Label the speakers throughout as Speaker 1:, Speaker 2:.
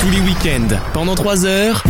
Speaker 1: Tous les week-ends, pendant 3 heures.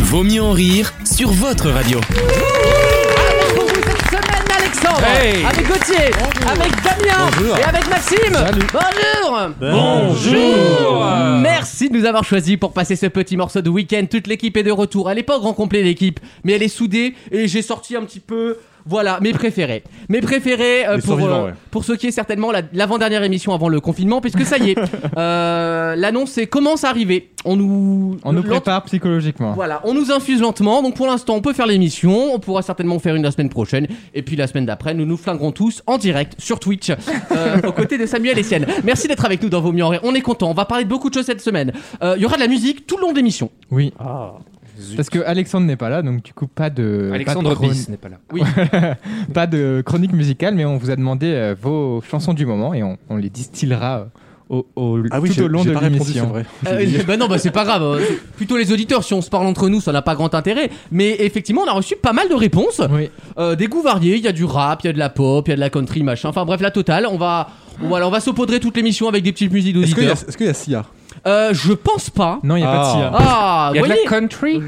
Speaker 1: Vaut mieux en rire sur votre radio.
Speaker 2: Avec pour vous cette semaine, Alexandre,
Speaker 3: Hey.
Speaker 2: avec Gauthier, avec Damien
Speaker 3: Bonjour.
Speaker 2: et avec Maxime.
Speaker 3: Salut.
Speaker 2: Bonjour.
Speaker 3: Bonjour
Speaker 2: Merci de nous avoir choisis pour passer ce petit morceau de week-end. Toute l'équipe est de retour. Elle est pas au grand complet l'équipe, mais elle est soudée et j'ai sorti un petit peu. Voilà, mes préférés. Mes préférés euh,
Speaker 3: Les
Speaker 2: pour,
Speaker 3: survivants, ouais.
Speaker 2: pour ce qui est certainement la- l'avant-dernière émission avant le confinement, puisque ça y est, euh, l'annonce est- commence à arriver. On nous,
Speaker 4: On nous
Speaker 2: lent-
Speaker 4: prépare psychologiquement.
Speaker 2: Voilà, on nous infuse lentement, donc pour l'instant on peut faire l'émission, on pourra certainement en faire une la semaine prochaine, et puis la semaine d'après nous nous flinguerons tous en direct sur Twitch, euh, aux côtés de Samuel et Sienne. Merci d'être avec nous dans Vos Mieux en Rire, on est content, on va parler de beaucoup de choses cette semaine. Euh, Il y aura de la musique tout le long de l'émission.
Speaker 4: Oui.
Speaker 2: Ah,
Speaker 4: Parce que Alexandre n'est pas là, donc du coup pas de pas
Speaker 3: Alexandre
Speaker 4: de, chron-
Speaker 3: Bis n'est pas là.
Speaker 4: pas de chronique musicale, mais on vous a demandé euh, vos chansons du moment et on, on les distillera euh, au, au-
Speaker 5: Ah oui,
Speaker 4: tout
Speaker 5: j'ai-
Speaker 4: au long
Speaker 5: j'ai
Speaker 4: de
Speaker 5: pas répondu, c'est
Speaker 4: l'émission.
Speaker 5: vrai.
Speaker 2: Euh, bah non, bah c'est pas grave, euh, c'est plutôt les auditeurs, si on se parle entre nous ça n'a pas grand intérêt, mais effectivement on a reçu pas mal de réponses,
Speaker 4: Oui.
Speaker 2: Euh, des goûts variés, il y a du rap, il y a de la pop, il y a de la country, machin, enfin bref la totale, on va... Voilà, on va saupoudrer toute l'émission avec des petites musiques
Speaker 5: Est-ce qu'il y,
Speaker 2: d'auditeurs.
Speaker 5: a- est-ce qu'il y a Sia
Speaker 2: Euh, je pense pas.
Speaker 4: Non, il n'y a pas de
Speaker 5: Ah.
Speaker 4: tir.
Speaker 2: Ah,
Speaker 3: Il y a de
Speaker 2: voyez,
Speaker 3: la country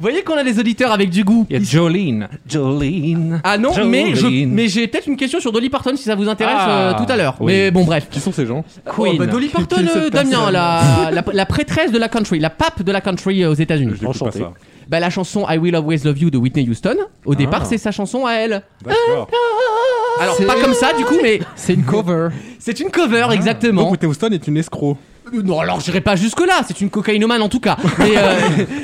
Speaker 2: voyez qu'on a des auditeurs avec du goût.
Speaker 3: Il y a Jolene. Jolene.
Speaker 2: Ah non,
Speaker 3: Jolene.
Speaker 2: mais je- mais j'ai peut-être une question sur Dolly Parton si ça vous intéresse
Speaker 3: Ah,
Speaker 2: euh, tout à l'heure.
Speaker 3: oui.
Speaker 2: Mais bon, bref.
Speaker 5: Qui sont ces gens
Speaker 3: Queen.
Speaker 2: Oh, bah, Dolly Parton,
Speaker 4: Qui est cette
Speaker 2: euh, Damien,
Speaker 4: personne
Speaker 2: la, la, la prêtresse de la country, la pape de la country euh, aux États-Unis.
Speaker 5: Je n'écoute pas ça.
Speaker 2: Bah, la chanson I Will Always Love You de Whitney Houston, au départ, c'est sa chanson à elle.
Speaker 5: D'accord.
Speaker 2: Alors,
Speaker 4: C'est-
Speaker 2: pas comme ça du coup, mais
Speaker 4: C'est une cover.
Speaker 2: c'est une cover exactement.
Speaker 5: Donc Ah. Oh, Whitney Houston est une escroc.
Speaker 2: Euh, Non, alors j'irai pas jusque-là, c'est une cocaïnomane en tout cas. Mais, euh,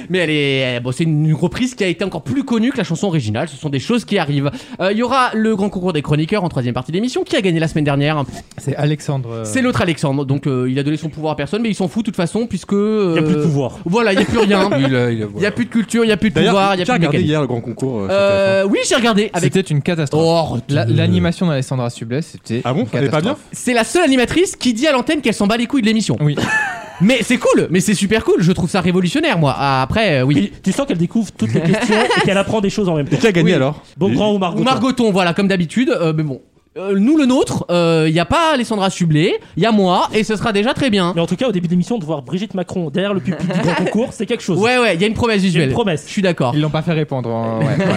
Speaker 2: mais elle est. euh, Bon, c'est une reprise qui a été encore plus connue que la chanson originale, ce sont des choses qui arrivent. Euh, Il y aura le grand concours des chroniqueurs en troisième partie de l'émission qui a gagné la semaine dernière.
Speaker 4: C'est Alexandre. euh,
Speaker 2: C'est l'autre Alexandre, donc euh, il a donné son pouvoir à personne, mais il s'en fout de toute façon puisque. Il
Speaker 6: Il n'y a plus de pouvoir.
Speaker 2: Voilà, il n'y a plus rien.
Speaker 3: Il, a- il a-
Speaker 2: Il n'y a
Speaker 3: voilà.
Speaker 2: plus de culture, il n'y a plus de
Speaker 5: D'ailleurs,
Speaker 2: pouvoir, il n'y a
Speaker 5: qui
Speaker 2: plus
Speaker 5: a
Speaker 2: de
Speaker 5: regardé
Speaker 2: mécanique.
Speaker 5: hier le grand concours euh, sur TF1
Speaker 2: Euh, oui, j'ai regardé avec.
Speaker 4: C'était une catastrophe.
Speaker 2: Oh, arrête.
Speaker 4: La- L'animation d'Alessandra Sublet, c'était.
Speaker 5: Ah bon
Speaker 4: une
Speaker 5: Elle est pas bien
Speaker 4: catastrophe.
Speaker 2: C'est la seule animatrice qui dit à l'antenne qu'elle s'en bat les couilles de l'émission.
Speaker 4: Oui.
Speaker 2: Mais c'est cool, mais c'est super cool, je trouve ça révolutionnaire moi. Ah, Après, euh, oui.
Speaker 6: Tu- Tu sens qu'elle découvre toutes les questions et qu'elle apprend des choses en même temps.
Speaker 5: Et qui a gagné
Speaker 2: Oui.
Speaker 5: alors
Speaker 6: Bon grand ou
Speaker 2: Ou
Speaker 6: Margot.
Speaker 2: Margoton, voilà, comme d'habitude. euh, mais bon, Euh, nous le nôtre, il n'y a pas Alessandra Sublet, il y a moi, et ce sera déjà très bien.
Speaker 6: Mais en tout cas, au début de l'émission, de voir Brigitte Macron derrière le pupitre du grand concours, c'est quelque chose.
Speaker 2: Ouais, ouais, il y a une promesse
Speaker 6: Il y a
Speaker 2: visuelle.
Speaker 6: une promesse.
Speaker 2: Je suis d'accord,
Speaker 4: Ils l'ont pas fait répondre. hein, ouais, voilà.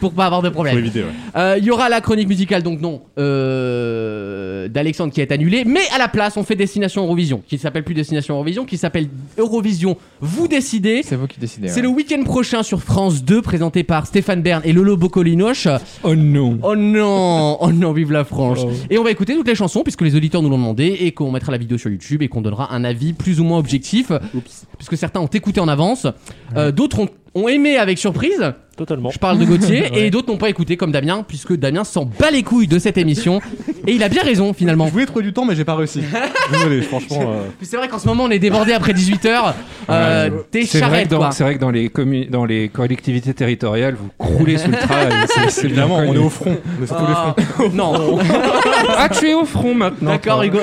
Speaker 2: pour pas avoir de
Speaker 5: Pour
Speaker 2: problème.
Speaker 5: éviter, ouais.
Speaker 2: Euh, Il y aura la chronique musicale, donc non, euh, d'Alexandre qui est annulée, mais à la place, on fait Destination Eurovision, qui s'appelle plus Destination Eurovision, qui s'appelle Eurovision. Vous décidez.
Speaker 4: C'est vous qui décidez.
Speaker 2: C'est
Speaker 4: ouais.
Speaker 2: le week-end prochain sur France 2, présenté par Stéphane Bern et Lolo Boccolinoche.
Speaker 3: Oh non.
Speaker 2: Oh non, oh non, vive la France. Et on va écouter toutes les chansons puisque les auditeurs nous l'ont demandé et qu'on mettra la vidéo sur YouTube et qu'on donnera un avis plus ou moins objectif puisque certains ont écouté en avance, euh, d'autres ont, ont aimé avec surprise.
Speaker 6: Totalement.
Speaker 2: Je parle de Gauthier et d'autres n'ont pas écouté comme Damien puisque Damien s'en bat les couilles de cette émission et il a bien raison finalement.
Speaker 5: Je voulais trouver du temps, mais j'ai pas réussi. Désolé, franchement. euh,
Speaker 2: C'est vrai qu'en ce moment on est débordé après 18h.
Speaker 3: Ouais, je-
Speaker 2: T'es
Speaker 3: c'est vrai,
Speaker 2: charrette
Speaker 3: que dans-
Speaker 2: quoi.
Speaker 3: c'est vrai que dans les, communes- dans les collectivités territoriales, vous croulez sous le travail. c'est- c'est bien
Speaker 5: Évidemment, on est
Speaker 3: connu.
Speaker 5: au front. On est sur tous les fronts.
Speaker 2: Ah, non,
Speaker 3: Ah, tu es au front maintenant.
Speaker 2: D'accord,
Speaker 3: toi.
Speaker 2: Hugo.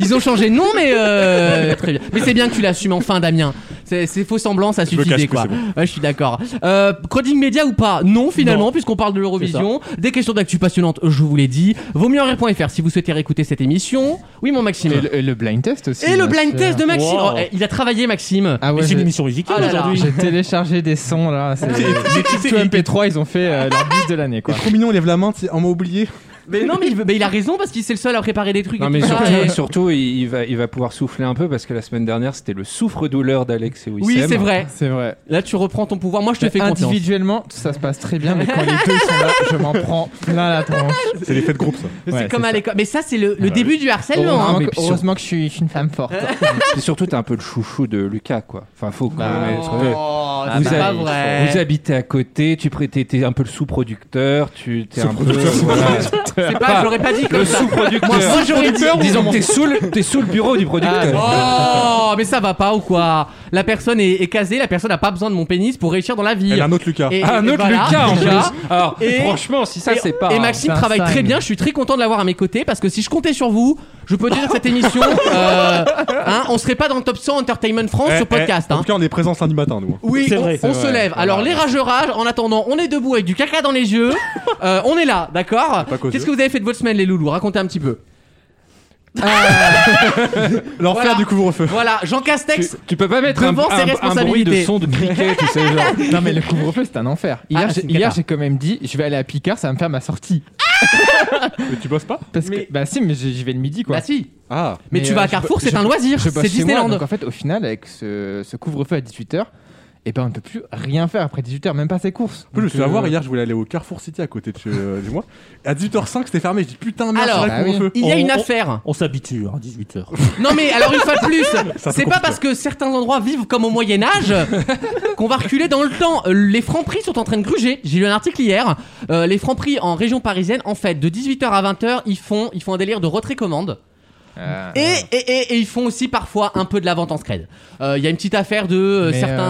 Speaker 2: Ils ont changé de nom, mais euh, très bien. Mais c'est bien que tu l'assumes enfin, Damien. C'est c'est faux semblant, ça
Speaker 5: me
Speaker 2: suffisait
Speaker 5: cache plus,
Speaker 2: quoi.
Speaker 5: c'est
Speaker 2: Ouais, je suis d'accord. Euh, coding média ou pas Non, finalement, puisqu'on parle de l'Eurovision. Des questions d'actu passionnantes, je vous l'ai dit. Vaut mieux en rire.fr si vous souhaitez réécouter cette émission. Oui, mon Maxime.
Speaker 4: Et le, et le blind test aussi.
Speaker 2: Et le
Speaker 4: bien
Speaker 2: blind
Speaker 4: sûr.
Speaker 2: test de Maxime.
Speaker 6: Wow.
Speaker 2: Oh, eh, il a travaillé, Maxime.
Speaker 4: Ah
Speaker 6: Mais
Speaker 4: ouais,
Speaker 6: c'est une
Speaker 4: j'ai-
Speaker 6: émission
Speaker 2: Ah
Speaker 6: musicale
Speaker 2: là là.
Speaker 6: aujourd'hui.
Speaker 4: J'ai téléchargé des sons
Speaker 2: Ah,
Speaker 4: là. C'est les crypto MP3, ils ont fait euh, leur bis de l'année
Speaker 5: C'est
Speaker 4: quoi.
Speaker 5: trop mignon, on lève la main, on m'a oublié.
Speaker 2: Mais non, mais il, veut- mais il a raison parce qu'il c'est le seul à préparer des trucs.
Speaker 3: Non,
Speaker 2: et
Speaker 3: mais
Speaker 2: tout ça,
Speaker 3: surtout,
Speaker 2: et-
Speaker 3: surtout, il, il va, il va pouvoir souffler un peu parce que la semaine dernière, c'était le souffre-douleur d'Alex et Wissem.
Speaker 2: Oui, c'est vrai.
Speaker 4: C'est vrai.
Speaker 2: Là, tu reprends ton pouvoir. Moi, je te fais confiance.
Speaker 4: Individuellement, ça se passe très bien, mais quand les deux sont là, je m'en prends plein la tronche.
Speaker 5: C'est l'effet de groupe, ça. Eh,
Speaker 2: C'est
Speaker 4: Ouais,
Speaker 2: comme
Speaker 4: c'est
Speaker 2: à
Speaker 4: ça.
Speaker 2: l'école. Mais ça, c'est le, le début du harcèlement. hein.
Speaker 4: Heureusement,
Speaker 3: mais
Speaker 4: que,
Speaker 3: puis sur-
Speaker 4: heureusement que je suis, je suis une femme forte.
Speaker 3: Et surtout, t'es un peu le chouchou de Lucas, quoi. Enfin, faut quand
Speaker 4: Bah,
Speaker 3: même être-
Speaker 2: Oh,
Speaker 3: Ah,
Speaker 2: c'est
Speaker 3: bah,
Speaker 2: pas
Speaker 3: il faut-
Speaker 2: vrai.
Speaker 3: Vous habitez à côté, tu pré- t'es t'es un peu le sous-producteur, tu t'es un peu. voilà.
Speaker 2: C'est pas, j'aurais pas dit comme
Speaker 3: Le
Speaker 2: ça.
Speaker 3: sous-producteur.
Speaker 2: Moi, Ah, j'aurais dit.
Speaker 3: Disons que t'es sous, le- t'es sous le bureau du producteur.
Speaker 2: Oh, mais ça va pas ou quoi La personne est, est casée, la personne a pas besoin de mon pénis pour réussir dans la vie.
Speaker 5: Elle a un autre Lucas.
Speaker 2: Et-
Speaker 3: Ah, un
Speaker 2: et
Speaker 3: autre
Speaker 2: voilà,
Speaker 3: Lucas en
Speaker 2: déjà.
Speaker 3: plus. Alors,
Speaker 2: Et-
Speaker 3: franchement, si ça,
Speaker 2: et-
Speaker 3: c'est pas.
Speaker 2: Et Maxime
Speaker 4: c'est
Speaker 6: Ah,
Speaker 4: un
Speaker 2: travaille très
Speaker 4: signe.
Speaker 2: bien, je suis très content de l'avoir à mes côtés parce que si je comptais sur vous, je peux dire que cette émission, euh, hein, on serait pas dans le top 100 Entertainment France
Speaker 5: Eh,
Speaker 2: sur
Speaker 5: eh,
Speaker 2: podcast.
Speaker 5: En
Speaker 2: hein.
Speaker 5: tout cas, on est présents samedi matin, nous. hein.
Speaker 2: Oui,
Speaker 6: C'est
Speaker 2: on,
Speaker 6: vrai, Ah, bah,
Speaker 2: on se lève. Alors les rageux rages, en attendant, on est debout avec du caca dans les yeux. Euh, on est là, d'accord
Speaker 5: pas causé.
Speaker 2: Qu'est-ce que vous avez fait de votre semaine les loulous Racontez un petit peu.
Speaker 5: L'enfer
Speaker 2: Voilà.
Speaker 5: du couvre-feu.
Speaker 2: Voilà, Jean
Speaker 3: Tu,
Speaker 2: Castex.
Speaker 3: tu peux pas mettre un,
Speaker 2: Devant ses
Speaker 3: un, un bruit
Speaker 2: responsabilités.
Speaker 3: de son de criquet, tu sais, genre.
Speaker 4: Non mais le couvre-feu c'est un enfer. Hier,
Speaker 2: Ah,
Speaker 4: j'ai-
Speaker 2: c'est une
Speaker 4: hier
Speaker 2: cata.
Speaker 4: j'ai quand même dit je vais aller à Picard, ça va me faire ma sortie.
Speaker 5: Mais tu bosses pas
Speaker 4: Parce
Speaker 2: Mais-
Speaker 4: que bah si mais j'y j'y vais le midi quoi.
Speaker 2: Bah si.
Speaker 5: Ah.
Speaker 2: Mais,
Speaker 4: Mais,
Speaker 2: tu
Speaker 4: euh,
Speaker 2: vas à
Speaker 4: je
Speaker 2: Carrefour,
Speaker 4: bo-
Speaker 2: c'est
Speaker 4: je-
Speaker 2: un loisir.
Speaker 4: je bosse
Speaker 2: C'est
Speaker 4: chez moi,
Speaker 2: Disneyland.
Speaker 4: donc en fait au final avec ce, ce couvre-feu à 18h, et ben on peut plus rien faire après 18h, même pas ses courses.
Speaker 5: En plus, je me
Speaker 4: Donc,
Speaker 5: suis fait
Speaker 4: euh,
Speaker 5: avoir hier, je voulais aller au Carrefour City à côté de chez euh, chez moi. À 18h05, c'était fermé. Je dis putain, merde,
Speaker 2: Alors, Ah
Speaker 5: c'est vrai,
Speaker 4: bah
Speaker 5: le couvre-feu.
Speaker 2: Il y a
Speaker 6: On-
Speaker 2: une
Speaker 6: on-
Speaker 2: affaire.
Speaker 6: On s'habitue, hein, 18h.
Speaker 2: Non mais alors une fois de plus,
Speaker 5: Ça
Speaker 2: c'est
Speaker 5: peut
Speaker 2: pas
Speaker 5: compliquer.
Speaker 2: parce que certains endroits vivent comme au Moyen Âge qu'on va reculer dans le temps. Euh, Les francs-prix sont en train de gruger. J'ai lu un article hier. Euh, les francs-prix en région parisienne, en fait, de 18h à 20h, ils font, ils font un délire de retrait-commande.
Speaker 4: euh,
Speaker 2: Et, et, et, et ils font aussi parfois un peu de la vente en scred. Euh, Il y a une petite affaire de euh,
Speaker 4: mais,
Speaker 2: certains...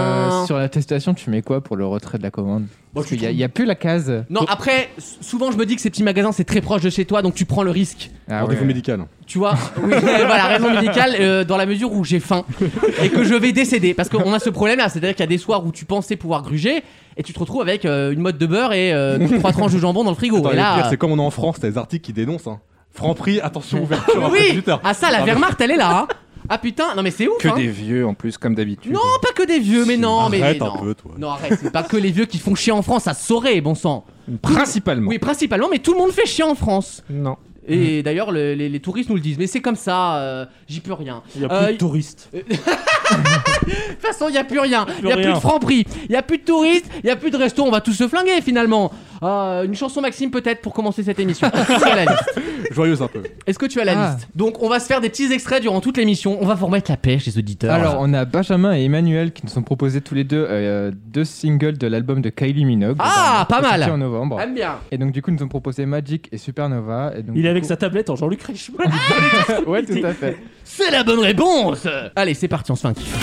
Speaker 4: euh, sur l'attestation, tu mets quoi pour le retrait de la commande
Speaker 2: Bon,
Speaker 4: Parce
Speaker 2: tu
Speaker 4: qu'il y a- il y, a plus la case.
Speaker 2: Non, après, s- souvent je me dis que ces petits magasins, c'est très proche de chez toi, donc tu prends le risque.
Speaker 4: Ah,
Speaker 5: Rendez-vous
Speaker 4: ouais.
Speaker 5: médical.
Speaker 2: Tu vois, oui, voilà, raison médicale, euh, dans la mesure où j'ai faim et que je vais décéder. Parce qu'on a ce problème-là, c'est-à-dire qu'il y a des soirs où tu pensais pouvoir gruger et tu te retrouves avec euh, une mode de beurre et euh, trois tranches de jambon dans le frigo.
Speaker 5: Attends,
Speaker 2: et
Speaker 5: le pire,
Speaker 2: là,
Speaker 5: c'est comme on est en France, t'as des articles qui dénoncent. Hein. Franprix, attention, ouverture
Speaker 2: euh,
Speaker 5: après
Speaker 2: oui,
Speaker 5: 18h.
Speaker 2: ah ça, la
Speaker 5: Ah,
Speaker 2: Wehrmacht, elle est là. hein. Ah putain, non mais c'est ouf.
Speaker 3: Que
Speaker 2: hein.
Speaker 3: des vieux en plus, comme d'habitude.
Speaker 2: Non, pas que des vieux, mais non, mais,
Speaker 5: Arrête
Speaker 2: mais
Speaker 5: un
Speaker 2: non.
Speaker 5: peu, toi.
Speaker 2: Non, arrête, c'est pas que les vieux qui font chier en France, ça se saurait, bon sang.
Speaker 3: Principalement.
Speaker 2: Oui, principalement, mais tout le monde fait chier en France.
Speaker 3: Non.
Speaker 2: Et d'ailleurs, le- les, les touristes nous le disent, mais c'est comme ça, euh, j'y peux rien.
Speaker 6: Il y a
Speaker 2: Euh,
Speaker 6: plus de touristes.
Speaker 2: De toute façon, il n'y a plus rien. Il n'y a plus
Speaker 6: rien.
Speaker 2: de franc prix. Il n'y a plus de touristes. Il n'y a plus de resto. On va tous se flinguer finalement. Euh, une chanson Maxime peut-être pour commencer cette émission. Est-ce que tu as la liste
Speaker 5: Joyeuse un peu.
Speaker 2: Est-ce que tu as la
Speaker 4: Ah.
Speaker 2: liste Donc, on va se faire des petits extraits durant toute l'émission. On va vous remettre la pêche, les auditeurs.
Speaker 4: Alors, on a Benjamin et Emmanuel qui nous ont proposé tous les deux euh, deux singles de l'album de Kylie Minogue.
Speaker 2: Ah,
Speaker 4: qui est
Speaker 2: pas mal.
Speaker 4: sorti en novembre.
Speaker 2: aime bien.
Speaker 4: Et donc, du coup, ils nous ont proposé Magic et Supernova. Et donc,
Speaker 6: Il
Speaker 4: du
Speaker 6: est avec
Speaker 4: coup-
Speaker 6: sa tablette en Jean-Luc Reichmann.
Speaker 4: Ouais, tout à fait.
Speaker 2: C'est la bonne réponse. Allez, c'est parti. On se fait un kiff.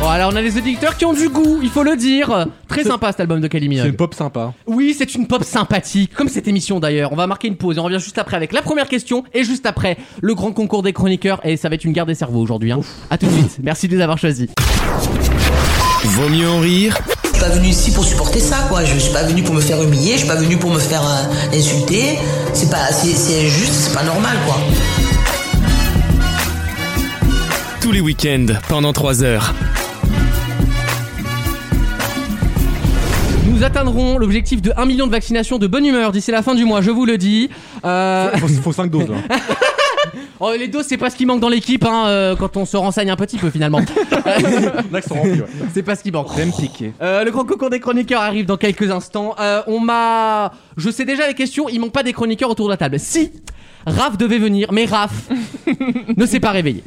Speaker 2: Bon, alors, on a des auditeurs qui ont du goût. Il faut le dire. Très sympa cet album de Calimino.
Speaker 5: C'est une pop sympa.
Speaker 2: Oui, c'est une pop sympathique, comme cette émission d'ailleurs. On va marquer une pause et on revient juste après avec la première question et juste après le grand concours des chroniqueurs. Et ça va être une guerre des cerveaux aujourd'hui. Hein. À tout de suite. Merci de les avoir choisis.
Speaker 1: Vaut mieux en rire
Speaker 7: Je suis pas venu ici pour supporter ça, quoi. Je suis pas venu pour me faire humilier, je suis pas venu pour me faire euh, insulter. C'est pas, c'est- c'est juste, c'est pas normal, quoi.
Speaker 1: tous les week-ends pendant 3 heures.
Speaker 2: Nous atteindrons l'objectif de 1 million de vaccinations de bonne humeur d'ici la fin du mois, je vous le dis. Euh,
Speaker 5: Faut, faut 5 doses hein. là.
Speaker 2: oh, les doses, c'est pas ce qui manque dans l'équipe hein, euh, quand on se renseigne un petit peu finalement.
Speaker 5: Là, ils sont remplis. Ouais.
Speaker 2: c'est pas ce qui manque.
Speaker 3: J'aime piquer.
Speaker 2: Euh, le grand concours des chroniqueurs arrive dans quelques instants. Euh, on m'a. Je sais déjà les questions, il manque pas des chroniqueurs autour de la table. Si Raph devait venir, mais Raph ne s'est pas réveillé.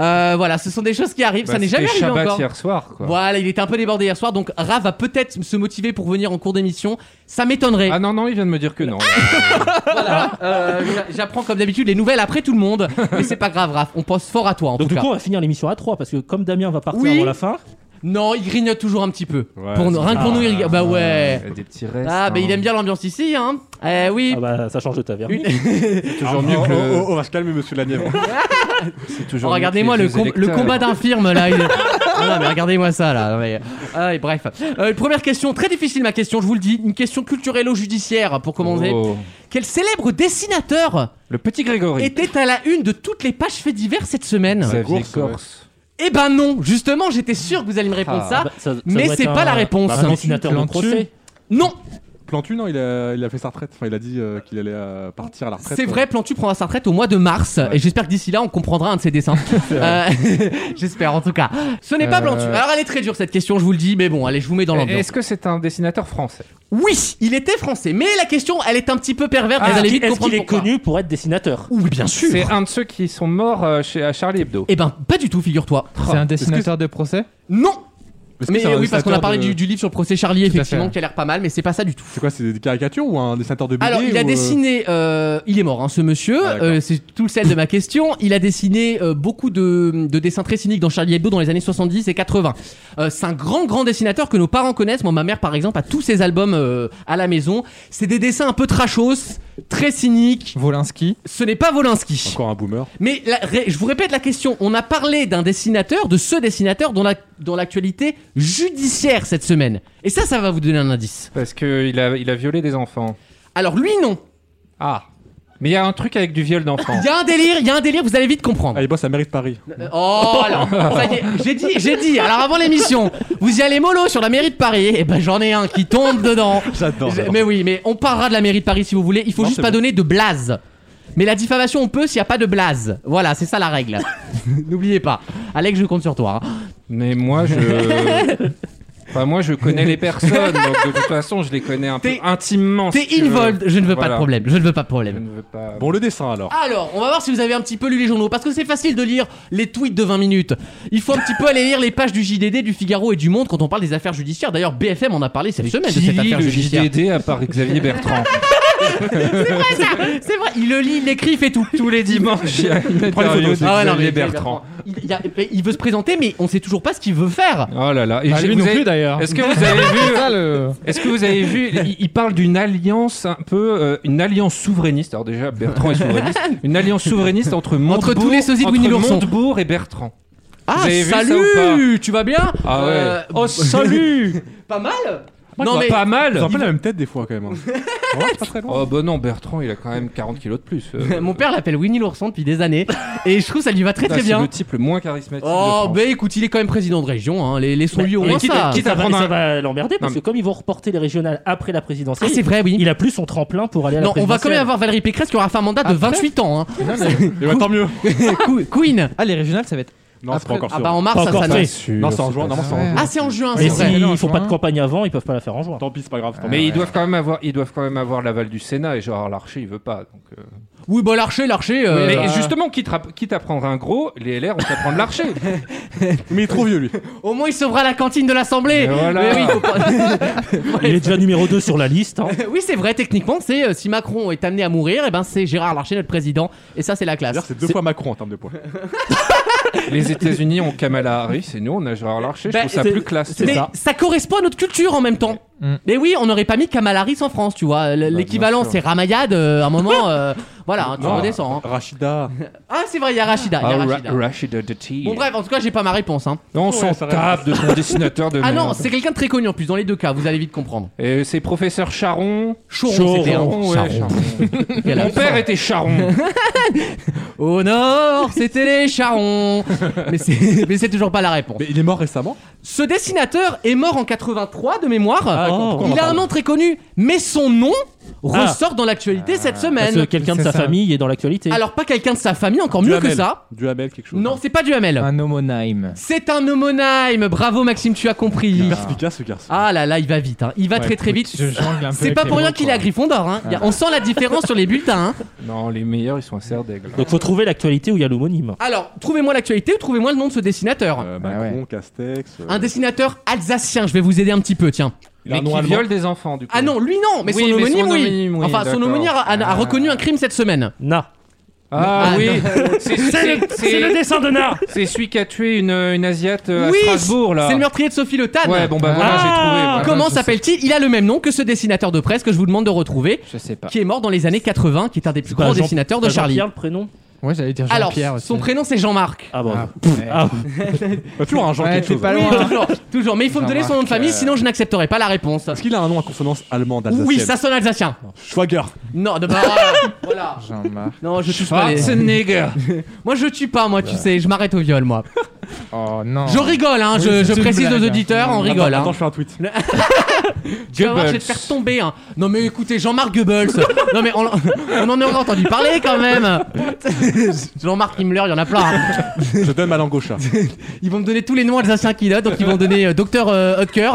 Speaker 2: Euh, voilà, ce sont des choses qui arrivent, ça
Speaker 3: Bah,
Speaker 2: n'est jamais
Speaker 3: c'était
Speaker 2: arrivé
Speaker 3: Shabbat
Speaker 2: encore.
Speaker 3: hier soir, quoi.
Speaker 2: Voilà, il était un peu débordé hier soir, donc Raph va peut-être se motiver pour venir en cours d'émission. Ça m'étonnerait.
Speaker 3: Ah non, non, il vient de me dire que non.
Speaker 2: Voilà, euh, j'a- j'apprends comme d'habitude les nouvelles après tout le monde, mais c'est pas grave, Raph, on pense fort à toi en
Speaker 6: Donc
Speaker 2: tout
Speaker 6: du
Speaker 2: cas.
Speaker 6: coup, on va finir l'émission à 3 parce que comme Damien va partir
Speaker 2: Oui.
Speaker 6: avant la fin,
Speaker 2: Non, il grignote toujours un petit peu.
Speaker 3: Ouais,
Speaker 2: pour nous-
Speaker 3: c'est
Speaker 2: rien que pour
Speaker 6: ça.
Speaker 2: nous, il grignote. Bah ouais.
Speaker 3: Il y a Des petits restes.
Speaker 2: Ah, bah
Speaker 3: hein.
Speaker 2: il aime bien l'ambiance ici, hein. Eh oui.
Speaker 6: ah bah, ça change de taverne.
Speaker 2: Une-
Speaker 3: Toujours
Speaker 5: Ah,
Speaker 3: mieux
Speaker 5: oh,
Speaker 3: que le-
Speaker 5: oh, oh, on va se calmer, monsieur hein. Lanièvre.
Speaker 3: c'est
Speaker 2: Oh,
Speaker 3: toujours mieux que
Speaker 2: regardez-moi
Speaker 3: les
Speaker 2: le,
Speaker 3: vieux
Speaker 2: com- le
Speaker 3: électeurs.
Speaker 2: combat d'infirme là. il est- Ah non, mais regardez-moi ça là. non, mais- Ah, et bref, Euh, une première question très difficile ma question, je vous le dis, une question culturello-judiciaire pour commencer.
Speaker 3: Oh.
Speaker 2: Quel célèbre dessinateur
Speaker 3: Le petit Grégory.
Speaker 2: était à la une de toutes les pages faits divers cette semaine
Speaker 3: Xavier
Speaker 5: course, ouais.
Speaker 3: Corse.
Speaker 2: Eh ben non, justement, j'étais sûr que vous allez me répondre
Speaker 3: Ah,
Speaker 2: ça.
Speaker 6: Ah bah, ça- ça
Speaker 2: mais
Speaker 6: doit
Speaker 2: c'est
Speaker 6: être
Speaker 2: pas
Speaker 6: un- bah,
Speaker 2: la réponse.
Speaker 6: Un dessinateur de
Speaker 5: Plantu.
Speaker 6: procès. Ah,
Speaker 2: Non,
Speaker 5: Plantu, non, il a, il a fait sa retraite. Enfin, il a dit euh, qu'il allait euh, partir à la retraite.
Speaker 2: c'est vrai, Plantu prendra sa retraite au mois de mars. Et j'espère que d'ici là, on comprendra un de ses dessins. Euh, j'espère en tout cas. Ce n'est pas
Speaker 3: Euh,
Speaker 2: Plantu. Alors elle est très dure cette question, je vous le dis, mais bon, allez, je vous mets dans l'ambiance.
Speaker 3: Est-ce que c'est un dessinateur français
Speaker 2: Oui, il était français, mais la question, elle est un petit peu perverse.
Speaker 6: Ah,
Speaker 2: vous allez
Speaker 6: est-ce
Speaker 2: vite
Speaker 6: qu'il- est-ce
Speaker 2: comprendre
Speaker 6: qu'il est
Speaker 2: pourquoi.
Speaker 6: connu pour être dessinateur
Speaker 2: Oui, bien
Speaker 3: C'est
Speaker 2: sûr.
Speaker 3: un de ceux qui sont morts euh, chez, à Charlie Hebdo.
Speaker 2: Eh ben, pas du tout, figure-toi.
Speaker 4: C'est un dessinateur de procès
Speaker 2: Non,
Speaker 5: Est-ce que
Speaker 2: Mais
Speaker 5: c'est un
Speaker 2: oui, parce qu'on a
Speaker 5: dessinateur
Speaker 2: parlé
Speaker 5: de-
Speaker 2: du, du livre sur le procès Charlie,
Speaker 4: Tout à
Speaker 2: effectivement,
Speaker 4: fait.
Speaker 2: qui a l'air pas mal, mais c'est pas ça du tout.
Speaker 5: C'est quoi, c'est des caricatures ou un dessinateur de BD
Speaker 2: Alors, il
Speaker 5: ou,
Speaker 2: a
Speaker 5: euh,
Speaker 2: dessiné, euh, il est mort, hein, ce monsieur.
Speaker 5: Ah, d'accord.
Speaker 2: Euh, c'est tout le sel de ma question. Il a dessiné euh, beaucoup de, de dessins très cyniques dans Charlie Hebdo dans les années 70 et 80. Euh, c'est un grand, grand dessinateur que nos parents connaissent. Moi, ma mère, par exemple, a tous ses albums euh, à la maison. C'est des dessins un peu trashos, très cyniques.
Speaker 4: Volinsky.
Speaker 2: Ce n'est pas Volinsky.
Speaker 5: Encore un boomer.
Speaker 2: Mais la- ré- je vous répète la question. On a parlé d'un dessinateur, de ce dessinateur, dont la- dans l'actualité judiciaire cette semaine. Et ça, ça va vous donner un indice.
Speaker 3: Parce qu'il a, il a violé des enfants.
Speaker 2: Alors lui, non.
Speaker 3: Ah. Mais il y a un truc avec du viol d'enfants.
Speaker 2: Il y a un délire, il y a un délire. Vous allez vite comprendre.
Speaker 5: Allez, boss, ça mérite Paris.
Speaker 2: Oh alors, ça y est, j'ai dit, j'ai dit. Alors avant l'émission, vous y allez mollo sur la mairie de Paris. Et ben j'en ai un qui tombe dedans.
Speaker 5: J'adore.
Speaker 2: Je- Mais oui, mais on parlera de la mairie de Paris si vous voulez. Il faut
Speaker 5: Non,
Speaker 2: juste
Speaker 5: c'est
Speaker 2: pas
Speaker 5: bon.
Speaker 2: donner de blase. Mais la diffamation, on peut s'il n'y a pas de blase. Voilà, c'est ça la règle. N'oubliez pas. Alex, je compte sur toi. hein.
Speaker 3: Mais moi, je. Enfin, moi, je connais les personnes. Donc, de toute façon, je les connais un peu
Speaker 2: T'es-
Speaker 3: intimement. si
Speaker 2: T'es
Speaker 3: tu veux.
Speaker 2: involved, je ne veux pas de
Speaker 3: Voilà.
Speaker 2: problème. Je ne veux pas de
Speaker 3: Je
Speaker 2: problème.
Speaker 3: ne veux pas.
Speaker 5: Bon, le dessin alors.
Speaker 2: Alors, on va voir si vous avez un petit peu lu les journaux, parce que c'est facile de lire les tweets de 20 minutes. Il faut un petit peu aller lire les pages du JDD, du Figaro et du Monde quand on parle des affaires judiciaires. D'ailleurs, BFM en a parlé cette
Speaker 3: Mais
Speaker 2: semaine de
Speaker 3: qui
Speaker 2: cette
Speaker 3: lit
Speaker 2: affaire
Speaker 3: le
Speaker 2: judiciaire.
Speaker 3: JDD à part Xavier Bertrand
Speaker 2: C'est vrai, il le lit, il l'écrit, il fait tout.
Speaker 3: Tous les dimanches, il y a une
Speaker 5: Prends les photos.
Speaker 3: interview de
Speaker 2: Ah ouais, non, mais Xavier
Speaker 3: Xavier Bertrand.
Speaker 2: Il, il y a- il veut se présenter, mais on sait toujours pas ce qu'il veut faire.
Speaker 3: Oh là là. Et
Speaker 4: Bah,
Speaker 3: j'ai-
Speaker 4: lui
Speaker 3: vous
Speaker 4: non
Speaker 3: avez-
Speaker 4: plus d'ailleurs.
Speaker 3: Est-ce que vous avez vu
Speaker 4: C'est ça, le-
Speaker 3: Est-ce que vous avez vu il, il parle d'une alliance un peu, euh, une alliance souverainiste. Alors déjà, Bertrand est souverainiste. Une alliance souverainiste entre Montebourg,
Speaker 2: tous les sosies de Winnie
Speaker 3: entre
Speaker 2: l'ourson.
Speaker 3: Montebourg et Bertrand.
Speaker 2: Ah,
Speaker 3: avez vu ça
Speaker 2: salut Tu vas bien
Speaker 3: Ah ouais.
Speaker 2: Oh, salut Pas mal Non,
Speaker 3: Bah,
Speaker 2: mais.
Speaker 3: pas
Speaker 5: Ils ont
Speaker 3: mal.
Speaker 5: un peu la même tête des fois quand même. hein. Vraiment, c'est pas très loin.
Speaker 3: Oh bah non, Bertrand, il a quand même 40 kilos de plus. Euh,
Speaker 2: Mon père l'appelle Winnie l'ourson depuis des années et je trouve ça lui va très
Speaker 3: putain,
Speaker 2: très
Speaker 3: c'est
Speaker 2: bien.
Speaker 3: le type le moins charismatique.
Speaker 2: Oh,
Speaker 3: de France.
Speaker 2: bah écoute, il est quand même président de région, hein. les, les sous lui
Speaker 6: Mais-
Speaker 2: au
Speaker 6: mais
Speaker 2: moins
Speaker 6: quitte-
Speaker 2: ça.
Speaker 3: quitte
Speaker 6: Ah, Ça
Speaker 3: à
Speaker 6: va,
Speaker 3: prendre
Speaker 6: ça
Speaker 3: un-
Speaker 6: va l'emmerder parce
Speaker 3: Non,
Speaker 6: que comme ils vont reporter les régionales après la
Speaker 2: Ah,
Speaker 6: présidentielle,
Speaker 2: c'est vrai, oui.
Speaker 6: il a plus son tremplin pour aller à la
Speaker 2: Non, on va quand même
Speaker 6: présidentielle.
Speaker 2: avoir Valérie Pécresse qui aura fait un mandat de
Speaker 4: Après
Speaker 2: 28 ans. hein.
Speaker 5: Et bah, tant mieux.
Speaker 2: Cou- Queen
Speaker 4: Ah, les régionales, ça va être.
Speaker 5: Non, c'est
Speaker 4: Après-
Speaker 5: pas encore
Speaker 2: Ah
Speaker 5: sûr.
Speaker 2: bah en mars,
Speaker 6: Pas
Speaker 2: ça
Speaker 6: encore
Speaker 2: s'annonce.
Speaker 6: fait.
Speaker 5: Non, c'est en juin. Non, c'est en juin.
Speaker 2: Ah, c'est en juin, c'est
Speaker 6: Mais
Speaker 2: vrai.
Speaker 6: s'ils
Speaker 4: Ouais,
Speaker 6: font
Speaker 4: non,
Speaker 6: pas
Speaker 4: juin.
Speaker 6: de campagne avant, ils peuvent pas la faire en juin.
Speaker 5: Tant pis, c'est pas grave. tant
Speaker 3: Mais
Speaker 5: pis.
Speaker 3: ils doivent quand même avoir, ils doivent quand même avoir l'aval du Sénat et Gérard Larcher, il veut pas. donc, euh.
Speaker 2: Oui, bah l'archer, l'archer. euh,
Speaker 3: mais
Speaker 2: bah,
Speaker 3: justement, quitte à, quitte à prendre un gros, les LR ont qu'à prendre Larcher.
Speaker 5: Mais il est trop vieux lui.
Speaker 2: Au moins, il sauvera la cantine de l'Assemblée.
Speaker 3: Mais voilà.
Speaker 2: Mais oui, faut pas-
Speaker 6: Il est déjà numéro 2 sur la liste. hein.
Speaker 2: oui, c'est vrai, techniquement, c'est euh, si Macron est amené à mourir, et ben c'est Gérard Larcher, notre président. Et ça, c'est la
Speaker 5: D'ailleurs,
Speaker 2: classe.
Speaker 5: c'est deux fois Macron en termes de
Speaker 2: Ah,
Speaker 5: poids.
Speaker 3: les États-Unis ont Kamala Harris et nous on a Gérard Larcher.
Speaker 2: Bah,
Speaker 3: je trouve ça
Speaker 6: c'est-
Speaker 3: plus classe.
Speaker 6: c'est
Speaker 2: Mais
Speaker 6: ça.
Speaker 2: correspond à notre culture en même temps.
Speaker 4: Mm.
Speaker 2: Mais oui, on n'aurait pas mis Kamala Harris en France, tu
Speaker 5: Bah,
Speaker 2: vois. L-
Speaker 3: bien
Speaker 2: L'équivalent,
Speaker 3: sûr.
Speaker 2: c'est Ramayad. euh, à un moment, euh, voilà, hein, tu
Speaker 5: Non,
Speaker 2: redescends. hein.
Speaker 5: Rachida.
Speaker 2: Ah, c'est vrai, il y a Rachida. il y a
Speaker 3: Ah, Ra-
Speaker 2: Rachida.
Speaker 3: Rachida Dati.
Speaker 2: Bon, bref, en tout cas, j'ai pas ma réponse. hein.
Speaker 3: Non, on s'en
Speaker 5: ça
Speaker 3: tape de son dessinateur de
Speaker 2: Ah
Speaker 3: merde.
Speaker 2: non, c'est quelqu'un de très connu en plus, dans les deux cas, vous allez vite comprendre.
Speaker 3: Et c'est professeur Charon.
Speaker 2: Choron, c'était un.
Speaker 3: Charon, ouais,
Speaker 2: Charon. Quel
Speaker 3: Mon
Speaker 2: accent.
Speaker 3: père était Charon.
Speaker 2: Au nord, c'était les charrons. mais c'est mais c'est toujours pas la réponse.
Speaker 5: Mais il est mort récemment.
Speaker 2: Ce dessinateur est mort en 83 de mémoire.
Speaker 6: d'accord,
Speaker 2: il a un nom très connu, mais son nom
Speaker 6: Ah.
Speaker 2: ressort dans l'actualité cette
Speaker 6: Parce
Speaker 2: semaine.
Speaker 6: que quelqu'un de
Speaker 4: C'est
Speaker 6: sa
Speaker 4: ça.
Speaker 6: famille est dans l'actualité.
Speaker 2: Alors pas quelqu'un de sa famille, encore mieux
Speaker 5: Duhamel.
Speaker 2: que ça.
Speaker 5: Duhamel, quelque chose.
Speaker 2: Non, c'est pas du Hamel.
Speaker 4: Un homonyme.
Speaker 2: C'est un homonyme. Bravo Maxime, tu as compris.
Speaker 5: hein. Perspicace ce garçon.
Speaker 2: Ah là là, il va vite. hein. Il va très très vite. C'est pas pour rien qu'il est à Gryffondor. hein. Il y a- On sent la différence sur les bulletins. hein.
Speaker 3: non, les meilleurs, ils sont à serre d'aigle.
Speaker 6: Donc faut trouver l'actualité où il y a l'homonyme.
Speaker 2: Alors, trouvez-moi l'actualité ou trouvez-moi le nom de ce dessinateur.
Speaker 5: Euh, Macron, Castex. euh,
Speaker 2: Ah. Un dessinateur alsacien, je vais vous aider un petit peu, tiens.
Speaker 5: il a un
Speaker 3: Mais
Speaker 5: nom
Speaker 3: qui
Speaker 5: allemand.
Speaker 3: viole des enfants, du coup.
Speaker 2: Ah non, lui non, mais
Speaker 3: Oui,
Speaker 2: son
Speaker 3: mais
Speaker 2: homonyme,
Speaker 3: son
Speaker 2: oui.
Speaker 3: homonyme, oui,
Speaker 2: Enfin, son
Speaker 3: d'accord.
Speaker 2: homonyme a, a- a reconnu un crime cette semaine.
Speaker 6: Na.
Speaker 3: Ah
Speaker 2: Ah,
Speaker 3: oui, c'est c'est- c'est-
Speaker 6: dessin de Na.
Speaker 3: c'est celui qui a tué une, une Asiate euh, à
Speaker 2: oui,
Speaker 3: Strasbourg, là.
Speaker 2: c'est le meurtrier de Sophie Le Tan.
Speaker 3: Ouais, bon, bah voilà,
Speaker 6: Ah,
Speaker 3: j'ai trouvé. voilà.
Speaker 2: Comment
Speaker 4: je
Speaker 2: s'appelle-t-il Il a le même nom que ce dessinateur de presse que je vous demande de retrouver,
Speaker 3: Je
Speaker 4: Ah.
Speaker 3: sais pas.
Speaker 2: qui est mort dans les années 80, qui est un des plus
Speaker 6: pas
Speaker 2: grands
Speaker 6: Jean-
Speaker 2: dessinateurs de
Speaker 6: Pas Jean-Pierre,
Speaker 2: Charlie.
Speaker 6: Bah, le prénom.
Speaker 4: Ouais, j'allais dire
Speaker 2: Alors,
Speaker 4: Jean-Pierre aussi. hein.
Speaker 2: son prénom c'est Jean-Marc.
Speaker 6: Ah bon.
Speaker 4: Ah,
Speaker 6: Ah,
Speaker 5: Toujours un genre
Speaker 4: Ouais,
Speaker 5: quelque
Speaker 4: c'est
Speaker 5: chose.
Speaker 4: pas
Speaker 2: Oui,
Speaker 4: loin.
Speaker 2: toujours, toujours. Mais il faut me donner son nom de famille, sinon je n'accepterai pas la réponse.
Speaker 5: Est-ce qu'il a un nom à consonance allemande alsacienne
Speaker 2: Oui, ça sonne alsacien.
Speaker 5: Schwager.
Speaker 2: Non, de bah, voilà, voilà.
Speaker 4: Jean-Marc.
Speaker 2: Non, je touche pas. les-
Speaker 3: Schwarzenegger.
Speaker 2: Moi, je tue pas, moi, tu sais, je m'arrête au viol, moi.
Speaker 4: Oh non.
Speaker 2: Je rigole, hein,
Speaker 4: Oh. Oui,
Speaker 2: je,
Speaker 4: c'est
Speaker 2: je
Speaker 4: une
Speaker 2: précise
Speaker 4: blague,
Speaker 2: aux
Speaker 4: hein.
Speaker 2: auditeurs, on
Speaker 5: bah, Attends,
Speaker 2: rigole. hein.
Speaker 5: Attends, je fais un tweet.
Speaker 2: Tu vas voir, je vais te faire tomber. hein. Non, mais écoutez, Jean-Marc Goebbels. euh, non, mais on, on en a entendu parler quand même. Jean-Marc Himmler, il y en a plein. hein.
Speaker 5: Je donne ma langue au chat.
Speaker 2: Ils vont me donner tous les noms alsaciens qu'il a, donc ils vont me donner euh, Docteur euh, Hotker.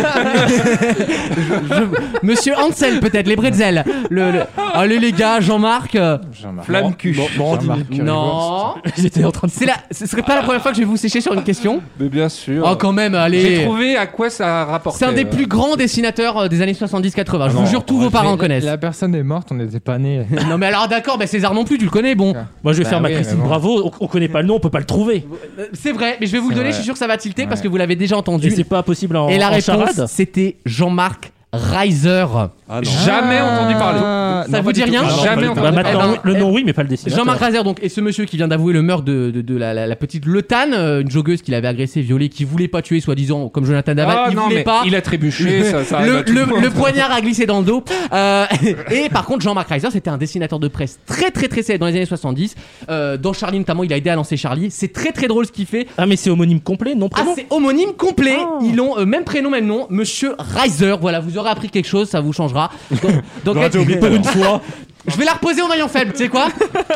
Speaker 2: Je- Monsieur Hansel, peut-être, les Bretzel. Le, le- Allez, les gars, Jean-Marc. euh,
Speaker 4: Jean-Marc.
Speaker 3: Flamme cul.
Speaker 4: Jean-Marc,
Speaker 2: Non.
Speaker 6: J'étais en train de.
Speaker 2: C'est la... Ce serait pas la première fois que je vais vous sécher sur une question.
Speaker 3: Mais bien sûr.
Speaker 2: Oh, quand même,
Speaker 3: J'ai
Speaker 2: allez.
Speaker 3: trouvé à quoi ça rapportait.
Speaker 2: C'est un des plus grands dessinateurs euh, des années 70-80. Ah, Je vous jure, tous vos parents
Speaker 4: Mais
Speaker 2: connaissent.
Speaker 4: La personne est morte, on n'était pas nés.
Speaker 2: Non, mais alors d'accord, bah, César non plus, tu le connais, bon.
Speaker 6: Moi, je vais
Speaker 4: Bah
Speaker 6: faire ma
Speaker 4: oui,
Speaker 6: Christine
Speaker 4: mais bon.
Speaker 6: Bravo. On, on connaît pas le nom, on peut pas le trouver.
Speaker 2: Euh, C'est vrai, mais je vais vous le
Speaker 4: C'est
Speaker 2: donner,
Speaker 4: vrai.
Speaker 2: je suis sûr que ça va tilter parce
Speaker 4: Ouais.
Speaker 2: que vous l'avez déjà
Speaker 6: Et
Speaker 2: entendu.
Speaker 6: c'est pas possible en,
Speaker 2: Et la
Speaker 6: en
Speaker 2: réponse,
Speaker 6: charade.
Speaker 2: c'était Jean-Marc Reiser.
Speaker 5: Ah non.
Speaker 3: Jamais entendu parler.
Speaker 2: Ça vous dit rien
Speaker 6: Ah, non,
Speaker 3: Jamais
Speaker 6: pas du
Speaker 3: entendu
Speaker 6: tout. Bah, maintenant,
Speaker 2: parler. Eh ben,
Speaker 6: le nom, oui, mais pas le dessinateur.
Speaker 2: Jean-Marc Reiser, donc, et ce monsieur qui vient d'avouer le meurtre de, de- de la, la- la petite Letane, euh, une joggeuse qu'il avait agressée, violée, qui voulait pas tuer, soi-disant, comme Jonathan Daval,
Speaker 3: Ah
Speaker 2: il
Speaker 3: non,
Speaker 2: voulait
Speaker 3: mais
Speaker 2: pas.
Speaker 3: il a trébuché, ça, ça arrive
Speaker 2: le,
Speaker 3: à tout
Speaker 2: le-
Speaker 3: monde.
Speaker 2: le poignard a glissé dans le dos. Euh, et par contre, Jean-Marc Reiser, c'était un dessinateur de presse très très très célèbre dans les années 70. Euh, dans Charlie notamment, il a aidé à lancer Charlie. C'est très très drôle ce qu'il fait.
Speaker 6: Ah, mais c'est homonyme complet, non
Speaker 2: Ah,
Speaker 6: prénom.
Speaker 2: c'est homonyme complet.
Speaker 6: Ah.
Speaker 2: Ils ont euh, même prénom, même nom. Monsieur Reiser. Voilà, vous aurez appris quelque chose, ça vous changera. Donc,
Speaker 5: J'aurais
Speaker 2: donc,
Speaker 5: été oublié pour une fois.
Speaker 2: je vais la reposer au maillon faible. Tu sais quoi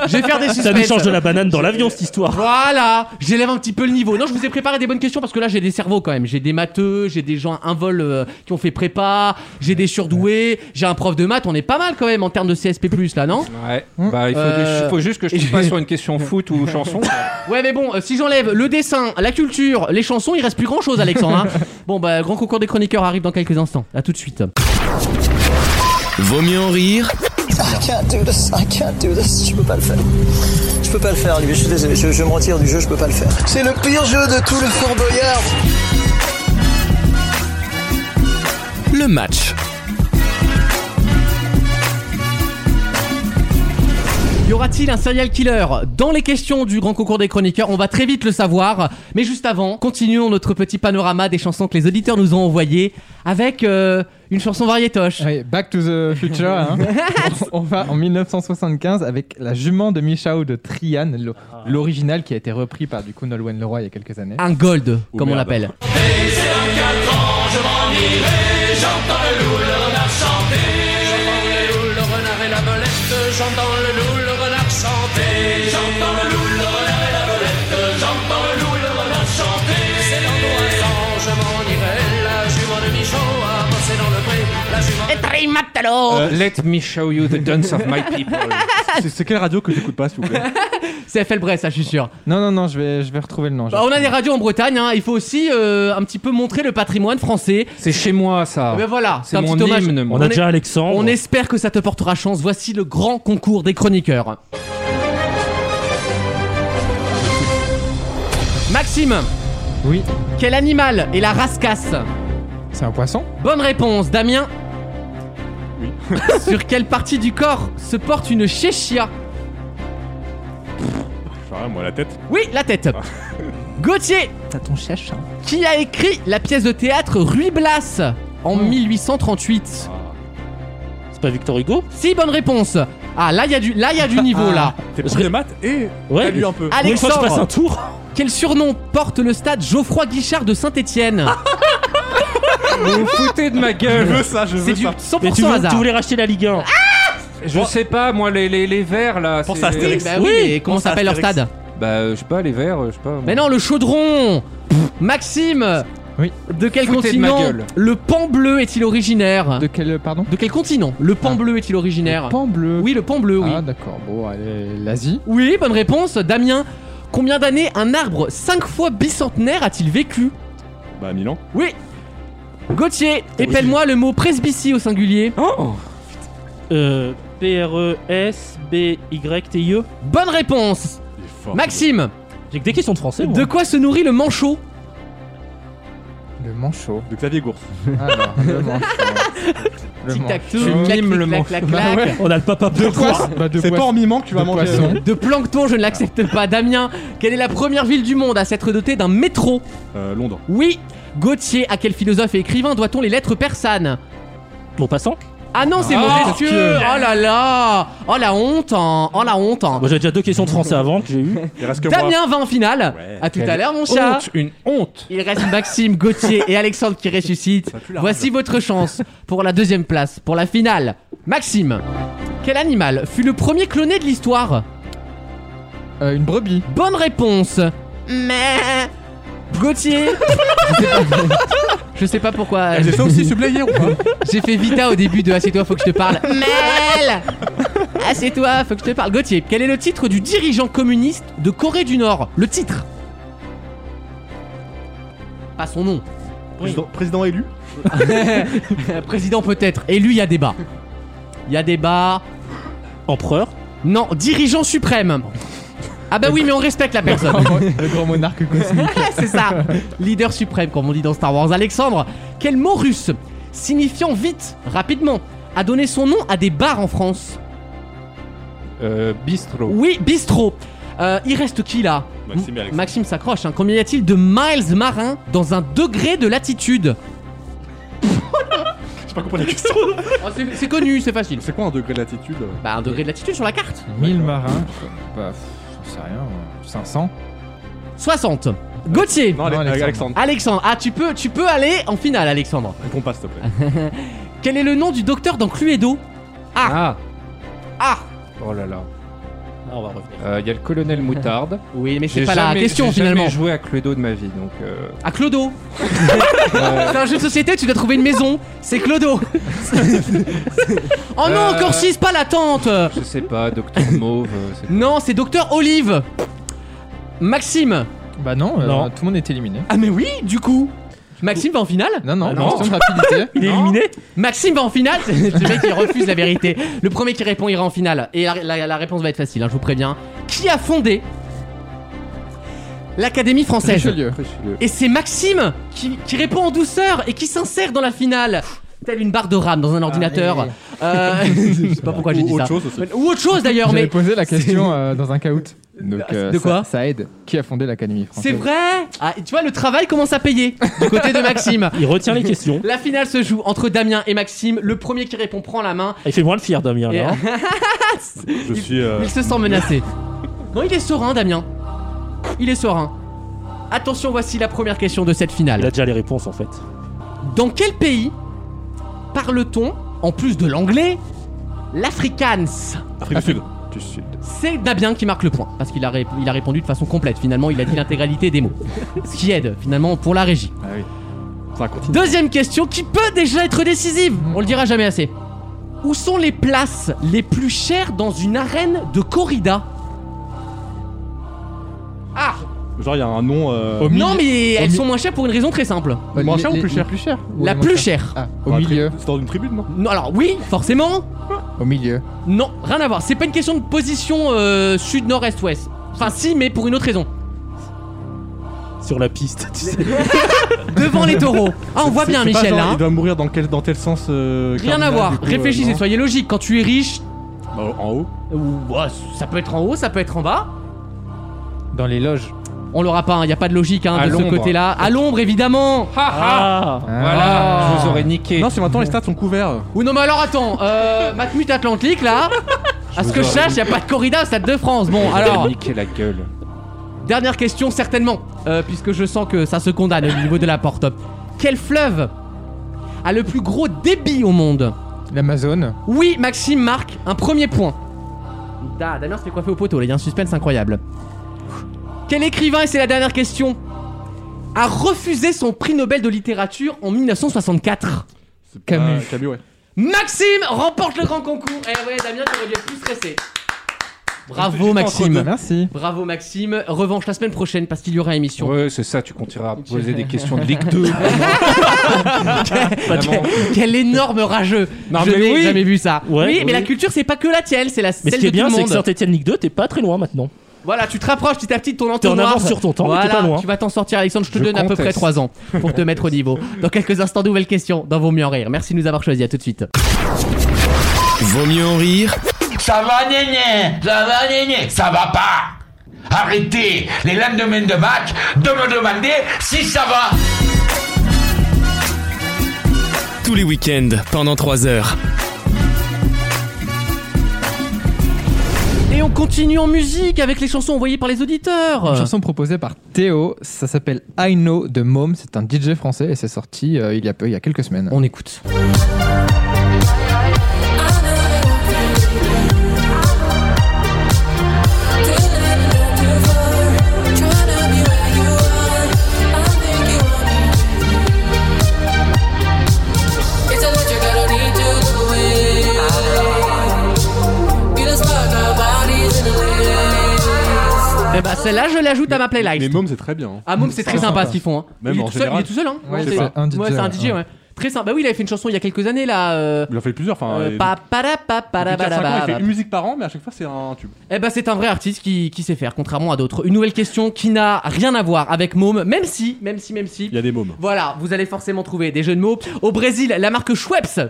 Speaker 2: Je vais faire des
Speaker 6: ça nous change
Speaker 2: suspens.
Speaker 6: de la banane dans l'avion, cette histoire.
Speaker 2: Voilà, j'élève un petit peu le niveau. Non, je vous ai préparé des bonnes questions parce que là j'ai des cerveaux quand même. J'ai des matheux, j'ai des gens un vol euh, qui ont fait prépa, j'ai des surdoués, j'ai un prof de maths. On est pas mal quand même en termes de CSP+ là, non
Speaker 3: Ouais. Bah, il faut,
Speaker 2: Euh,
Speaker 3: que- faut juste que je tombe pas sur une question foot ou chanson.
Speaker 2: Ouais, mais bon, euh, si j'enlève le dessin, la culture, les chansons, il reste plus grand chose, Alexandre. hein. bon, bah grand concours des chroniqueurs arrive dans quelques instants. À tout de suite.
Speaker 1: Vaut mieux en rire
Speaker 7: I can't do this, I can't do this, je peux pas le faire. Je peux pas le faire, lui, je suis désolé, je, je me retire du jeu, je peux pas le faire. C'est le pire jeu de tout le Fort Boyard.
Speaker 1: le match.
Speaker 2: Y aura-t-il un serial killer Dans les questions du grand concours des chroniqueurs, on va très vite le savoir. Mais juste avant, continuons notre petit panorama des chansons que les auditeurs nous ont envoyées avec euh, une chanson variétoche.
Speaker 4: Oui, Back to the Future. hein. on on va en 1975 avec la jument de Michao de Trian, l'o- l'original qui a été repris par du coup Nolwenn Leroy il y a quelques années.
Speaker 2: Un gold,
Speaker 5: Ou
Speaker 2: comme on
Speaker 5: merde.
Speaker 2: l'appelle. Oh.
Speaker 3: Euh, Let me show you the dance of my people.
Speaker 5: C'est- C'est quelle radio que j'écoute pas, s'il vous plaît
Speaker 2: C'est FL Brest, ça, je suis sûr.
Speaker 4: Non, non, non, je vais, je vais retrouver le nom. je
Speaker 2: Bah,
Speaker 4: vais
Speaker 2: on a des
Speaker 4: retrouver.
Speaker 2: radios en Bretagne, hein. il faut aussi euh, un petit peu montrer le patrimoine français.
Speaker 3: C'est chez moi, ça.
Speaker 2: Mais voilà,
Speaker 3: C'est
Speaker 2: un
Speaker 3: mon
Speaker 2: petit hommage.
Speaker 3: hymne, moi.
Speaker 6: On
Speaker 2: On
Speaker 6: a
Speaker 2: est-
Speaker 6: déjà Alexandre.
Speaker 2: On espère que ça te portera chance. Voici le grand concours des chroniqueurs. Maxime,
Speaker 4: Oui,
Speaker 2: quel animal est la rascasse
Speaker 4: c'est un poisson
Speaker 2: Bonne réponse, Damien. Sur quelle partie du corps se porte une chéchia
Speaker 5: Enfin, moi, la tête.
Speaker 2: Oui, la tête.
Speaker 6: Ah.
Speaker 2: Gauthier,
Speaker 7: T'as ton chèche, hein.
Speaker 2: qui a écrit la pièce de théâtre Ruy Blas en 1838
Speaker 6: C'est pas Victor Hugo
Speaker 2: Si, bonne réponse. Ah, là, il y, a du- là, il y a du niveau, là.
Speaker 5: T'es prof de maths et
Speaker 6: Ouais.
Speaker 5: t'as lu un peu.
Speaker 6: Pour une fois, je passe un
Speaker 2: Alexandre,
Speaker 6: tour.
Speaker 2: quel surnom porte le stade Geoffroy Guichard de Saint-Étienne
Speaker 3: Vous vous foutez de ma
Speaker 5: Je
Speaker 3: gueule.
Speaker 5: veux ça, je
Speaker 2: C'est
Speaker 5: veux
Speaker 2: du
Speaker 5: ça.
Speaker 2: 100%
Speaker 6: Mais tu, veux-
Speaker 2: hasard. Ah.
Speaker 6: tu voulais racheter la Ligue 1.
Speaker 3: Je sais pas, moi, les, les, les verts, là.
Speaker 5: Pense
Speaker 3: c'est-
Speaker 5: à Astérix.
Speaker 2: Oui, bah oui,
Speaker 6: Oui,
Speaker 2: mais comment
Speaker 6: pense à
Speaker 2: s'appelle leur
Speaker 6: Astérix.
Speaker 2: stade
Speaker 3: Bah, je sais pas, les verts, je sais pas.
Speaker 2: Mais non, le chaudron Maxime
Speaker 4: Oui.
Speaker 2: De quel
Speaker 3: Foutez de ma
Speaker 2: continent
Speaker 3: gueule.
Speaker 2: le pan bleu est-il originaire
Speaker 4: De quel, pardon
Speaker 2: De quel continent le pan
Speaker 4: Ah.
Speaker 2: bleu est-il originaire
Speaker 4: Le Pan bleu.
Speaker 2: Oui, le pan bleu, oui.
Speaker 4: Ah, d'accord, bon, allez, l'Asie.
Speaker 2: Oui, bonne réponse, Damien. Combien d'années un arbre 5 fois bicentenaire a-t-il vécu
Speaker 5: Bah, Milan.
Speaker 2: Oui. Gauthier, épelle-moi le mot presbytie au singulier.
Speaker 3: Oh
Speaker 6: Euh, P-R-E-S-B-Y-T-I-E.
Speaker 2: Bonne réponse.
Speaker 5: Il est fort.
Speaker 2: Maxime,
Speaker 6: E. J'ai que des questions de français. moi.
Speaker 2: de quoi se nourrit le manchot
Speaker 4: Le manchot.
Speaker 5: De Xavier Gours.
Speaker 4: Alors, le manchot. Le
Speaker 2: Tic-tac-toe,
Speaker 4: manchot.
Speaker 2: clac,
Speaker 3: mimes le Ah
Speaker 2: clac, clac, clac,
Speaker 4: manchot.
Speaker 2: clac.
Speaker 6: On a le papa bleu.
Speaker 4: De quoi bah, de
Speaker 5: C'est pas
Speaker 4: poisson.
Speaker 5: en mimant que tu vas
Speaker 4: De
Speaker 5: manger. euh,
Speaker 4: poisson.
Speaker 2: De plancton, je ne l'accepte pas. Damien, quelle est la première ville du monde à s'être dotée d'un métro
Speaker 5: Euh, Londres.
Speaker 2: Oui. Gauthier, à quel philosophe et écrivain doit-on les lettres persanes
Speaker 6: Bon passant.
Speaker 2: Ah non, c'est
Speaker 3: Ah,
Speaker 2: majestueux
Speaker 3: Dieu.
Speaker 2: Oh là là Oh la honte hein. Oh la honte hein.
Speaker 6: Bon, j'ai déjà deux questions de français avant que j'ai eu.
Speaker 5: Il reste que moi.
Speaker 2: Damien va en finale
Speaker 5: Ouais.
Speaker 2: À tout à
Speaker 3: Quelle
Speaker 2: l'heure, mon chat
Speaker 3: Honte, une honte.
Speaker 2: Il reste Maxime, Gauthier et Alexandre qui ressuscitent.
Speaker 5: Ça pue la
Speaker 2: Voici votre chance pour la deuxième place, pour la finale. Maxime, quel animal fut le premier cloné de l'histoire
Speaker 4: Euh, une brebis.
Speaker 2: Bonne réponse. Mais Gauthier. Je sais pas pourquoi. euh,
Speaker 5: J'ai fait aussi ce player ou pas
Speaker 2: J'ai fait Vita au début de Assieds-toi, faut que je te parle. Mel Assieds-toi, faut que je te parle. Gauthier, quel est le titre du dirigeant communiste de Corée du Nord Le titre Pas son nom.
Speaker 5: Président- Président élu
Speaker 2: Euh, Président peut-être. Élu, il y a débat. Il y a débat.
Speaker 6: Empereur.
Speaker 2: Non, dirigeant suprême. Ah bah oui, mais on respecte la personne.
Speaker 4: le grand monarque cosmique.
Speaker 2: C'est ça Leader suprême, comme on dit dans Star Wars. Alexandre, quel mot russe, signifiant vite, rapidement, a donné son nom à des bars en France
Speaker 3: Euh, bistrot.
Speaker 2: Oui, bistrot Euh, Il reste qui là
Speaker 5: Oh. Maxime et Alexandre.
Speaker 2: Maxime s'accroche. hein. Combien y a-t-il de miles marins dans un degré de latitude
Speaker 5: J'ai pas compris la question.
Speaker 2: Oh, c'est- C'est connu, c'est facile.
Speaker 5: C'est quoi un degré euh, de latitude
Speaker 2: Bah, un degré de latitude sur la carte
Speaker 4: 1000 marins. Bah, pff, j'en sais rien. euh, 500.
Speaker 2: 60 Gauthier
Speaker 5: Non, Ale-
Speaker 4: Non, Alexandre.
Speaker 5: Alexandre.
Speaker 2: Alexandre, ah tu peux, tu peux aller en finale Alexandre.
Speaker 5: Qu'on passe, s'il te plaît.
Speaker 2: Quel est le nom du docteur dans Cluedo
Speaker 3: Ah.
Speaker 2: Ah
Speaker 3: Oh là là.
Speaker 6: Ah, on va revenir.
Speaker 3: Euh, Il y a le colonel Moutarde.
Speaker 2: Oui mais c'est
Speaker 3: J'ai
Speaker 2: pas la
Speaker 3: jamais-
Speaker 2: question
Speaker 3: j'ai
Speaker 2: finalement.
Speaker 3: jamais joué à Cluedo de ma vie, donc. euh,
Speaker 2: À Clodo
Speaker 3: euh,
Speaker 2: C'est un jeu de société, tu dois trouver une maison. C'est Clodo. oh non,
Speaker 3: Euh.
Speaker 2: encore 6, pas la tente.
Speaker 3: je sais pas, Docteur Mauve. euh, c'est-
Speaker 2: Non, c'est Docteur Olive. Maxime.
Speaker 4: Bah non, euh,
Speaker 6: Non.
Speaker 4: tout le monde est éliminé.
Speaker 2: Ah mais oui, du coup. Maxime va en finale
Speaker 4: Non, non,
Speaker 3: Ah,
Speaker 4: pour
Speaker 3: non.
Speaker 4: question de rapidité.
Speaker 6: Il est
Speaker 2: Non.
Speaker 6: éliminé
Speaker 2: Maxime va en finale C'est le mec qui refuse la vérité. Le premier qui répond ira en finale. Et la, la- la réponse va être facile, hein, je vous préviens. Qui a fondé l'Académie française
Speaker 4: Richelieu.
Speaker 2: Et c'est Maxime qui, qui répond en douceur et qui s'insère dans la finale. Telle une barre de rame dans un ordinateur. Euh, Ah, je sais pas pourquoi j'ai
Speaker 5: Ou
Speaker 2: dit
Speaker 5: autre
Speaker 2: ça.
Speaker 5: chose aussi.
Speaker 2: Ou autre chose d'ailleurs,
Speaker 4: J'avais
Speaker 2: mais
Speaker 4: posé la question euh, dans un caout. Donc, euh,
Speaker 2: de
Speaker 4: ça-
Speaker 2: quoi
Speaker 4: ça, aide. Qui a fondé l'Académie française
Speaker 2: c'est vrai. Ah, tu vois, le travail commence à payer du côté de Maxime.
Speaker 6: Il retient les questions.
Speaker 2: La finale se joue entre Damien et Maxime. Le premier qui répond prend la main.
Speaker 6: Il fait moins le fier, Damien.
Speaker 2: Et-
Speaker 6: Là, hein.
Speaker 5: Je suis. euh,
Speaker 2: Il se sent menacé. Non, il est serein, Damien. Il est serein. Attention, voici la première question de cette
Speaker 6: Il
Speaker 2: finale.
Speaker 6: a déjà les réponses en fait.
Speaker 2: Dans quel pays parle-t-on, en plus de l'anglais, l'afrikaans
Speaker 5: Afrique du Sud.
Speaker 3: Du Sud.
Speaker 2: C'est Damien qui marque le point, parce qu'il a, ré- il a répondu de façon complète. Finalement, il a dit l'intégralité des mots. Ce qui aide, finalement, pour la régie.
Speaker 4: Ah oui.
Speaker 5: Ça continue.
Speaker 2: Deuxième question qui peut déjà être décisive. On le dira jamais assez. Où sont les places les plus chères dans une arène de corrida Ah
Speaker 5: Genre, il y a un nom. euh,
Speaker 4: Au milieu-
Speaker 2: Non, mais
Speaker 4: au
Speaker 2: elles
Speaker 4: mi-
Speaker 2: sont moins chères pour une raison très simple.
Speaker 4: Euh,
Speaker 5: Moins
Speaker 4: les-
Speaker 5: cher ou
Speaker 4: les-
Speaker 5: plus
Speaker 4: les
Speaker 5: cher
Speaker 4: plus chères ou
Speaker 2: La
Speaker 4: les
Speaker 2: plus
Speaker 4: moins
Speaker 2: chère.
Speaker 4: Ah,
Speaker 5: dans
Speaker 4: au
Speaker 5: un
Speaker 4: milieu.
Speaker 5: tri- C'est dans une tribune, non
Speaker 2: Non, alors oui, forcément.
Speaker 4: Au milieu.
Speaker 2: Non, rien à voir. C'est pas une question de position euh, sud, nord, est, ouest. Enfin, si, mais pour une autre raison.
Speaker 6: Sur la piste, tu sais.
Speaker 2: Devant les taureaux. Ah, on voit
Speaker 5: C'est-
Speaker 2: bien,
Speaker 5: c'est pas
Speaker 2: Michel,
Speaker 5: genre,
Speaker 2: là. hein.
Speaker 5: Il doit mourir dans quel, dans tel sens euh,
Speaker 2: Rien à
Speaker 5: cardinal,
Speaker 2: voir.
Speaker 5: du coup, euh,
Speaker 2: Réfléchissez,
Speaker 5: non
Speaker 2: soyez logique. Quand tu es riche,
Speaker 5: Bah, En haut.
Speaker 2: ou, ouah, ça peut être en haut, ça peut être en bas.
Speaker 4: Dans les loges.
Speaker 2: On l'aura pas, il n'y a pas de logique hein,
Speaker 3: À
Speaker 2: de ce
Speaker 3: l'ombre.
Speaker 2: côté-là. À l'ombre, évidemment
Speaker 6: Ah
Speaker 3: Voilà,
Speaker 2: Ah.
Speaker 3: je vous aurais niqué.
Speaker 5: Non, c'est maintenant les stades sont couverts.
Speaker 2: Ou non, mais alors attends, euh, Matmut Atlantique, là À ce que je sache, il a pas de corrida au Stade de France. Bon, alors,
Speaker 3: niqué la gueule.
Speaker 2: dernière question, certainement, euh, puisque je sens que ça se condamne au niveau de la porte. Quel fleuve a le plus gros débit au monde
Speaker 4: L'Amazone.
Speaker 2: Oui, Maxime marque un premier point. Da, Damien se fait coiffer au poteau, là, il y a un suspense incroyable. Quel écrivain, et c'est la dernière question, a refusé son prix Nobel de littérature en 1964
Speaker 5: C'est pas-
Speaker 4: Camus.
Speaker 5: Camus, ouais.
Speaker 2: Maxime remporte le grand concours Eh ouais, Damien, t'aurais dû être plus stressé. Bravo, Maxime.
Speaker 4: Merci.
Speaker 2: Bravo, Maxime. Revanche la semaine prochaine parce qu'il y aura émission.
Speaker 3: Ouais, c'est ça, tu continueras à poser des questions de Ligue 2.
Speaker 6: Pas de-
Speaker 3: Vraiment.
Speaker 2: Quel énorme rageux
Speaker 3: Non,
Speaker 2: Je
Speaker 3: mais
Speaker 2: n'ai
Speaker 3: oui.
Speaker 2: jamais vu ça.
Speaker 6: Ouais,
Speaker 2: oui, mais
Speaker 6: oui.
Speaker 2: la culture, c'est pas que la tienne, c'est la
Speaker 6: Mais ce
Speaker 2: celle
Speaker 6: qui
Speaker 2: de
Speaker 6: est bien,
Speaker 2: tout
Speaker 6: c'est
Speaker 2: le
Speaker 6: que
Speaker 2: monde.
Speaker 6: Saint-Etienne Ligue 2, t'es pas très loin maintenant.
Speaker 2: Voilà, tu te rapproches petit à petit de ton
Speaker 6: T'es en
Speaker 2: entonnoir.
Speaker 6: avance sur ton temps, mais
Speaker 2: Voilà,
Speaker 6: t'es pas loin.
Speaker 2: tu vas t'en sortir Alexandre, je te
Speaker 3: Je
Speaker 2: donne à peu
Speaker 3: conteste.
Speaker 2: près 3 ans pour te mettre au niveau. Dans quelques instants, nouvelle question dans Vaut mieux en rire. Merci de nous avoir choisis, à tout de suite.
Speaker 1: Vaut mieux en rire
Speaker 8: Ça va, néné Ça va, néné Ça va pas Arrêtez les lendemains de match de me demander si ça va
Speaker 1: tous les week-ends pendant 3 heures.
Speaker 2: Et on continue en musique avec les chansons envoyées par les auditeurs.
Speaker 4: Une chanson proposée par Théo, ça s'appelle I Know de Mom, c'est un DJ français et c'est sorti euh, il y a peu, il y a quelques semaines.
Speaker 2: On écoute. Eh bah celle-là, je l'ajoute à ma
Speaker 5: Mais
Speaker 2: playlist.
Speaker 5: Môme, c'est très bien. hein.
Speaker 2: Ah, Mom, c'est très sympa ce qu'ils font. hein.
Speaker 5: Même
Speaker 2: il, est
Speaker 5: en
Speaker 2: tout seul, il est
Speaker 5: général.
Speaker 2: tout seul, hein
Speaker 4: Ouais,
Speaker 2: Ouais,
Speaker 4: c'est ça, un DJ,
Speaker 2: ouais, c'est un
Speaker 4: ouais.
Speaker 5: hein.
Speaker 2: DJ, ouais. Très sympa. Bah oui, il avait fait une chanson il y a quelques années là. euh,
Speaker 5: Il en fait plusieurs. Enfin,
Speaker 2: euh,
Speaker 5: et-
Speaker 2: pa- pa- da- pa- pa- da-
Speaker 5: depuis
Speaker 2: ba- da-
Speaker 5: 4-5 ans,
Speaker 2: ba-
Speaker 5: il fait
Speaker 2: ba-
Speaker 5: une musique par an, mais à chaque fois, c'est un tube.
Speaker 2: Eh ben c'est un vrai artiste qui, qui sait faire, contrairement à d'autres. Une nouvelle question qui n'a rien à voir avec Môme, même si, même si, même si.
Speaker 5: Il y a des mômes.
Speaker 2: Voilà, vous allez forcément trouver des jeux de mots. Au Brésil, la marque Schweppes.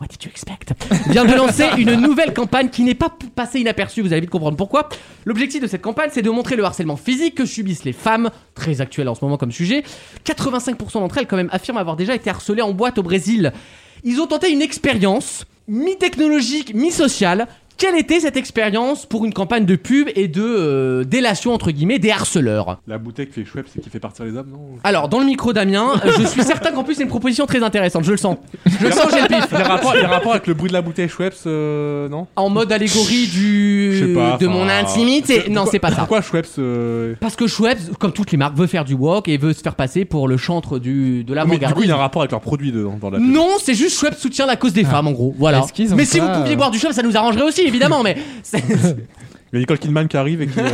Speaker 2: What did you expect Vient de lancer une nouvelle campagne qui n'est pas p- passée inaperçue, vous allez vite comprendre pourquoi. L'objectif de cette campagne, c'est de montrer le harcèlement physique que subissent les femmes, très actuel en ce moment comme sujet. 85% d'entre elles, quand même, affirment avoir déjà été harcelées en boîte au Brésil. Ils ont tenté une expérience, mi-technologique, mi-sociale. Quelle était cette expérience pour une campagne de pub et de euh, délation, entre guillemets, des harceleurs
Speaker 5: La bouteille qui fait Schweppes, c'est qui fait partir les hommes, non
Speaker 2: alors, dans le micro, Damien, euh, je suis certain qu'en plus, c'est une proposition très intéressante. Je le sens. Je le sens, j'ai le pif.
Speaker 5: Il y a rapport, il y a rapport avec le bruit de la bouteille Schweppes, euh, non
Speaker 2: En mode allégorie
Speaker 5: Je sais
Speaker 2: du.
Speaker 5: pas,
Speaker 2: Euh, de
Speaker 5: enfin,
Speaker 2: mon intimité.
Speaker 5: pourquoi-
Speaker 2: Non, c'est pas ça.
Speaker 5: Pourquoi Schweppes euh,
Speaker 2: Parce que Schweppes, comme toutes les marques, veut faire du walk et veut se faire passer pour le chantre du,
Speaker 4: Ah,
Speaker 2: de
Speaker 5: mais du coup,
Speaker 2: l'avant-garde.
Speaker 5: il y a un rapport avec leurs produits dedans, dans la pub.
Speaker 2: Non, c'est juste Schweppes soutient la cause des femmes, en gros. Voilà.
Speaker 4: Ah. Est-ce qu'ils ont
Speaker 2: Mais si vous
Speaker 4: pas,
Speaker 2: pouviez
Speaker 4: euh,
Speaker 2: boire du Schweppes, ça nous arrangerait aussi, évidemment, mais. c'est-
Speaker 5: Il y a Nicole Kidman qui arrive et qui. euh,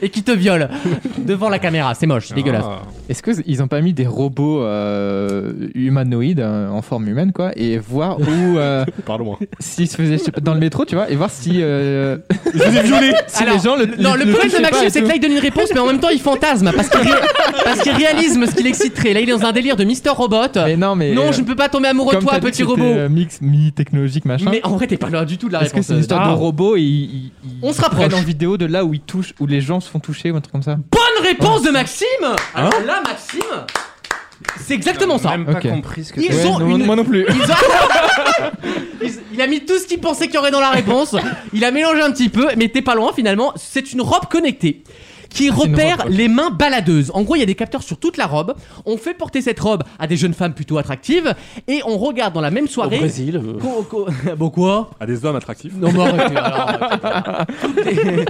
Speaker 2: et qui te viole devant la caméra. C'est moche, c'est dégueulasse.
Speaker 3: Ah.
Speaker 4: Est-ce qu'ils n'ont pas mis des robots euh, humanoïdes euh, en forme humaine, quoi, et voir où euh,
Speaker 5: Pardon. hein.
Speaker 4: s'ils se faisaient je sais pas, dans le métro, tu vois, et voir si, euh,
Speaker 5: Je vous ai violé
Speaker 4: si
Speaker 2: Alors,
Speaker 4: les gens le.
Speaker 2: Non, le, problème de
Speaker 4: touchaient pas
Speaker 2: Maxime,
Speaker 4: et
Speaker 2: c'est
Speaker 4: tout.
Speaker 2: que là, il donne une réponse, mais en même temps, il fantasme parce qu'il, ré- parce qu'il réalise ce qu'il exciterait. Là, il est dans un délire de Mister Robot.
Speaker 4: Mais non, mais. euh,
Speaker 2: non, je ne peux pas tomber amoureux de
Speaker 4: comme
Speaker 2: toi,
Speaker 4: t'as dit que
Speaker 2: petit
Speaker 4: c'était,
Speaker 2: robot.
Speaker 4: euh, mix mi-technologique, machin.
Speaker 2: Mais en vrai, t'es pas loin du tout de la
Speaker 4: Est-ce que
Speaker 2: réponse.
Speaker 4: c'est une histoire
Speaker 2: Ah.
Speaker 4: de robot et ils, ils-
Speaker 2: On se
Speaker 4: ils
Speaker 2: rapproche.
Speaker 4: prennent en vidéo de là où ils touchent, où les gens se font toucher ou un truc comme ça
Speaker 2: Bonne réponse
Speaker 4: Oh.
Speaker 2: de Maxime. Alors
Speaker 4: Hein
Speaker 2: là, Maxime, c'est exactement ça.
Speaker 3: Même pas
Speaker 4: Ok.
Speaker 3: compris ce que
Speaker 2: Ils
Speaker 3: t'as-
Speaker 4: Ouais,
Speaker 2: ont
Speaker 4: non,
Speaker 2: une-
Speaker 4: Moi non plus.
Speaker 2: Ils ont- Ils- Il a mis tout ce qu'il pensait qu'il y aurait dans la réponse. Il a mélangé un petit peu, mais t'es pas loin finalement. C'est une robe connectée qui
Speaker 4: c'est une
Speaker 2: repère
Speaker 4: robe, ok.
Speaker 2: les mains baladeuses. En gros, il y a des capteurs sur toute la robe. On fait porter cette robe à des jeunes femmes plutôt attractives et on regarde dans la même
Speaker 6: Au
Speaker 2: soirée.
Speaker 6: Brésil. euh,
Speaker 2: Qu'on- qu'on- Bon, quoi
Speaker 5: À des hommes attractifs.
Speaker 2: Non mais arrêtez, alors. Toutes les,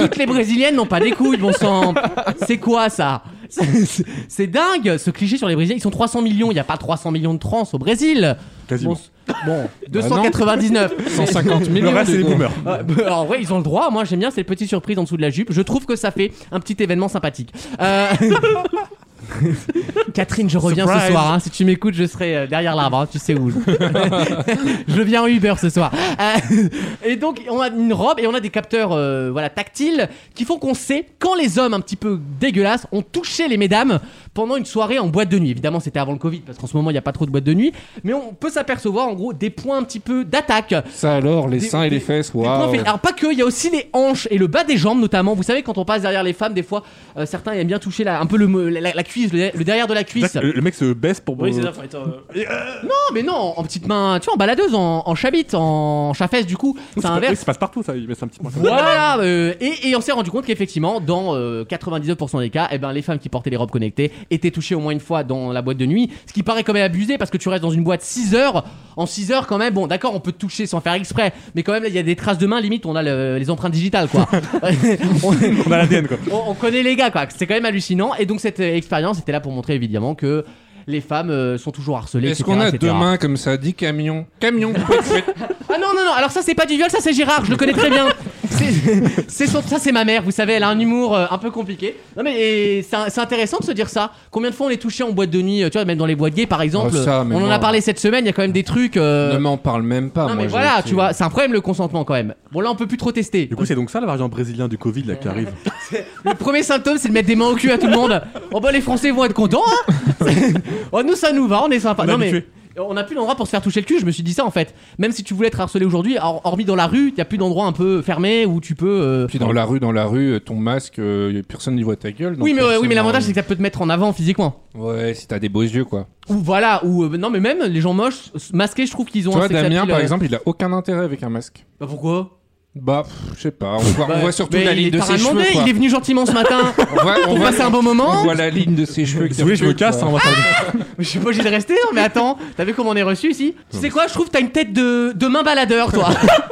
Speaker 2: toutes les brésiliennes n'ont pas des couilles, bon sang. C'est quoi ça C'est- C'est dingue ce cliché sur les brésiliens. Ils sont 300 millions, il n'y a pas 300 millions de trans au Brésil.
Speaker 5: Quasiment. Bah
Speaker 2: Bon, c'est- bon, 299.
Speaker 3: 150
Speaker 5: Le
Speaker 3: millions.
Speaker 5: reste, c'est
Speaker 3: de-
Speaker 5: les boomers.
Speaker 2: Ouais, bah, en vrai, ils ont le droit. Moi, j'aime bien ces petites surprises en dessous de la jupe. Je trouve que ça fait un petit événement sympathique. Euh, Catherine, je reviens ce
Speaker 5: Surprise.
Speaker 2: soir. hein. Si tu m'écoutes, je serai euh, derrière l'arbre. hein. Tu sais où. je viens en Uber ce soir. Euh, et donc, on a une robe et on a des capteurs euh, voilà, tactiles qui font qu'on sait quand les hommes un petit peu dégueulasses ont touché les mesdames pendant une soirée en boîte de nuit. Évidemment, c'était avant le Covid parce qu'en ce moment, il n'y a pas trop de boîtes de nuit. Mais on peut s'apercevoir en gros des points un petit peu d'attaque.
Speaker 3: Ça alors, les
Speaker 2: Des-
Speaker 3: seins et les
Speaker 2: des-
Speaker 3: fesses,
Speaker 2: Des Ah,
Speaker 3: waouh.
Speaker 2: points faits. Alors pas que, il y a aussi les hanches et le bas des jambes notamment. Vous savez quand on passe derrière les femmes, des fois euh, certains aiment bien toucher la- un peu le, me- la, la- la cuisse, le, le derrière de la cuisse.
Speaker 5: Le, le mec se baisse pour.
Speaker 6: Oui, c'est ça, faut être, euh,
Speaker 2: Non mais non, en petite main, tu vois, en baladeuse, en, en chabit, en chafaise du coup,
Speaker 5: Oui,
Speaker 2: ça
Speaker 5: pas- oui,
Speaker 2: inverse.
Speaker 5: ça passe partout, ça. Il met un petit point comme ça.
Speaker 2: Voilà, euh, et, et on s'est rendu compte qu'effectivement, dans euh, 99% des cas, eh ben, les femmes qui portaient les robes connectées étaient touchées au moins une fois dans la boîte de nuit, ce qui paraît quand même abusé parce que tu restes dans une boîte 6 heures. En 6 heures, quand même, bon, d'accord, on peut te toucher sans faire exprès, mais quand même, là, il y a des traces de main, limite, on a le- les empreintes digitales, quoi. on,
Speaker 5: On a l'ADN, quoi.
Speaker 2: on- on connaît les gars, quoi. C'est quand même hallucinant. Et donc, cette euh, expérience était là pour montrer évidemment que les femmes euh, sont toujours harcelées.
Speaker 3: Est-ce
Speaker 2: etc.,
Speaker 3: qu'on a
Speaker 2: etc..
Speaker 3: deux mains comme ça, dix camions Camions pouet, pouet.
Speaker 2: Ah non, non, non, alors ça c'est pas du viol, ça c'est Gérard, je le connais très bien. C'est- C'est son- ça c'est ma mère, vous savez, elle a un humour euh, un peu compliqué. Non mais et c'est un- c'est intéressant de se dire ça. Combien de fois on est touché en boîte de nuit, euh, tu vois, même dans les boîtes gays par exemple.
Speaker 3: Oh, ça,
Speaker 2: on
Speaker 3: mais
Speaker 2: en
Speaker 3: moi-
Speaker 2: a parlé cette semaine, il y a quand même des trucs. euh,
Speaker 3: Ne m'en parle même pas.
Speaker 2: non
Speaker 3: moi,
Speaker 2: mais
Speaker 3: j'ai
Speaker 2: voilà,
Speaker 3: été-
Speaker 2: tu vois, c'est un problème le consentement quand même. Bon là on peut plus trop tester.
Speaker 5: Du coup, c'est donc ça la variant brésilien du Covid là qui arrive.
Speaker 2: Le premier symptôme c'est de mettre des mains au cul à tout le monde. Oh bah les Français vont être contents. hein. oh nous ça nous va, on est sympa.
Speaker 5: On est
Speaker 2: non mais
Speaker 5: habitué.
Speaker 2: on n'a plus d'endroit pour se faire toucher le cul, je me suis dit ça en fait. Même si tu voulais être harcelé aujourd'hui, hor- hormis dans la rue, il n'y a plus d'endroit un peu fermé où tu peux... euh,
Speaker 3: Puis dans la rue, dans la rue, euh, ton masque, euh, personne n'y voit ta gueule. donc
Speaker 2: Oui, mais, ouais, oui, mais l'avantage, c'est
Speaker 3: personne-
Speaker 2: que ça peut te mettre en avant physiquement.
Speaker 3: Ouais, si t'as des beaux yeux, quoi.
Speaker 2: Ou voilà, ou euh, non, mais même les gens moches s- masqués, je trouve qu'ils ont
Speaker 3: Tu
Speaker 2: un
Speaker 3: vois,
Speaker 2: sex
Speaker 3: Damien,
Speaker 2: appeal,
Speaker 3: par
Speaker 2: euh,
Speaker 3: exemple, il a aucun intérêt avec un masque.
Speaker 2: Bah pourquoi
Speaker 3: Bah, pff, je sais pas. On voit, on voit surtout
Speaker 2: Bah, Mais
Speaker 3: la
Speaker 2: il
Speaker 3: ligne
Speaker 2: est-
Speaker 3: de
Speaker 2: t'as
Speaker 3: ses
Speaker 2: rien demandé,
Speaker 3: cheveux. quoi.
Speaker 2: Il est venu gentiment ce matin.
Speaker 3: On voit, on
Speaker 2: pour
Speaker 3: voit-
Speaker 2: passer un bon
Speaker 3: on
Speaker 2: moment.
Speaker 3: voit la ligne de ses cheveux. qui
Speaker 5: Si vous voulez, je me
Speaker 3: recule,
Speaker 5: casse,
Speaker 3: quoi.
Speaker 5: hein, on va faire des-
Speaker 2: Je suis pas obligé de rester, non, mais attends, t'as vu comment on est reçu ici Tu sais quoi, je trouve que t'as une tête de, de main baladeur, toi.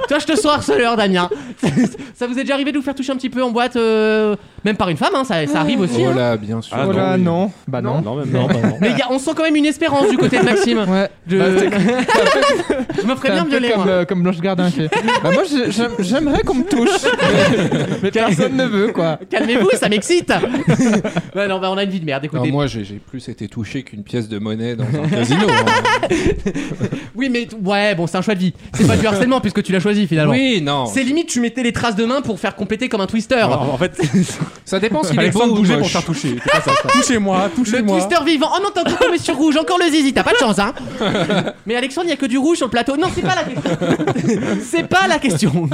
Speaker 2: toi, je te sens harceleur, Damien. ça vous est déjà arrivé de vous faire toucher un petit peu en boîte, euh, même par une femme, hein, ça, ça arrive aussi.
Speaker 3: Oh
Speaker 2: hein.
Speaker 3: là, bien sûr.
Speaker 5: Ah,
Speaker 4: oh là,
Speaker 5: oui.
Speaker 4: non. Bah non.
Speaker 5: Non, même non, bah non.
Speaker 2: Mais il y a- on sent quand même une espérance du côté de
Speaker 3: Bah,
Speaker 2: Maxime.
Speaker 4: Ouais.
Speaker 2: Je, je me ferais
Speaker 4: C'est
Speaker 2: Bah, bien
Speaker 4: un peu
Speaker 2: violer,
Speaker 4: comme,
Speaker 2: moi.
Speaker 4: euh, comme Blanche Gardin fait. bah moi, j'ai- j'aime- j'aimerais qu'on me touche. mais- mais personne ne veut, quoi.
Speaker 2: Calmez-vous, ça m'excite. ouais, non, bah, on a une vie de merde,
Speaker 3: Non,
Speaker 2: écoutez.
Speaker 3: moi, j'ai j'ai plus été touché qu'une pièce de monnaie dans un casino. hein.
Speaker 2: Oui, mais t- ouais, bon, c'est un choix de vie. C'est pas du harcèlement puisque tu l'as choisi finalement.
Speaker 3: Oui, non.
Speaker 2: C'est limite, tu mettais les traces de main pour faire compléter comme un twister.
Speaker 5: Alors, en fait,
Speaker 3: Ça dépend s'il est beau
Speaker 5: Alexandre
Speaker 3: ou
Speaker 5: bougeait pour
Speaker 3: moche.
Speaker 5: faire toucher. C'est pas ça. Touchez-moi,
Speaker 2: Le
Speaker 5: touchez-moi.
Speaker 2: twister vivant. Oh non, t'as encore tombé sur rouge, encore le zizi, t'as pas de chance, hein. Mais Alexandre, il y a que du rouge sur le plateau. Non, c'est pas la question. c'est pas la question.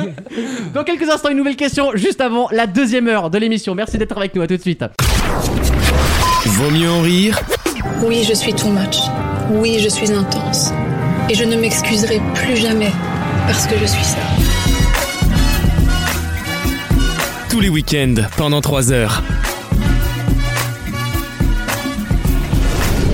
Speaker 2: Dans quelques instants, une nouvelle question juste avant la deuxième heure de l'émission. Merci d'être avec nous, à tout de suite.
Speaker 1: Vaut mieux en rire
Speaker 9: Oui, je suis too much. Oui, je suis intense. Et je ne m'excuserai plus jamais parce que je suis ça.
Speaker 1: tous les week-ends pendant 3 heures.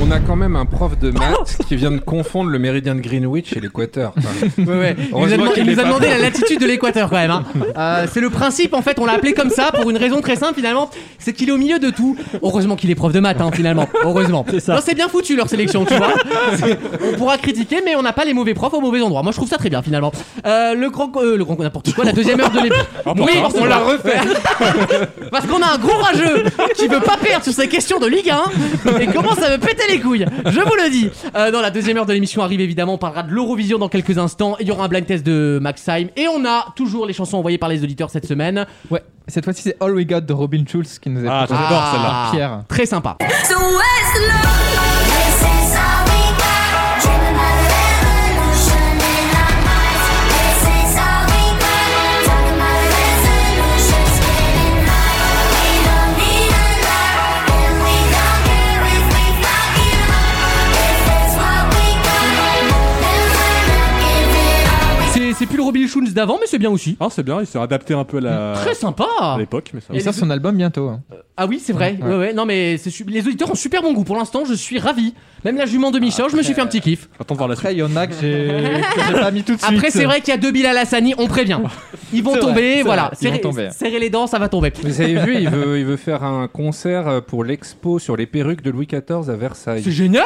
Speaker 3: On a quand même un prof de maths qui vient de confondre le méridien de Greenwich et l'équateur. Enfin,
Speaker 2: Ouais, ouais. Il nous a,
Speaker 3: Heureusement
Speaker 2: demandé-
Speaker 3: qu'il
Speaker 2: il nous
Speaker 3: l'est
Speaker 2: a
Speaker 3: pas.
Speaker 2: demandé la latitude de l'équateur quand même. hein. Euh, c'est le principe en fait, on l'a appelé comme ça pour une raison très simple finalement, c'est qu'il est au milieu de tout. Heureusement qu'il est prof de maths hein, finalement, heureusement.
Speaker 6: C'est ça.
Speaker 2: Non, c'est bien foutu leur sélection, tu vois. C'est- On pourra critiquer mais on n'a pas les mauvais profs au mauvais endroit. Moi je trouve ça très bien finalement. Euh, le grand... euh, le grand... n'importe quoi, la deuxième heure de l'émission.
Speaker 3: Ah,
Speaker 2: oui, on l'a refait. Parce qu'on a un gros rageux qui veut pas perdre sur ces questions de Ligue 1 et commence à me péter les couilles. Je vous le dis. Euh, dans la deuxième heure de l'émission arrive évidemment, on parlera de l'Eurovision dans quelques instants. Il y aura un blind test de Maxime et on a toujours les chansons envoyées par les auditeurs cette semaine.
Speaker 4: Ouais. Cette fois-ci, c'est All We Got de Robin Schulz qui nous est
Speaker 5: Ah,
Speaker 4: proposé.
Speaker 5: j'adore celle-là.
Speaker 2: Ah,
Speaker 4: Pierre.
Speaker 2: Très sympa. C'est c'est plus le Robin Schulz d'avant, mais c'est bien aussi.
Speaker 5: Ah, c'est bien, il s'est adapté un peu à la-
Speaker 2: Très
Speaker 5: à
Speaker 2: sympa.
Speaker 5: l'époque, mais ça.
Speaker 4: Il sort son album bientôt. hein.
Speaker 2: Ah oui, c'est vrai. Ouais. Ouais, Non, mais c'est su- les auditeurs ont super bon goût. Pour l'instant, je suis ravi. Même la jument de Michel, je me
Speaker 4: Ah,
Speaker 2: suis fait un petit kiff.
Speaker 5: J'attends de voir la suite.
Speaker 4: Après, il y en a que j'ai que j'ai pas mis tout de suite.
Speaker 2: Après, c'est vrai qu'il y a deux Bilal Hassani, on prévient. Ils vont
Speaker 4: C'est vrai,
Speaker 2: tomber,
Speaker 4: c'est
Speaker 2: voilà.
Speaker 4: vrai, ils vont
Speaker 2: Serrez-
Speaker 4: tomber.
Speaker 2: serrez les dents, ça va tomber.
Speaker 3: Vous avez vu, il veut, il veut faire un concert pour l'expo sur les perruques de Louis XIV à Versailles.
Speaker 2: C'est génial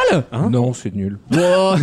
Speaker 3: non, c'est nul.
Speaker 2: Bon,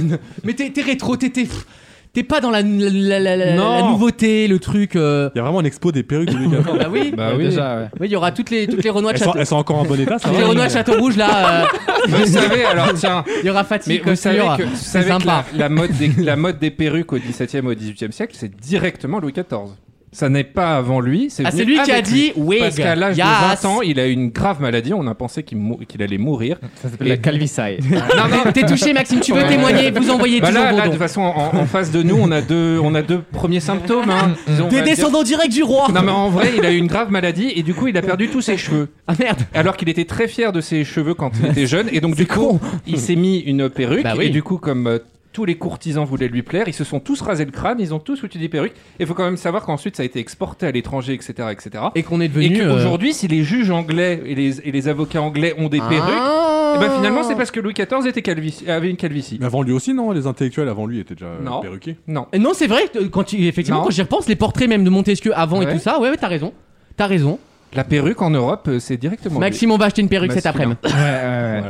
Speaker 2: Mais t'es t'es rétro, t'es t'es- pff, t'es pas dans la, la- la- la-
Speaker 3: Non.
Speaker 2: la nouveauté, le truc. euh.
Speaker 5: Il y a vraiment une expo des perruques de Louis XIV.
Speaker 2: Bah oui,
Speaker 3: Bah
Speaker 4: Ouais,
Speaker 3: oui.
Speaker 4: déjà, ouais.
Speaker 2: Oui, il y aura toutes les, toutes les Renois de
Speaker 5: Elles sont,
Speaker 2: Château.
Speaker 5: elles sont encore en bon état, ça
Speaker 2: toutes
Speaker 5: va
Speaker 2: les Renois de Château Rouge là, euh,
Speaker 3: Vous savez, alors tiens,
Speaker 2: il y aura
Speaker 3: mais
Speaker 2: Fatih
Speaker 3: vous savez
Speaker 2: Costure,
Speaker 3: que, vous
Speaker 2: c'est
Speaker 3: savez que
Speaker 2: sympa.
Speaker 3: la, la mode des, la mode des perruques au XVIIe au XVIIIe siècle, c'est directement Louis XIV. Ça n'est pas avant lui, c'est
Speaker 2: Ah,
Speaker 3: venu
Speaker 2: c'est lui qui a
Speaker 3: avec
Speaker 2: dit oui.
Speaker 3: Parce qu'à l'âge de 20 ans, il a eu une grave maladie, on a pensé qu'il mou- qu'il allait mourir.
Speaker 4: Ça s'appelle la calvisaille.
Speaker 2: Non, non, t'es touché, Maxime, tu veux
Speaker 3: Ouais.
Speaker 2: témoigner, vous envoyez
Speaker 3: Bah
Speaker 2: toujours
Speaker 3: là,
Speaker 2: vos
Speaker 3: là, de
Speaker 2: dons.
Speaker 3: toute façon, en, en face de nous, on a deux, on a deux premiers symptômes. hein. Disons, on
Speaker 2: Des
Speaker 3: va dire-
Speaker 2: descendants directs du roi
Speaker 3: Non mais en vrai, il a eu une grave maladie et du coup, il a perdu tous ses cheveux.
Speaker 2: Ah merde
Speaker 3: Alors qu'il était très fier de ses cheveux quand il était jeune et donc du coup, il s'est mis une perruque
Speaker 2: Bah oui.
Speaker 3: et du coup comme euh, tous les courtisans voulaient lui plaire, ils se sont tous rasés le crâne, ils ont tous foutu des perruques. Et il faut quand même savoir qu'ensuite ça a été exporté à l'étranger, etc., etc.
Speaker 2: Et qu'on est
Speaker 3: Et,
Speaker 2: devenu. euh,
Speaker 3: qu'aujourd'hui, si les juges anglais et les, et les avocats anglais ont des perruques,
Speaker 2: Ah.
Speaker 3: eh ben, finalement c'est parce que Louis XIV était calvici- avait une calvitie.
Speaker 5: Mais avant lui aussi, non Les intellectuels avant lui étaient déjà euh,
Speaker 3: Non.
Speaker 5: perruqués.
Speaker 3: Non.
Speaker 2: Et Non, c'est vrai, que quand il- effectivement,
Speaker 3: Non.
Speaker 2: quand j'y repense, les portraits même de Montesquieu avant et
Speaker 3: Ouais.
Speaker 2: tout ça, ouais, ouais, t'as raison. T'as raison.
Speaker 3: La perruque en Europe, euh, c'est directement. lui.
Speaker 2: Maxime, on va acheter une perruque cet
Speaker 3: Masculin.
Speaker 2: après-midi.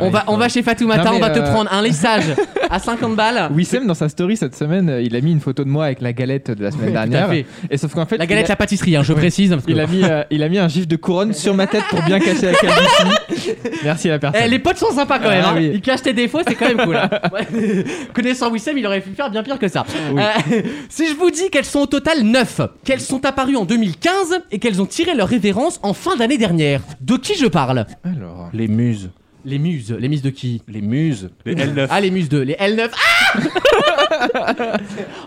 Speaker 2: On va, on va chez Fatoumata,
Speaker 4: Non, mais,
Speaker 2: on va te
Speaker 4: euh,
Speaker 2: prendre un lissage à 50 balles.
Speaker 4: Wissem, dans sa story cette semaine, euh, il a mis une photo de moi avec la galette de la semaine
Speaker 2: tout à
Speaker 4: dernière.
Speaker 2: fait.
Speaker 4: Et sauf qu'en fait,
Speaker 2: La galette,
Speaker 4: il a,
Speaker 2: la pâtisserie, hein, je précise. parce que-
Speaker 4: il a mis, euh, il a mis un gif de couronne sur ma tête pour bien cacher la calvitie. Merci à la personne.
Speaker 2: Eh, les potes sont sympas quand même.
Speaker 4: Ah
Speaker 2: hein.
Speaker 4: oui.
Speaker 2: Ils cachent tes défauts, c'est quand même cool. hein. Ouais. Connaissant Wissem, il aurait pu faire bien pire que ça. Euh, si je vous dis qu'elles sont au total 9, qu'elles sont apparues en 2015 et qu'elles ont tiré leur révérence en fin d'année dernière, de qui je parle
Speaker 4: Alors,
Speaker 3: Les muses.
Speaker 2: Les muses. Les muses de qui
Speaker 3: Les muses.
Speaker 5: Les L9.
Speaker 2: Ah, les muses 2, les L9. Ah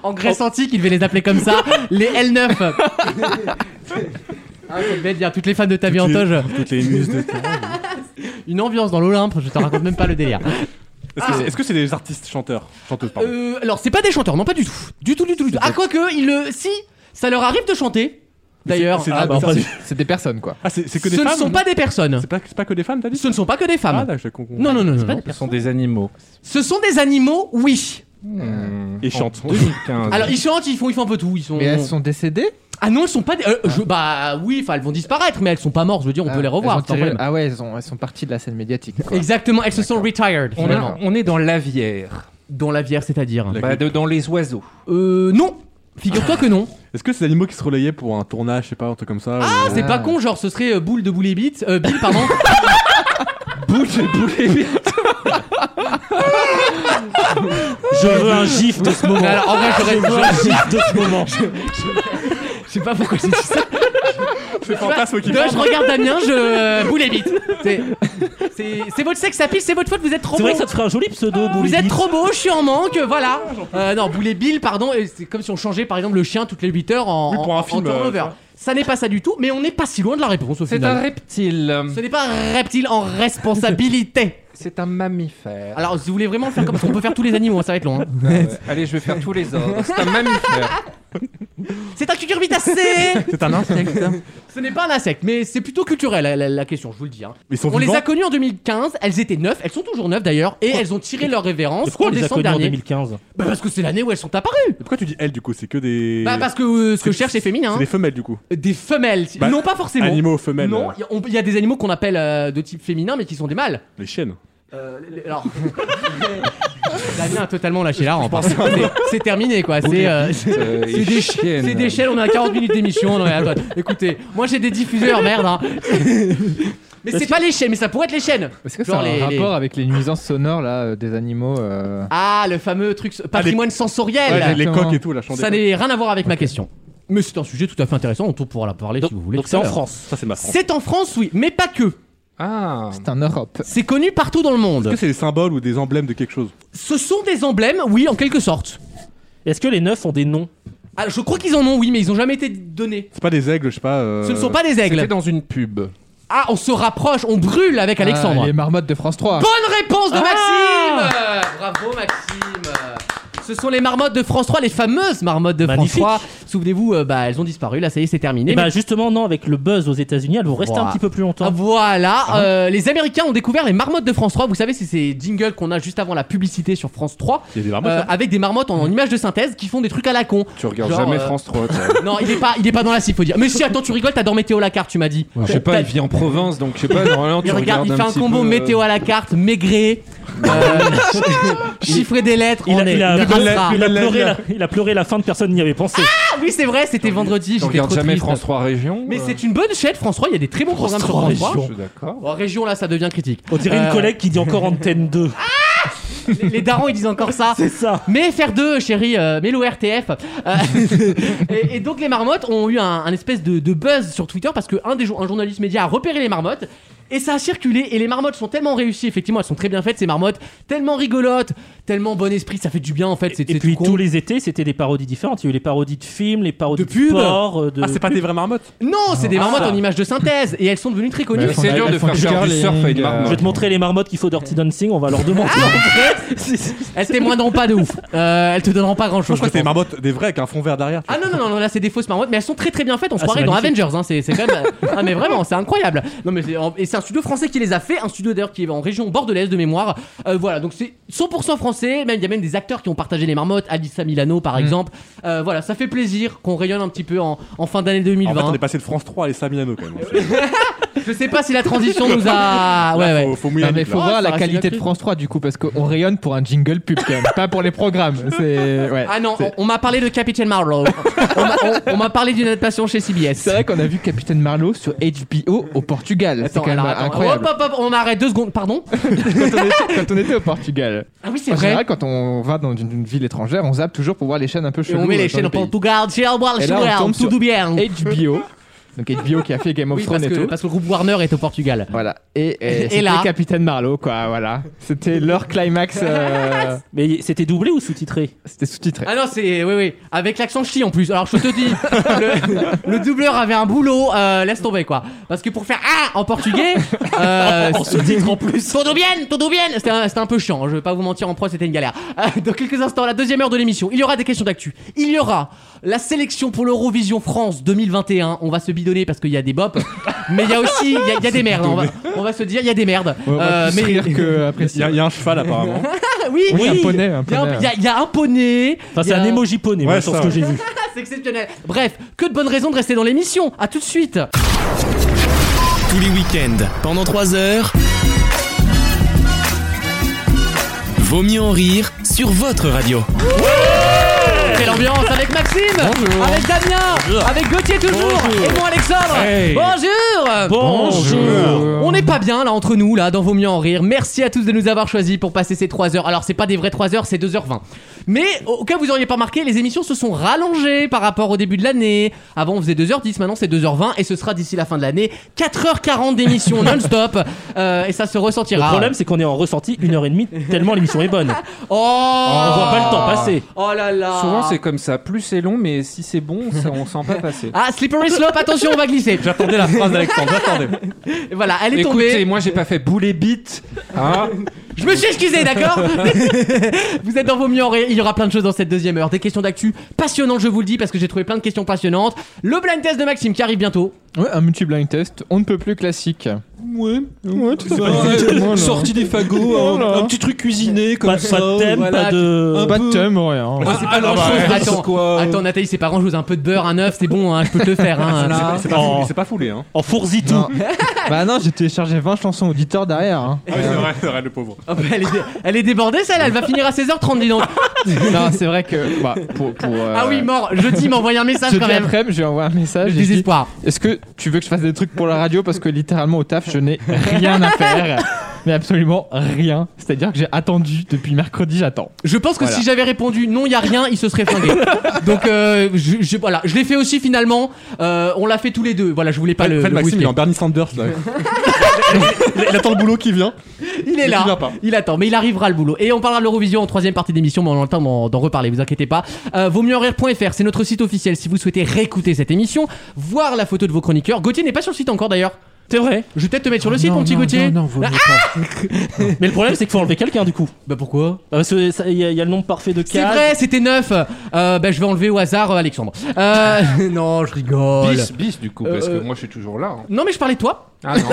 Speaker 2: en Grèce antique, ils devaient les appeler comme ça, les L9. ah, ça devait être bien, toutes les fans de ta vie en toge,
Speaker 5: Toutes les muses de.
Speaker 2: ah.
Speaker 5: Est-ce
Speaker 2: une ambiance dans l'Olympe, je te raconte même pas le délire.
Speaker 5: que c'est- est-ce que c'est des artistes chanteurs Chanteuses, pardon.
Speaker 2: Euh, alors, c'est pas des chanteurs, non, pas du tout. Du tout, du tout, du tout. Ah, quoique, ils le. Si Ça leur arrive de chanter, d'ailleurs.
Speaker 5: c'est-
Speaker 2: Ah,
Speaker 5: bah,
Speaker 2: putain,
Speaker 5: enfin,
Speaker 4: C'est des personnes, quoi.
Speaker 5: Ah, c'est c'est que
Speaker 2: Ce
Speaker 5: des femmes
Speaker 2: ne sont
Speaker 5: non
Speaker 2: pas des personnes.
Speaker 5: C'est pas, c'est pas que des femmes, t'as dit
Speaker 2: Ce ne sont pas que des
Speaker 5: Ah,
Speaker 2: femmes.
Speaker 5: là, je con-
Speaker 2: Non, non, non, non. non.
Speaker 3: Ce sont des animaux.
Speaker 2: Ce sont des animaux, oui.
Speaker 5: Et chantent.
Speaker 3: En 2015.
Speaker 2: Alors ils chantent, ils font, ils font un peu tout. Ils sont...
Speaker 4: Mais elles sont décédées
Speaker 2: Ah non, elles sont pas. des- euh, je- Bah oui, enfin elles vont disparaître, mais elles sont pas mortes. Je veux dire, on
Speaker 4: Ah,
Speaker 2: peut les revoir.
Speaker 4: elles ont
Speaker 2: sans
Speaker 4: tiré-
Speaker 2: problème.
Speaker 4: Ah ouais, elles, ont- elles sont parties de la scène médiatique. quoi.
Speaker 2: Exactement, elles se sont retired.
Speaker 3: on,
Speaker 2: finalement.
Speaker 3: a- on est dans l'aviaire,
Speaker 2: Dans la bière, c'est-à-dire.
Speaker 5: La-
Speaker 3: Bah, de- dans les oiseaux.
Speaker 2: Euh, non. Figure-toi que non.
Speaker 5: Est-ce que c'est des animaux qui se relayaient pour un tournage, je sais pas, un truc comme ça
Speaker 2: Ah, c'est pas con, genre ce serait euh, boule de boulet bite. Euh, Bill, pardon.
Speaker 5: Boule de boulet
Speaker 6: Je veux un gif de ce moment.
Speaker 2: Alors, en vrai, j'aurais.
Speaker 6: Je veux un gif de ce moment.
Speaker 2: Je sais pas pourquoi j'ai dit ça.
Speaker 5: C'est fantasme qui
Speaker 2: Tu vois, je regarde Damien, je. Boulet bite. C'est- C'est c'est votre sexe à pile, c'est votre faute, vous êtes trop
Speaker 6: C'est
Speaker 2: bon.
Speaker 6: vrai que ça te ferait un joli pseudo,
Speaker 2: Vous
Speaker 6: Bouli.
Speaker 2: êtes trop beau, je suis en manque, voilà. Euh, non, Boulet Bill, pardon, et c'est comme si on changeait par exemple le chien toutes les 8 heures en,
Speaker 5: Oui, pour un
Speaker 2: en- en
Speaker 5: film,
Speaker 2: turnover.
Speaker 5: euh, ça.
Speaker 2: ça n'est pas ça du tout, mais on n'est pas si loin de la réponse au
Speaker 3: C'est un
Speaker 2: final.
Speaker 3: reptile. euh,
Speaker 2: Ce n'est pas un reptile en responsabilité.
Speaker 3: C'est un mammifère.
Speaker 2: Alors, si vous voulez vraiment le faire comme ça, on peut faire tous les animaux, hein, ça va être long. hein.
Speaker 3: Ah, Ouais. Allez, je vais faire tous les ordres. C'est un mammifère.
Speaker 2: C'est un cucurbitacé
Speaker 4: C'est un insecte.
Speaker 2: Ce n'est pas un insecte, mais c'est plutôt culturel la, la- la question, je vous le dis. hein.
Speaker 5: Ils sont
Speaker 2: On les
Speaker 5: vivants
Speaker 2: a connues en 2015, elles étaient neuves, elles sont toujours neuves d'ailleurs, et elles ont tiré leur révérence
Speaker 6: Pourquoi
Speaker 2: en
Speaker 6: on les a
Speaker 2: décembre
Speaker 6: connus en
Speaker 2: dernier.
Speaker 6: 2015
Speaker 2: Bah parce que c'est l'année où elles sont apparues.
Speaker 5: Pourquoi tu dis elle du coup C'est que des.
Speaker 2: Bah parce que euh, ce que je cherche c'est féminin.
Speaker 5: C'est
Speaker 2: hein.
Speaker 5: des femelles du coup.
Speaker 2: Des femelles,
Speaker 5: Bah,
Speaker 2: non pas forcément.
Speaker 5: Animaux femelles.
Speaker 2: Non,
Speaker 5: euh,
Speaker 2: il y a- on- il y, a des animaux qu'on appelle euh, de type féminin mais qui sont des mâles.
Speaker 5: Les chiennes.
Speaker 2: Euh, les- alors. Damien a totalement lâché la rampe. hein. C'est- C'est terminé quoi. C'est euh,
Speaker 3: Euh, et
Speaker 2: des-
Speaker 3: chienne.
Speaker 2: c'est des chaînes, on a 40 minutes d'émission. Non, mais attends, écoutez, moi j'ai des diffuseurs, merde. hein. Mais c'est pas les chaînes, mais ça pourrait être les chaînes.
Speaker 4: Est-ce que ça
Speaker 2: Genre
Speaker 4: a un
Speaker 2: les- les-
Speaker 4: rapport avec les nuisances sonores là, euh, des animaux euh,
Speaker 2: Ah, le fameux truc patrimoine sensoriel.
Speaker 5: Ouais, les, les
Speaker 4: Exactement.
Speaker 5: coques et tout, la chandelle.
Speaker 2: Ça n'est rien à voir avec ma question. Mais c'est un sujet tout à fait intéressant, on pourra la parler
Speaker 6: Donc
Speaker 2: si vous voulez.
Speaker 6: donc
Speaker 2: tout
Speaker 6: c'est
Speaker 2: à
Speaker 6: en
Speaker 2: l'heure.
Speaker 6: France.
Speaker 5: Ça, c'est ma France.
Speaker 2: C'est en France, oui, mais pas que.
Speaker 3: Ah.
Speaker 4: C'est en Europe.
Speaker 2: C'est connu partout dans le
Speaker 5: Est-ce
Speaker 2: monde.
Speaker 5: que c'est des symboles ou des emblèmes de quelque chose
Speaker 2: Ce sont des emblèmes, oui, en quelque sorte.
Speaker 6: Est-ce que les neufs ont des noms
Speaker 2: Ah, je crois qu'ils en ont, oui, mais ils ont jamais été donnés.
Speaker 5: C'est pas des aigles, je sais pas. euh,
Speaker 2: Ce ne sont pas des
Speaker 3: C'était
Speaker 2: aigles.
Speaker 3: dans une pub.
Speaker 2: Ah, on se rapproche, on brûle avec Alexandre.
Speaker 4: Ah, les marmottes de France 3.
Speaker 2: Bonne réponse de Maxime
Speaker 5: Ah
Speaker 2: Bravo Maxime ce sont les marmottes de France 3, les fameuses marmottes de
Speaker 6: Magnifique.
Speaker 2: France 3. Souvenez-vous, euh, bah, elles ont disparu, là ça y est, c'est terminé.
Speaker 5: Eh
Speaker 6: Et bah justement, non, avec le buzz aux États-Unis, elles vont rester
Speaker 2: Voilà.
Speaker 6: un petit peu plus
Speaker 2: Ah,
Speaker 6: longtemps.
Speaker 2: voilà, euh, les Américains ont découvert les marmottes de France 3. Vous savez, c'est ces jingles qu'on a juste avant la publicité sur France 3,
Speaker 5: Il y a des marmottes. hein.
Speaker 2: euh,
Speaker 5: là
Speaker 2: avec des marmottes en, en images de synthèse qui font des trucs à la con.
Speaker 3: Tu regardes
Speaker 2: Genre,
Speaker 3: jamais
Speaker 2: euh,
Speaker 3: France 3. toi.
Speaker 2: Non, il est pas, il est pas dans la scie, faut dire. Mais si, attends, tu rigoles, t'as dans Météo la carte, tu m'as dit.
Speaker 3: Je sais pas, il vit en province, donc je sais pas, normalement tu
Speaker 2: Il regarde,
Speaker 3: regardes
Speaker 2: il fait
Speaker 3: un
Speaker 2: un
Speaker 3: petit
Speaker 2: combo
Speaker 3: peu, euh,
Speaker 2: météo à la carte, maigré, euh, chiffré des lettres.
Speaker 6: Il
Speaker 2: on
Speaker 6: a,
Speaker 2: est
Speaker 6: il a-
Speaker 2: grave
Speaker 6: il a-
Speaker 2: rare.
Speaker 6: il a pleuré la, il a pleuré la fin de personne n'y avait pensé.
Speaker 2: Ah oui, c'est vrai, c'était vendredi.
Speaker 3: Tu
Speaker 2: j'étais
Speaker 3: regardes
Speaker 2: trop
Speaker 3: jamais
Speaker 2: triste.
Speaker 3: France 3 Région euh.
Speaker 2: Mais c'est une bonne chaîne, France 3. Il y a des très bons programmes sur France 3.
Speaker 3: Je suis d'accord.
Speaker 2: Bon, région, là, ça devient critique.
Speaker 6: On dirait
Speaker 2: Euh,
Speaker 6: une collègue qui dit encore antenne 2.
Speaker 2: Les, les darons, ils disent encore ça.
Speaker 6: C'est ça.
Speaker 2: Mais FR2, chérie, euh, mais le RTF. Euh, et, et donc, les marmottes ont eu un, un espèce de, de buzz sur Twitter parce qu'un des jour- un journaliste média a repéré les marmottes. Et ça a circulé. Et les marmottes sont tellement réussies, effectivement, elles sont très bien faites, ces marmottes. Tellement rigolotes, tellement bon esprit, ça fait du bien en fait. c'est-
Speaker 6: Et
Speaker 2: c'est
Speaker 6: puis
Speaker 2: tout con.
Speaker 6: tous les étés, c'était des parodies différentes. Il y a eu les parodies de films, les parodies
Speaker 2: De
Speaker 6: de,
Speaker 2: pubs
Speaker 6: porcs, euh, de...
Speaker 5: Ah, c'est pas des vraies marmottes
Speaker 2: Non, c'est des
Speaker 6: Ah. Bah,
Speaker 2: marmottes en images de synthèse. Et elles sont devenues très connues.
Speaker 4: Mais
Speaker 3: C'est dur de
Speaker 4: Elles font
Speaker 3: faire
Speaker 4: du
Speaker 3: faire du
Speaker 4: curling,
Speaker 3: surf à une
Speaker 4: euh,
Speaker 6: Je
Speaker 3: marmotte.
Speaker 2: Ah.
Speaker 6: vais te montrer les marmottes qui font Dirty Dancing, on va leur demander.
Speaker 2: Elles témoigneront pas de ouf. Euh, elles te donneront pas grand
Speaker 5: Je
Speaker 2: chose.
Speaker 5: crois que c'est des marmottes des vraies avec un fond vert derrière. tu
Speaker 2: Ah
Speaker 5: vois.
Speaker 2: non, non, non, non, là c'est des fausses marmottes, mais elles sont très très bien faites. On se
Speaker 6: Ah,
Speaker 2: croirait
Speaker 6: c'est
Speaker 2: dans
Speaker 6: magnifique.
Speaker 2: Avengers, hein, c'est c'est quand même. ah, mais vraiment, c'est incroyable. Non, mais c'est- et c'est un studio français qui les a fait, un studio d'ailleurs qui est en région bordelaise de mémoire. Euh, voilà, donc c'est 100% français, même il y a même des acteurs qui ont partagé les marmottes, Alissa Milano par exemple. Euh, voilà, ça fait plaisir qu'on rayonne un petit peu en, en fin d'année
Speaker 5: En
Speaker 2: 2020.
Speaker 5: fait, on est passé de France 3 à les Samilano quand même.
Speaker 2: Je sais pas si la transition nous a. Ouais, ouais.
Speaker 5: Faut, faut mouiller
Speaker 4: Non
Speaker 5: la
Speaker 4: mais
Speaker 5: nuque,
Speaker 4: faut
Speaker 5: là.
Speaker 2: Ah, ça
Speaker 4: voir la
Speaker 2: reste une
Speaker 4: qualité de
Speaker 2: actrice.
Speaker 4: France 3 du coup parce qu'on rayonne pour un jingle pub quand même, pas pour les programmes. C'est ouais.
Speaker 2: Ah non,
Speaker 4: C'est-
Speaker 2: on, on m'a parlé de Capitaine Marlowe. on m'a- on- on m'a parlé d'une adaptation chez CBS.
Speaker 4: C'est vrai qu'on a vu Capitaine Marlowe sur HBO au Portugal. C'est
Speaker 2: Attends,
Speaker 4: quand même
Speaker 2: alors, attends.
Speaker 4: incroyable.
Speaker 2: Hop, hop, hop, on arrête deux secondes, pardon.
Speaker 4: quand, on était, quand on était au Portugal.
Speaker 2: Ah oui, c'est
Speaker 4: En
Speaker 2: vrai.
Speaker 4: général, quand on va dans une, une ville étrangère, on zappe toujours pour voir les chaînes un peu
Speaker 2: Et
Speaker 4: cheloues.
Speaker 2: on met
Speaker 4: euh,
Speaker 2: les
Speaker 4: dans
Speaker 2: chaînes
Speaker 4: le
Speaker 2: en Portugal, Gérald,
Speaker 4: Et là, on
Speaker 2: Gérald,
Speaker 4: tombe
Speaker 2: tout
Speaker 4: sur-
Speaker 2: de bien.
Speaker 4: pays. HBO. donc HBO qui a fait Game of
Speaker 2: Oui,
Speaker 4: Thrones
Speaker 2: parce,
Speaker 4: et
Speaker 2: que,
Speaker 4: tout.
Speaker 2: parce que le groupe Warner est au Portugal.
Speaker 4: Voilà. Et,
Speaker 2: Et
Speaker 4: et, c'était
Speaker 2: là-
Speaker 4: Capitaine Marlowe, quoi, voilà. C'était leur climax. euh,
Speaker 6: Mais c'était doublé ou sous-titré
Speaker 4: c'était sous-titré.
Speaker 2: Ah non, c'est. Oui, oui. Avec l'accent chi en plus. Alors je te dis, le, le doubleur avait un boulot, euh, laisse tomber quoi. Parce que pour faire Ah en portugais. Euh, on se titre en plus. Tudo bien, tudo bien. C'était un, c'était un peu chiant, hein. je vais pas vous mentir, en pro c'était une galère. Euh, dans quelques instants, la deuxième heure de l'émission, il y aura des questions d'actu. Il y aura la sélection pour l'Eurovision France 2021. On va se bidonner parce qu'il y a des bops. mais il y a aussi. Il y a, il y a des merdes. On va, on va se dire, il y a des merdes.
Speaker 4: On va
Speaker 2: Euh,
Speaker 4: plus
Speaker 2: mais
Speaker 4: rire que après.
Speaker 5: Il y, a- il y a un cheval apparemment.
Speaker 2: oui,
Speaker 4: Oui, un poney, un
Speaker 2: Il y a un-
Speaker 4: poney.
Speaker 2: il y a- il y, a un poney.
Speaker 6: Enfin,
Speaker 2: il y
Speaker 6: c'est
Speaker 2: a
Speaker 6: un emoji poney, moi,
Speaker 5: Ouais,
Speaker 6: sur
Speaker 5: ça,
Speaker 6: ce que
Speaker 5: ouais.
Speaker 6: j'ai vu.
Speaker 2: C'est exceptionnel. Bref, que de bonnes raisons de rester dans l'émission. À tout de suite.
Speaker 1: Tous les week-ends, pendant 3 heures. Vaut mieux en rire sur votre radio.
Speaker 2: Quelle ambiance avec Maxime, avec Damien, avec Gauthier toujours et moi Alexandre.
Speaker 3: Hey.
Speaker 2: Bonjour. On n'est pas bien là entre nous là dans Vaut mieux en rire. Merci à tous de nous avoir choisis pour passer ces 3 heures. Alors c'est pas des vraies 3 heures, c'est 2h20. Mais au cas où vous auriez pas remarqué, les émissions se sont rallongées par rapport au début de l'année. Avant on faisait 2h10, maintenant c'est 2h20 et ce sera d'ici la fin de l'année 4h40 d'émissions non-stop Euh, et ça se
Speaker 6: Le
Speaker 2: ressentira.
Speaker 6: problème, c'est qu'on est en ressenti une heure et demie, tellement l'émission est bonne.
Speaker 2: Oh
Speaker 6: On voit pas le temps passer.
Speaker 2: Oh là là
Speaker 3: Souvent c'est comme ça, plus c'est long, mais si c'est bon, ça, on sent pas passer.
Speaker 2: Ah, slippery slope, attention, on va glisser
Speaker 5: J'attendais la phrase d'Alexandre, j'attendais.
Speaker 2: Voilà, elle est
Speaker 3: Écoutez,
Speaker 2: tombée
Speaker 3: moi j'ai pas fait boulet bite. Hein
Speaker 2: Je me suis excusé, d'accord Vous êtes dans vos mieux en rire, il y aura plein de choses dans cette deuxième heure. Des questions d'actu passionnantes, je vous le dis, parce que j'ai trouvé plein de questions passionnantes. Le blind test de Maxime qui arrive bientôt.
Speaker 4: Ouais, un multi-blind test, on ne peut plus classique.
Speaker 10: Ouais, ouais, tout à
Speaker 4: Ouais,
Speaker 10: fait.
Speaker 4: voilà.
Speaker 10: Sortie des fagots,
Speaker 4: Voilà.
Speaker 10: un, un petit truc cuisiné comme
Speaker 6: Pas,
Speaker 10: ça.
Speaker 6: pas de thème,
Speaker 10: voilà.
Speaker 6: pas de.
Speaker 4: Pas de thème, rien.
Speaker 10: Ah, ah, non,
Speaker 2: bah,
Speaker 10: chose
Speaker 2: ouais.
Speaker 10: de-
Speaker 2: Attends,
Speaker 10: quoi, euh,
Speaker 2: Attends, Nathalie, c'est pas grand chose, un peu de beurre, un œuf, c'est bon, hein, je peux te le faire. Hein.
Speaker 5: C'est pas,
Speaker 6: Oh.
Speaker 5: foulé, c'est pas foulé, hein.
Speaker 2: Ah,
Speaker 6: En fourzi tout.
Speaker 4: Non. bah non, j'ai téléchargé 20 chansons auditeurs derrière. hein.
Speaker 5: Ah oui,
Speaker 2: euh,
Speaker 5: c'est vrai, c'est vrai, le pauvre.
Speaker 2: Oh, bah, elle, est dé- elle est débordée, celle-là, elle va finir à 16h30, dis donc.
Speaker 4: non, c'est vrai que. Bah, pour, pour, euh,
Speaker 2: Ah oui, mort, jeudi, m'envoyer un message
Speaker 4: Jeudi
Speaker 2: quand même.
Speaker 4: après-midi, je lui envoie un message.
Speaker 2: Le
Speaker 4: et je dis,
Speaker 2: désespoir.
Speaker 4: Est-ce que tu veux que je fasse des trucs pour la radio Parce que littéralement au taf, je n'ai rien à faire. Mais absolument rien. C'est-à-dire que j'ai attendu depuis mercredi, j'attends.
Speaker 2: Je pense que
Speaker 4: Voilà.
Speaker 2: si j'avais répondu non, il y a rien, il se serait flingué. Donc euh, je, je- voilà, je l'ai fait aussi finalement. Euh, on l'a fait tous les deux. Voilà, je voulais pas le,
Speaker 5: Fred
Speaker 2: le
Speaker 5: Maxime, il est en
Speaker 2: brusquer.
Speaker 5: Bernie Sanders là. il, il attend le boulot qui vient.
Speaker 2: Il est
Speaker 5: il vient
Speaker 2: là,
Speaker 5: pas.
Speaker 2: il attend, mais il arrivera le boulot. Et on parlera de l'Eurovision en troisième partie d'émission, mais on a le temps d'en d'en reparler. Vous inquiétez pas. Euh, vaut mieux en rire.fr, c'est notre site officiel. Si vous souhaitez réécouter cette émission, voir la photo de vos chroniqueurs. Gauthier n'est pas sur le site encore d'ailleurs. C'est vrai. Je vais peut-être te mettre sur le site, mon petit Gauthier.
Speaker 6: Mais le problème, c'est qu'il faut enlever quelqu'un du coup.
Speaker 2: Bah pourquoi
Speaker 6: Ah, Parce qu'il y, a- il y a le nombre parfait de
Speaker 2: C'est
Speaker 6: cas.
Speaker 2: vrai, c'était neuf. Euh, bah je vais enlever au hasard euh, Alexandre. Euh, non, je rigole.
Speaker 3: Bis, bis du coup,
Speaker 2: Euh,
Speaker 3: parce
Speaker 2: euh,
Speaker 3: que moi je suis toujours là. hein.
Speaker 2: Non mais je parlais de toi.
Speaker 3: Ah non.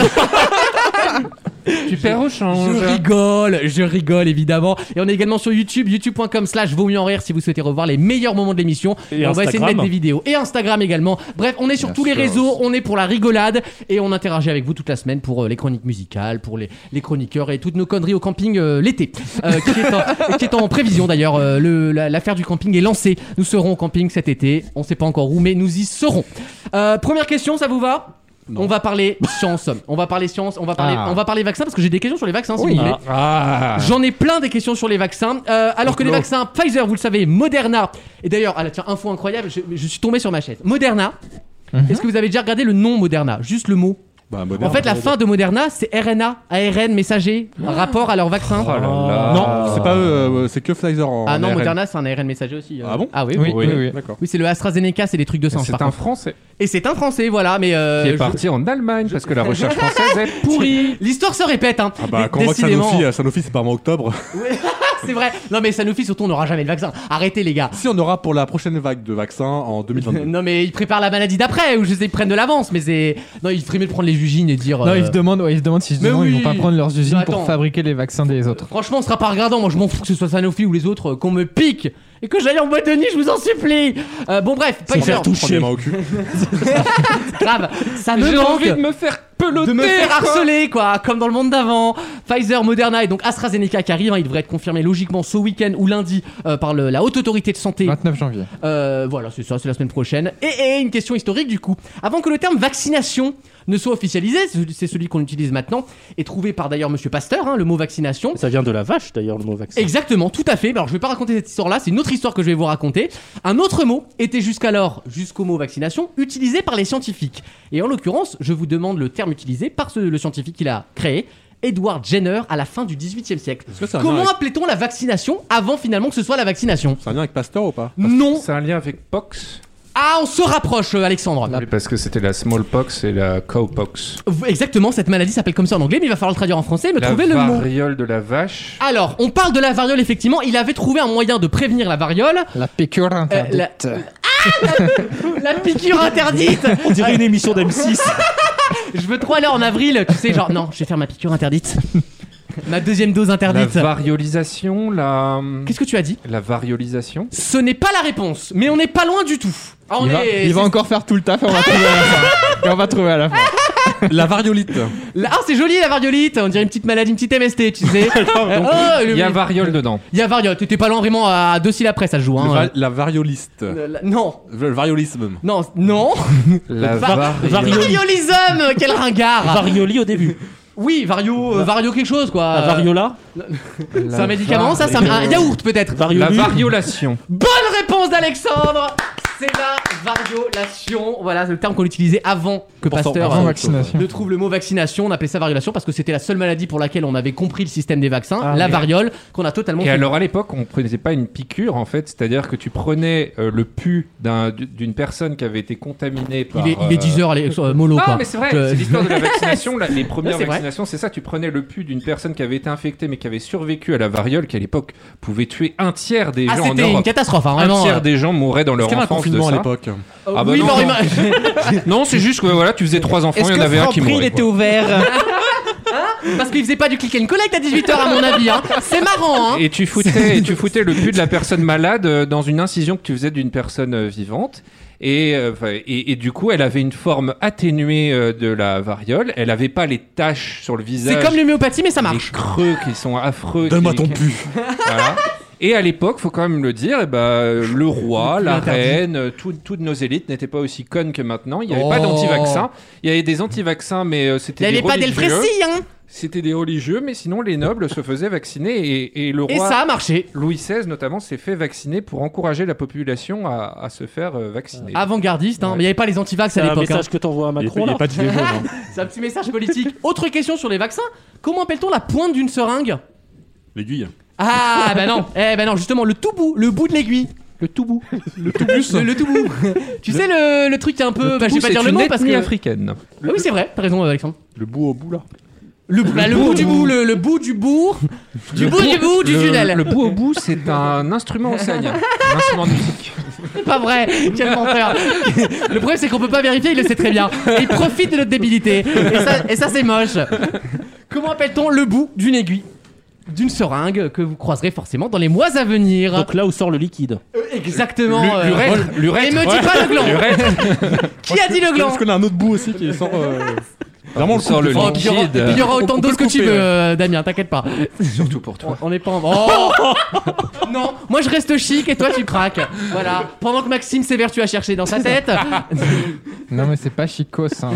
Speaker 3: tu perds au change.
Speaker 2: Je rigole, je rigole évidemment. Et on est également sur YouTube, youtube.com slash vaut mieux en rire si vous souhaitez revoir les meilleurs moments de l'émission.
Speaker 6: Et
Speaker 2: on va essayer de
Speaker 6: Instagram.
Speaker 2: mettre des vidéos. Et Instagram également. Bref, on est sur
Speaker 3: Bien
Speaker 2: tous les
Speaker 3: sûr.
Speaker 2: réseaux, on est pour la rigolade et on interagit avec vous toute la semaine pour euh, les chroniques musicales, pour les, les chroniqueurs et toutes nos conneries au camping euh, l'été. Euh, qui, est en, qui est en prévision d'ailleurs. Euh, le- la- L'affaire du camping est lancée. Nous serons au camping cet été. On sait pas encore où, mais nous y serons. Euh, première question, ça vous va On va parler science. On va parler science. On va parler.
Speaker 4: Ah.
Speaker 2: On va parler vaccin parce que j'ai des questions sur les vaccins. si vous voulez.
Speaker 6: Ah.
Speaker 3: Ah.
Speaker 2: J'en ai plein des questions sur les vaccins. Euh, alors que les vaccins Pfizer, vous le savez, Moderna. Et d'ailleurs, ah là, tiens, info incroyable, je, je suis tombé sur ma chaise. Moderna. Est-ce que vous avez déjà regardé le nom Moderna Juste le mot.
Speaker 5: Bah,
Speaker 2: En fait, la fin de Moderna, c'est RNA, ARN messager, rapport à leur vaccin.
Speaker 3: Oh là là.
Speaker 5: Non, c'est pas eux, euh, c'est que Pfizer en.
Speaker 2: ah non,
Speaker 5: ARN.
Speaker 2: Moderna, c'est un ARN messager aussi. euh.
Speaker 5: Ah bon
Speaker 2: Ah oui, oui.
Speaker 4: Oui, oui, oui.
Speaker 5: D'accord.
Speaker 2: Oui, c'est le AstraZeneca, c'est les trucs de singe
Speaker 3: C'est
Speaker 2: par
Speaker 3: un
Speaker 2: contre.
Speaker 3: Français
Speaker 2: Et c'est un français, voilà, mais. euh,
Speaker 3: qui est
Speaker 2: je-
Speaker 3: parti en Allemagne parce que la recherche française est pourrie.
Speaker 2: L'histoire se répète, hein.
Speaker 5: Ah bah,
Speaker 2: Dé-
Speaker 5: quand on voit que
Speaker 2: décidément.
Speaker 5: Sanofi, euh, Sanofi c'est pas avant octobre.
Speaker 2: c'est vrai. Non, mais Sanofi, surtout, on n'aura jamais le vaccin. Arrêtez, les gars.
Speaker 5: si on aura pour la prochaine vague de vaccins en 2022.
Speaker 2: Non mais ils préparent la maladie d'après ou je sais ils prennent de l'avance mais c'est non ils feraient mieux de prendre les usines et dire
Speaker 4: Non,
Speaker 2: euh,
Speaker 4: ils se demandent, ouais, ils se demandent si
Speaker 2: Mais
Speaker 4: justement ils
Speaker 2: oui.
Speaker 4: vont pas prendre leurs usines
Speaker 2: Mais attends.
Speaker 4: pour fabriquer les vaccins des autres.
Speaker 2: franchement on sera pas regardant moi je m'en fous que ce soit Sanofi ou les autres euh, qu'on me pique et que j'aille en boîte de nuit je vous en supplie Euh, bon bref pas
Speaker 5: Prends des mains au cul.
Speaker 2: grave ça me
Speaker 3: J'ai
Speaker 2: manque
Speaker 3: envie de me faire peloter.
Speaker 2: de me faire Ah,
Speaker 3: quoi.
Speaker 2: harceler, quoi, comme dans le monde d'avant. Pfizer, Moderna et donc AstraZeneca qui arrivent, hein, il devrait être confirmé logiquement ce week-end ou lundi euh, par le- la haute autorité de santé.
Speaker 4: 29 janvier.
Speaker 2: Euh, voilà, c'est ça, c'est la semaine prochaine. Et, et une question historique du coup. Avant que le terme vaccination ne soit officialisé, c'est- c'est celui qu'on utilise maintenant, et trouvé par d'ailleurs Monsieur Pasteur, hein, le mot vaccination.
Speaker 6: Ça vient de la vache d'ailleurs, le mot vaccin.
Speaker 2: Exactement, tout à fait. Alors je vais pas raconter cette histoire-là, c'est une autre histoire que je vais vous raconter. Un autre mot était jusqu'alors, jusqu'au mot vaccination, utilisé par les scientifiques. Et en l'occurrence, je vous demande le terme utilisé par ce- le scientifique qui l'a créé, Edward Jenner, à la fin du XVIIIe siècle.
Speaker 5: que ça a un lien
Speaker 2: Comment
Speaker 5: avec-
Speaker 2: appelait-on la vaccination avant finalement que ce soit la vaccination
Speaker 5: C'est un lien avec Pasteur ou pas
Speaker 2: Non.
Speaker 3: C'est un lien avec Pox
Speaker 2: Ah, on se rapproche, euh, Alexandre.
Speaker 3: Oui, Parce que c'était la smallpox et la cowpox.
Speaker 2: Vous- Exactement, cette maladie s'appelle comme ça en anglais, mais il va falloir le traduire en français, mais
Speaker 3: la
Speaker 2: trouver le mot.
Speaker 3: variole de la vache.
Speaker 2: Alors, on parle de la variole, effectivement. Il avait trouvé un moyen de prévenir la variole.
Speaker 4: La piqûre
Speaker 2: Euh,
Speaker 4: interdite.
Speaker 2: la... Ah, la... la piqûre interdite
Speaker 6: On dirait une émission d'M6.
Speaker 2: Je veux trop aller en avril, tu sais, genre, non, je vais faire ma piqûre interdite. ma deuxième dose
Speaker 3: La
Speaker 2: interdite.
Speaker 3: variolisation, la...
Speaker 2: Qu'est-ce que tu as dit
Speaker 3: La variolisation
Speaker 2: Ce n'est pas la réponse, mais on n'est pas loin du tout. Ah, on
Speaker 4: Il, va,
Speaker 2: est-
Speaker 4: il va encore faire tout le taf et on va trouver à la fin. Et on va trouver à la fin.
Speaker 5: La variolite.
Speaker 2: La- Ah, c'est joli la variolite, on dirait une petite maladie, une petite MST, tu sais. Oh, le-
Speaker 3: Il y a variole dedans.
Speaker 2: Il y a variole, t'étais pas loin vraiment à deux syllabes après, ça se joue.
Speaker 5: Le
Speaker 2: Hein.
Speaker 5: va- la varioliste.
Speaker 2: Euh, la- Non,
Speaker 5: Le variolisme.
Speaker 2: non, non.
Speaker 3: La
Speaker 6: Var-
Speaker 3: variole.
Speaker 6: variole. Varioli.
Speaker 2: Variolisme Quel ringard
Speaker 6: Varioli au début.
Speaker 2: Oui, vario, euh, vario quelque chose quoi.
Speaker 6: La variola.
Speaker 2: C'est un médicament, ça, c'est un, un yaourt peut-être.
Speaker 3: La
Speaker 6: Varioli.
Speaker 3: variolation.
Speaker 2: Bonne réponse d'Alexandre. C'est la variolation. Voilà, c'est le terme qu'on utilisait avant que
Speaker 6: Pourtant,
Speaker 2: Pasteur
Speaker 4: Sans
Speaker 2: euh,
Speaker 4: vaccination.
Speaker 2: ne trouve le mot vaccination. On appelait ça variolation parce que c'était la seule maladie pour laquelle on avait compris le système des vaccins,
Speaker 6: Ah,
Speaker 2: la
Speaker 6: mais-
Speaker 2: variole, qu'on a totalement.
Speaker 3: Et
Speaker 2: fait.
Speaker 3: alors à l'époque, on prenait pas une piqûre en fait, c'est-à-dire que tu prenais euh, le pu d'un- d'une personne qui avait été contaminée par.
Speaker 2: il est, il est
Speaker 3: euh,
Speaker 2: 10 heures, allez, euh, mollo
Speaker 3: Ah
Speaker 2: quoi.
Speaker 3: mais c'est vrai,
Speaker 2: Je-
Speaker 3: c'est l'histoire de la vaccination, la- les premières
Speaker 2: Ouais, c'est vrai.
Speaker 3: vaccinations, c'est ça, tu prenais le pu d'une personne qui avait été infectée mais qui avait survécu à la variole qui à l'époque pouvait tuer un tiers des
Speaker 2: Ah,
Speaker 3: gens en
Speaker 2: c'était une
Speaker 3: Europe.
Speaker 2: catastrophe, hein,
Speaker 3: Un
Speaker 2: vraiment.
Speaker 3: tiers des gens mouraient dans
Speaker 5: Est-ce
Speaker 3: leur
Speaker 5: qu'il y avait un
Speaker 3: enfance de
Speaker 5: confinement à
Speaker 3: ça.
Speaker 5: l'époque
Speaker 2: Euh,
Speaker 3: Ah bah
Speaker 2: oui,
Speaker 3: non,
Speaker 2: mais on
Speaker 3: non.
Speaker 2: ima-
Speaker 3: Non, c'est juste que voilà, tu faisais trois enfants, il y en avait un qui mourait. quoi.
Speaker 2: ouvert Hein Parce qu'il faisait pas du click and collect à 18h à mon avis. hein. C'est marrant. Hein.
Speaker 3: Et tu foutais, et tu foutais le cul de la personne malade euh, dans une incision que tu faisais d'une personne euh, vivante. Et, euh, 'fin, et, et du coup, elle avait une forme atténuée euh, de la variole. Elle avait pas les taches sur le visage.
Speaker 2: C'est comme l'homéopathie mais ça
Speaker 3: les
Speaker 2: marche.
Speaker 3: creux qui sont affreux.
Speaker 5: Donne-moi
Speaker 3: qui-
Speaker 5: ton
Speaker 3: qui-
Speaker 5: pu.
Speaker 3: voilà. Et à l'époque, faut quand même le dire, eh ben, euh, le roi, la reine, euh, tout- toutes nos élites n'étaient pas aussi connes que maintenant. Il n'y avait pas
Speaker 2: Oh.
Speaker 3: d'anti-vaccins. Il y avait des anti-vaccins, mais euh,
Speaker 2: Il
Speaker 3: c'était
Speaker 2: n'y
Speaker 3: des
Speaker 2: avait pas
Speaker 3: religieux.
Speaker 2: d'Elfrécy hein
Speaker 3: C'était des religieux, mais sinon les nobles se faisaient vacciner et, et le roi.
Speaker 2: Et ça a marché.
Speaker 3: Louis XVI notamment s'est fait vacciner pour encourager la population à, à se faire euh, vacciner.
Speaker 2: Avant-gardiste, hein.
Speaker 3: Ouais.
Speaker 2: mais il n'y avait pas les antivax
Speaker 6: C'est
Speaker 2: à
Speaker 6: un
Speaker 2: l'époque. hein.
Speaker 6: message que t'envoies à Macron là.
Speaker 5: pas de jaune.
Speaker 2: C'est un petit message politique. Autre question sur les vaccins. Comment appelle-t-on la pointe d'une seringue
Speaker 5: L'aiguille.
Speaker 2: Ah bah non. Eh bah non, justement le tout bout, le bout de l'aiguille. Le tout bout. Le tout Le, le tout bout. tu sais le, le truc qui est un peu. bah je vais pas
Speaker 3: C'est
Speaker 2: dire le
Speaker 3: une
Speaker 2: mot parce
Speaker 3: ethnie
Speaker 2: que.
Speaker 3: africaine.
Speaker 2: Ah oui c'est vrai. T'as raison Alexandre.
Speaker 5: Le bout au bout là.
Speaker 2: Le, bah, le bout, du bout, le, le bout du bout, du bout du bout du
Speaker 3: le,
Speaker 2: tunnel.
Speaker 3: Le bout au bout, c'est un instrument océanien, un instrument de musique.
Speaker 2: C'est pas vrai, quel menteur. Le problème c'est qu'on peut pas vérifier, il le sait très bien. Et il profite de notre débilité. Et ça, et ça, c'est moche. Comment appelle-t-on le bout d'une aiguille d'une seringue que vous croiserez forcément dans les mois à venir.
Speaker 6: Donc là où sort le liquide.
Speaker 2: Euh, exactement.
Speaker 3: Lu-
Speaker 2: euh,
Speaker 3: L'urètre,
Speaker 2: et
Speaker 3: l'urètre,
Speaker 2: me dis pas le gland.
Speaker 3: l'urètre.
Speaker 2: Qui a dit le gland
Speaker 5: Parce qu'on a un autre bout aussi qui sort. euh, Vraiment
Speaker 3: On
Speaker 5: le
Speaker 3: sort le
Speaker 2: Oh, puis il y aura-
Speaker 3: liquide.
Speaker 2: puis il y aura autant de doses que tu
Speaker 5: couper,
Speaker 2: veux,
Speaker 5: ouais.
Speaker 2: euh, Damien, t'inquiète pas.
Speaker 3: Surtout pour toi.
Speaker 2: On n'est pas en. Oh Non, moi je reste chic et toi tu craques. Voilà. Pendant que Maxime Sévère, tu as cherché dans sa tête.
Speaker 4: Non, mais c'est pas chicos. Hein.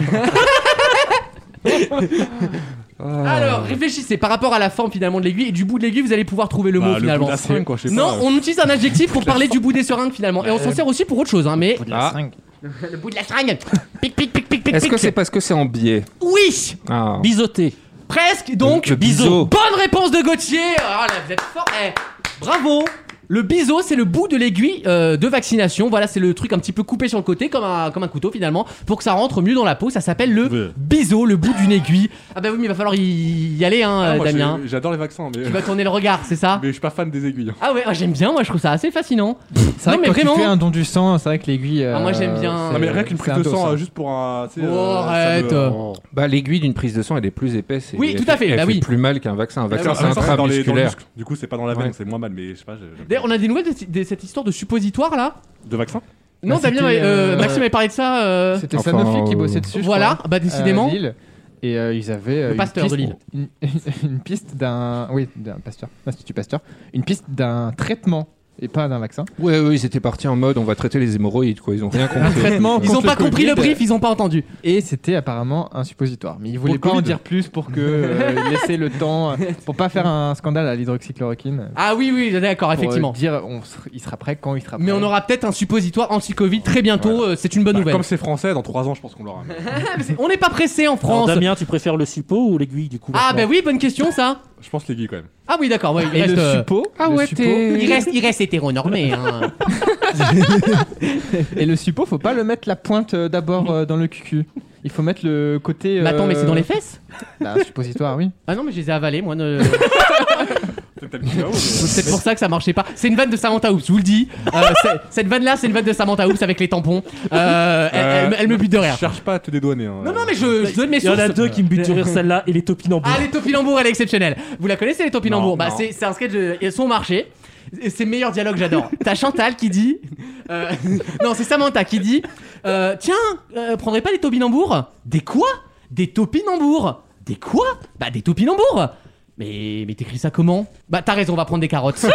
Speaker 2: Alors, réfléchissez par rapport à la forme finalement de l'aiguille et du bout de l'aiguille, vous allez pouvoir trouver le
Speaker 5: Bah,
Speaker 2: mot
Speaker 5: le
Speaker 2: finalement.
Speaker 5: bout de la seringue, quoi, je sais
Speaker 2: non, oh,
Speaker 5: pas. euh,
Speaker 2: on utilise un adjectif pour parler du bout des seringues finalement, et on s'en sert aussi pour autre chose, hein, mais
Speaker 3: Ah,
Speaker 2: le bout de la seringue. Pic pic pic pic pic.
Speaker 3: Est-ce
Speaker 2: pic.
Speaker 3: que c'est parce que c'est en biais
Speaker 2: Oui,
Speaker 3: Ah.
Speaker 6: Biseauté.
Speaker 2: presque. Donc,
Speaker 3: Le biseau.
Speaker 2: Bonne réponse de Gauthier. Ah là, vous êtes fort. eh. Bravo. Le biseau, c'est le bout de l'aiguille euh, de vaccination. Voilà, c'est le truc un petit peu coupé sur le côté, comme un, comme un couteau finalement, pour que ça rentre mieux dans la peau. Ça s'appelle le
Speaker 5: Ouais.
Speaker 2: biseau, le bout d'une aiguille. Ah bah oui, mais il va falloir y, y aller, hein,
Speaker 5: Ah, moi,
Speaker 2: Damien.
Speaker 5: j'ai- J'adore les vaccins, mais
Speaker 2: Tu vas tourner le regard, c'est ça
Speaker 5: mais je suis pas fan des aiguilles. hein.
Speaker 2: Ah ouais, ouais, j'aime bien, moi je trouve ça assez fascinant.
Speaker 4: C'est vrai
Speaker 2: Non,
Speaker 4: que
Speaker 2: mais
Speaker 4: quand
Speaker 2: vraiment.
Speaker 4: tu fais un don du sang, c'est vrai que l'aiguille. euh,
Speaker 2: Ah, moi, j'aime bien.
Speaker 4: c'est-
Speaker 5: Non, mais rien qu'une
Speaker 4: c'est
Speaker 5: prise
Speaker 4: un
Speaker 5: de
Speaker 4: dos,
Speaker 5: sang
Speaker 4: hein.
Speaker 5: euh, juste pour un. tu sais,
Speaker 2: Oh,
Speaker 5: euh, ça
Speaker 2: arrête.
Speaker 5: me-
Speaker 3: Bah, l'aiguille d'une prise de sang, elle est plus épaisse. et
Speaker 2: Oui,
Speaker 3: elle
Speaker 2: tout à
Speaker 3: fait-
Speaker 2: fait,
Speaker 3: Elle
Speaker 2: bah
Speaker 3: fait
Speaker 2: oui. bah
Speaker 3: plus mal qu'un vaccin. Un
Speaker 5: Ouais,
Speaker 3: vaccin,
Speaker 5: ouais,
Speaker 3: Bah, c'est
Speaker 5: ouais, c'est dans les- dans les
Speaker 3: intramusculaire.
Speaker 5: muscles. Du coup, c'est pas dans la veine,
Speaker 3: Ouais.
Speaker 5: c'est moins mal, mais je sais pas.
Speaker 2: D'ailleurs,
Speaker 5: j'ai-
Speaker 2: on a des nouvelles de, de cette histoire de suppositoire là
Speaker 5: De vaccins
Speaker 2: Non,
Speaker 4: Bah,
Speaker 2: Damien,
Speaker 4: c'était,
Speaker 2: euh,
Speaker 4: euh,
Speaker 2: Maxime avait parlé de ça. euh,
Speaker 4: C'était
Speaker 3: Enfin,
Speaker 4: Sanofi qui
Speaker 3: euh,
Speaker 4: bossait dessus. je
Speaker 2: voilà,
Speaker 4: crois,
Speaker 2: bah
Speaker 4: à
Speaker 2: décidément.
Speaker 4: Euh, Lille. et euh, ils avaient euh,
Speaker 2: Le pasteur de
Speaker 4: piste,
Speaker 2: Lille.
Speaker 4: une, une piste d'un oui d'un pasteur institut pasteur une piste d'un traitement et pas d'un vaccin
Speaker 3: Ouais, ouais, ils étaient partis en mode on va traiter les hémorroïdes, quoi. Ils ont rien compris.
Speaker 4: traitement
Speaker 2: Ils ont pas compris le brief, ils ont pas entendu.
Speaker 4: et c'était apparemment un suppositoire mais ils voulaient
Speaker 3: le
Speaker 4: pas en
Speaker 3: Covid.
Speaker 4: dire plus pour que euh, laisser le temps euh, pour pas faire un scandale à l'hydroxychloroquine
Speaker 2: Ah oui, oui, d'accord,
Speaker 4: Pour, euh,
Speaker 2: effectivement.
Speaker 4: dire on se- il sera prêt quand il sera prêt
Speaker 2: Mais on aura peut-être un suppositoire anti-Covid très bientôt, euh, c'est une bonne
Speaker 5: Bah,
Speaker 2: nouvelle.
Speaker 5: Comme c'est français, dans 3 ans, je pense qu'on l'aura.
Speaker 2: On n'est pas pressé en
Speaker 6: Alors,
Speaker 2: France.
Speaker 6: Damien, tu préfères le suppôt ou l'aiguille du coup
Speaker 2: Ah
Speaker 6: maintenant
Speaker 2: bah oui, bonne question ça.
Speaker 5: Je pense les guilles quand même.
Speaker 2: Ah oui, d'accord, ouais, il,
Speaker 4: et
Speaker 2: reste,
Speaker 4: le
Speaker 2: euh,
Speaker 4: suppo
Speaker 3: Ah
Speaker 4: le
Speaker 3: ouais,
Speaker 4: suppo-
Speaker 3: t'es-
Speaker 2: il reste il reste hétéronormé hein.
Speaker 4: et le suppo faut pas le mettre la pointe euh, d'abord euh, dans le cucu il faut mettre le côté
Speaker 2: Mais attends, mais c'est dans les
Speaker 4: faits
Speaker 2: fesses
Speaker 4: un suppositoire oui
Speaker 2: Ah non, mais je les ai avalés moi. ne-
Speaker 5: Peut-être t'as le petit là-haut, mais-
Speaker 2: C'est peut-être pour ça que ça marchait pas. C'est une vanne de Samantha Oops, je vous le dis. Euh, c'est- cette vanne là, c'est une vanne de Samantha Oops avec les tampons. Euh, elle, elle me- elle me bute de rire.
Speaker 5: Cherche pas à te dédouaner. hein.
Speaker 2: Non non, mais je, je donne mes
Speaker 6: Il y en a
Speaker 2: sources.
Speaker 6: deux qui me butent sur rire, celle-là et les topinambours.
Speaker 2: Ah, les topinambours, elle est exceptionnelle. Vous la connaissez, les topinambours
Speaker 3: Non,
Speaker 2: Bah,
Speaker 3: non.
Speaker 2: c'est c'est un sketch de et son marché. Et C'est le meilleur dialogue, j'adore. T'as Chantal qui dit. euh, non, c'est Samantha qui dit euh, Tiens, euh, prendrez pas des topinambours Des quoi Des topinambours Des quoi Bah, des topinambours mais, mais t'écris ça comment Bah t'as raison, on va prendre des carottes. ça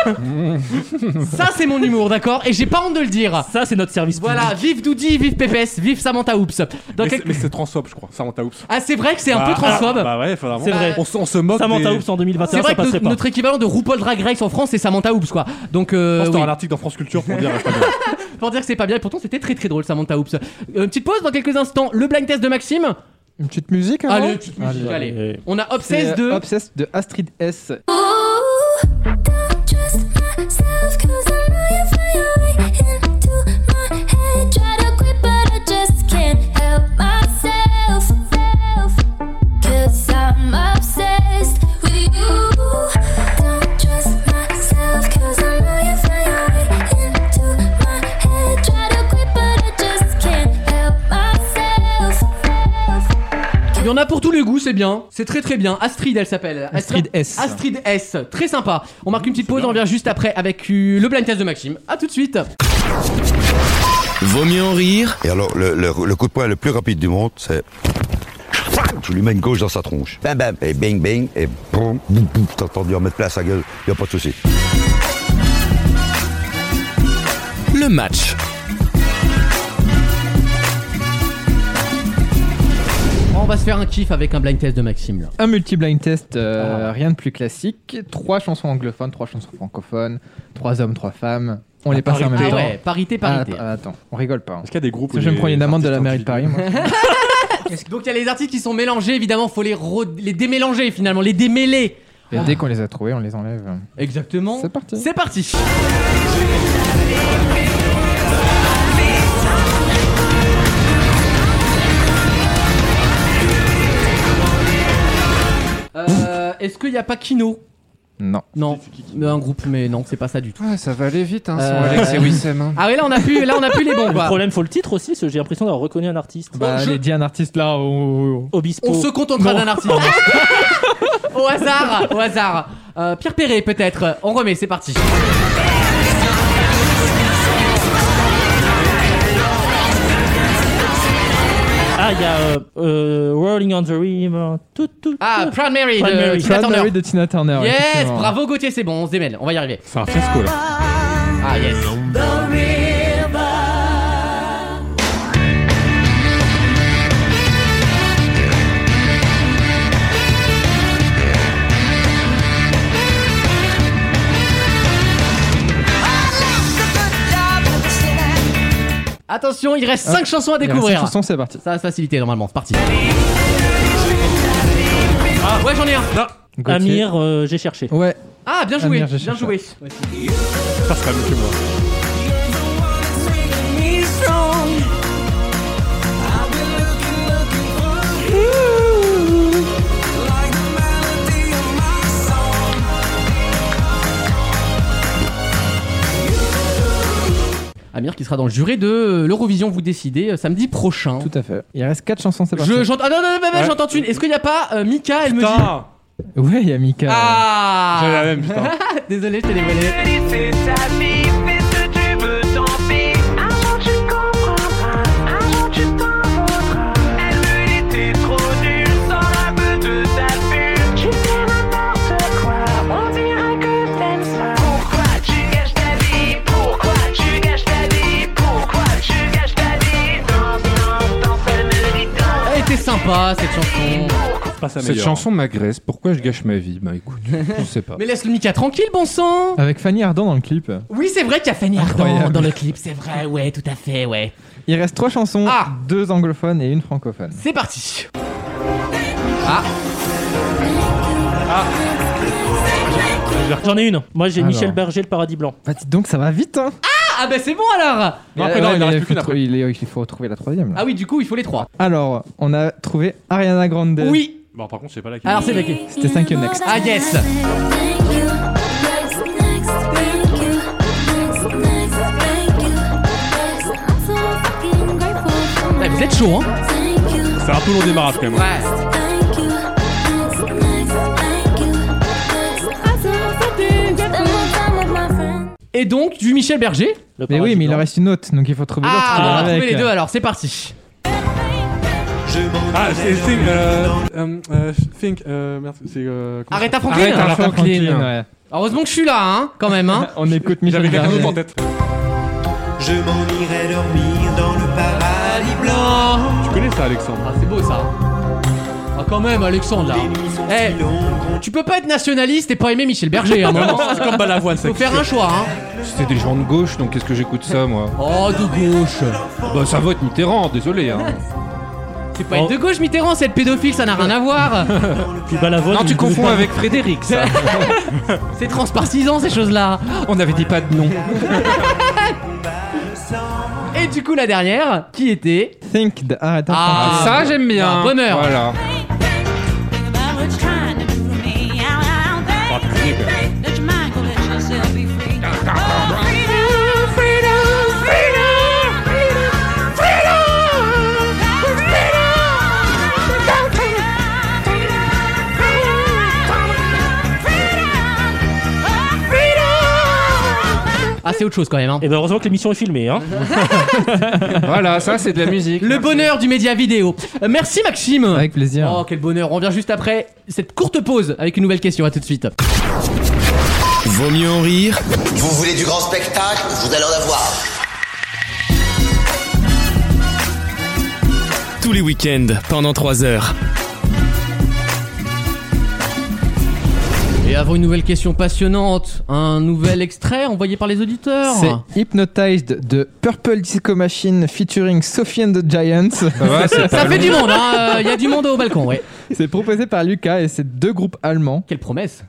Speaker 2: c'est mon humour, d'accord Et j'ai pas honte de le dire.
Speaker 6: Ça, c'est notre service public.
Speaker 2: Voilà, vive Doudi, vive Pépès, vive Samantha Oops. Dans
Speaker 5: Mais
Speaker 2: quel-
Speaker 5: c'est- mais c'est transphobe, je crois. Samantha Oops.
Speaker 2: Ah c'est vrai que c'est un peu
Speaker 5: Bah,
Speaker 2: transphobe.
Speaker 5: Bah ouais, faudra
Speaker 6: C'est
Speaker 5: vraiment-
Speaker 6: vrai.
Speaker 5: On, se- on se moque.
Speaker 6: Samantha
Speaker 5: des-
Speaker 6: Oops
Speaker 5: Je
Speaker 6: en 2021,
Speaker 2: C'est vrai
Speaker 6: ça
Speaker 2: que notre,
Speaker 6: passerait pas.
Speaker 2: notre équivalent de RuPaul Drag Race en France, c'est Samantha Oops, quoi. Donc, euh,
Speaker 5: pense que t'auras
Speaker 2: oui.
Speaker 5: un article dans France Culture pour dire. je sais pas bien.
Speaker 2: pour dire que c'est pas bien, et pourtant c'était très très drôle, Samantha Oops. Euh, petite pause dans quelques instants, le blind test de Maxime.
Speaker 4: une petite musique avant
Speaker 2: Allez, petite musique, allez.
Speaker 6: Allez.
Speaker 2: On a
Speaker 4: C'est,
Speaker 2: Obsessed
Speaker 4: euh,
Speaker 2: de.
Speaker 4: Obsessed de Astrid S.
Speaker 2: Il y en a pour tous les goûts, c'est bien. C'est très très bien. Astrid, elle s'appelle.
Speaker 4: Astrid S.
Speaker 2: Astrid S. Très sympa. On marque une petite pause, on revient juste après avec euh, le blind test de Maxime. A tout de suite.
Speaker 1: Vaut mieux en rire
Speaker 11: Et alors, le, le- le coup de poing le plus rapide du monde, c'est. Tu lui mets une gauche dans sa tronche. Bam, bam, et bing, bing, et boum, boum, boum. T'as entendu en mettre plein sa gueule, y a pas de souci.
Speaker 1: le match.
Speaker 2: On va se faire un kiff avec un blind test de Maxime là.
Speaker 4: Un multi-blind test, euh,
Speaker 2: Ah.
Speaker 4: rien de plus classique. Trois chansons anglophones, trois chansons francophones, trois hommes, trois femmes. On les passe en même
Speaker 2: Ah
Speaker 4: temps.
Speaker 2: ouais, parité,
Speaker 4: Ah,
Speaker 2: parité.
Speaker 4: att- attends, on rigole pas. hein.
Speaker 5: Est-ce qu'il y a des groupes
Speaker 4: Parce que je vais me prends une amende de la mairie de
Speaker 5: mairie
Speaker 4: Paris. moi.
Speaker 2: Donc il y a les artistes qui sont mélangés, évidemment, faut les, re- les démélanger finalement, les démêler.
Speaker 4: Et dès qu'on les a trouvés, on les enlève.
Speaker 2: Exactement.
Speaker 4: C'est parti.
Speaker 2: C'est parti. Euh, Est-ce qu'il n'y a pas Kino
Speaker 4: Non.
Speaker 2: Non, un groupe, mais non, c'est pas ça du tout.
Speaker 3: Ah, ça va aller vite, hein, sans
Speaker 2: Euh,
Speaker 3: Alex et Wissem. hein.
Speaker 2: Ah ouais, là on a plus, là on a plus les bons.
Speaker 6: Le
Speaker 2: quoi.
Speaker 6: problème, faut le titre aussi, parce que j'ai l'impression d'avoir reconnu un artiste.
Speaker 4: Bah,
Speaker 2: je-
Speaker 4: allez, dis un artiste là. oh, oh, oh.
Speaker 6: Obispo.
Speaker 2: On se contentera d'un artiste. au hasard, au hasard. Euh, Pierre Perret peut-être. On remet, c'est parti.
Speaker 6: Ah, il y a euh, euh, Rolling on the River. Tout, tout,
Speaker 2: Ah,
Speaker 6: tout.
Speaker 2: Proud Mary
Speaker 6: Proud
Speaker 2: de
Speaker 6: Mary.
Speaker 2: Tina
Speaker 4: Proud
Speaker 2: Turner.
Speaker 4: Mary de Tina Turner.
Speaker 2: Yes,
Speaker 4: effectivement.
Speaker 2: bravo Gauthier, c'est bon, on se démêle, on va y arriver.
Speaker 5: C'est un fiasco là.
Speaker 2: Ah yes. Attention, il reste 5 chansons à
Speaker 4: Ah. Il reste une
Speaker 2: découvrir.
Speaker 4: chanson, c'est parti.
Speaker 2: Ça va se faciliter normalement, c'est parti. Ah, ouais, j'en ai un.
Speaker 4: Gauthier.
Speaker 6: Amir, euh, j'ai cherché.
Speaker 4: Ouais.
Speaker 2: Ah, bien joué,
Speaker 4: Amir, j'ai
Speaker 2: bien
Speaker 4: cherché
Speaker 2: joué.
Speaker 5: Ça sera mieux que moi.
Speaker 2: Amir qui sera dans le jury de euh, l'Eurovision, vous décidez, euh, samedi prochain.
Speaker 4: Tout à fait. Il reste quatre chansons, c'est parti.
Speaker 2: Je j'entends. Ah non, non, non, non,
Speaker 5: Ouais.
Speaker 2: j'entends une. Est-ce qu'il n'y a pas euh, Mika Elle me dit.
Speaker 5: Putain
Speaker 4: Ouais, il y a Mika.
Speaker 5: J'avais la
Speaker 2: Ah
Speaker 5: même, putain.
Speaker 2: Désolé, je t'ai dévoilé. pas cette chanson
Speaker 3: Cette chanson m'agresse. Pourquoi je gâche ma vie Bah écoute, je sais pas.
Speaker 2: Mais laisse le Mika tranquille, bon sang
Speaker 4: Avec Fanny Ardant dans le clip.
Speaker 2: Oui, c'est vrai qu'il y a Fanny Ardant
Speaker 4: Incroyable.
Speaker 2: dans le clip, c'est vrai, ouais, tout à fait, ouais.
Speaker 4: Il reste trois chansons,
Speaker 2: Ah
Speaker 4: deux anglophones et une francophone.
Speaker 2: C'est parti Ah
Speaker 6: J'en ai une. Moi, j'ai
Speaker 4: Alors.
Speaker 6: Michel Berger, le paradis blanc.
Speaker 4: Bah dis donc, ça va vite hein
Speaker 2: Ah, ah bah c'est bon alors
Speaker 4: Mais, euh, ouais, il, faut trou- il est- il faut retrouver la troisième. là.
Speaker 2: Ah oui, du coup, il faut les trois.
Speaker 4: Alors, on a trouvé Ariana Grande.
Speaker 2: Oui
Speaker 5: Bon, par contre, je sais pas laquelle.
Speaker 2: Alors c'est laquelle
Speaker 4: C'était 5 Next.
Speaker 2: Ah yes Ah, Vous êtes chaud, hein
Speaker 10: C'est un peu long démarrage quand même.
Speaker 2: Ouais. Et donc, du Michel Berger
Speaker 4: Mais oui, mais il en reste une autre, Ah, donc il faut trouver l'autre. qui va
Speaker 2: Ah, on va
Speaker 4: avec.
Speaker 2: trouver les deux alors, c'est parti
Speaker 5: Ah, c'est. c'est, euh, euh, euh, think. Euh, merde, c'est. Euh, comment
Speaker 2: Arrête
Speaker 5: ça
Speaker 2: à Franklin
Speaker 4: Arrête à Franklin, ouais.
Speaker 2: Heureusement que je suis là, hein, quand même, hein
Speaker 4: On écoute Michel
Speaker 5: J'avais quelqu'un
Speaker 4: Berger.
Speaker 5: d'autre en tête.
Speaker 12: Je m'en irai dormir dans le paradis
Speaker 5: Tu connais ça, Alexandre
Speaker 2: Ah, c'est beau ça. Ah, quand même, Alexandre là. Eh, tu peux pas être nationaliste et pas aimer Michel Berger à un moment.
Speaker 5: C'est comme Balavoine, ça.
Speaker 2: Faut faire un choix, hein.
Speaker 3: C'était des gens de gauche, donc qu'est-ce que j'écoute ça moi
Speaker 2: Oh, de gauche
Speaker 3: Bah ça vote Mitterrand, désolé. Hein.
Speaker 2: C'est pas être de gauche, Mitterrand, c'est être pédophile, ça n'a rien à voir.
Speaker 6: Puis bah, la voix
Speaker 3: Non,
Speaker 6: du-
Speaker 3: tu
Speaker 6: du-
Speaker 3: confonds avec Frédéric, ça.
Speaker 2: C'est transpartisan ces choses-là.
Speaker 3: On n'avait dit pas de nom.
Speaker 2: Bah, Et du coup, la dernière, qui était
Speaker 4: Think de Ariana
Speaker 2: Ah,
Speaker 4: Grande.
Speaker 3: ça, j'aime bien.
Speaker 2: Ah, bonheur.
Speaker 3: Voilà.
Speaker 2: Ah, c'est autre chose quand même, hein.
Speaker 6: Et ben heureusement que l'émission est filmée. Hein.
Speaker 3: Voilà, ça c'est de la musique.
Speaker 2: Le bonheur du média vidéo. Euh, merci, Maxime.
Speaker 4: Avec plaisir.
Speaker 2: Oh, quel bonheur. On revient juste après cette courte pause avec une nouvelle question. À tout de suite.
Speaker 1: Vaut mieux en rire
Speaker 7: Vous voulez du grand spectacle Vous allez en avoir.
Speaker 1: tous les week-ends pendant 3 heures.
Speaker 2: Et avant une nouvelle question passionnante, un nouvel extrait envoyé par les auditeurs.
Speaker 4: C'est Hypnotized de Purple Disco Machine featuring Sophie and the Giants.
Speaker 3: Ça va, c'est pas
Speaker 2: Ça fait
Speaker 3: long.
Speaker 2: du monde, hein. Il y a du monde au balcon, ouais.
Speaker 4: C'est proposé par Lucas et c'est deux groupes allemands.
Speaker 2: Quelle promesse.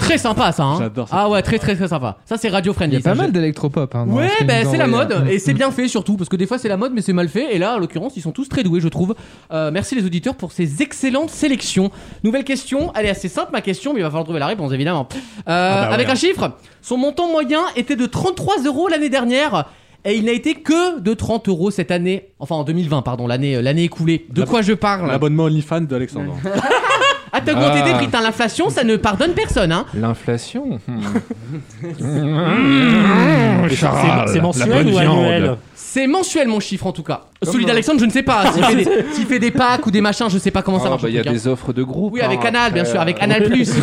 Speaker 2: Très sympa ça, hein.
Speaker 5: J'adore ça.
Speaker 2: Ah ouais, très très très sympa. Ça c'est Radio
Speaker 4: Il y
Speaker 2: Friendly.
Speaker 4: a pas
Speaker 2: ça,
Speaker 4: mal d'électropop. Hein, dans
Speaker 2: Ouais,
Speaker 4: ce qu'ils
Speaker 2: ben
Speaker 4: nous ont
Speaker 2: c'est la
Speaker 4: envoyé.
Speaker 2: mode
Speaker 4: Mm,
Speaker 2: et c'est
Speaker 4: mm.
Speaker 2: bien fait surtout parce que des fois c'est la mode mais c'est mal fait et là en l'occurrence ils sont tous très doués je trouve. Euh, merci les auditeurs pour ces excellentes sélections. Nouvelle question, elle est assez simple ma question mais il va falloir trouver la réponse évidemment. Euh,
Speaker 5: ouais,
Speaker 2: avec
Speaker 5: hein.
Speaker 2: un chiffre, son montant moyen était de 33 euros l'année dernière. Et il n'a été que de 30 euros cette année, enfin en 2020 pardon, l'année euh, l'année écoulée. De
Speaker 5: La-
Speaker 2: quoi je parle
Speaker 5: L'abonnement OnlyFans de Alexandre.
Speaker 2: Ah t'as augmenté
Speaker 3: Ah.
Speaker 2: des prix, t'as l'inflation, ça ne pardonne personne hein.
Speaker 3: L'inflation. Hmm.
Speaker 6: C'est-
Speaker 2: Ah,
Speaker 3: Charles,
Speaker 6: C'est
Speaker 3: la
Speaker 6: mensuel
Speaker 3: bonne
Speaker 6: ou
Speaker 3: viande.
Speaker 6: annuel
Speaker 2: C'est mensuel mon chiffre en tout cas. Celui d'Alexandre, je ne sais pas. S'il fait, des- s'il fait des packs ou des machins, je sais pas comment ça
Speaker 3: Ah,
Speaker 2: marche.
Speaker 3: bah, Il y a
Speaker 2: en tout cas.
Speaker 3: des offres de groupe.
Speaker 2: Oui, avec
Speaker 3: hein,
Speaker 2: Canal, bien
Speaker 3: après,
Speaker 2: sûr, avec
Speaker 3: euh,
Speaker 2: Canal Plus.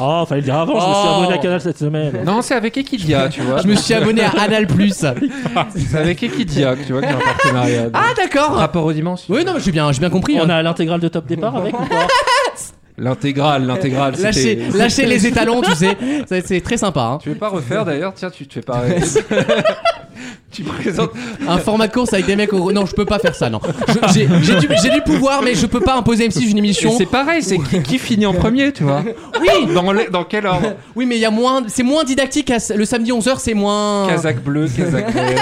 Speaker 6: Oh, fallait le dire avant, je me suis
Speaker 2: Oh.
Speaker 6: abonné à Canal cette semaine.
Speaker 3: Non, c'est avec Equidia, tu vois.
Speaker 2: Je me suis abonné à Canal Plus.
Speaker 3: C'est avec Equidia, tu vois, qu'il y a un partenariat.
Speaker 2: Ah, d'accord.
Speaker 3: Rapport aux dimensions.
Speaker 2: Oui, non, mais j'ai bien, j'ai bien compris.
Speaker 6: On
Speaker 2: hein.
Speaker 6: a l'intégrale de top départ avec ou pas
Speaker 3: L'intégrale, l'intégrale. c'était-
Speaker 2: Lâcher, lâcher les étalons, tu sais. Ça, C'est très sympa. hein.
Speaker 3: Tu veux pas refaire d'ailleurs Tiens, tu te fais pas. tu présentes.
Speaker 2: Un format de course avec des mecs. Au... Non, je peux pas faire ça. Non, Je- j'ai j'ai du, j'ai du pouvoir, mais je peux pas imposer M6 une
Speaker 3: Et
Speaker 2: émission.
Speaker 3: c'est pareil, c'est qui, qui finit en premier, tu vois
Speaker 2: Oui.
Speaker 3: Dans, le- dans quel ordre
Speaker 2: Oui, mais il y a moins. C'est moins didactique. à- Le samedi 11 h c'est moins.
Speaker 3: Kazakh bleu, Kazakh vert.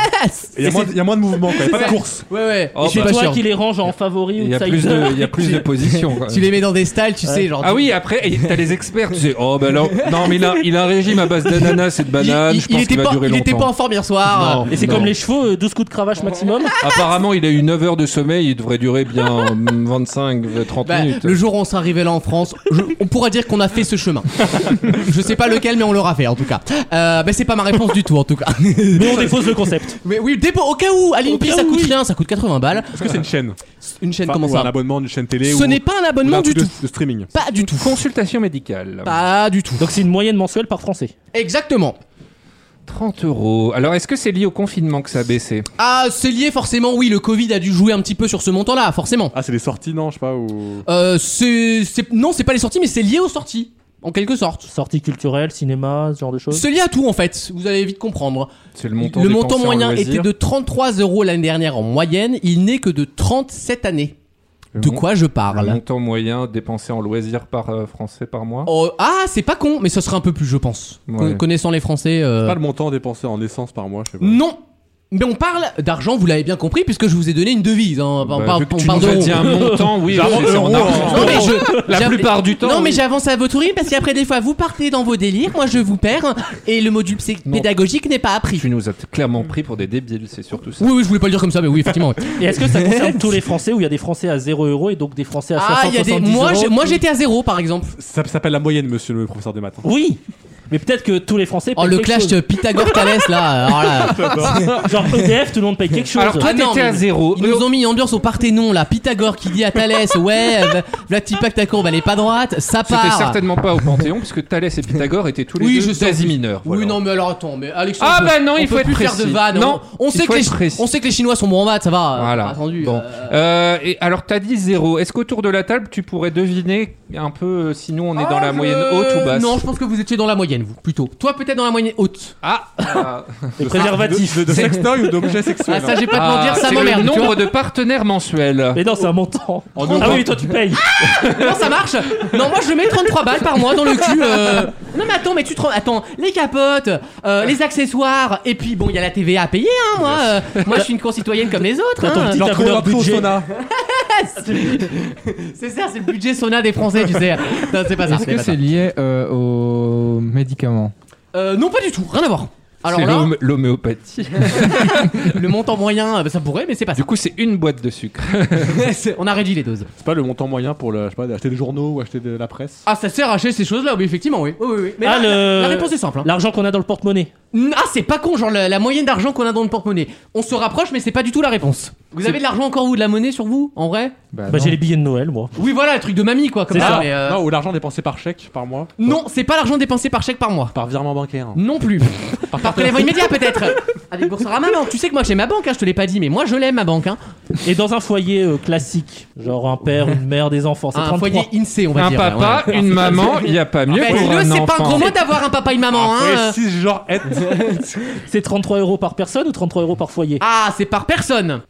Speaker 5: Il y, a moins de- y a moins de mouvement, quoi. Y a pas de course.
Speaker 2: Ouais, ouais.
Speaker 3: Oh,
Speaker 2: je suis
Speaker 3: bah.
Speaker 2: pas
Speaker 6: Toi
Speaker 2: sûr.
Speaker 6: qui les range en favori
Speaker 3: Il
Speaker 6: ou
Speaker 3: y a plus
Speaker 6: outsider.
Speaker 3: de, il y a plus de positions. quand
Speaker 2: Tu
Speaker 3: même.
Speaker 2: les mets dans des styles, tu sais, genre.
Speaker 3: Ah oui, après, et t'as les experts, tu sais, oh bah non, non mais il a, il a un régime à base d'ananas et de
Speaker 2: Il,
Speaker 3: bananes,
Speaker 2: il-
Speaker 3: je
Speaker 2: il
Speaker 3: pense
Speaker 2: était
Speaker 3: qu'il va
Speaker 2: pas,
Speaker 3: durer
Speaker 2: il était pas en
Speaker 3: longtemps.
Speaker 2: forme hier soir.
Speaker 3: Non.
Speaker 6: Et c'est comme les chevaux, euh, 12 coups de cravache maximum.
Speaker 3: Apparemment, il a eu 9 heures de sommeil, il devrait durer bien 25-30
Speaker 2: Bah,
Speaker 3: minutes.
Speaker 2: le jour où on sera arrivé là en France, je- on pourra dire qu'on a fait ce chemin. je sais pas lequel, mais on l'aura fait en tout cas. Euh, bah, c'est pas ma réponse du tout en tout cas.
Speaker 6: Mais on dépose le concept.
Speaker 2: Mais oui, dépo, au cas où, à l'INPI
Speaker 6: cas
Speaker 2: ça
Speaker 6: où,
Speaker 2: coûte
Speaker 6: oui.
Speaker 2: rien, ça coûte 80 balles.
Speaker 5: Est-ce que c'est une chaîne
Speaker 2: Une chaîne,
Speaker 5: Enfin,
Speaker 2: comment
Speaker 5: ou
Speaker 2: ça
Speaker 5: Un abonnement d'une chaîne télé
Speaker 2: Ce
Speaker 5: ou-
Speaker 2: n'est pas un abonnement
Speaker 5: ou d'un
Speaker 2: du
Speaker 5: truc de-
Speaker 2: tout.
Speaker 5: De streaming.
Speaker 2: Pas du tout.
Speaker 3: Consultation médicale.
Speaker 2: Pas du tout.
Speaker 6: Donc c'est une moyenne mensuelle par français.
Speaker 2: Exactement.
Speaker 3: 30 euros. Alors, est-ce que c'est lié au confinement que ça a baissé
Speaker 2: Ah, c'est lié forcément, oui, le Covid a dû jouer un petit peu sur ce montant-là, forcément.
Speaker 5: Ah, c'est les sorties, non, je sais pas. Ou...
Speaker 2: Euh, c'est, c'est- non, c'est pas les sorties, mais c'est lié aux sorties, en quelque sorte.
Speaker 6: Sorties culturelles, cinéma, ce genre de choses.
Speaker 2: C'est lié à tout en fait, vous allez vite comprendre.
Speaker 3: C'est le montant
Speaker 2: le
Speaker 3: dépensé
Speaker 2: montant
Speaker 3: en
Speaker 2: moyen
Speaker 3: loisirs.
Speaker 2: était de 33 euros l'année dernière en moyenne, il n'est que de 30 cette année. de quoi je parle
Speaker 3: Le montant moyen dépensé en loisirs par euh, français par mois
Speaker 2: Oh, ah, c'est pas con, mais ce serait un peu plus, je pense.
Speaker 3: Ouais.
Speaker 2: Con- Connaissant les Français. euh,
Speaker 5: Pas le montant dépensé en essence par mois, je sais pas.
Speaker 2: Non Mais on parle d'argent, vous l'avez bien compris, puisque je vous ai donné une devise. hein. On
Speaker 5: Bah,
Speaker 2: parle-
Speaker 5: vu que
Speaker 2: on
Speaker 5: tu
Speaker 2: parle
Speaker 5: nous as
Speaker 2: d'euros.
Speaker 5: dit un montant, oui, Genre oui, c'est en euros, argent. hein.
Speaker 2: euh, Non, mais je-
Speaker 3: La
Speaker 2: j'av-
Speaker 3: plupart du temps,
Speaker 2: Non, mais
Speaker 3: oui.
Speaker 2: j'avance à votre rythme parce qu'après, des fois, vous partez dans vos délires, moi je vous perds, et le module psy- pédagogique n'est pas appris.
Speaker 3: Tu nous as clairement pris pour des débiles, c'est surtout ça.
Speaker 2: Oui, oui, je voulais pas le dire comme ça, mais oui, effectivement. oui.
Speaker 6: Et est-ce que ça concerne tous les Français où il y a des Français à 0 euros et donc des Français à 60
Speaker 2: Ah, il y a des.
Speaker 6: 70
Speaker 2: Moi,
Speaker 6: euros
Speaker 2: j'ai- moi, j'étais à zéro, par exemple.
Speaker 5: Ça s'appelle la moyenne, monsieur le professeur des maths. hein.
Speaker 6: Oui Mais peut-être que tous les Français.
Speaker 2: Oh,
Speaker 6: payent
Speaker 2: le
Speaker 6: quelque
Speaker 2: clash
Speaker 6: chose.
Speaker 2: de Pythagore-Thalès, là. alors là.
Speaker 6: Genre EDF, tout le monde paye quelque chose.
Speaker 2: Ah non, mais Ils nous ont mis une ambiance au Parthénon là. Pythagore qui dit à Thalès Ouais, v- v'là petit pack ta courbe, elle est pas droite, ça part.
Speaker 3: C'était certainement pas au Panthéon, puisque Thalès et Pythagore étaient tous les
Speaker 2: Oui,
Speaker 3: deux
Speaker 2: je sais.
Speaker 3: nazis mineurs.
Speaker 2: Oui, non, mais alors attends, mais Alexandre.
Speaker 3: Ah
Speaker 2: on
Speaker 3: bah
Speaker 2: peut-
Speaker 3: non,
Speaker 2: on
Speaker 3: il faut
Speaker 2: peut
Speaker 3: être
Speaker 2: plus
Speaker 3: précis.
Speaker 2: faire de vannes.
Speaker 3: Non,
Speaker 2: on, on
Speaker 3: il
Speaker 2: sait
Speaker 3: faut
Speaker 2: que les,
Speaker 3: être précis.
Speaker 2: on sait que les Chinois sont bons en maths, ça va. euh,
Speaker 3: Voilà.
Speaker 2: Attendu.
Speaker 3: Bon. Euh, et alors, t'as dit zéro. Est-ce qu'autour de la table, tu pourrais deviner un peu euh, si nous on est dans la moyenne haute ou basse
Speaker 2: Ah, euh, Non, je pense que vous étiez dans la moyenne, vous, plutôt. Toi, peut-être dans la moyenne haute.
Speaker 3: Ah
Speaker 6: Les préservatifs.
Speaker 5: De, de sextoy ou hein. d'objets sexuels
Speaker 2: Ah, ça, j'ai pas de
Speaker 3: Ah,
Speaker 2: mentir, ça
Speaker 3: c'est
Speaker 2: m'emmerde.
Speaker 3: le
Speaker 2: tu vois.
Speaker 3: nombre de partenaires mensuels.
Speaker 6: Mais non, c'est un montant. ah oui, mais toi tu payes.
Speaker 2: Non, ça marche Non, moi je mets 33 balles par mois dans le cul. euh. Non, mais attends, mais tu te rends- Attends, les capotes, euh, les accessoires, et puis bon, il y a la TVA à payer, hein, moi. euh. moi je suis une concitoyenne comme les autres.
Speaker 6: T'as ton
Speaker 2: hein.
Speaker 6: petit tableau de budget.
Speaker 2: C'est ça, c'est le budget sauna des Français, tu sais. Non, c'est pas Ah, ça.
Speaker 4: Est-ce
Speaker 2: c'est
Speaker 4: que
Speaker 2: pas
Speaker 4: c'est
Speaker 2: ça.
Speaker 4: lié euh, aux médicaments
Speaker 2: Euh, non, pas du tout, rien à voir. Alors
Speaker 3: c'est
Speaker 2: là,
Speaker 3: l'hom- l'homéopathie.
Speaker 2: le montant moyen, euh, bah, ça pourrait, mais c'est pas ça.
Speaker 3: Du coup, c'est une boîte de sucre.
Speaker 2: C'est- On a réduit les doses.
Speaker 5: C'est pas le montant moyen pour le, je sais pas, acheter des journaux ou acheter de la presse
Speaker 2: Ah, ça sert à acheter ces choses-là, oui, effectivement, oui. Oui, oui, oui. Mais
Speaker 6: Ah,
Speaker 2: la,
Speaker 6: le-
Speaker 2: la réponse est simple. hein.
Speaker 6: L'argent qu'on a dans le porte-monnaie.
Speaker 2: Ah, c'est pas con, genre la, la moyenne d'argent qu'on a dans le porte-monnaie. On se rapproche, mais c'est pas du tout la réponse. Vous avez de l'argent encore, vous, de la monnaie sur vous, en vrai
Speaker 6: Bah, j'ai les billets de Noël, moi.
Speaker 2: Oui, voilà, le truc de mamie, quoi, comme
Speaker 6: C'est
Speaker 2: ça.
Speaker 6: ça.
Speaker 2: mais, euh,
Speaker 5: Ah, Non, ou l'argent dépensé par chèque par mois
Speaker 2: non, c'est pas l'argent dépensé par chèque par mois.
Speaker 5: Par virement bancaire
Speaker 2: Non plus. Par prélèvement immédiat, peut-être. Avec Boursorama Banque. Tu sais que moi, j'ai ma banque, hein, je te l'ai pas dit, mais moi, je l'aime, ma banque. Hein.
Speaker 6: Et dans un foyer euh, classique, genre un père, une mère, des enfants, c'est
Speaker 2: Un
Speaker 6: 33.
Speaker 2: foyer INSEE, on va
Speaker 3: un
Speaker 2: dire.
Speaker 3: papa,
Speaker 2: ouais. Ah,
Speaker 3: une maman, il n'y a pas mieux
Speaker 2: Bah,
Speaker 3: pour
Speaker 2: dis-le,
Speaker 3: un
Speaker 2: c'est pas un gros
Speaker 3: enfant. Ah,
Speaker 2: mot d'avoir un papa et une maman. hein, euh.
Speaker 5: Ouais, si genre être
Speaker 6: C'est 33 euros par personne ou 33 euros par foyer
Speaker 2: Ah, c'est par personne.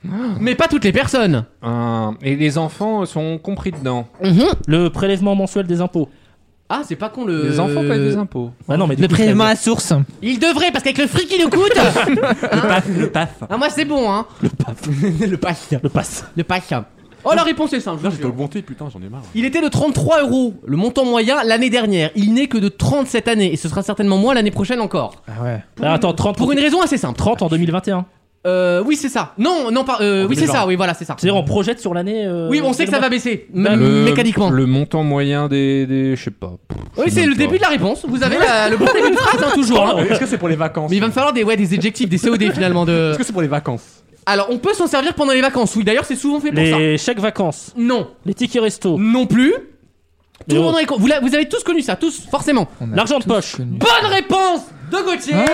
Speaker 2: Mais pas toutes les personnes.
Speaker 3: Ah, et les enfants sont compris dedans.
Speaker 2: Mhm.
Speaker 6: Le prélèvement mensuel des impôts.
Speaker 2: Ah, c'est pas con le.
Speaker 3: Les enfants payent des impôts.
Speaker 6: Bah non, mais du coup,
Speaker 4: à source.
Speaker 2: Il devrait, parce qu'avec le fric qu'il nous coûte. Hein
Speaker 6: Le paf, le paf,
Speaker 2: Ah, moi, c'est bon, hein.
Speaker 6: le paf, le pass.
Speaker 2: Le pack. Oh, la réponse est simple. je
Speaker 5: Non,
Speaker 2: vous
Speaker 5: j'ai
Speaker 2: jure.
Speaker 5: augmenté, putain, j'en ai marre.
Speaker 2: Il était de 33 euros, le montant moyen l'année dernière. Il n'est que de 30 cette année, et ce sera certainement moins l'année prochaine encore.
Speaker 4: Ah ouais.
Speaker 6: Ah, attends, 30
Speaker 2: Pour une raison assez simple.
Speaker 6: 30 en 2021.
Speaker 2: Euh, oui, c'est ça. Non, non, pas. euh,
Speaker 5: En
Speaker 2: oui, c'est
Speaker 5: 2020.
Speaker 2: ça, oui, voilà, c'est ça.
Speaker 6: C'est-à-dire, on projette sur l'année. euh,
Speaker 2: Oui, on sait que ça va baisser, même
Speaker 3: Le-
Speaker 2: Bah, mécaniquement.
Speaker 3: Le montant moyen des. des- je sais pas. Pff, je
Speaker 2: Oui,
Speaker 3: sais
Speaker 2: c'est
Speaker 3: même
Speaker 2: le
Speaker 3: pas.
Speaker 2: début de la réponse. Vous avez la- le bon début de phrase, hein, toujours. hein.
Speaker 5: Est-ce que c'est pour les vacances
Speaker 2: Mais il va me falloir des, ouais, des adjectifs, des COD finalement. De...
Speaker 5: Est-ce que c'est pour les vacances
Speaker 2: Alors, on peut s'en servir pendant les vacances. Oui, d'ailleurs, c'est souvent fait pour ça.
Speaker 6: Les chèques vacances,
Speaker 2: Non,
Speaker 6: les tickets resto,
Speaker 2: non plus. Tout
Speaker 6: Mais
Speaker 2: le
Speaker 6: oh.
Speaker 2: monde en est con- Vous, l'a- vous avez tous connu ça, tous, forcément.
Speaker 6: l'argent de poche.
Speaker 2: Bonne réponse de Gauthier.
Speaker 4: Hein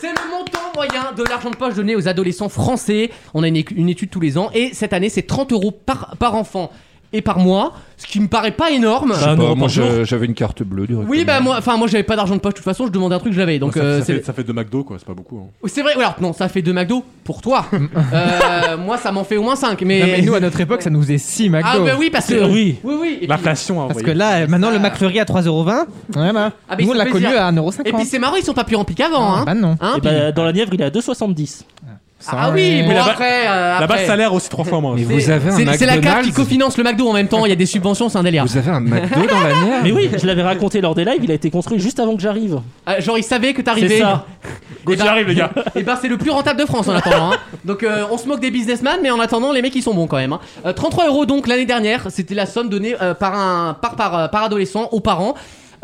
Speaker 2: C'est le montant moyen de l'argent de poche donné aux adolescents français. On a une, écu- une étude tous les ans et cette année c'est 30 euros par, par enfant et par mois, ce qui me paraît pas énorme.
Speaker 6: Ah,
Speaker 3: Bah,
Speaker 6: non,
Speaker 3: moi
Speaker 6: par jour.
Speaker 3: je- j'avais une carte bleue directement.
Speaker 2: Oui, bah moi, enfin moi j'avais pas d'argent de poche de toute façon, je demandais un truc, je l'avais. Donc
Speaker 5: ça,
Speaker 2: euh,
Speaker 5: ça
Speaker 2: c'est
Speaker 5: fait, ça fait deux McDo, quoi, c'est pas beaucoup. hein.
Speaker 2: c'est vrai. Alors non, ça fait deux McDo pour toi. Euh, moi ça m'en fait au moins 5 mais...
Speaker 4: Non, mais nous, à notre époque, ça nous faisait 6 McDo.
Speaker 2: ah bah oui parce que
Speaker 6: Oui.
Speaker 2: oui oui. Et puis,
Speaker 5: L'inflation, hein, vous
Speaker 4: Parce que
Speaker 5: voyez.
Speaker 4: là, euh, maintenant, le McFlurry à 3,20€, voilà.
Speaker 2: Ah, mais ils
Speaker 4: nous, on
Speaker 2: font
Speaker 4: l'a connu
Speaker 2: plaisir.
Speaker 4: à 1,50€.
Speaker 2: et puis c'est marrant, ils sont pas plus rampis qu'avant. Hein.
Speaker 4: Bah non.
Speaker 2: Hein,
Speaker 6: Et bah, dans la Nièvre, il est à 2,70.
Speaker 2: ah oui, bon,
Speaker 5: Mais là-bas-
Speaker 2: après, euh,
Speaker 5: La base
Speaker 2: après.
Speaker 5: salaire aussi trois fois moins.
Speaker 3: Mais
Speaker 5: je
Speaker 3: vous
Speaker 2: C'est-
Speaker 3: avez un
Speaker 2: c'est- C'est la carte qui
Speaker 3: McDonald's
Speaker 2: cofinance le McDo en même temps, il y a des subventions, c'est un délire.
Speaker 3: Vous avez un McDo dans la mer
Speaker 6: Mais oui, je l'avais raconté lors des lives, il a été construit juste avant que j'arrive.
Speaker 2: Ah, genre, il savait que
Speaker 6: C'est
Speaker 2: t'arrivais.
Speaker 6: ça.
Speaker 2: Gauthier arrive, les gars. Et ben, c'est le plus rentable de France en attendant. hein. Donc, euh, on se moque des businessmen, mais en attendant, les mecs, ils sont bons quand même. hein. Euh, 33 euros donc l'année dernière, c'était la somme donnée euh, par, un, par, par, euh, par adolescent aux parents.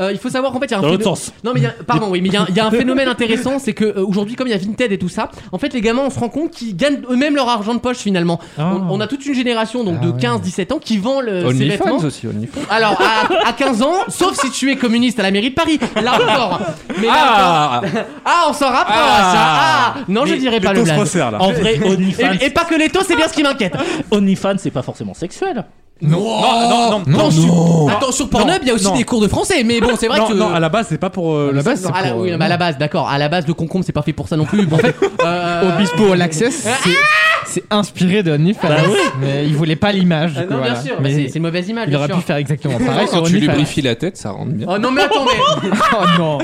Speaker 2: Euh, il faut savoir qu'en fait, il y a un
Speaker 10: Dans l'autre
Speaker 2: phénomène-
Speaker 10: sens.
Speaker 2: Non, mais il y a- pardon, oui, mais il y, a- il y a un phénomène intéressant, c'est que euh, aujourd'hui, comme il y a Vinted et tout ça, en fait, les gamins, on se rend compte qu'ils gagnent eux-mêmes leur argent de poche finalement.
Speaker 10: Ah.
Speaker 2: On, on a toute une génération donc
Speaker 3: Ah
Speaker 2: de 15-17 ans qui vend le, ses vêtements.
Speaker 3: OnlyFans aussi, OnlyFans.
Speaker 2: Alors, à, à 15 ans, sauf si tu es communiste à la mairie de Paris, là encore. Mais là
Speaker 3: Ah.
Speaker 2: encore- ah, on s'en rapproche.
Speaker 10: Ah.
Speaker 2: Ah. non, je
Speaker 6: Mais
Speaker 2: dirais
Speaker 6: les
Speaker 2: pas le
Speaker 6: taux se
Speaker 2: blague.
Speaker 6: resserrent, là. En vrai, OnlyFans-
Speaker 2: Et, et pas que les taux, c'est bien ce qui m'inquiète.
Speaker 6: OnlyFans, c'est pas forcément sexuel.
Speaker 2: Euh,
Speaker 5: Non, non, non, non,
Speaker 2: sur-
Speaker 5: non.
Speaker 2: Attends, sur Pornhub, il y a aussi
Speaker 5: Non.
Speaker 2: des cours de français, mais bon, c'est vrai
Speaker 5: non,
Speaker 2: que.
Speaker 5: Non, à la base, c'est pas pour. euh, le
Speaker 2: Non,
Speaker 5: sexe,
Speaker 2: à la,
Speaker 5: pour,
Speaker 2: Ah, oui,
Speaker 5: euh,
Speaker 2: mais à la base, d'accord. À la base, le concombre, c'est pas fait pour ça non plus. Bon, en fait, euh,
Speaker 4: Obispo All Access, c'est- c'est inspiré de OnlyFans.
Speaker 2: ah, Bah oui.
Speaker 4: Mais il voulait pas l'image.
Speaker 2: Ah
Speaker 4: du
Speaker 2: non,
Speaker 4: coup,
Speaker 2: bien
Speaker 4: voilà.
Speaker 2: sûr,
Speaker 4: Mais
Speaker 2: bah, c'est c'est une mauvaise image.
Speaker 4: Il
Speaker 2: bien
Speaker 4: aurait
Speaker 2: sûr.
Speaker 4: pu faire exactement pareil Ah
Speaker 3: Quand
Speaker 4: sur
Speaker 3: tu
Speaker 4: OnlyFans.
Speaker 3: lubrifies la tête, ça rentre bien.
Speaker 2: Oh non, mais attends, mais.
Speaker 4: Oh non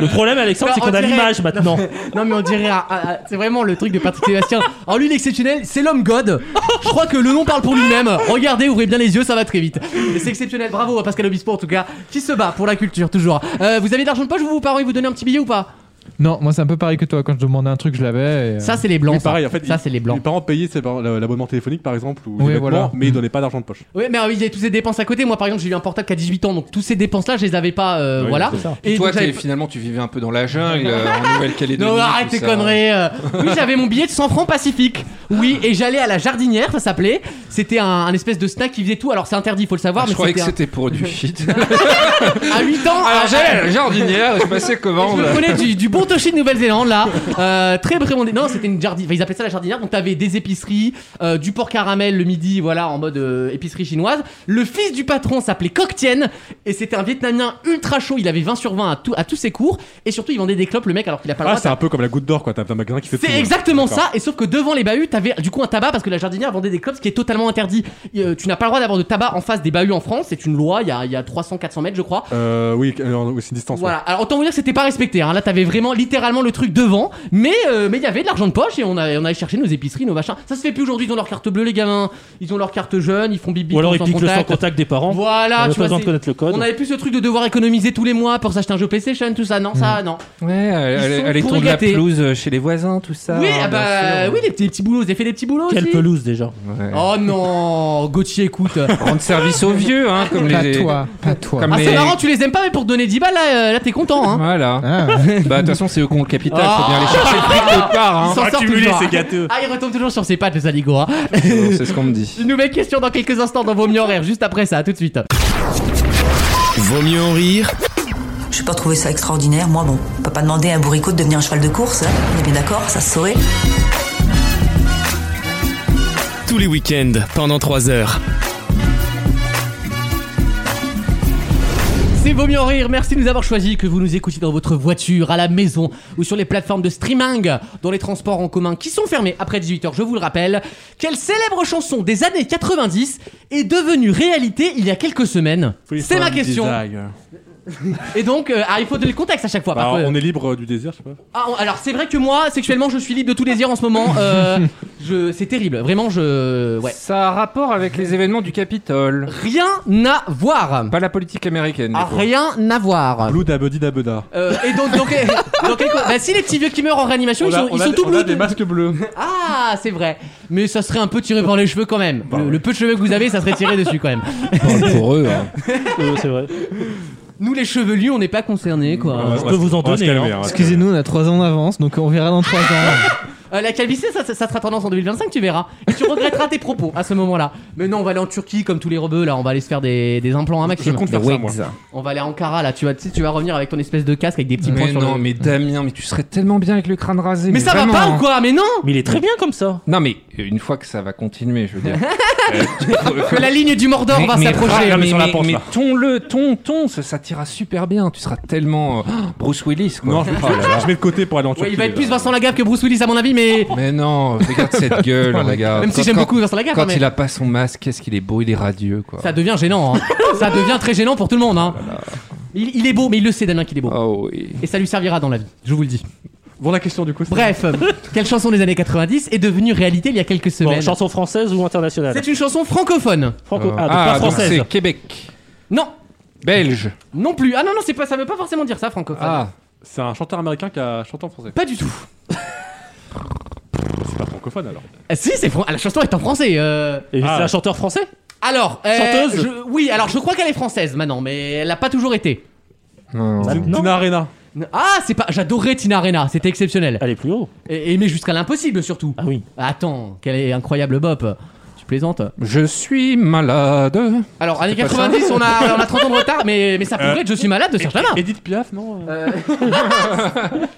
Speaker 6: Le problème, Alexandre,
Speaker 2: Alors,
Speaker 6: c'est
Speaker 2: Bah,
Speaker 6: qu'on
Speaker 2: on
Speaker 6: a
Speaker 2: dirait-
Speaker 6: l'image maintenant.
Speaker 2: Non mais on dirait, ah, ah, ah, c'est vraiment le truc de Patrick Sébastien. En lui l'exceptionnel, c'est l'homme God. Je crois que le nom parle pour lui-même. Regardez, ouvrez bien les yeux, ça va très vite. Et C'est exceptionnel, bravo à Pascal Obispo en tout cas, qui se bat pour la culture toujours. Euh, vous avez de l'argent de poche, vous vous parlez, vous donnez un petit billet ou pas
Speaker 4: Non, moi c'est un peu pareil que toi. Quand je demandais un truc, je l'avais. et, euh,
Speaker 2: Ça c'est les blancs.
Speaker 5: Oui, pareil,
Speaker 2: ça.
Speaker 5: en fait,
Speaker 2: Ça,
Speaker 5: il-
Speaker 2: c'est les blancs.
Speaker 5: Les parents payaient ses parents- la- l'abonnement téléphonique, par exemple, ou les
Speaker 4: Oui,
Speaker 5: vêtements,
Speaker 4: voilà.
Speaker 5: mais
Speaker 2: Mm.
Speaker 5: ils donnaient pas d'argent de poche.
Speaker 2: Ouais, mais euh, il y a toutes ces dépenses à côté. Moi, par exemple, j'ai eu un portable qu'à 18 ans, donc toutes ces dépenses-là, je les avais pas. euh,
Speaker 3: Oui,
Speaker 2: voilà.
Speaker 3: c'est ça. Et toi,
Speaker 2: donc, j'avais
Speaker 3: t'es- finalement, tu vivais un peu dans la jungle, euh, en Nouvelle-Calédonie.
Speaker 2: Non, arrête
Speaker 3: tout
Speaker 2: tes
Speaker 3: ça.
Speaker 2: conneries. euh. Oui, j'avais mon billet de 100 francs Pacifique. Oui, et j'allais à la jardinière, ça s'appelait. C'était un, un espèce de snack qui faisait tout. Alors, c'est interdit, faut le savoir.
Speaker 3: Ah, Je
Speaker 2: mais
Speaker 3: croyais que
Speaker 2: un-
Speaker 3: c'était pour du shit. Ah,
Speaker 2: À 8 ans.
Speaker 3: Alors,
Speaker 2: à-
Speaker 3: j'allais à la jardinière, je passais commande.
Speaker 2: Je me connais du, du bon toshi de Nouvelle-Zélande là. Euh, très vraiment. Non, c'était une jardinière. Enfin, ils appelaient ça la jardinière. Donc t'avais des épiceries, euh, du porc caramel le midi, voilà, en mode euh, épicerie chinoise. Le fils du patron s'appelait Coq Tien et c'était un Vietnamien ultra chaud. Il avait 20 sur 20 à, tout- à tous ses cours et surtout il vendait des clopes le mec alors qu'il a pas le
Speaker 5: Ah,
Speaker 2: droit.
Speaker 5: c'est un peu comme la goutte d'or, quoi. T'as un magasin qui fait tout, euh,
Speaker 2: C'est
Speaker 6: hein.
Speaker 5: ouais.
Speaker 2: exactement ça,
Speaker 5: D'accord.
Speaker 2: et sauf que devant les bahuts, t'avais du coup un tabac parce que la jardinière vendait des clopes, ce qui est totalement interdit. Euh, tu n'as pas le droit d'avoir de tabac en face des bahuts en France, c'est une loi, il y a, il y a 300-400 mètres, je crois.
Speaker 5: Euh, oui, euh, c'est une distance.
Speaker 2: Voilà, alors autant vous dire que c'était pas respecté. Hein. Là, t'avais vraiment littéralement le truc devant, mais euh, mais il y avait de l'argent de poche et on, a, on allait chercher nos épiceries, nos machins. Ça se fait plus aujourd'hui, ils ont leur carte bleue, les gamins. Ils ont leur carte jeune, ils font bibi.
Speaker 6: Ou alors
Speaker 2: ils
Speaker 6: ils
Speaker 2: sont
Speaker 6: piquent le sans contact des parents.
Speaker 2: Voilà,
Speaker 6: On a
Speaker 2: tu vois.
Speaker 6: pas besoin de
Speaker 2: c'est-
Speaker 6: connaître le code.
Speaker 2: On avait plus ce truc de devoir économiser tous les mois pour s'acheter un jeu PlayStation, tout ça. Non,
Speaker 6: Mmh.
Speaker 2: ça, non.
Speaker 3: Ouais, elle,
Speaker 2: sont
Speaker 3: elle est
Speaker 2: pourri
Speaker 3: tourner la
Speaker 2: gâtés.
Speaker 3: pelouse euh, chez les voisins, tout ça.
Speaker 2: oui,
Speaker 3: hein,
Speaker 2: ah
Speaker 3: bien
Speaker 2: bah,
Speaker 3: sûr.
Speaker 2: oui, les petits, les petits boulots, vous avez fait des petits boulots
Speaker 6: Quelle
Speaker 2: aussi
Speaker 6: pelouse déjà.
Speaker 3: Ouais.
Speaker 2: Oh non, Gauthier, écoute.
Speaker 3: Rendre service aux vieux, hein, comme
Speaker 4: Pas
Speaker 3: les.
Speaker 4: toi, pas toi.
Speaker 3: Comme
Speaker 2: ah,
Speaker 3: les-
Speaker 2: c'est marrant, tu les aimes pas, mais pour te donner 10 balles, là, euh, là t'es content, hein.
Speaker 3: Voilà.
Speaker 4: Ah,
Speaker 3: Bah, de toute façon, c'est eux qui ont le capital, faut bien
Speaker 2: Ah.
Speaker 3: les chercher quelque part, hein.
Speaker 2: Ils s'en sortent
Speaker 10: Accumuler,
Speaker 2: toujours.
Speaker 10: c'est gâteux.
Speaker 2: Ah, ils retombent toujours sur ses pattes, les aligots. hein.
Speaker 3: C'est ce qu'on me dit.
Speaker 2: Une nouvelle question dans quelques instants dans Vos mieux en rire, juste après ça, à tout de suite.
Speaker 1: Vaut mieux en rire
Speaker 13: J'ai pas trouvé ça extraordinaire, moi bon. On peut pas demander à un bourricot de devenir un cheval de course, hein. on est bien d'accord, ça se saurait.
Speaker 1: tous les week-ends pendant 3 heures.
Speaker 2: C'est Vaut mieux en rire, merci de nous avoir choisi, que vous nous écoutiez dans votre voiture, à la maison ou sur les plateformes de streaming, dans les transports en commun qui sont fermés après 18h, je vous le rappelle. Quelle célèbre chanson des années 90 est devenue réalité il y a quelques semaines C'est ma question. Et donc, euh, ah, il faut donner le contexte à chaque fois.
Speaker 5: Bah,
Speaker 2: parfois.
Speaker 5: on est libre euh, du désir, je sais pas.
Speaker 2: Ah, on- alors c'est vrai que moi, sexuellement, je suis libre de tout désir en ce moment. euh, je, c'est terrible, vraiment, je, ouais.
Speaker 3: Ça a rapport avec les événements du Capitole.
Speaker 2: Rien à voir.
Speaker 3: Pas la politique américaine. du
Speaker 2: Ah,
Speaker 3: coup.
Speaker 2: rien à voir.
Speaker 5: Blue dabedi dabeda.
Speaker 2: Euh, et donc, donc, euh, donc, euh, bah, si les petits vieux qui meurent en réanimation, ils
Speaker 5: On a-
Speaker 2: sont,
Speaker 5: on
Speaker 2: ils
Speaker 5: a-
Speaker 2: sont tout
Speaker 5: on a
Speaker 2: bleus.
Speaker 5: des masques bleus.
Speaker 2: Ah, c'est vrai. Mais ça serait un peu tiré par les cheveux quand même.
Speaker 5: Bah
Speaker 2: le, le peu de cheveux que vous avez, ça serait tiré dessus quand même.
Speaker 3: pour eux. hein.
Speaker 6: Euh, c'est vrai.
Speaker 2: Nous, les chevelus, on n'est pas concernés,
Speaker 5: Ah
Speaker 2: quoi.
Speaker 6: Je peux vous en donner. hein.
Speaker 4: Excusez-nous, on a 3 ans d'avance, donc on verra dans 3 ans.
Speaker 2: Euh, la calvitie, ça, ça, ça sera tendance en 2025, tu verras. Et tu regretteras tes propos à ce moment-là. Mais non, on va aller en Turquie comme tous les rebeux, là. On va aller se faire des, des implants à maximum.
Speaker 5: compte faire ça, moi.
Speaker 2: On va aller à Ankara, là. Tu vas, tu sais, tu vas revenir avec ton espèce de casque avec des petits points
Speaker 3: Mais
Speaker 2: sur
Speaker 3: non,
Speaker 2: le...
Speaker 3: mais Damien, mais tu serais tellement bien avec le crâne rasé.
Speaker 2: Mais ça
Speaker 3: vraiment,
Speaker 2: va pas
Speaker 3: hein.
Speaker 2: ou quoi Mais non
Speaker 6: Mais il est très bien comme ça.
Speaker 3: Non, mais une fois que ça va continuer, je veux dire. Euh,
Speaker 2: Que la ligne du Mordor va s'approcher.
Speaker 3: Mais,
Speaker 10: sur la
Speaker 3: mais-
Speaker 10: pente,
Speaker 3: mais
Speaker 10: là.
Speaker 3: ton-le, ton, ton, ça, ça t'ira super bien. Tu seras tellement euh, Bruce Willis, quoi.
Speaker 5: Non, je,
Speaker 3: Oh là là.
Speaker 5: je mets de côté pour aller en
Speaker 2: Ouais,
Speaker 5: Turquie. euh.
Speaker 2: il va être plus
Speaker 5: là.
Speaker 2: Vincent Lagaffe que Bruce Willis, à mon avis, mais.
Speaker 3: Mais non, regarde cette gueule, regarde.
Speaker 2: Même si
Speaker 3: Ah, Quand-
Speaker 2: j'aime
Speaker 3: quand-
Speaker 2: beaucoup Vincent Lagaffe,
Speaker 3: Quand
Speaker 2: hein, mais-
Speaker 3: il a pas son masque, qu'est-ce qu'il est beau, il est radieux, quoi.
Speaker 2: Ça devient gênant, hein. ça devient très gênant pour tout le monde. Hein. Il, il est beau, mais il le sait, Damien, qu'il est beau.
Speaker 3: Oh oui.
Speaker 2: Et ça lui servira dans la vie, je vous le dis.
Speaker 5: Bon, la question du coup. c'est-
Speaker 2: Bref, euh, quelle chanson des années 90 est devenue réalité il y a quelques
Speaker 6: Bon,
Speaker 2: semaines
Speaker 6: chanson française ou internationale
Speaker 2: C'est une chanson francophone.
Speaker 6: Franco. Ah, donc
Speaker 3: Ah,
Speaker 6: pas
Speaker 3: donc
Speaker 6: française.
Speaker 3: c'est Québec.
Speaker 2: Non,
Speaker 3: Belge.
Speaker 2: non plus. Ah non, non, c'est pas, ça veut pas forcément dire ça, francophone.
Speaker 3: Ah.
Speaker 5: C'est un chanteur américain qui a chanté en français.
Speaker 2: Pas du tout.
Speaker 5: C'est pas francophone alors.
Speaker 2: Ah, si, c'est fran- ah, la chanson est en français. euh.
Speaker 5: Et Ah. c'est un
Speaker 2: chanteur français Alors, euh,
Speaker 5: Chanteuse
Speaker 2: je- Oui, alors je crois qu'elle est française maintenant, mais elle n'a pas toujours été.
Speaker 6: Bah,
Speaker 5: Tina Arena.
Speaker 2: Ah, c'est pas. J'adorais Tina Arena, c'était exceptionnel.
Speaker 5: Ah.
Speaker 2: Elle est plus haut. Et, et- mais jusqu'à l'impossible surtout. Ah oui. Attends, quelle est incroyable bop. Tu plaisantes
Speaker 3: Je suis malade.
Speaker 2: Alors, années
Speaker 3: C'est pas
Speaker 2: 90,
Speaker 3: ça.
Speaker 2: on a, on a 30 ans de retard, mais, mais ça
Speaker 5: Euh.
Speaker 2: pourrait être Je suis malade de certains.
Speaker 5: Edith Piaf, non euh.
Speaker 2: Euh.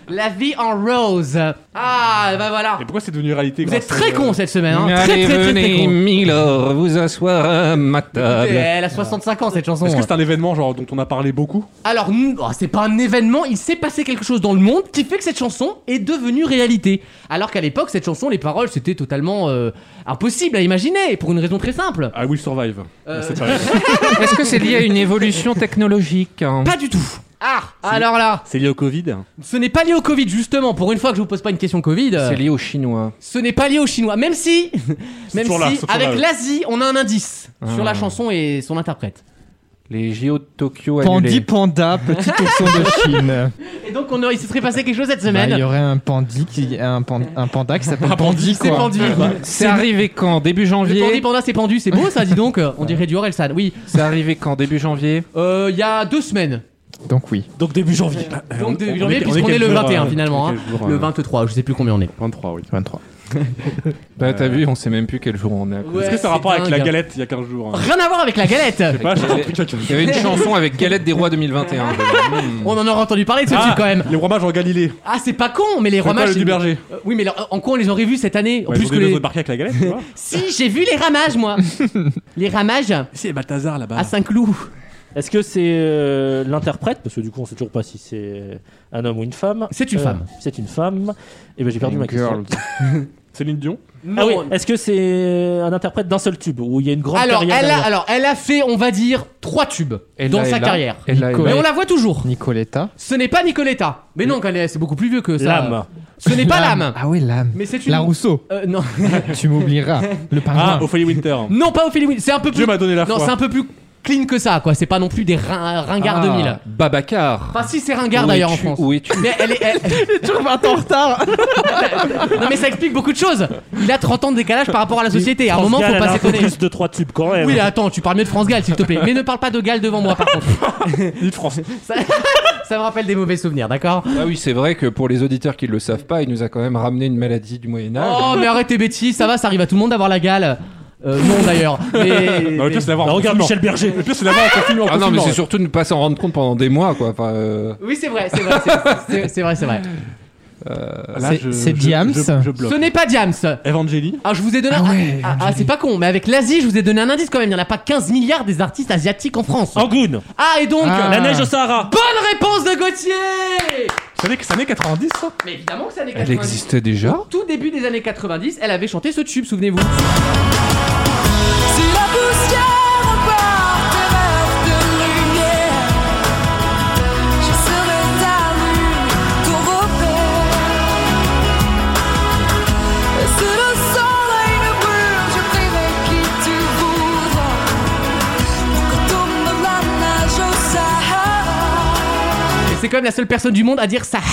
Speaker 2: La vie en rose. Ah, bah voilà.
Speaker 5: Et euh, pourquoi c'est devenu réalité
Speaker 2: Vous êtes très con cette semaine, hein.
Speaker 3: Allez,
Speaker 2: très, très, très, très,
Speaker 3: venez,
Speaker 2: con.
Speaker 3: Milord, vous asseoir à ma table.
Speaker 2: Écoutez, elle a 65 ans cette chanson. hein.
Speaker 5: Est-ce que c'est un événement genre dont on a parlé beaucoup
Speaker 2: Alors, n- oh, c'est pas un événement, il s'est passé quelque chose dans le monde qui fait que cette chanson est devenue réalité. Alors qu'à l'époque, cette chanson, les paroles, c'était totalement euh, impossible à imaginer, pour une raison très simple. Euh,
Speaker 5: I will survive. Ah, C'est pas vrai.
Speaker 3: Est-ce que c'est lié à une évolution technologique hein
Speaker 2: Pas du tout. Ah, alors là,
Speaker 5: C'est lié au Covid
Speaker 2: ce n'est pas lié au Covid, justement, pour une fois que je vous pose pas une question Covid. euh,
Speaker 3: C'est lié aux Chinois.
Speaker 2: Ce n'est pas lié aux Chinois, même si, même
Speaker 3: toujours là,
Speaker 2: si
Speaker 3: c'est toujours
Speaker 2: avec
Speaker 3: là.
Speaker 2: l'Asie, on a un indice sur
Speaker 3: Ah.
Speaker 2: la chanson et son interprète.
Speaker 3: Les JO de Tokyo
Speaker 4: Pandi
Speaker 3: annulés.
Speaker 4: panda, petit ourson de Chine.
Speaker 2: Et donc, on aurait- il se serait passé quelque chose cette
Speaker 4: Bah,
Speaker 2: semaine.
Speaker 4: Il y aurait un pandi qui, un, pan- un panda qui s'appelle Pandi.
Speaker 2: C'est
Speaker 4: quoi.
Speaker 2: pendu. quoi.
Speaker 3: C'est arrivé quand Début
Speaker 2: Le
Speaker 3: janvier
Speaker 2: pandi panda c'est pendu, c'est beau ça, dis donc. On dirait du Orelsan, oui.
Speaker 3: C'est arrivé quand Début janvier
Speaker 2: Euh, Il y a deux semaines.
Speaker 4: Donc oui.
Speaker 2: Donc début janvier. Donc
Speaker 3: on
Speaker 2: début
Speaker 3: est-
Speaker 2: janvier,
Speaker 3: on est
Speaker 2: puisqu'on est,
Speaker 3: quel
Speaker 2: le
Speaker 3: jour,
Speaker 2: 21
Speaker 3: euh,
Speaker 2: finalement.
Speaker 3: quel
Speaker 2: hein.
Speaker 3: jour,
Speaker 2: le
Speaker 3: euh,
Speaker 2: 23, je sais plus combien on est.
Speaker 5: 23, oui.
Speaker 4: 23.
Speaker 3: Bah t'as vu, on sait même plus quel jour on est. à cause
Speaker 2: Ouais,
Speaker 5: Est-ce que
Speaker 2: c'est
Speaker 5: ça a rapport avec la
Speaker 2: dingue.
Speaker 5: galette il y a 15 jours hein
Speaker 2: Rien à voir avec la galette
Speaker 5: pas, j'ai compris quelqu'un.
Speaker 3: Il y avait une chanson avec Galette des Rois 2021. Hmm.
Speaker 2: On en aura entendu parler de ce
Speaker 5: Ah,
Speaker 2: truc quand même.
Speaker 5: Les rois mages en Galilée.
Speaker 2: Ah, c'est pas con, mais les rois
Speaker 5: pas
Speaker 2: mages.
Speaker 5: le
Speaker 2: c'est-
Speaker 5: du berger.
Speaker 2: Euh, oui, mais leur- en quoi on les aurait vus cette année En
Speaker 5: Ouais,
Speaker 2: plus
Speaker 5: ils ont
Speaker 2: que
Speaker 5: des
Speaker 2: les.
Speaker 5: autres barqués avec la galette, tu vois.
Speaker 2: Si, j'ai vu les ramages moi Les ramages
Speaker 5: C'est Balthazar là-bas.
Speaker 2: à Saint-Cloud.
Speaker 6: Est-ce que c'est euh, l'interprète Parce que du coup, on sait toujours pas si c'est un homme ou une femme. Euh,
Speaker 2: C'est une femme.
Speaker 6: C'est une femme. Et ben j'ai perdu
Speaker 5: Une
Speaker 6: ma question.
Speaker 5: girl. Céline Dion
Speaker 6: ah oui. Est-ce que c'est un interprète d'un seul tube où il y a une grande
Speaker 2: Alors
Speaker 6: carrière
Speaker 2: elle, a,
Speaker 6: derrière
Speaker 2: alors, elle a fait, on va dire, trois tubes
Speaker 6: Elle
Speaker 2: dans
Speaker 6: a-
Speaker 2: sa
Speaker 6: elle a-
Speaker 2: carrière.
Speaker 6: elle a- elle
Speaker 2: Mais
Speaker 6: a-
Speaker 2: on la voit toujours.
Speaker 4: Nicoletta.
Speaker 2: Ce n'est pas Nicoletta. Mais non, qu'elle est- c'est beaucoup plus vieux que ça.
Speaker 6: L'âme.
Speaker 2: Ce n'est pas l'âme.
Speaker 4: Ah oui, l'âme.
Speaker 2: Mais c'est une.
Speaker 4: La Rousseau.
Speaker 2: Euh, non.
Speaker 4: tu m'oublieras. Le parrain.
Speaker 5: Ah, Ophélie Winter.
Speaker 2: non, pas Ophélie Winter. C'est un peu plus.
Speaker 5: Dieu m'a donné la
Speaker 2: Non,
Speaker 5: foi.
Speaker 2: c'est un peu plus clean que ça, quoi. C'est pas non plus des rin- ringards 2000.
Speaker 3: Babacar.
Speaker 2: Enfin, si, c'est ringard
Speaker 3: Ah. Où
Speaker 2: d'ailleurs en
Speaker 3: es-tu
Speaker 2: France.
Speaker 3: Où es-tu
Speaker 2: Mais elle est. Elle... toujours 20 ans en retard Non, mais ça explique beaucoup de choses. Il a 30 ans de décalage par rapport à la société. À un
Speaker 6: France
Speaker 2: moment, faut
Speaker 6: Gall, elle a
Speaker 2: pas
Speaker 6: un peu
Speaker 2: s'étonner.
Speaker 6: plus de trois tubes quand même.
Speaker 2: Oui, attends, tu parles mieux de France Gall, s'il te plaît. Mais ne parle pas de Gall devant moi, par contre.
Speaker 5: Ni de France.
Speaker 2: Ça,
Speaker 6: Bah,
Speaker 2: ça me rappelle des mauvais souvenirs, d'accord Oh,
Speaker 3: Ah oui, c'est vrai que pour les auditeurs qui ne le savent pas, il nous a quand même ramené une maladie du Ah Moyen-Âge.
Speaker 2: Oh, mais arrête tes bêtises, ça va, ça arrive à tout le monde d'avoir la gale. Euh, non, d'ailleurs. Mais.
Speaker 5: Bah, le pire, c'est d'avoir un
Speaker 6: Bah, regarde
Speaker 5: confinement.
Speaker 6: Michel Berger.
Speaker 5: Le pire, c'est d'avoir un confinement.
Speaker 3: Ah non, mais
Speaker 5: confinement,
Speaker 3: c'est
Speaker 5: ouais.
Speaker 3: surtout de ne pas s'en rendre compte pendant des mois, quoi. Enfin, euh,
Speaker 2: Oui, c'est vrai, c'est vrai, c'est- c'est- c'est vrai, c'est vrai.
Speaker 3: euh,
Speaker 5: Là,
Speaker 4: C'est-
Speaker 5: je-
Speaker 4: c'est
Speaker 5: je-
Speaker 4: Diams.
Speaker 5: je- je bloque.
Speaker 2: Ce n'est pas Diams.
Speaker 5: Evangélie
Speaker 2: Ah, je vous ai donné. Ah, ah, ah, c'est pas con, mais avec l'Asie, je vous ai donné un indice quand même. Il n'y en a pas 15 milliards des artistes asiatiques en France.
Speaker 6: Angoune.
Speaker 2: Ah, et donc.
Speaker 4: Ah.
Speaker 6: La neige au Sahara.
Speaker 2: Bonne réponse de Gauthier
Speaker 5: Ça n'est que ça n'est 90 ça
Speaker 2: Mais évidemment que c'est années
Speaker 3: elle
Speaker 2: 90.
Speaker 3: existait déjà
Speaker 2: Au tout début des années 90, elle avait chanté ce tube, souvenez-vous.
Speaker 14: Si la poussière repart tes rêves de lumière, je serai ta lune, ton repère. Et si le soleil ne brûle, je prierai qui tu voudras pour que tombe la neige au Sahara.
Speaker 2: Et c'est quand même la seule personne du monde à dire Sahara.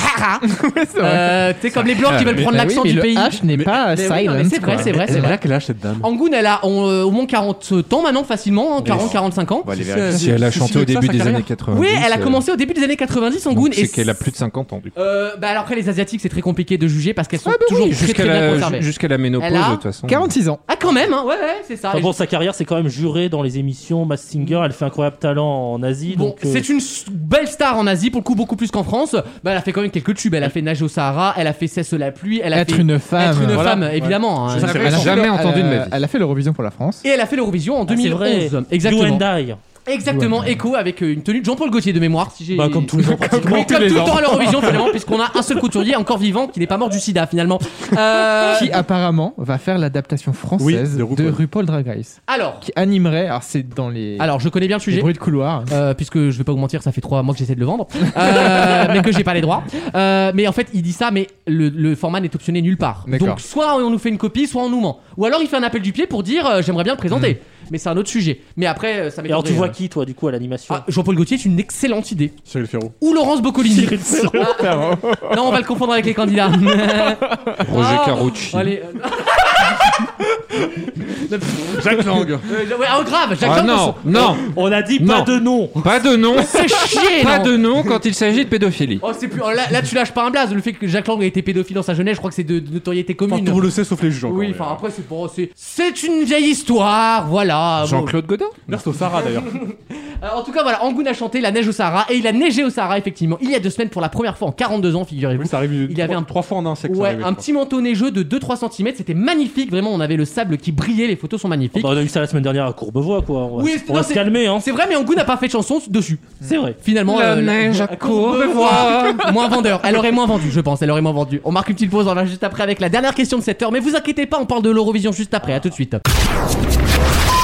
Speaker 2: Euh, T'es comme les blancs qui veulent prendre
Speaker 4: Bah oui,
Speaker 2: l'accent
Speaker 4: mais
Speaker 2: du
Speaker 4: le
Speaker 2: pays.
Speaker 4: H n'est pas
Speaker 2: Mais oui, non, mais
Speaker 4: silent,
Speaker 2: c'est vrai,
Speaker 4: quoi.
Speaker 2: c'est vrai, c'est
Speaker 5: Elle a
Speaker 2: vrai.
Speaker 5: quel âge cette dame
Speaker 2: Angoun, elle a on- euh, au moins 40 ans maintenant, facilement, hein, 40-45 ans.
Speaker 5: va aller
Speaker 3: Si, elle a chanté au début des années 90.
Speaker 2: Oui, elle a
Speaker 3: euh,
Speaker 2: commencé au début des années 90,
Speaker 3: donc
Speaker 2: Angoun.
Speaker 3: C'est qu'elle a plus de 50 ans, du coup.
Speaker 2: Euh, bah alors après les asiatiques c'est très compliqué de juger parce qu'elles sont toujours très,
Speaker 3: Ah, bah Jusqu'à
Speaker 2: très bien
Speaker 3: la,
Speaker 2: conservées.
Speaker 3: ju- jusqu'à la ménopause,
Speaker 2: Elle a
Speaker 3: de toute façon.
Speaker 4: 46 ans.
Speaker 2: Ah quand même hein, ouais ouais c'est ça.
Speaker 6: Enfin
Speaker 2: Et
Speaker 6: bon, sa carrière, c'est quand même juré dans les émissions. Mass Singer, elle fait incroyable talent en Asie.
Speaker 2: Bon,
Speaker 6: donc, euh,
Speaker 2: c'est une s- belle star en Asie, pour le coup beaucoup plus qu'en France. Bah, elle a fait quand même quelques tubes. Elle a fait nager au Sahara, elle a fait cesse la pluie, elle a
Speaker 4: Être
Speaker 2: fait
Speaker 4: une femme.
Speaker 2: être une
Speaker 4: Voilà.
Speaker 2: femme évidemment. hein.
Speaker 3: Je savais
Speaker 4: Elle a fait
Speaker 3: jamais
Speaker 4: le-
Speaker 3: entendu de ma vie.
Speaker 4: Elle a fait l'Eurovision pour la France.
Speaker 2: Et elle a fait l'Eurovision en
Speaker 6: ah, c'est
Speaker 2: 2011.
Speaker 6: vrai.
Speaker 2: Exactement.
Speaker 6: You and I.
Speaker 2: Exactement, écho avec euh, une tenue de Jean-Paul Gaultier de mémoire, si j'ai.
Speaker 6: Bah, comme tous les ans, pratiquement.
Speaker 2: Oui, comme tout le temps à l'Eurovision finalement, puisqu'on a un seul couturier encore vivant qui n'est pas mort du sida finalement. Euh,
Speaker 4: Qui apparemment va faire l'adaptation française de,
Speaker 5: Oui, de
Speaker 4: RuPaul.
Speaker 5: RuPaul.
Speaker 4: Drag Race.
Speaker 2: Alors,
Speaker 4: Qui animerait, alors c'est dans les,
Speaker 2: alors je connais bien le
Speaker 4: les
Speaker 2: sujet.
Speaker 4: bruits de couloir.
Speaker 2: Euh, puisque je vais pas vous mentir, ça fait trois mois que j'essaie de le vendre, euh, mais que j'ai pas les droits. Euh, mais en fait, il dit ça, mais le, le format n'est optionné nulle part.
Speaker 4: D'accord.
Speaker 2: Donc soit on nous fait une copie, soit on nous ment. Ou alors il fait un appel du pied pour dire euh, j'aimerais bien le présenter. mais c'est un autre sujet. Mais après, euh, ça
Speaker 6: Et alors, tu vois
Speaker 2: m'étonnerait.
Speaker 6: qui, toi, du coup, à l'animation
Speaker 2: Ah, Jean-Paul Gaultier est une excellente idée.
Speaker 5: Cyril Ferraud.
Speaker 2: Ou Laurence Boccolini.
Speaker 6: Cyril Ferraud.
Speaker 2: Ah, non, on va le confondre avec les candidats.
Speaker 3: Roger
Speaker 2: Ah,
Speaker 3: Carucci.
Speaker 2: Allez. euh,
Speaker 3: Jacques Lang.
Speaker 2: euh, ouais, oh, grave, Jacques
Speaker 3: Ah
Speaker 2: Lang,
Speaker 3: non,
Speaker 2: on-
Speaker 3: non.
Speaker 6: On a dit
Speaker 3: pas
Speaker 6: de nom.
Speaker 3: Pas de nom.
Speaker 2: C'est chier,
Speaker 3: Pas
Speaker 2: non.
Speaker 3: de nom quand il s'agit de pédophilie.
Speaker 2: Oh, c'est plus... oh, là, là, tu lâches pas un blaze. Le fait que Jacques Lang ait été pédophile dans sa jeunesse, je crois que c'est de, de notoriété commune.
Speaker 5: Enfin, tout le monde le sait, sauf les juges, encore,
Speaker 2: Oui,
Speaker 5: mais, hein.
Speaker 2: enfin après, c'est pour. C'est, c'est une vieille histoire, voilà. bon.
Speaker 3: Jean-Claude Godin
Speaker 5: Merci au Sarah d'ailleurs.
Speaker 2: Alors, en tout cas, voilà, Angoun a chanté La neige au Sahara et il a neigé au Sahara, effectivement, il y a deux semaines pour la première fois en 42 ans, figurez-vous.
Speaker 5: ça arrive
Speaker 2: il avait un
Speaker 5: trois fois en un siècle. ça
Speaker 2: Ouais,
Speaker 5: arrivait, je
Speaker 2: un
Speaker 5: crois.
Speaker 2: petit manteau neigeux de 2-3 cm, c'était magnifique, vraiment, on avait le sable qui brillait, les photos sont magnifiques.
Speaker 5: Oh,
Speaker 6: Bah, on a eu ça la semaine dernière à Courbevoie, quoi. On va,
Speaker 2: Oui,
Speaker 6: on
Speaker 2: non,
Speaker 6: va se
Speaker 2: c'est-
Speaker 6: calmer,
Speaker 5: bah,
Speaker 6: hein.
Speaker 2: C'est vrai, mais Angoun n'a pas fait de chanson dessus.
Speaker 6: C'est vrai.
Speaker 2: Finalement,
Speaker 3: La
Speaker 2: euh,
Speaker 3: neige à
Speaker 2: Courbevoie. moins vendeur. Elle aurait moins vendu, je pense. Elle aurait moins vendu. On marque une petite pause, on revient juste après avec la dernière question de cette heure. Mais vous inquiétez pas, on parle de l'Eurovision juste après. À tout de suite.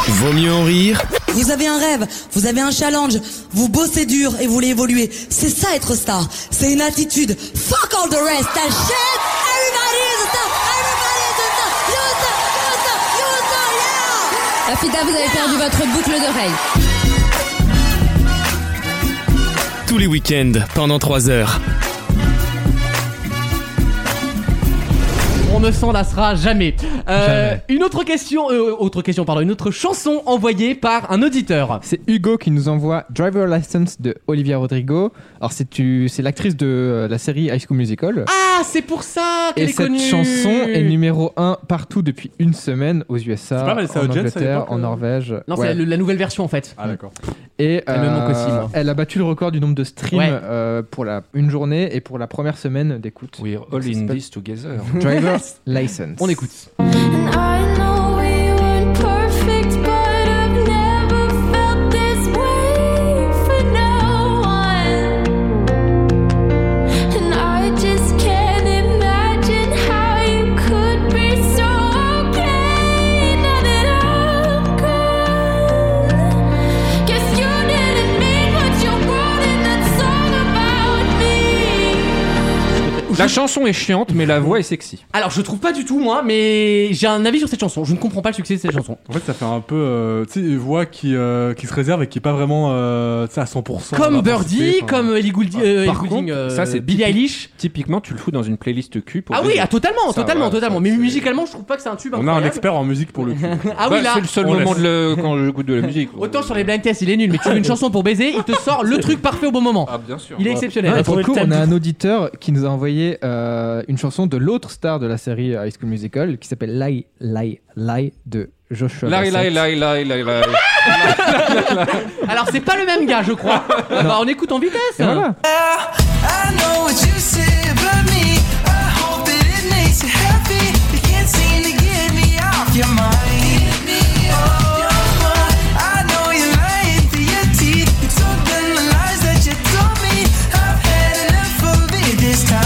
Speaker 1: Vaut mieux en rire
Speaker 15: Vous avez un rêve, vous avez un challenge, vous bossez dur et vous voulez évoluer. C'est ça être star. C'est une attitude. Fuck all the rest. That shit. Everybody is a star. Everybody is a star. You a star. You a star. You a star. Yeah. La fida, vous avez perdu votre boucle d'oreille.
Speaker 1: tous les week-ends pendant 3 heures.
Speaker 2: On ne s'en lassera jamais. Euh, Une autre question, euh, autre question, pardon, une autre chanson envoyée par un auditeur.
Speaker 4: C'est Hugo qui nous envoie Driver License de Olivia Rodrigo. Alors, c'est tu- c'est l'actrice de euh, la série High School Musical.
Speaker 2: Ah, c'est pour ça
Speaker 4: Et
Speaker 2: qu'elle est
Speaker 4: cette
Speaker 2: connue.
Speaker 4: chanson est numéro 1 partout depuis une semaine aux USA,
Speaker 2: C'est pas mal, c'est
Speaker 4: en
Speaker 2: Hot Jets, à
Speaker 4: Angleterre,
Speaker 2: l'époque,
Speaker 4: en
Speaker 2: euh
Speaker 4: Norvège.
Speaker 2: Non,
Speaker 4: Ouais.
Speaker 2: c'est le- la nouvelle version en fait.
Speaker 5: Ah d'accord.
Speaker 4: Et euh,
Speaker 2: Elle me manque aussi, moi.
Speaker 4: elle a battu le record du nombre de streams
Speaker 2: Ouais.
Speaker 4: euh, pour la une journée et pour la première semaine d'écoute.
Speaker 3: We're all in this together.
Speaker 4: Driver License.
Speaker 2: On écoute.
Speaker 14: I know we weren't perfect, but I've never felt this way for no one. And I just can't imagine how you could be so okay now that I'm gone. Guess you didn't mean what you wrote in that song about me.
Speaker 3: La chanson est chiante, mais la voix est sexy.
Speaker 2: Alors, je trouve pas du tout moi, mais j'ai un avis sur cette chanson. Je ne comprends pas le succès de cette chanson.
Speaker 5: En fait, ça fait un peu, euh, tu sais, une voix qui, euh, qui se réserve et qui est pas vraiment, euh, tu sais, à 100%.
Speaker 2: Comme
Speaker 5: dans la
Speaker 2: Birdie,
Speaker 5: participée, enfin.
Speaker 2: comme Ellie Goulding, euh,
Speaker 3: Ah, Par
Speaker 2: Ellie Goulding,
Speaker 3: contre,
Speaker 2: euh,
Speaker 3: ça c'est
Speaker 2: Billie
Speaker 3: typique-
Speaker 2: Eilish.
Speaker 3: Typiquement, tu le fous dans une playlist cul. Pour
Speaker 2: Ah oui,
Speaker 3: baiser.
Speaker 2: ah, totalement,
Speaker 3: Ça,
Speaker 2: totalement,
Speaker 3: voilà,
Speaker 2: totalement. Mais musicalement, je trouve pas que c'est un tube.
Speaker 5: On a un
Speaker 2: incroyable.
Speaker 5: expert en musique pour le cul.
Speaker 2: Ah oui,
Speaker 3: Bah,
Speaker 2: là.
Speaker 3: c'est le seul
Speaker 5: on
Speaker 3: moment
Speaker 5: laisse.
Speaker 3: de le... quand je goûte de la musique.
Speaker 2: Autant sur les blind tests, il est nul, mais tu veux une chanson pour baiser, il te sort le truc parfait au bon moment.
Speaker 3: Ah, bien sûr.
Speaker 2: Il est exceptionnel.
Speaker 4: Ouais, pour le coup, on a un auditeur qui nous a envoyé euh, une chanson de l'autre star de la série High School Musical qui s'appelle Lie, Lie, Lie de Joshua.
Speaker 3: Lai, lai,
Speaker 4: Bassett.
Speaker 3: lai, lai, lai, lai.
Speaker 2: Oh, Alors, c'est pas le même gars, je crois. Bah, on écoute en vitesse.
Speaker 4: Et voilà.
Speaker 14: I know what you said about me. I hope that it makes you happy. You can't seem to get me off your mind. Oh, I know you're lying through your teeth. You told them the lies that you told me. I've had enough of it this time.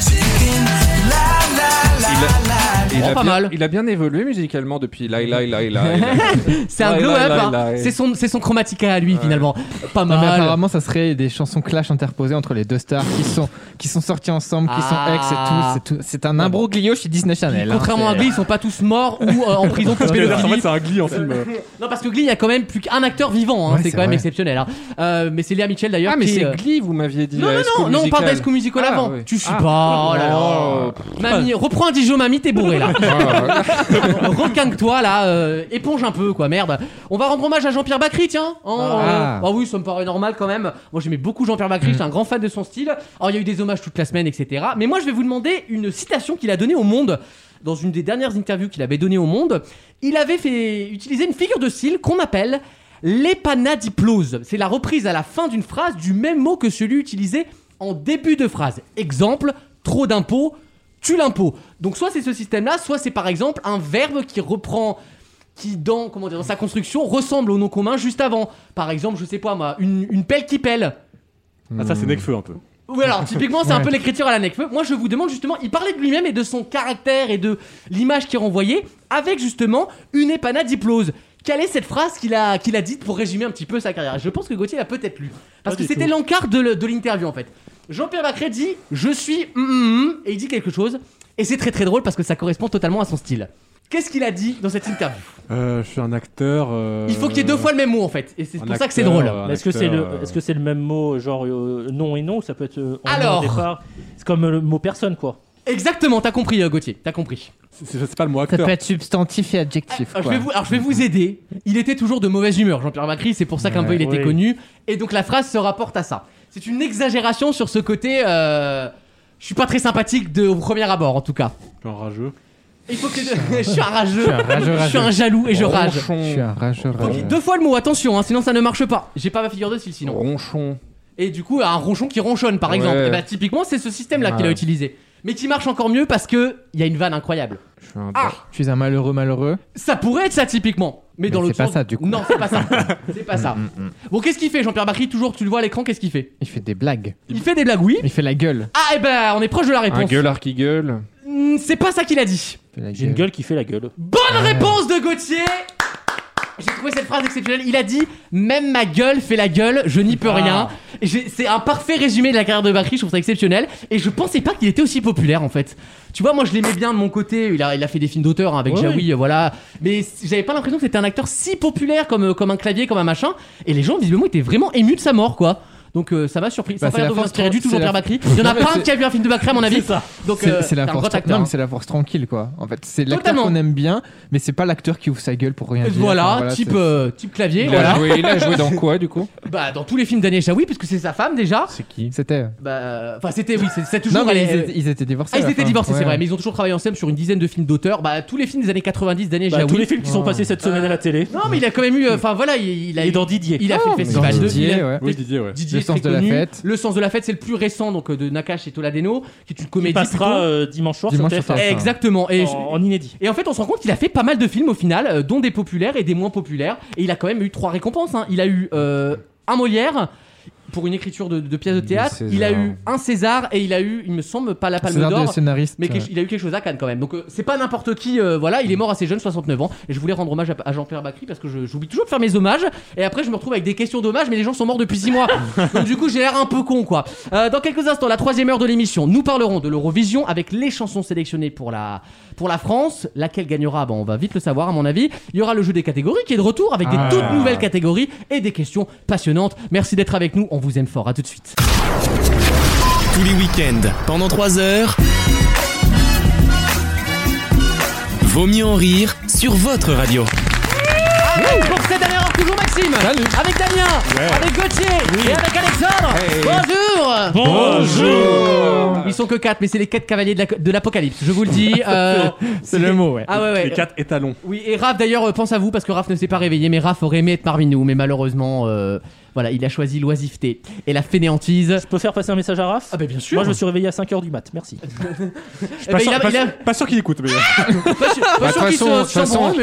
Speaker 14: So you can lie, lie,
Speaker 3: Il a, il,
Speaker 14: lie, lie,
Speaker 2: Oh,
Speaker 3: a
Speaker 2: pas
Speaker 3: bien, il a bien évolué musicalement depuis Lai Lai Lai Lai.
Speaker 2: C'est un
Speaker 3: Lai,
Speaker 2: glow
Speaker 3: lai,
Speaker 2: up.
Speaker 3: lai,
Speaker 2: hein.
Speaker 3: lai.
Speaker 2: C'est son, c'est son chromatica à lui, finalement. Pas
Speaker 4: Non, mais
Speaker 2: mal.
Speaker 4: apparemment, ça serait des chansons clash interposées entre les deux stars qui sont, qui sont sorties ensemble, qui sont ex et
Speaker 2: Ah.
Speaker 4: tout. C'est tout. C'est un imbroglio chez Disney Channel. hein.
Speaker 2: Contrairement à
Speaker 4: C'est-
Speaker 2: Glee, ils sont pas tous morts ou euh, en prison pour
Speaker 5: Parce que la dernière fois,
Speaker 2: pédophilie.
Speaker 5: c'est un gli en film. euh.
Speaker 2: Non, parce que Glee, il y a quand même plus qu'un acteur vivant. hein.
Speaker 4: Ouais,
Speaker 2: c'est
Speaker 4: c'est
Speaker 2: quand même
Speaker 4: vrai.
Speaker 2: exceptionnel. hein. Euh, mais c'est Léa Mitchell d'ailleurs
Speaker 3: Ah, mais
Speaker 2: qui,
Speaker 3: c'est
Speaker 2: euh,
Speaker 3: Glee, vous m'aviez dit.
Speaker 2: Non,
Speaker 3: la
Speaker 2: non,
Speaker 3: High
Speaker 2: non,
Speaker 3: School
Speaker 2: non, on parle
Speaker 3: Musical.
Speaker 2: d'High School Musical
Speaker 3: Ah,
Speaker 2: avant.
Speaker 3: oui.
Speaker 2: Tu suis
Speaker 3: Ah.
Speaker 2: pas, oh là là.
Speaker 3: Oh. Ah,
Speaker 2: Mamie, reprends un Dijon, mamie, t'es bourré là. Requinque-toi là, euh, éponge un peu quoi, merde. On va rendre hommage à Jean-Pierre Bacry, tiens. hein, euh,
Speaker 4: Ah.
Speaker 2: ah oui, ça me paraît normal quand même. Moi j'aimais beaucoup Jean-Pierre Bacry, j'étais un grand fan de son style. Alors il y a eu des hommages toute la semaine, etc. Mais moi je vais vous demander une citation qu'il a donnée au monde. Dans une des dernières interviews qu'il avait données au monde, il avait fait utiliser une figure de style qu'on appelle l'épanadiplose. C'est la reprise à la fin d'une phrase du même mot que celui utilisé en début de phrase. Exemple, trop d'impôts, tu l'impôt. Donc soit c'est ce système-là, soit c'est par exemple un verbe qui reprend qui dans comment dire dans sa construction ressemble au nom commun juste avant. Par exemple, je sais pas moi, une, une pelle qui pèle.
Speaker 5: Ah, ça, c'est Necfeu un peu.
Speaker 2: Oui, alors typiquement, c'est un
Speaker 4: Ouais.
Speaker 2: peu l'écriture à la Necfeu. Moi, je vous demande justement, il parlait de lui-même et de son caractère et de l'image qui renvoyait avec justement une épanadiplose. Quelle est cette phrase qu'il a, qu'il a dite pour résumer un petit peu sa carrière Je pense que Gauthier l'a peut-être lu. Parce
Speaker 6: Pas
Speaker 2: que
Speaker 6: du
Speaker 2: c'était
Speaker 6: tout.
Speaker 2: l'encart de le- de l'interview en fait. Jean-Pierre Bacré dit mm, Je suis. hum, hum, hum et il dit quelque chose. Et c'est très très drôle parce que ça correspond totalement à son style. Qu'est-ce qu'il a dit dans cette interview
Speaker 5: Euh, je suis un acteur. euh,
Speaker 2: Il faut qu'il y ait deux fois le même mot en fait. Et c'est
Speaker 5: un
Speaker 2: pour ça que c'est
Speaker 5: acteur,
Speaker 2: drôle.
Speaker 5: un
Speaker 6: Mais Est-ce que c'est le,
Speaker 5: acteur, euh,
Speaker 6: est-ce que c'est le même mot, genre euh, non et non, ça peut être euh, en
Speaker 2: Alors.
Speaker 6: au départ. C'est comme euh, le mot personne quoi.
Speaker 2: Exactement, t'as compris euh, Gauthier, t'as compris.
Speaker 5: C'est pas le mot
Speaker 4: Ça peut être substantif et adjectif.
Speaker 2: Alors Ah, je, vais vous, alors, je vais vous aider. Il était toujours de mauvaise humeur, Jean-Pierre Macri, c'est pour ça qu'un
Speaker 4: Ouais.
Speaker 2: peu il était
Speaker 4: Oui.
Speaker 2: connu. Et donc la phrase se rapporte à ça. C'est une exagération sur ce côté. euh, je suis pas très sympathique de, au premier abord, en tout cas.
Speaker 5: Je suis un rageux.
Speaker 2: Il faut que les deux- je suis un rageux.
Speaker 5: Je suis un rageux,
Speaker 2: Je suis un
Speaker 5: rageux.
Speaker 2: jaloux et je rage.
Speaker 4: Je suis un rageur.
Speaker 2: Faut qu'il- Deux fois le mot, attention, hein, sinon ça ne marche pas. J'ai pas ma figure de style sinon.
Speaker 3: Ronchon.
Speaker 2: Et du coup, un ronchon qui ronchonne par
Speaker 3: Ouais.
Speaker 2: exemple. Et bah, typiquement, c'est ce système-là qu'il a
Speaker 4: Ouais.
Speaker 2: utilisé. Mais qui marche encore mieux parce que il y a une vanne incroyable. Ah
Speaker 4: Je suis un malheureux malheureux.
Speaker 2: Ça pourrait être ça typiquement. Mais,
Speaker 4: Mais
Speaker 2: dans
Speaker 4: c'est
Speaker 2: l'autre
Speaker 4: pas
Speaker 2: sens-
Speaker 4: ça, du coup. Mm,
Speaker 2: Non, c'est pas ça. c'est pas ça. Bon, qu'est-ce qu'il fait Jean-Pierre Bacri Toujours, tu le vois à l'écran, qu'est-ce qu'il fait
Speaker 4: Il fait des blagues.
Speaker 2: Il fait des blagues, oui.
Speaker 4: Il fait la gueule.
Speaker 2: Ah, et ben, on est proche de la réponse.
Speaker 3: Un gueulard qui gueule.
Speaker 2: Hmm, C'est pas ça qu'il a dit.
Speaker 6: J'ai une gueule qui fait la gueule.
Speaker 4: Euh.
Speaker 2: Bonne réponse de Gauthier J'ai trouvé cette phrase exceptionnelle. Il a dit Même ma gueule fait la gueule, je n'y peux
Speaker 6: Ah.
Speaker 2: rien. J'ai- C'est un parfait résumé de la carrière de Bakri, je trouve ça exceptionnel. Et je pensais pas qu'il était aussi populaire en fait. Tu vois, moi je l'aimais bien de mon côté. Il a, il a fait des films d'auteur hein, avec
Speaker 6: Ouais,
Speaker 2: Jaoui, euh, voilà. Mais c- j'avais pas l'impression que c'était un acteur si populaire comme, euh, comme un clavier, comme un machin. Et les gens, visiblement, étaient vraiment émus de sa mort quoi. Donc euh, ça m'a surpris.
Speaker 4: Bah,
Speaker 2: ça
Speaker 4: c'est
Speaker 2: a pas l'air
Speaker 4: la
Speaker 2: de vous
Speaker 4: force
Speaker 2: inspirer du tout,
Speaker 4: trans- c'est
Speaker 2: Jean-Pierre
Speaker 4: la-
Speaker 2: Bakri. Il y en a
Speaker 4: Non, mais
Speaker 2: plein
Speaker 4: c'est-
Speaker 2: qui a vu un film de Bakri, à mon avis.
Speaker 6: C'est ça.
Speaker 2: Donc
Speaker 4: C'est
Speaker 2: euh,
Speaker 4: c'est la
Speaker 2: c'est un
Speaker 4: force.
Speaker 2: grand acteur.
Speaker 4: Non, mais c'est la force tranquille, quoi. En fait, c'est l'acteur
Speaker 2: Totalement.
Speaker 4: qu'on aime bien, mais c'est pas l'acteur qui ouvre sa gueule pour rien dire.
Speaker 2: Voilà,
Speaker 4: Enfin,
Speaker 2: type,
Speaker 4: c'est-
Speaker 2: euh, type clavier.
Speaker 4: Il
Speaker 2: voilà.
Speaker 4: a joué- il a joué dans
Speaker 3: quoi du coup
Speaker 2: Bah dans tous les films d'Anne Chaoui, puisque c'est sa femme déjà.
Speaker 3: C'est qui
Speaker 4: C'était.
Speaker 2: Bah enfin c'était oui, c'est- c'est toujours.
Speaker 4: Non, mais
Speaker 2: elle est-
Speaker 4: ils, étaient- ils étaient divorcés.
Speaker 2: Ah,
Speaker 4: à
Speaker 2: ils
Speaker 4: la
Speaker 2: étaient
Speaker 4: fin.
Speaker 2: divorcés,
Speaker 4: Ouais.
Speaker 2: c'est vrai, mais ils ont toujours travaillé ensemble sur une dizaine de films d'auteurs. Bah, tous les films des années 90 d'Anne
Speaker 6: Bah,
Speaker 2: Jaoui.
Speaker 6: tous les films qui sont
Speaker 2: Ah.
Speaker 6: passés cette semaine à la télé.
Speaker 2: Non, mais il a quand même eu. euh, Enfin, voilà, il, il a.
Speaker 6: Et dans Didier.
Speaker 2: Il a fait
Speaker 6: Ah,
Speaker 2: le festival
Speaker 6: dans
Speaker 2: de
Speaker 6: Didier,
Speaker 2: il a-
Speaker 6: ouais.
Speaker 5: Oui, Didier, ouais.
Speaker 2: Didier
Speaker 6: Le
Speaker 2: est
Speaker 6: sens
Speaker 2: très
Speaker 6: de la
Speaker 2: connu.
Speaker 6: fête.
Speaker 2: Le sens de la fête, c'est le plus récent donc euh, de Nakash et Toladeno, qui est une
Speaker 6: Qui
Speaker 2: comédie.
Speaker 6: passera
Speaker 2: plutôt.
Speaker 6: euh, dimanche soir
Speaker 2: Dimanche
Speaker 6: sur
Speaker 2: sur
Speaker 6: TF1.
Speaker 2: TF1. Exactement. Et
Speaker 6: En-
Speaker 2: je-
Speaker 6: en inédit.
Speaker 2: Et en fait, on se rend compte qu'il a fait pas mal de films au final, euh, dont des populaires et des moins populaires. Et il a quand même eu trois récompenses. hein. Il a eu euh, un Molière pour une écriture de, de pièces de théâtre.
Speaker 4: César.
Speaker 2: Il a eu un César et il a eu, il me semble, pas la Palme
Speaker 4: César de
Speaker 2: d'Or,
Speaker 4: scénariste,
Speaker 2: mais quelque-
Speaker 4: ouais.
Speaker 2: il a eu quelque chose à Cannes quand même. Donc euh, c'est pas n'importe qui. euh, voilà, il est mort assez jeune, 69 ans. Et je voulais rendre hommage à, à Jean-Pierre Bacri parce que je- j'oublie toujours de faire mes hommages. Et après, je me retrouve avec des questions d'hommage, mais les gens sont morts depuis 6 mois. Donc du coup, j'ai l'air un peu con, quoi. Euh, dans quelques instants, la troisième heure de l'émission, nous parlerons de l'Eurovision avec les chansons sélectionnées pour la pour la France. Laquelle gagnera Bon, on va vite le savoir, à mon avis. Il y aura le jeu des catégories qui est de retour avec
Speaker 1: Ah.
Speaker 2: des toutes nouvelles catégories et des questions passionnantes. Merci d'être avec nous. On vous aime fort. À tout de suite.
Speaker 1: Tous les week-ends, pendant 3 heures. Vaut mieux en rire sur votre radio.
Speaker 2: Avec pour cette dernière heure, toujours Maxime. Avec Damien.
Speaker 1: Ouais.
Speaker 2: Avec Gauthier. Et avec Alexandre. Bonjour.
Speaker 6: Bonjour.
Speaker 2: Ils sont que 4, mais c'est les 4 cavaliers de la- de l'Apocalypse, je vous le dis. Euh,
Speaker 5: C'est le mot, ouais.
Speaker 2: Ah ouais, ouais.
Speaker 5: Les quatre étalons.
Speaker 2: Oui, et Raph d'ailleurs euh, pense à vous parce que Raph ne s'est pas réveillé, mais Raph aurait aimé être parmi nous, mais malheureusement, euh, voilà, il a choisi l'oisiveté et la fainéantise. Je
Speaker 6: peux faire passer un message à Raph
Speaker 2: Ah bah bien sûr.
Speaker 6: Moi je me suis réveillé à 5h du mat, merci.
Speaker 2: Eh ben, il a- il a-
Speaker 5: Pas sûr qu'il écoute, mais.
Speaker 2: pas sûr-
Speaker 3: Bah,
Speaker 2: Ah, pas
Speaker 3: De
Speaker 2: sûr qu'il
Speaker 3: façon,
Speaker 2: se-
Speaker 3: de
Speaker 2: se sent
Speaker 3: façon,
Speaker 2: bon,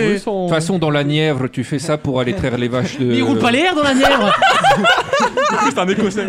Speaker 2: mais-
Speaker 3: de façon, dans la Nièvre, tu fais ça pour aller traire les vaches de.
Speaker 2: Mais il roule pas les airs dans la Nièvre.
Speaker 5: C'est un écossais.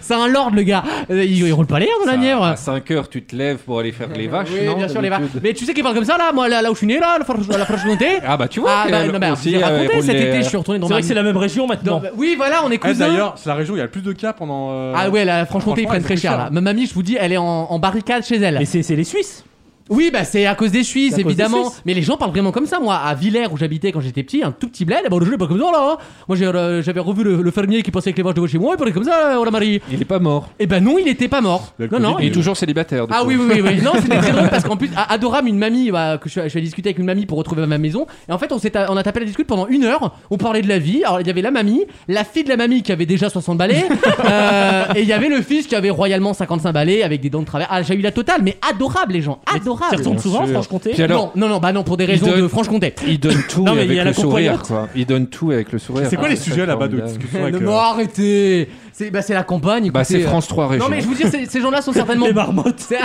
Speaker 2: C'est un lord le gars. Euh, Il, il roule pas les airs dans la Nièvre.
Speaker 3: À 5 heures, tu te lèves pour aller faire les vaches,
Speaker 2: Oui,
Speaker 3: non
Speaker 2: bien sûr, les vaches.
Speaker 3: d'habitude
Speaker 2: Mais tu sais qu'il parle comme ça là, moi là, là où je suis né là, la Franche- la Franche-Comté.
Speaker 3: Ah bah tu vois.
Speaker 2: Ah, bah, non, bah, je vous ai
Speaker 3: euh,
Speaker 2: raconté, cet été, je suis retourné dans ma-
Speaker 6: même région
Speaker 2: Non, bah, oui, voilà, on est
Speaker 5: Eh,
Speaker 2: cousins.
Speaker 5: D'ailleurs, c'est la région où il y a le plus de cas pendant. euh,
Speaker 2: Ah ouais, la Franche-Comté, ils
Speaker 5: franchement,
Speaker 2: prennent très
Speaker 5: coûtent
Speaker 2: cher là. Ma mamie, je vous dis, elle est en, en barricade chez elle.
Speaker 6: Mais c'est les Suisses.
Speaker 2: Oui, bah c'est à cause des Suisses,
Speaker 6: C'est à cause des
Speaker 2: évidemment.
Speaker 6: Suisses.
Speaker 2: Mais les gens parlent vraiment comme ça. Moi, à Villers, où j'habitais quand j'étais petit, un tout petit bled, bah, le jeu est pas comme ça là. hein. Moi, j'ai, euh, j'avais revu le, le fermier qui passait avec les vaches devant chez moi, il parlait comme ça, euh, oh la Marie.
Speaker 3: Il est pas mort.
Speaker 2: Eh ben non, il était pas mort. Non, non,
Speaker 3: il est toujours célibataire. du
Speaker 2: Ah
Speaker 3: coup.
Speaker 2: oui, oui, oui, oui. Non, c'était très drôle parce qu'en plus, à Adoram, une mamie, bah, que je, suis- je suis allé discuter avec une mamie pour retrouver ma maison. Et en fait, on, s'est, on a tapé la discute pendant une heure. On parlait de la vie. Alors, il y avait la mamie, la fille de la mamie qui avait déjà 60 balais. euh, et il y avait le fils qui avait royalement 55 balais avec des dents de travers. Ah, j'ai eu la totale, mais adorable, les gens. Adorable.
Speaker 6: t'y retournes souvent,
Speaker 3: Bien sûr.
Speaker 6: Franche-Comté
Speaker 3: Puis alors-
Speaker 2: Non, non, non, bah non, pour des raisons
Speaker 3: donne-
Speaker 2: de Franche-Comté.
Speaker 3: Il donne tout
Speaker 2: Non, mais il
Speaker 3: avec
Speaker 2: y a
Speaker 3: le
Speaker 2: la
Speaker 3: sourire,
Speaker 2: compagnonne.
Speaker 3: quoi. Il donne tout avec le sourire.
Speaker 5: C'est quoi les
Speaker 3: Ah,
Speaker 5: sujets là-bas de
Speaker 3: formidable.
Speaker 5: discussion
Speaker 2: Non,
Speaker 5: avec,
Speaker 2: mais
Speaker 5: euh,
Speaker 2: arrêtez C'est bah, c'est la campagne.
Speaker 3: Bah,
Speaker 2: écoutez, euh,
Speaker 3: c'est France trois Régions.
Speaker 2: Non, mais je vous dire, ces, ces gens-là sont certainement.
Speaker 6: Les marmottes.
Speaker 2: C'est-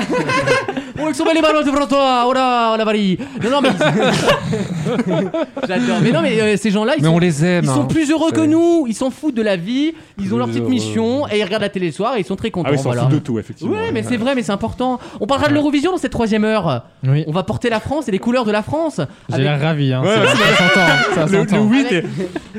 Speaker 2: Oh, ils sont belles les marmottes de France trois. Oh là, oh la varie. Non, non, mais. J'adore. Mais non, mais euh, ces gens-là, ils
Speaker 3: Mais
Speaker 2: sont.
Speaker 3: on les aime.
Speaker 2: Ils sont
Speaker 3: hein.
Speaker 2: plus heureux
Speaker 3: C'est-
Speaker 2: que nous, ils s'en foutent de la vie, ils ont leur
Speaker 3: Plus
Speaker 2: petite
Speaker 3: heureux.
Speaker 2: mission et ils regardent la télé le soir et ils sont très contents.
Speaker 5: Ah oui, ils s'en
Speaker 2: voilà.
Speaker 5: foutent de tout, effectivement.
Speaker 2: Ouais, mais c'est vrai, mais c'est important. On parlera de l'Eurovision dans cette troisième heure. couleurs. On va porter la France et les couleurs de la France.
Speaker 4: J'ai
Speaker 2: Avec-
Speaker 4: l'air ravi, hein.
Speaker 2: Ouais,
Speaker 4: ça,
Speaker 2: ouais.
Speaker 4: ça s'entend, ça
Speaker 2: Le- le
Speaker 4: s'entend.
Speaker 2: oui, t'es-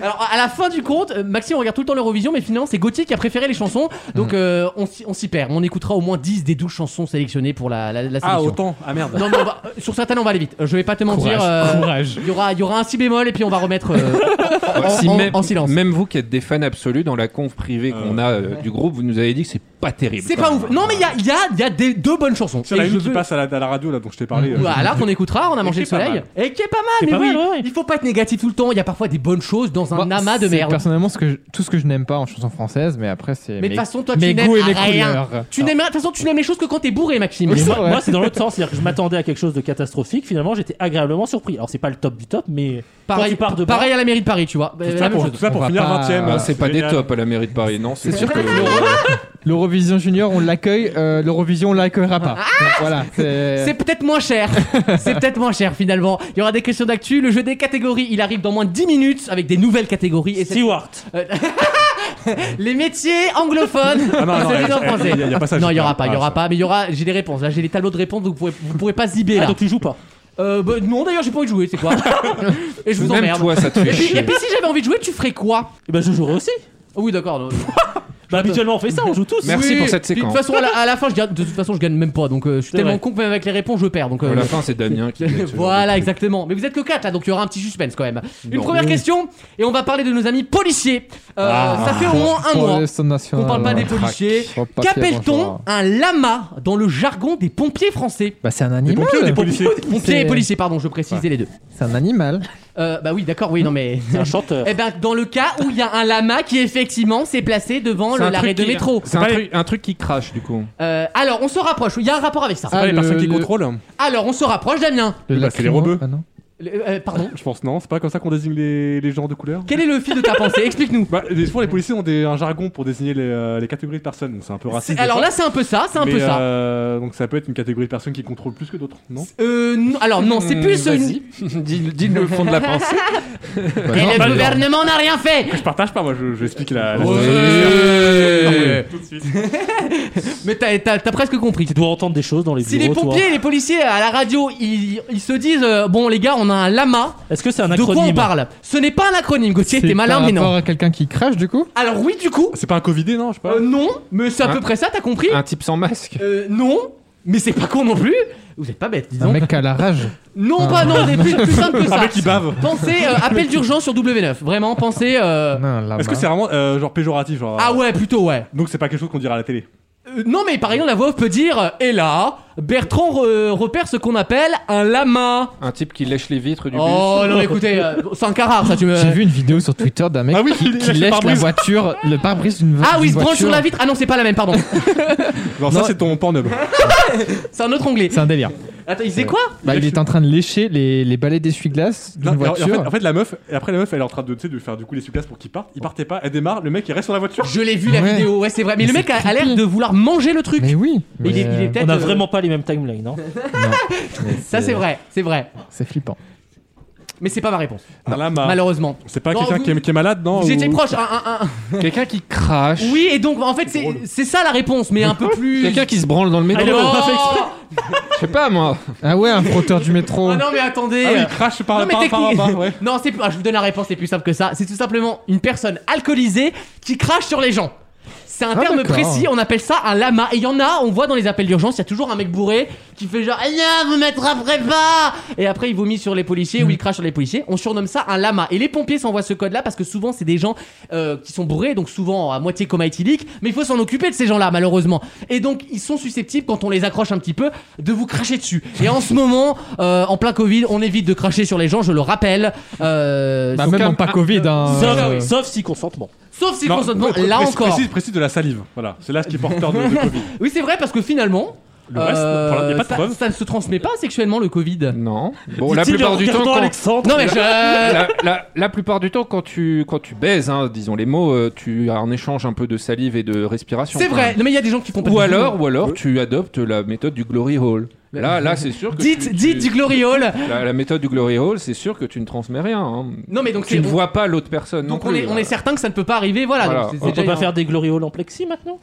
Speaker 2: Alors à la fin du compte, euh, Maxime on regarde tout le temps l'Eurovision, mais finalement c'est Gauthier qui a préféré les chansons, donc euh, on s'y on s'y perd. On écoutera au moins 10 des 12 chansons sélectionnées pour la, la, la
Speaker 10: Ah,
Speaker 2: sélection.
Speaker 10: autant. Ah, merde.
Speaker 2: Non, mais on va- euh, sur certaines on va aller vite. Euh, Je vais pas te mentir.
Speaker 3: Courage, courage.
Speaker 2: Il y aura, il y aura un si bémol et puis on va remettre. euh, en-
Speaker 3: Si
Speaker 2: en-
Speaker 3: même,
Speaker 2: en silence.
Speaker 3: Même vous qui êtes des fans absolus dans la conf privée qu'on a euh, du groupe, vous nous avez dit que c'est pas terrible.
Speaker 2: C'est pas ouf. Non mais il y a, il y a- il y a des, deux bonnes chansons.
Speaker 5: C'est la
Speaker 2: Et
Speaker 5: une
Speaker 2: je
Speaker 5: qui
Speaker 2: veux-
Speaker 5: passe à la, à la radio là dont je t'ai parlé. euh,
Speaker 2: Voilà,
Speaker 5: je-
Speaker 2: qu'on écoutera, on a
Speaker 5: Et
Speaker 2: mangé le
Speaker 5: qui est pas
Speaker 2: soleil.
Speaker 5: mal.
Speaker 2: Et qui est pas mal,
Speaker 5: Qui est
Speaker 2: mais
Speaker 5: pas
Speaker 2: oui,
Speaker 5: mal,
Speaker 2: il faut pas être négatif tout le temps. Il y a parfois des bonnes choses dans un
Speaker 4: Bah,
Speaker 2: amas de
Speaker 4: c'est
Speaker 2: merde.
Speaker 4: Personnellement, ce que je- tout ce que je n'aime pas en chanson française, mais après, c'est.
Speaker 2: Mais de
Speaker 4: mes-
Speaker 2: toute façon, toi,
Speaker 4: mes
Speaker 2: tu n'aimes
Speaker 4: goûts et mes
Speaker 2: rien.
Speaker 4: couleurs.
Speaker 2: Tu n'aimes rien. De toute façon, tu n'aimes les choses que quand t'es bourré, Maxime.
Speaker 6: moi, moi, c'est dans l'autre sens, c'est-à-dire que je m'attendais à quelque chose de catastrophique. Finalement, j'étais agréablement surpris. Alors, c'est pas le top du top, mais
Speaker 2: Pareil-
Speaker 6: quand tu pars de
Speaker 2: pareil à la mairie de Paris, tu vois.
Speaker 6: Tout ça pour- tout ça pour On va finir pas- 20e.
Speaker 3: Ah, c'est pas
Speaker 6: Génial.
Speaker 3: des tops à la mairie de Paris, non C'est sûr que.
Speaker 4: L'Eurovision Junior, on l'accueille. euh, L'Eurovision, on l'accueillera pas.
Speaker 2: Ah
Speaker 4: Donc, voilà.
Speaker 2: C'est peut-être moins cher. C'est peut-être moins cher finalement. Il y aura des questions d'actu. Le jeu des catégories, il arrive dans moins de 10 minutes avec des nouvelles catégories. Et cette-
Speaker 6: Stewart.
Speaker 2: Euh, Les métiers anglophones.
Speaker 5: Ah non, non,
Speaker 2: Celui
Speaker 5: il y a-
Speaker 2: d'en
Speaker 5: il y a-
Speaker 2: français.
Speaker 5: il y a- il y a pas ça,
Speaker 2: Non,
Speaker 5: j'ai
Speaker 2: il y aura
Speaker 5: pas-
Speaker 2: pas. Il y
Speaker 5: ah,
Speaker 2: aura
Speaker 5: ça.
Speaker 2: pas. Mais il y aura. J'ai des réponses. Là, j'ai les tableaux de réponses. Donc vous pouvez, vous pourrez pas zibber là.
Speaker 6: ben, donc tu joues pas.
Speaker 2: Euh, bah, non d'ailleurs j'ai pas envie de jouer c'est quoi et je vous
Speaker 6: Même
Speaker 2: emmerde
Speaker 6: toi, ça te fait
Speaker 2: et, puis,
Speaker 6: chier.
Speaker 2: et puis, si j'avais envie de jouer tu ferais quoi Oh
Speaker 6: Eh ben, je jouerai aussi.
Speaker 2: oui d'accord non.
Speaker 6: Bah, habituellement, on fait ça, on joue tous.
Speaker 2: Oui. Puis, de toute façon à la, à la fin je gagne de toute façon je gagne même pas donc euh, je suis
Speaker 6: C'est
Speaker 2: tellement
Speaker 6: vrai.
Speaker 2: con que même avec les réponses je perds donc euh,
Speaker 3: À la fin, c'est Damien qui. met ce genre de
Speaker 2: voilà,
Speaker 3: truc.
Speaker 2: exactement. Mais vous êtes que 4 là, donc il y aura un petit suspense quand même. Une
Speaker 3: Non.
Speaker 2: première
Speaker 3: Oui.
Speaker 2: question, et on va parler de nos amis policiers. Euh,
Speaker 4: Ah.
Speaker 2: ça fait au moins un
Speaker 4: Pour
Speaker 2: mois
Speaker 4: l'Assemblée nationale,
Speaker 2: qu'on parle pas
Speaker 4: ouais.
Speaker 2: des policiers.
Speaker 4: Sur le papier,
Speaker 2: Qu'appelle-t-on
Speaker 4: bonjour.
Speaker 2: un lama dans le jargon des pompiers français
Speaker 4: Bah, c'est un animal.
Speaker 2: pompiers ou des
Speaker 4: C'est-
Speaker 2: policiers Pompiers et
Speaker 4: c'est-
Speaker 2: policiers, pardon, je précisais les deux.
Speaker 4: C'est un animal.
Speaker 2: Euh, bah oui, d'accord, oui, non mais.
Speaker 4: C'est un chanteur.
Speaker 2: Eh ben, dans le cas où il y a un lama qui effectivement s'est placé devant
Speaker 3: C'est
Speaker 2: le-
Speaker 3: un
Speaker 2: l'arrêt
Speaker 3: truc
Speaker 2: de
Speaker 3: qui-
Speaker 2: métro.
Speaker 3: C'est un, truc- un truc qui crache, du coup.
Speaker 2: Euh, alors, on se rapproche. Il y a un rapport avec ça.
Speaker 3: C'est pas Ah, les personnes le- qui le-
Speaker 5: contrôlent
Speaker 2: Alors, on se rapproche, Damien.
Speaker 5: Bah, c'est les rebeux.
Speaker 4: Ah,
Speaker 2: Le- euh, pardon.
Speaker 5: Je pense non, c'est pas comme ça qu'on désigne les, les gens de couleur.
Speaker 2: Quel est le fil de ta pensée Explique-nous.
Speaker 5: Bah, les- souvent les policiers ont des, un jargon pour désigner les, euh, les catégories de personnes, donc c'est un peu raciste.
Speaker 2: C'est- alors
Speaker 5: des
Speaker 2: là,
Speaker 5: fois.
Speaker 2: c'est un peu ça, c'est un
Speaker 5: Mais,
Speaker 2: peu ça.
Speaker 5: euh, donc ça peut être une catégorie de personnes qui contrôlent plus que d'autres, non
Speaker 2: Euh, non, alors non, c'est
Speaker 5: Hmm,
Speaker 2: plus.
Speaker 5: vas-y.
Speaker 3: dis, le fond de la pensée.
Speaker 5: Bah,
Speaker 2: Et
Speaker 5: non, bah,
Speaker 2: Eh, le gouvernement n'a rien fait.
Speaker 5: Je partage pas, moi je, je explique la. la-
Speaker 2: Ouais.
Speaker 5: Tout de suite.
Speaker 2: Mais t'as, t'as- t'as presque compris. Tu
Speaker 6: dois entendre des choses dans les
Speaker 2: Si les
Speaker 6: bureaux, toi.
Speaker 2: pompiers et les policiers à la radio, ils, ils se disent euh, bon les gars, on a un lama.
Speaker 6: Est-ce que c'est un
Speaker 2: De quoi on
Speaker 6: acronyme
Speaker 2: parle Ce n'est pas un acronyme, Gauthier. T'es malin,
Speaker 4: par
Speaker 2: mais non.
Speaker 4: rapport à quelqu'un qui crache, du coup
Speaker 2: Alors oui, du coup.
Speaker 5: C'est pas un Covidé, non Je sais pas.
Speaker 2: Euh, non, mais c'est à
Speaker 4: Un-
Speaker 2: peu près ça. T'as compris
Speaker 3: Un type sans masque.
Speaker 2: Euh, Non, mais c'est pas con non plus. Vous êtes pas bête, dis
Speaker 4: Un
Speaker 2: donc.
Speaker 4: mec qui a la rage.
Speaker 2: Non,
Speaker 4: Ah.
Speaker 2: pas non, c'est plus, plus simple que ça.
Speaker 5: Un mec qui bave.
Speaker 2: Pensez euh, appel d'urgence sur W9. Vraiment, pensez. euh,
Speaker 4: Ah,
Speaker 5: Est-ce
Speaker 4: bah.
Speaker 5: que c'est vraiment euh, genre péjoratif genre,
Speaker 2: Ah
Speaker 5: euh,
Speaker 2: ouais, plutôt ouais.
Speaker 5: Donc c'est pas quelque chose qu'on dirait à la télé.
Speaker 2: Euh, non, mais par exemple, la voix off peut dire euh, Et là, Bertrand re- repère ce qu'on appelle un lama.
Speaker 3: Un type qui lèche les vitres du bus.
Speaker 2: Oh non, écoutez, euh, c'est un Ah, carrare, ça, tu me.
Speaker 4: J'ai vu une vidéo sur Twitter d'un
Speaker 5: Ah
Speaker 4: mec qui,
Speaker 2: lèche
Speaker 4: qui
Speaker 2: le
Speaker 4: lèche la
Speaker 2: pare-brise.
Speaker 4: voiture, le pare-brise d'une vo-
Speaker 2: Ah oui, il
Speaker 4: d'une
Speaker 2: se branche sur
Speaker 4: voiture.
Speaker 2: la vitre. Ah non, c'est pas la même, pardon.
Speaker 5: Genre ça c'est ton porno.
Speaker 2: c'est un autre onglet.
Speaker 4: C'est un délire.
Speaker 2: Attends, il faisait quoi
Speaker 4: Bah, il est en train de lécher les, les balais d'essuie-glace
Speaker 5: Non,
Speaker 4: d'une
Speaker 5: et en- et en, fait,
Speaker 4: voiture.
Speaker 5: en fait, la meuf, et après la meuf, elle est en train de, tu sais, de faire du coup les supplaces pour qu'il parte. Il partait pas, elle démarre, le mec il reste sur la voiture.
Speaker 2: Je l'ai vu la vidéo, ouais, c'est vrai. Mais, le mec a, a l'air de vouloir manger le truc.
Speaker 4: Mais oui.
Speaker 2: Mais il est, il est peut-être.
Speaker 6: On a
Speaker 2: euh,
Speaker 6: vraiment pas les mêmes timelines, hein. non
Speaker 2: Ça, c'est vrai, c'est vrai.
Speaker 4: C'est flippant.
Speaker 2: Mais c'est pas ma réponse.
Speaker 5: Non, là, ma-
Speaker 2: Malheureusement.
Speaker 5: C'est pas
Speaker 2: Non,
Speaker 5: quelqu'un
Speaker 2: vous-
Speaker 5: qui, est- qui est malade, non
Speaker 2: Vous étiez
Speaker 5: ou-
Speaker 2: proche, un, un, un.
Speaker 3: Quelqu'un qui crache.
Speaker 2: Oui, et donc en fait, c'est- c'est ça la réponse, mais un peu plus.
Speaker 3: Quelqu'un qui se branle dans le métro.
Speaker 2: Oh
Speaker 3: Je sais pas, moi.
Speaker 4: Ah ouais, un frotteur du métro.
Speaker 2: Ah non mais attendez
Speaker 4: Ah oui, il
Speaker 5: crache
Speaker 4: par-
Speaker 2: non, mais
Speaker 4: par- par
Speaker 2: technique-
Speaker 4: là-bas, ouais.
Speaker 2: Non, c'est ah, je vous donne la réponse, c'est plus simple que ça. C'est tout simplement une personne alcoolisée qui crache sur les gens. C'est un
Speaker 4: Ah,
Speaker 2: terme
Speaker 4: d'accord.
Speaker 2: précis, on appelle ça un lama. Et il y en a, on voit dans les appels d'urgence, il y a toujours un mec bourré qui fait genre Eh non, vous m'attraperez pas Et après il vomit sur les policiers ou il crache sur les policiers. On surnomme ça un lama. Et les pompiers s'envoient ce code-là parce que souvent c'est des gens euh, qui sont bourrés, donc souvent à moitié coma éthylique. Mais il faut s'en occuper de ces gens-là, malheureusement. Et donc ils sont susceptibles, quand on les accroche un petit peu, de vous cracher dessus. Et en ce moment, euh, en plein Covid, on évite de cracher sur les gens, je le rappelle. Euh,
Speaker 4: Bah,
Speaker 2: sauf
Speaker 4: même
Speaker 2: qu'un-
Speaker 4: en pas Covid.
Speaker 2: Ah,
Speaker 4: hein.
Speaker 6: Sauf,
Speaker 4: Euh,
Speaker 6: sauf si consentement.
Speaker 2: Sauf si
Speaker 5: Non,
Speaker 2: consentement,
Speaker 5: pré-
Speaker 2: là
Speaker 5: précise-
Speaker 2: encore.
Speaker 5: Précise, précise de la salive, voilà. C'est là ce qui est porteur de, de Covid.
Speaker 2: Oui, c'est vrai, parce que finalement.
Speaker 5: Le reste, pour l'instant, y a pas de
Speaker 2: Euh, ça,
Speaker 5: preuve.
Speaker 2: ça ne se transmet pas sexuellement le Covid.
Speaker 3: Non. Bon, la plupart du temps, quand...
Speaker 2: Non, mais je.
Speaker 3: la, la- la- la plupart du temps, quand tu quand tu baises, hein, disons les mots, euh, tu as un échange un peu de salive et de respiration.
Speaker 2: C'est
Speaker 3: quand
Speaker 2: vrai,
Speaker 3: même.
Speaker 2: non, mais il y a des gens qui font pas
Speaker 3: Ou
Speaker 2: de-
Speaker 3: alors, ou alors, tu adoptes la méthode du glory hole. Là, là, c'est sûr. Que
Speaker 2: Dites-
Speaker 3: tu-
Speaker 2: dites
Speaker 3: tu-
Speaker 2: du glory hall.
Speaker 3: La, la méthode du glory hole, c'est sûr que tu ne transmets rien. hein.
Speaker 2: Non, mais donc c'est-
Speaker 3: tu ne vois pas l'autre personne.
Speaker 2: Donc
Speaker 3: non
Speaker 2: on
Speaker 3: plus,
Speaker 2: est, on
Speaker 3: voilà.
Speaker 2: est certain que ça ne peut pas arriver, voilà.
Speaker 3: Voilà.
Speaker 2: donc c'est-
Speaker 3: On
Speaker 2: c'est
Speaker 3: peut
Speaker 2: déjà-
Speaker 3: pas faire
Speaker 6: Des glorioles en plexi maintenant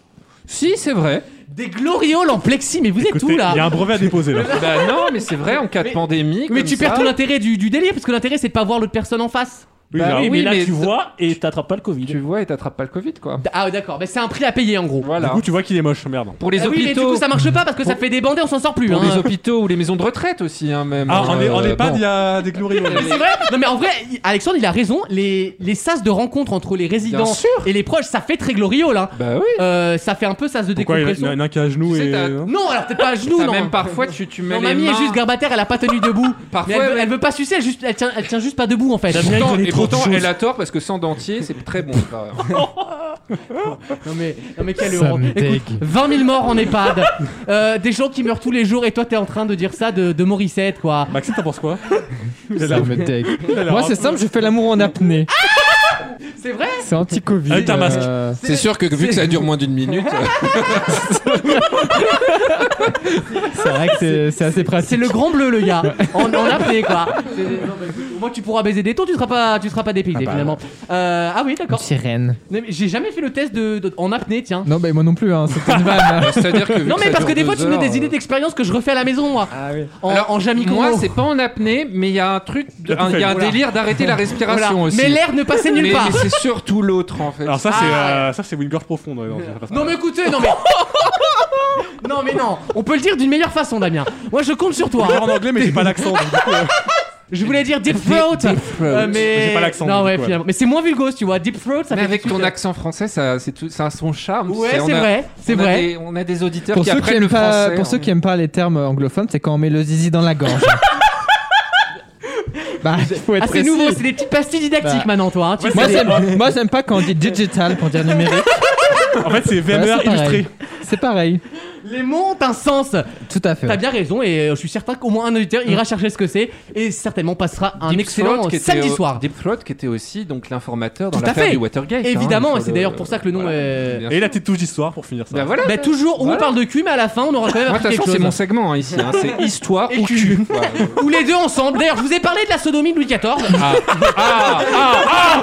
Speaker 3: Si, c'est vrai.
Speaker 2: Des glorioles en plexi, mais vous êtes où là
Speaker 3: il y a un brevet à déposer, là. Bah non, mais c'est vrai, en cas de pandémie,
Speaker 2: Mais
Speaker 3: comme
Speaker 2: tu
Speaker 3: ça.
Speaker 2: perds tout l'intérêt du, du délire, parce que l'intérêt c'est de pas voir l'autre personne en face.
Speaker 3: Bah
Speaker 5: Ah
Speaker 3: oui,
Speaker 6: mais là, tu
Speaker 3: c'est-
Speaker 6: vois et t'attrapes pas le Covid.
Speaker 3: Tu vois et t'attrapes pas le Covid, quoi.
Speaker 2: Ah ouais, d'accord, mais c'est un prix à payer en gros.
Speaker 3: Voilà.
Speaker 5: Du coup, tu vois qu'il est moche, merde.
Speaker 3: Pour les
Speaker 2: Ah oui, mais du
Speaker 3: hôpitaux-
Speaker 2: coup ça marche pas parce que ça fait des bandets, on s'en sort plus.
Speaker 3: Pour
Speaker 2: hein.
Speaker 3: les hôpitaux ou les maisons de retraite aussi, hein, même.
Speaker 5: Ah, en,
Speaker 3: Euh,
Speaker 5: en EHPAD,
Speaker 3: bon.
Speaker 5: il y a des glorioles.
Speaker 2: Mais c'est vrai Non mais en vrai, il- Alexandre il a raison, les, les sas de rencontre entre les résidents
Speaker 5: Bien sûr.
Speaker 2: et les proches, ça fait très gloriole hein.
Speaker 3: Bah oui.
Speaker 2: ça fait un peu sas de
Speaker 5: Pourquoi il y en a- il
Speaker 2: décompression.
Speaker 5: y en a un qui est à genoux et.
Speaker 2: Non, alors peut-être pas à genoux,
Speaker 3: T'as
Speaker 2: non.
Speaker 3: même parfois, tu, tu mets
Speaker 2: Non,
Speaker 3: les
Speaker 2: mamie
Speaker 3: mains...
Speaker 2: est juste garbataire, elle a pas tenu debout.
Speaker 3: Parfois,
Speaker 2: Mais elle, veut,
Speaker 3: ouais.
Speaker 2: elle veut pas sucer, elle, juste- elle tient, elle tient juste pas debout en fait.
Speaker 3: Et pourtant, et pourtant, elle a tort parce que sans dentier, c'est très bon. par ailleurs.
Speaker 2: Non mais, non mais quelle
Speaker 3: Ça
Speaker 2: Europe.
Speaker 3: me
Speaker 2: Écoute, 20 000 morts en EHPAD, euh, des gens qui meurent tous les jours et toi t'es en train de dire ça de, de Morissette quoi.
Speaker 5: Maxime t'en penses quoi
Speaker 4: Ça me take. Moi, c'est simple, je fais l'amour en apnée.
Speaker 2: C'est vrai
Speaker 4: C'est anti-Covid.
Speaker 10: Avec un masque.
Speaker 4: Euh,
Speaker 10: C'est sûr que vu que ça dure moins d'une minute.
Speaker 4: C'est vrai que c'est- c'est assez pratique.
Speaker 2: C'est le grand bleu le gars, en, en apnée quoi. C'est- non, bah, écoute, au moins tu pourras baiser des tons, tu seras pas, tu seras pas
Speaker 5: Ah,
Speaker 2: dépaysé
Speaker 5: bah,
Speaker 2: finalement. Euh, ah oui d'accord.
Speaker 4: Sirène.
Speaker 2: Non, mais J'ai jamais fait le test de, de- en apnée tiens.
Speaker 4: Non, bah moi non plus, hein, c'était une vanne.
Speaker 2: non mais parce que des fois tu me donnes des idées d'expérience que je refais à la maison moi. En,
Speaker 3: euh. Alors,
Speaker 2: en Jamicondo.
Speaker 3: Moi, c'est pas en apnée, mais il y a un truc, de- un- il y a un
Speaker 2: Voilà.
Speaker 3: délire d'arrêter la respiration
Speaker 2: Voilà.
Speaker 3: aussi.
Speaker 2: Mais l'air ne passait nulle
Speaker 3: Mais-
Speaker 2: part.
Speaker 3: Mais c'est surtout l'autre en fait.
Speaker 5: Alors, ça, c'est
Speaker 3: Ah,
Speaker 5: euh, ça, c'est Wingard profonde. ouais, non, c'est pas ça.
Speaker 2: Non mais écoutez, non mais. non mais non, on peut le dire d'une meilleure façon, Damien. Moi je compte sur toi. hein.
Speaker 5: Je vais en anglais, mais j'ai pas l'accent. donc, du coup, euh,
Speaker 2: Je voulais dire deep throat, euh, mais
Speaker 5: J'ai pas l'accent,
Speaker 2: Non
Speaker 5: du
Speaker 2: ouais,
Speaker 5: coup, ouais.
Speaker 2: finalement. Mais c'est moins vulgose, tu vois. Deep throat, ça
Speaker 3: Mais
Speaker 2: fait
Speaker 3: avec
Speaker 2: tout de
Speaker 3: ton
Speaker 2: suite-
Speaker 3: accent français, ça, c'est tout, ça a son charme.
Speaker 2: Ouais,
Speaker 3: on
Speaker 2: c'est
Speaker 3: a-
Speaker 2: vrai, c'est
Speaker 3: on a
Speaker 2: vrai.
Speaker 3: des- on a des auditeurs
Speaker 4: Pour
Speaker 3: qui
Speaker 4: ceux qui,
Speaker 3: apprennent
Speaker 4: aiment
Speaker 3: le
Speaker 4: pas,
Speaker 3: français.
Speaker 4: pour
Speaker 2: hein.
Speaker 4: ceux qui aiment pas les termes anglophones, c'est quand on met le zizi dans la gorge. bah, il faut être
Speaker 2: Ah c'est
Speaker 4: précis.
Speaker 2: nouveau, c'est des petites pastilles didactiques
Speaker 4: Bah.
Speaker 2: maintenant, toi. hein, tu
Speaker 4: moi,
Speaker 2: sais.
Speaker 4: j'aime, moi, j'aime pas quand on dit digital pour dire numérique.
Speaker 5: En fait, c'est
Speaker 4: Voilà,
Speaker 5: VMR
Speaker 4: c'est pareil.
Speaker 5: illustré.
Speaker 4: C'est pareil.
Speaker 2: Les mots ont un sens.
Speaker 4: Tout à fait.
Speaker 2: T'as bien raison et euh, je suis certain qu'au moins un auditeur ira chercher ce que c'est et certainement passera un
Speaker 3: Mm. Deep
Speaker 2: excellent
Speaker 3: Throat, qui
Speaker 2: euh,
Speaker 3: était
Speaker 2: samedi
Speaker 3: au-
Speaker 2: soir.
Speaker 3: Deep Throat qui était aussi donc l'informateur dans
Speaker 2: Tout à
Speaker 3: l'affaire
Speaker 2: fait.
Speaker 3: du Watergate. hein,
Speaker 2: Évidemment,
Speaker 3: sur
Speaker 2: et c'est
Speaker 3: le-
Speaker 2: d'ailleurs pour ça que le nom
Speaker 3: Voilà.
Speaker 2: est.
Speaker 3: Bien
Speaker 5: Et
Speaker 3: sûr.
Speaker 5: la petite touche d'histoire pour finir ça.
Speaker 3: Bah voilà.
Speaker 2: Bah toujours, on
Speaker 3: Voilà.
Speaker 2: parle de cul, mais à la fin, on aura quand même appris
Speaker 3: Moi, de toute
Speaker 2: quelque
Speaker 3: façon,
Speaker 2: chose.
Speaker 3: c'est mon segment hein, ici. hein, C'est histoire ou cul. Voilà.
Speaker 2: Ou les deux ensemble. D'ailleurs, je vous ai parlé de la sodomie de Louis XIV.
Speaker 3: Ah, ah, ah, ah, ah,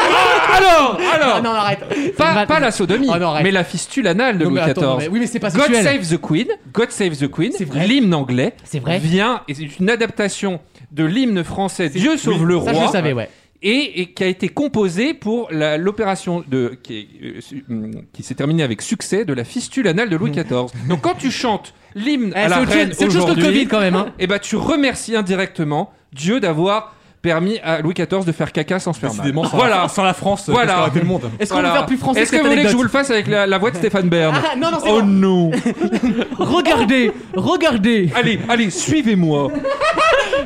Speaker 3: alors, alors.
Speaker 2: Ah non, arrête.
Speaker 3: Pas, pas la sodomie,
Speaker 2: Ah non, arrête.
Speaker 3: mais la fistule anale de
Speaker 2: Non,
Speaker 3: Louis
Speaker 2: mais
Speaker 3: XIV.
Speaker 2: attends, non, mais- oui, mais c'est pas
Speaker 3: God
Speaker 2: sexuel.
Speaker 3: Save the Queen, God Save the Queen, l'hymne anglais,
Speaker 2: C'est vrai.
Speaker 3: vient, et c'est une adaptation de l'hymne français Dieu sauve le
Speaker 2: ça,
Speaker 3: roi.
Speaker 2: je le savais, ouais.
Speaker 3: Et, et qui a été composé pour la- l'opération de qui, est, euh, su- hum, qui s'est terminée avec succès de la fistule anale de Louis XIV. Donc quand tu chantes l'hymne
Speaker 2: Hmm. Eh,
Speaker 3: à la
Speaker 2: c'est autre chose-
Speaker 3: reine
Speaker 2: c'est autre chose que le
Speaker 3: aujourd'hui,
Speaker 2: Covid, quand même, hein.
Speaker 3: eh ben, tu remercies indirectement Dieu d'avoir permis à Louis XIV de faire caca sans se faire mal.
Speaker 5: Décidément, sans,
Speaker 3: voilà.
Speaker 5: la, sans la France,
Speaker 3: Voilà.
Speaker 5: voilà. le monde.
Speaker 2: Est-ce qu'on veut faire plus français
Speaker 3: Est-ce que vous voulez que je vous le fasse avec la, la voix de Stéphane Bern
Speaker 2: Ah, non, non, c'est
Speaker 3: Oh
Speaker 2: bon.
Speaker 3: non
Speaker 2: Regardez, regardez.
Speaker 3: Allez, allez, suivez-moi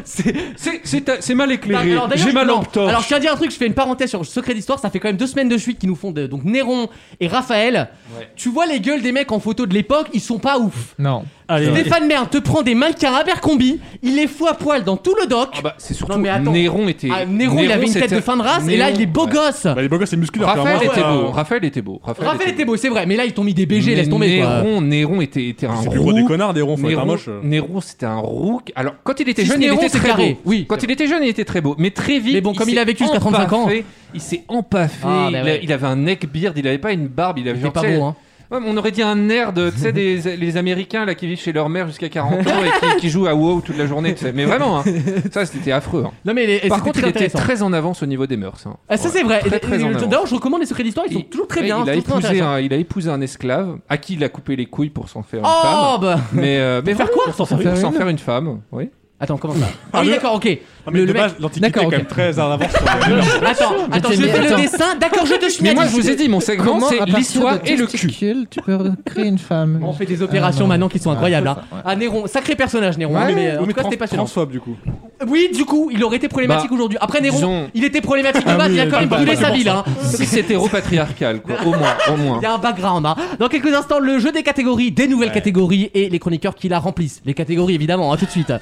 Speaker 3: C'est- C'est c'est ta- c'est mal éclairé,
Speaker 2: Bah, Alors, d'ailleurs,
Speaker 3: j'ai
Speaker 2: je-
Speaker 3: ma
Speaker 2: non.
Speaker 3: lampe torche.
Speaker 2: Alors je tiens à dire un truc, je fais une parenthèse sur Secret d'Histoire, ça fait quand même deux semaines de suite qu'ils nous font de- donc Néron et Raphaël. Tu vois les gueules des mecs en photo de l'époque, ils sont pas ouf.
Speaker 4: Non.
Speaker 2: Stéphane Bern te prend des mannequins Abercrombie, il les fout à poil dans tout le doc.
Speaker 3: Ah bah, c'est surtout
Speaker 2: Non, mais attends.
Speaker 3: Néron était.
Speaker 2: Ah, Néron, il avait une tête
Speaker 3: c'était-
Speaker 2: de fin de race, et là, il est beau
Speaker 3: ouais.
Speaker 2: gosse.
Speaker 5: Bah, les beaux gosses, c'est musculaire.
Speaker 3: Raphaël
Speaker 5: clairement.
Speaker 3: était
Speaker 5: Ouais.
Speaker 3: beau. Raphaël était beau.
Speaker 2: Raphaël était beau, c'est vrai, mais là ils t'ont mis des BG, laisse
Speaker 3: Mais
Speaker 2: tomber quoi.
Speaker 3: Néron, Néron était, était un
Speaker 5: C'est
Speaker 3: roux.
Speaker 5: plus gros des connards, des ronds, faut être un
Speaker 3: Néron,
Speaker 5: moche. euh.
Speaker 3: Néron, c'était un roux. Alors, quand il était
Speaker 2: Si
Speaker 3: jeune,
Speaker 2: ce Néron,
Speaker 3: il était
Speaker 2: c'est
Speaker 3: très
Speaker 2: carré,
Speaker 3: beau.
Speaker 2: oui.
Speaker 3: Quand il était jeune, il était très beau. Mais très vite.
Speaker 2: Mais bon, comme il
Speaker 3: s'est
Speaker 2: a vécu jusqu'à 35 ans.
Speaker 3: empaffé, Il s'est empaffé.
Speaker 2: Ah, bah
Speaker 3: il, a-
Speaker 2: ouais.
Speaker 3: il avait un neckbeard. Il avait pas une barbe. Il avait
Speaker 2: était
Speaker 3: genre,
Speaker 2: pas
Speaker 3: tu sais,
Speaker 2: beau, hein.
Speaker 3: ouais, mais on aurait dit un nerd, tu sais, des les Américains là qui vivent chez leur mère jusqu'à 40 ans et qui, qui jouent à WoW toute la journée. tu sais. Mais vraiment, hein. ça c'était affreux. hein.
Speaker 2: Non mais les-
Speaker 3: Par
Speaker 2: c'était
Speaker 3: contre, il
Speaker 2: très
Speaker 3: était
Speaker 2: intéressant.
Speaker 3: très en avance au niveau des mœurs. hein.
Speaker 2: Ah, ça c'est vrai.
Speaker 3: Très,
Speaker 2: Et-
Speaker 3: très
Speaker 2: et-
Speaker 3: en
Speaker 2: et-
Speaker 3: avance.
Speaker 2: D'ailleurs, je recommande les secrets d'histoire, ils sont toujours très
Speaker 3: Ouais,
Speaker 2: bien. hein.
Speaker 3: Il a,
Speaker 2: c'est toujours très
Speaker 3: épousé
Speaker 2: intéressant.
Speaker 3: un, il a épousé un esclave à qui il a coupé les couilles pour s'en faire une
Speaker 2: Oh,
Speaker 3: femme.
Speaker 2: bah.
Speaker 3: Mais, euh, mais
Speaker 2: Pour faire
Speaker 3: voilà,
Speaker 2: quoi
Speaker 3: Pour s'en faire, une... femme, oui.
Speaker 2: Attends, comment ça Ah
Speaker 5: Ah,
Speaker 2: oui,
Speaker 5: le-
Speaker 2: d'accord, ok.
Speaker 5: Non,
Speaker 2: Le-
Speaker 5: mais de
Speaker 2: le mec-
Speaker 5: base, l'antiquité
Speaker 2: D'accord,
Speaker 5: est quand
Speaker 2: ok.
Speaker 5: même très en avance sur les mœurs.
Speaker 2: Attends,
Speaker 4: Mais
Speaker 2: attends,
Speaker 4: t'es-
Speaker 2: je
Speaker 4: mais
Speaker 2: fais le
Speaker 4: attends.
Speaker 2: dessin. D'accord, je te suis
Speaker 3: Mais moi, je vous ai dit, mon segment,
Speaker 4: Comment, à
Speaker 3: c'est
Speaker 4: partir
Speaker 3: l'histoire
Speaker 4: de
Speaker 3: et le cul.
Speaker 4: testicules, Tu peux créer une femme.
Speaker 2: On fait des
Speaker 3: Ah,
Speaker 2: opérations maintenant qui sont incroyables. hein.
Speaker 4: Ouais.
Speaker 2: Ah, Néron, sacré personnage, Néron.
Speaker 4: Ouais,
Speaker 2: hein, mais euh, en
Speaker 5: Oui,
Speaker 2: tout
Speaker 5: mais
Speaker 2: cas,
Speaker 5: trans-
Speaker 2: c'était passionnant.
Speaker 5: transphobe, du coup.
Speaker 2: Oui, du coup, il aurait été problématique
Speaker 3: Bah,
Speaker 2: aujourd'hui. Après, Néron,
Speaker 3: disons-
Speaker 2: il était problématique de
Speaker 5: Ah
Speaker 2: base,
Speaker 5: oui,
Speaker 2: il a quand
Speaker 5: bah,
Speaker 2: même
Speaker 5: bah,
Speaker 2: brûlé
Speaker 5: bah,
Speaker 2: sa
Speaker 5: bah,
Speaker 2: ville. hein.
Speaker 3: Si c'était patriarcal, quoi. Au moins, au moins.
Speaker 2: Il y a un background. hein. Dans quelques instants, le jeu des catégories, des nouvelles catégories et les chroniqueurs qui la remplissent. Les catégories, évidemment, à tout de suite.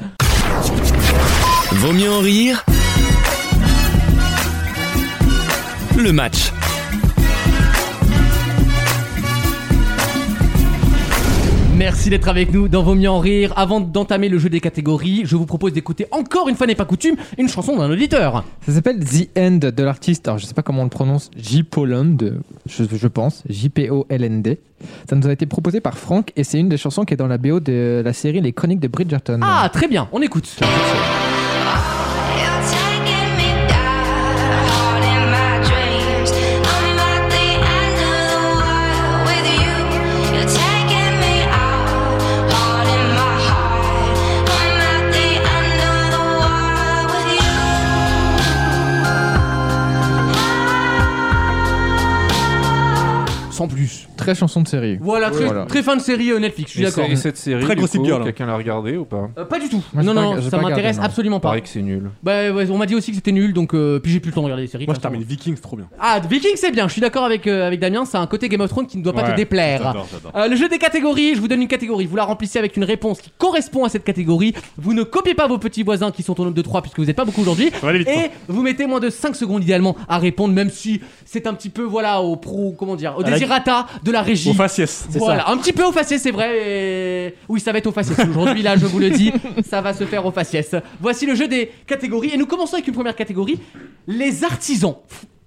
Speaker 1: Vaut mieux en rire. Le match.
Speaker 2: Merci d'être avec nous dans Vaut mieux en rire. Avant d'entamer le jeu des catégories, je vous propose d'écouter encore une fois n'est pas coutume une chanson d'un auditeur.
Speaker 4: Ça s'appelle The End de l'artiste. Alors, je sais pas comment on le prononce. J. Poland, je, je pense. J-P-O-L-N-D. Ça nous a été proposé par Franck et c'est une des chansons qui est dans la BO de la série Les Chroniques de Bridgerton.
Speaker 2: Ah, très bien, on écoute. Sans plus.
Speaker 4: Très chanson de série.
Speaker 2: Voilà, très,
Speaker 3: Voilà.
Speaker 2: très fin de série euh, Netflix, je suis
Speaker 3: Et
Speaker 2: d'accord.
Speaker 3: c'est- Et cette série,
Speaker 2: Très
Speaker 3: du
Speaker 2: gossip
Speaker 3: coup,
Speaker 2: girl, hein.
Speaker 3: quelqu'un l'a regardée ou pas
Speaker 2: Euh, pas du tout.
Speaker 3: Moi, j'ai
Speaker 2: non,
Speaker 3: pas-
Speaker 2: non,
Speaker 3: j'ai
Speaker 2: ça
Speaker 3: pas regardé,
Speaker 2: m'intéresse
Speaker 3: non.
Speaker 2: absolument pas.
Speaker 3: Paraît que c'est nul.
Speaker 2: Bah, ouais, on m'a dit aussi que c'était nul, donc euh, puis j'ai plus le temps de regarder les séries.
Speaker 5: Moi,
Speaker 2: de
Speaker 5: je
Speaker 2: toute façon.
Speaker 5: termine Vikings, trop bien.
Speaker 2: Ah, Viking, c'est bien. Je suis d'accord avec, euh, avec Damien. C'est un côté Game of Thrones qui ne doit pas
Speaker 5: Ouais,
Speaker 2: te déplaire.
Speaker 5: j'adore, j'adore.
Speaker 2: Euh, le jeu des catégories, je vous donne une catégorie. Vous la remplissez avec une réponse qui correspond à cette catégorie. Vous ne copiez pas vos petits voisins qui sont au nombre de 3 puisque vous n'êtes pas beaucoup aujourd'hui.
Speaker 5: vite, hein.
Speaker 2: Et vous mettez moins de 5 secondes idéalement à répondre, même si c'est un petit peu, voilà, au pro, comment dire, au
Speaker 5: À la-
Speaker 2: désirata de la régie.
Speaker 5: Au faciès. C'est
Speaker 2: Voilà,
Speaker 5: ça.
Speaker 2: un petit peu au faciès, c'est vrai. et- Oui, ça va être au faciès. Aujourd'hui, là, je vous le dis, ça va se faire au faciès. Voici le jeu des catégories. Et nous commençons avec une première catégorie les artisans.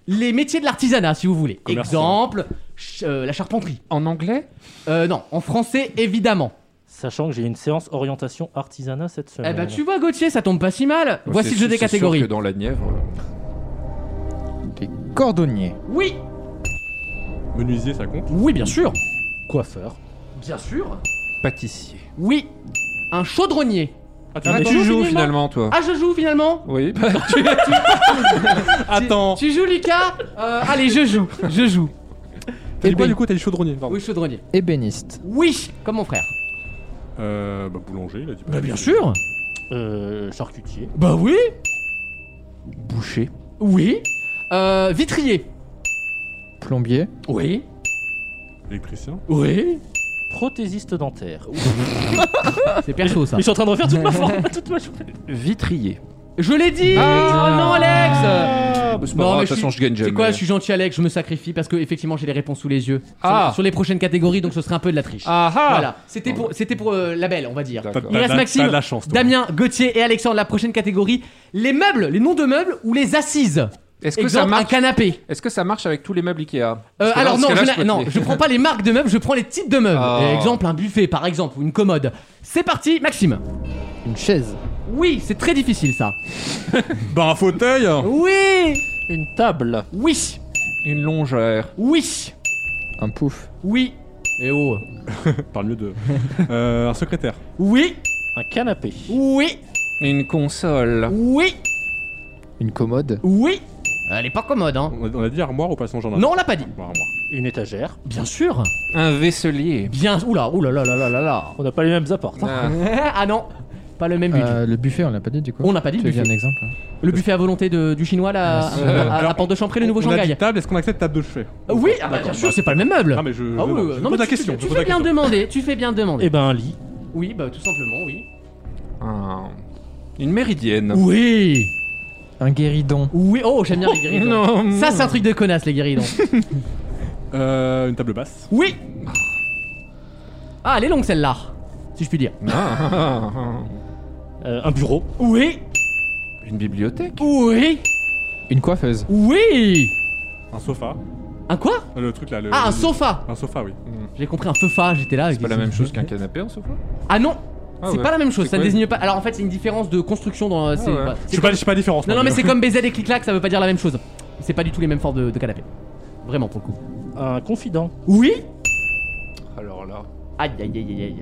Speaker 2: Les métiers de l'artisanat, si vous voulez. Exemple, ch- euh, la charpenterie. Euh,
Speaker 3: En anglais
Speaker 2: Non, en français, évidemment.
Speaker 6: Sachant que j'ai une séance orientation artisanat cette semaine.
Speaker 2: Eh ben, tu vois, Gauthier, ça tombe pas si mal.
Speaker 6: Euh, Ouais,
Speaker 2: Voici
Speaker 6: c'est
Speaker 2: le jeu
Speaker 6: sûr-
Speaker 2: des
Speaker 6: c'est sûr
Speaker 2: catégories.
Speaker 6: que
Speaker 3: dans la Nièvre.
Speaker 4: Cordonnier.
Speaker 2: Oui,
Speaker 5: Menuisier, ça compte
Speaker 2: Oui, bien sûr.
Speaker 6: Coiffeur.
Speaker 2: bien sûr.
Speaker 3: Pâtissier.
Speaker 2: Oui, un chaudronnier.
Speaker 3: tu Ah, joues mais tu joues finalement, toi.
Speaker 2: Ah, je joue finalement
Speaker 3: Oui, bah,
Speaker 2: tu, tu-
Speaker 5: Attends.
Speaker 2: tu joues, Lucas Euh, Allez, je joue. Je joue.
Speaker 5: T'as dit quoi du coup T'as dit chaudronnier, pardon.
Speaker 2: Oui, chaudronnier.
Speaker 4: Ébéniste.
Speaker 2: Oui, comme mon frère.
Speaker 5: Euh, bah, boulanger, il a dit.
Speaker 2: Bah, bien sûr.
Speaker 6: Euh, charcutier.
Speaker 2: Bah oui
Speaker 3: Boucher.
Speaker 2: Oui. Euh, vitrier.
Speaker 4: Plombier.
Speaker 2: Oui.
Speaker 5: Électricien.
Speaker 2: Oui.
Speaker 6: Prothésiste dentaire.
Speaker 2: C'est perso ça.
Speaker 6: Mais je suis en train de refaire toute ma forme.
Speaker 3: Vitrier.
Speaker 2: Je l'ai dit Ah, Oh non, Alex
Speaker 3: c'est pas grave, de toute façon, je gagne
Speaker 2: C'est
Speaker 3: jamais.
Speaker 2: quoi, je hein. suis gentil, Alex, je me sacrifie parce que effectivement j'ai les réponses sous les yeux. Sur-
Speaker 3: Ah.
Speaker 2: Sur, les prochaines catégories, donc ce serait un peu de la triche.
Speaker 3: Ah ah.
Speaker 2: Voilà, c'était pour, c'était pour euh, la belle, on va dire.
Speaker 3: D'accord.
Speaker 2: Il
Speaker 3: T'as-
Speaker 2: reste
Speaker 3: t'as-
Speaker 2: Maxime,
Speaker 3: t'as de la chance, toi.
Speaker 2: Damien, Gauthier et Alexandre. La prochaine catégorie les meubles, les noms de meubles ou les assises.
Speaker 3: Est-ce que
Speaker 2: Exemple,
Speaker 3: ça marche
Speaker 2: un canapé
Speaker 3: Est-ce que ça marche avec tous les meubles Ikea
Speaker 2: Euh,
Speaker 3: Parce que là,
Speaker 2: alors
Speaker 3: dans
Speaker 2: non,
Speaker 3: ce cas-là,
Speaker 2: je,
Speaker 3: peux
Speaker 2: n'a- non,
Speaker 3: te-
Speaker 2: je prends pas les marques de meubles, je prends les types de meubles.
Speaker 3: Ah.
Speaker 2: Euh, Exemple, un buffet par exemple, ou une commode. C'est parti, Maxime.
Speaker 4: Une chaise.
Speaker 2: Oui, c'est très difficile ça.
Speaker 5: Bah, un fauteuil
Speaker 2: Oui
Speaker 6: Une table.
Speaker 2: Oui
Speaker 3: Une longère.
Speaker 2: Oui
Speaker 4: Un pouf.
Speaker 2: Oui Et oh
Speaker 5: Parle mieux de. Euh, un secrétaire.
Speaker 2: Oui
Speaker 6: Un canapé.
Speaker 2: Oui
Speaker 3: Une console.
Speaker 2: Oui
Speaker 4: Une commode.
Speaker 2: Oui Elle est pas commode, hein
Speaker 5: On a, on a dit armoire ou pas son genre
Speaker 2: Non, on l'a pas dit.
Speaker 5: Bon, armoire.
Speaker 6: Une étagère.
Speaker 2: Bien sûr
Speaker 3: Un vaisselier.
Speaker 2: Bien. Oula, oula, là, là, là, là, là.
Speaker 6: On n'a pas les mêmes apports. hein.
Speaker 3: Ah.
Speaker 2: ah non Pas le même budget.
Speaker 4: Euh, le buffet, on l'a pas dit du coup.
Speaker 2: On n'a pas dit
Speaker 4: Tu
Speaker 2: le
Speaker 4: as
Speaker 2: buffet.
Speaker 4: un exemple. hein.
Speaker 2: Le buffet à volonté de- du chinois là,
Speaker 4: Ah,
Speaker 2: à-
Speaker 4: si.
Speaker 2: à, à la
Speaker 5: Alors,
Speaker 2: porte de Champré, le nouveau
Speaker 5: on a
Speaker 2: Shanghai.
Speaker 5: dit table, est-ce qu'on accepte table de chevet
Speaker 2: Euh, Oui, ah bah, bien sûr, c'est pas le même meuble.
Speaker 5: Ah, mais je.
Speaker 2: Ah oui,
Speaker 5: non,
Speaker 2: oui,
Speaker 5: je
Speaker 2: non,
Speaker 5: pose
Speaker 2: mais
Speaker 5: la
Speaker 2: tu fais-
Speaker 5: question.
Speaker 2: Tu
Speaker 5: je pose
Speaker 2: fais
Speaker 5: la
Speaker 2: bien
Speaker 5: question.
Speaker 2: demander, tu fais bien demander.
Speaker 6: Et ben un lit.
Speaker 2: Oui, bah tout simplement, oui.
Speaker 3: Un- Une méridienne.
Speaker 2: Oui
Speaker 4: Un guéridon.
Speaker 2: Oui, oh, j'aime bien les guéridons.
Speaker 3: Non.
Speaker 2: Ça, c'est un truc de connasse, les guéridons.
Speaker 5: Euh, une table basse.
Speaker 2: oui Ah, elle est longue celle-là, si je puis dire.
Speaker 6: Euh, un bureau.
Speaker 2: Oui
Speaker 3: Une bibliothèque.
Speaker 2: Oui
Speaker 4: Une coiffeuse.
Speaker 2: Oui
Speaker 5: Un sofa.
Speaker 2: Un quoi
Speaker 5: Euh, Le truc là. le-
Speaker 2: Ah, un
Speaker 5: le-
Speaker 2: sofa
Speaker 5: Un sofa, oui.
Speaker 2: J'ai compris un feufa, j'étais là.
Speaker 3: C'est pas la même chose qu'un canapé en sofa.
Speaker 2: Ah non
Speaker 3: Ah
Speaker 2: c'est
Speaker 3: ouais.
Speaker 2: pas la même chose,
Speaker 3: C'est
Speaker 2: ça
Speaker 3: quoi Ah
Speaker 2: désigne pas. Alors en fait, c'est une différence de construction dans. c'est
Speaker 3: ouais.
Speaker 2: pas-
Speaker 3: Je
Speaker 2: c'est
Speaker 5: Je suis pas, je suis pas différence.
Speaker 2: Non, non,
Speaker 5: moi,
Speaker 2: mais
Speaker 5: mais-
Speaker 2: c'est comme baiser et clic-clac, ça veut pas dire la même chose. C'est pas du tout les mêmes formes de, de canapé. Vraiment, pour le coup.
Speaker 6: Un confident.
Speaker 2: Oui
Speaker 3: Alors là.
Speaker 2: Aïe, aïe, aïe, aïe, aïe.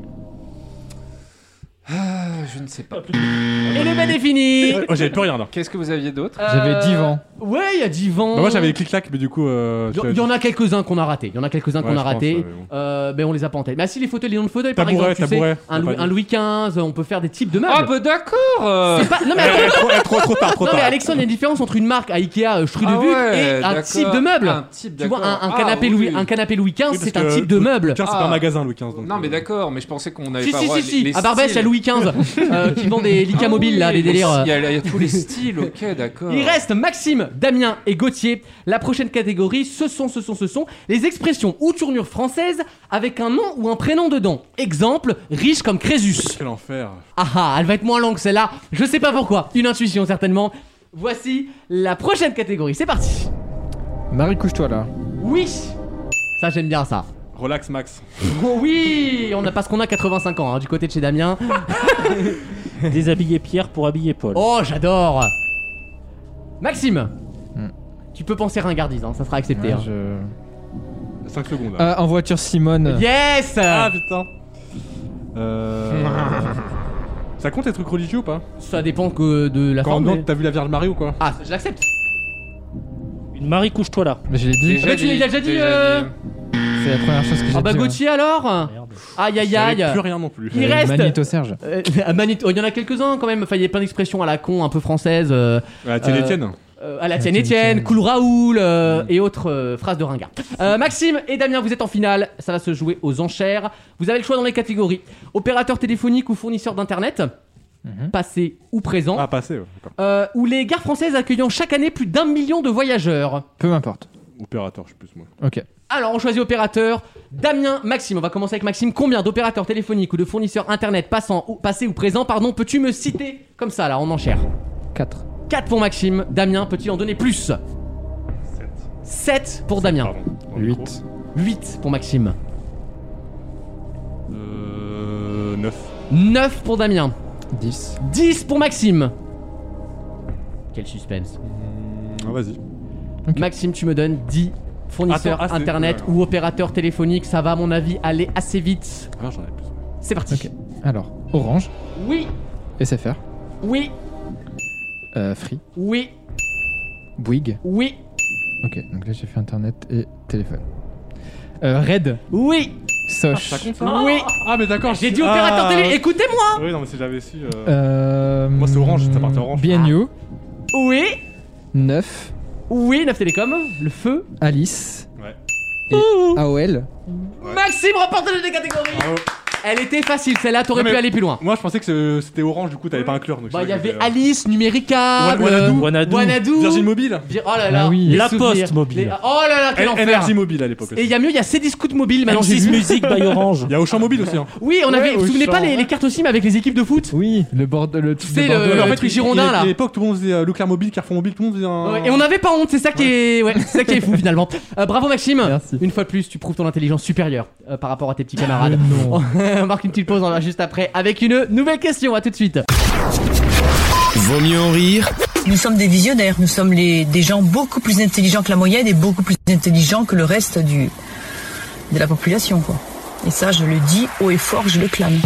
Speaker 3: Ah, je ne sais pas.
Speaker 2: Et le bal est fini
Speaker 5: Oh, j'avais plus rien là.
Speaker 3: Qu'est-ce que vous aviez d'autre
Speaker 4: J'avais divan.
Speaker 2: Ouais, il y a divan.
Speaker 5: Bah, moi j'avais les clic-clac, mais du coup. euh,
Speaker 2: Il
Speaker 5: j'avais-
Speaker 2: y- y en a quelques-uns qu'on a raté. Il y en a quelques-uns
Speaker 5: Ouais,
Speaker 2: qu'on
Speaker 5: je
Speaker 2: a
Speaker 5: pense,
Speaker 2: raté.
Speaker 5: ouais, mais
Speaker 2: Euh, ben on les a pas en tête. Mais ah, si les fauteuils, les noms de fauteuils, par
Speaker 5: Tabouret,
Speaker 2: exemple, tu sais,
Speaker 5: tabouret,
Speaker 2: un,
Speaker 5: on
Speaker 2: Louis,
Speaker 5: l'a pas
Speaker 2: un
Speaker 5: dit.
Speaker 2: Louis XV, on peut faire des types de meubles.
Speaker 3: Ah bah d'accord. euh,
Speaker 2: C'est pas- Non mais
Speaker 5: Eh,
Speaker 2: attends.
Speaker 5: trop, eh, trop, trop tard, trop
Speaker 2: Non
Speaker 5: tard.
Speaker 2: mais Alexandre, il y a une différence entre une marque à Ikea euh, Strudevuc
Speaker 3: Ah ouais,
Speaker 2: et un
Speaker 3: d'accord.
Speaker 2: type de meuble.
Speaker 3: Un type,
Speaker 2: tu vois, un, un
Speaker 3: d'accord.
Speaker 2: canapé
Speaker 3: Ah,
Speaker 2: Louis,
Speaker 3: oui.
Speaker 2: un canapé Louis XV,
Speaker 5: Oui, parce
Speaker 2: c'est un
Speaker 5: que
Speaker 2: type de
Speaker 5: Louis
Speaker 2: meuble.
Speaker 5: XV, c'est pas
Speaker 3: Ah.
Speaker 5: un magasin, Louis XV. donc,
Speaker 3: Non mais
Speaker 5: euh,
Speaker 3: d'accord, mais je pensais qu'on avait
Speaker 2: Si
Speaker 3: pas
Speaker 2: si
Speaker 3: droit
Speaker 2: si
Speaker 3: les-
Speaker 2: si.
Speaker 3: les
Speaker 2: À Barbès, il y a
Speaker 3: styles. Ah
Speaker 2: Louis Louis XV euh, qui vend des licas mobiles, là, des délires. euh.
Speaker 3: Il y, a, il y a tous les styles, ok, d'accord.
Speaker 2: Il reste Maxime, Damien et Gauthier. La prochaine catégorie, ce sont, ce sont, ce sont les expressions ou tournures françaises avec un nom ou un prénom dedans. Exemple, riche comme Crésus.
Speaker 5: Quel enfer.
Speaker 2: Ah ah, elle va être moins longue celle-là. Je sais pas pourquoi. Une intuition certainement. Voici la prochaine catégorie. C'est parti.
Speaker 4: Marie, couche-toi là.
Speaker 2: Oui. Ça j'aime bien ça.
Speaker 5: Relax, Max.
Speaker 2: Oh oui, on a parce qu'on a 85 ans hein, du côté de chez Damien.
Speaker 6: Déshabiller Pierre pour habiller Paul.
Speaker 2: Oh, j'adore. Maxime, tu peux penser ringardise, hein, ça sera accepté.
Speaker 4: Ouais,
Speaker 2: hein.
Speaker 5: 5 secondes.
Speaker 4: Euh, en voiture, Simone.
Speaker 2: Yes.
Speaker 5: Ah putain. Euh... Ça compte les trucs religieux ou pas
Speaker 2: Ça dépend que de la
Speaker 5: Quand
Speaker 2: forme,
Speaker 5: non,
Speaker 2: mais-
Speaker 5: t'as vu la Vierge Marie ou quoi
Speaker 2: Ah, je l'accepte.
Speaker 6: Une Marie, couche-toi là.
Speaker 4: Mais je l'ai
Speaker 2: Ah bah, tu l'as déjà dit. euh,
Speaker 4: C'est la première chose que j'ai
Speaker 2: Ah bah
Speaker 4: dit, hein. ouais.
Speaker 2: Gauthier alors Aïe aïe aïe
Speaker 4: J'avais plus rien non plus.
Speaker 2: Il
Speaker 4: J'avais
Speaker 2: reste
Speaker 4: Magneto Serge.
Speaker 2: Euh, ah, Magneto- oh, Il y en a quelques-uns quand même, enfin il y a plein d'expressions à la con un peu françaises. euh,
Speaker 5: À la tienne,
Speaker 2: euh,
Speaker 5: Étienne.
Speaker 2: euh, à la tienne Étienne, cool Raoul euh, et autres euh, phrases de ringard. Euh, Maxime et Damien, vous êtes en finale, ça va se jouer aux enchères. Vous avez le choix dans les catégories opérateur téléphonique ou fournisseur d'internet, passé ou présent,
Speaker 5: Ah, passé, ouais. d'accord.
Speaker 2: euh, ou les gares françaises accueillant chaque année plus d'un million de voyageurs.
Speaker 4: Peu importe.
Speaker 5: Opérateur, je suis plus moi.
Speaker 4: Ok.
Speaker 2: Alors, on choisit opérateur. Damien, Maxime, on va commencer avec Maxime. Combien d'opérateurs téléphoniques ou de fournisseurs internet passant ou, passés ou présents, pardon, peux-tu me citer comme ça, là, en enchère
Speaker 4: 4.
Speaker 2: 4 pour Maxime. Damien, peux-tu en donner plus 7. 7 pour Damien.
Speaker 4: 8.
Speaker 2: 8 pour Maxime.
Speaker 5: Euh. 9.
Speaker 2: 9 pour Damien.
Speaker 4: 10.
Speaker 2: 10 pour Maxime. Quel suspense.
Speaker 5: Ah, vas-y.
Speaker 2: Maxime, tu me donnes 10 fournisseurs
Speaker 5: Attends, ah, c'est-
Speaker 2: internet
Speaker 5: ouais.
Speaker 2: ou opérateurs téléphoniques. Ça va, à mon avis, aller assez vite.
Speaker 5: Ah, j'en ai plus.
Speaker 2: C'est parti.
Speaker 4: Alors, Orange,
Speaker 2: Oui,
Speaker 4: SFR,
Speaker 2: oui,
Speaker 4: euh, Free,
Speaker 2: oui,
Speaker 4: Bouygues.
Speaker 2: oui.
Speaker 4: Ok, donc là j'ai fait internet et téléphone. Euh, Red.
Speaker 2: Oui.
Speaker 4: Soch.
Speaker 2: Oui.
Speaker 5: Ah, mais d'accord.
Speaker 2: J'ai dit opérateur
Speaker 5: Ah,
Speaker 2: télé,
Speaker 5: ouais.
Speaker 2: écoutez-moi
Speaker 5: Oui, non, mais si j'avais su. euh,
Speaker 4: Euh,
Speaker 5: Moi, c'est Orange, ça partait Orange. Ah.
Speaker 4: BNU.
Speaker 2: Oui,
Speaker 4: 9.
Speaker 2: oui, 9 Télécom, le feu.
Speaker 4: Alice.
Speaker 5: Ouais.
Speaker 4: Et AOL.
Speaker 2: Maxime remporte la des catégories Elle était facile celle-là, t'aurais
Speaker 5: Non,
Speaker 2: pu
Speaker 5: mais
Speaker 2: aller plus loin.
Speaker 5: Moi, je pensais que ce- c'était Orange, du coup, t'avais pas un cleur.
Speaker 2: Bah, il y avait Alice, Numéricable,
Speaker 5: Wanadoo.
Speaker 2: Wanadoo,
Speaker 5: Virgin Mobile.
Speaker 2: Vir- Oh là là,
Speaker 5: Ah oui.
Speaker 2: les
Speaker 5: La
Speaker 2: souvenirs.
Speaker 5: Poste Mobile.
Speaker 2: Les- Oh là là, quel
Speaker 5: N-
Speaker 2: enfer.
Speaker 5: NRJ Mobile à l'époque aussi.
Speaker 2: Et il y a mieux, il y a CD Scoot Mobile maintenant. j'ai vu.
Speaker 5: Il y a Auchan Mobile aussi. Hein.
Speaker 2: Oui, on avait. Vous vous souvenez pas les, les cartes SIM avec les équipes de foot
Speaker 4: Oui, le bord. Le, tu
Speaker 2: sais, le, Euh, le truc girondin là.
Speaker 5: À l'époque, tout le monde faisait euh, Leclerc Mobile, Carrefour Mobile, tout le monde faisait un.
Speaker 4: Oh.
Speaker 2: Ouais, Euh, et on n'avait pas honte, c'est ça qui est, ouais, c'est ça qui est fou finalement. Euh, bravo Maxime. Une fois de plus, tu prouves ton intelligence supérieure euh, par rapport à tes petits camarades.
Speaker 4: Euh,
Speaker 2: on marque une petite pause, on revient juste après avec une nouvelle question. À tout de suite.
Speaker 1: Vaut mieux en rire
Speaker 13: Nous sommes des visionnaires, nous sommes les- des gens beaucoup plus intelligents que la moyenne et beaucoup plus intelligents que le reste du, de la population. Quoi. Et ça, je le dis haut et fort, je le clame.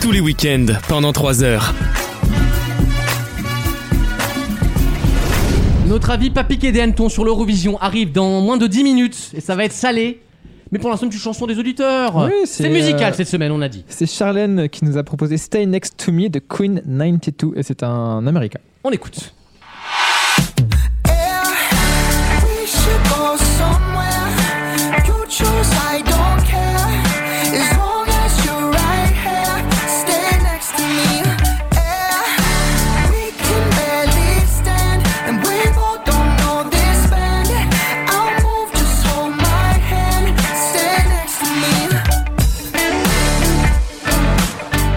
Speaker 1: tous les week-ends pendant 3 heures.
Speaker 2: Notre avis Papy des hannetons sur l'Eurovision arrive dans moins de 10 minutes et ça va être salé. Mais pour l'instant, une chanson des auditeurs.
Speaker 4: Oui,
Speaker 2: c'est musical
Speaker 4: euh,
Speaker 2: cette semaine, on a dit.
Speaker 4: C'est Charlène qui nous a proposé Stay Next to Me de Queen 92 et c'est un américain.
Speaker 2: On écoute.
Speaker 14: We should go somewhere. You choose, I don't care. As long as you're right here, stay next to me. Yeah, we can barely stand, and we both don't know this band. I'll move, just hold my hand. Stay next to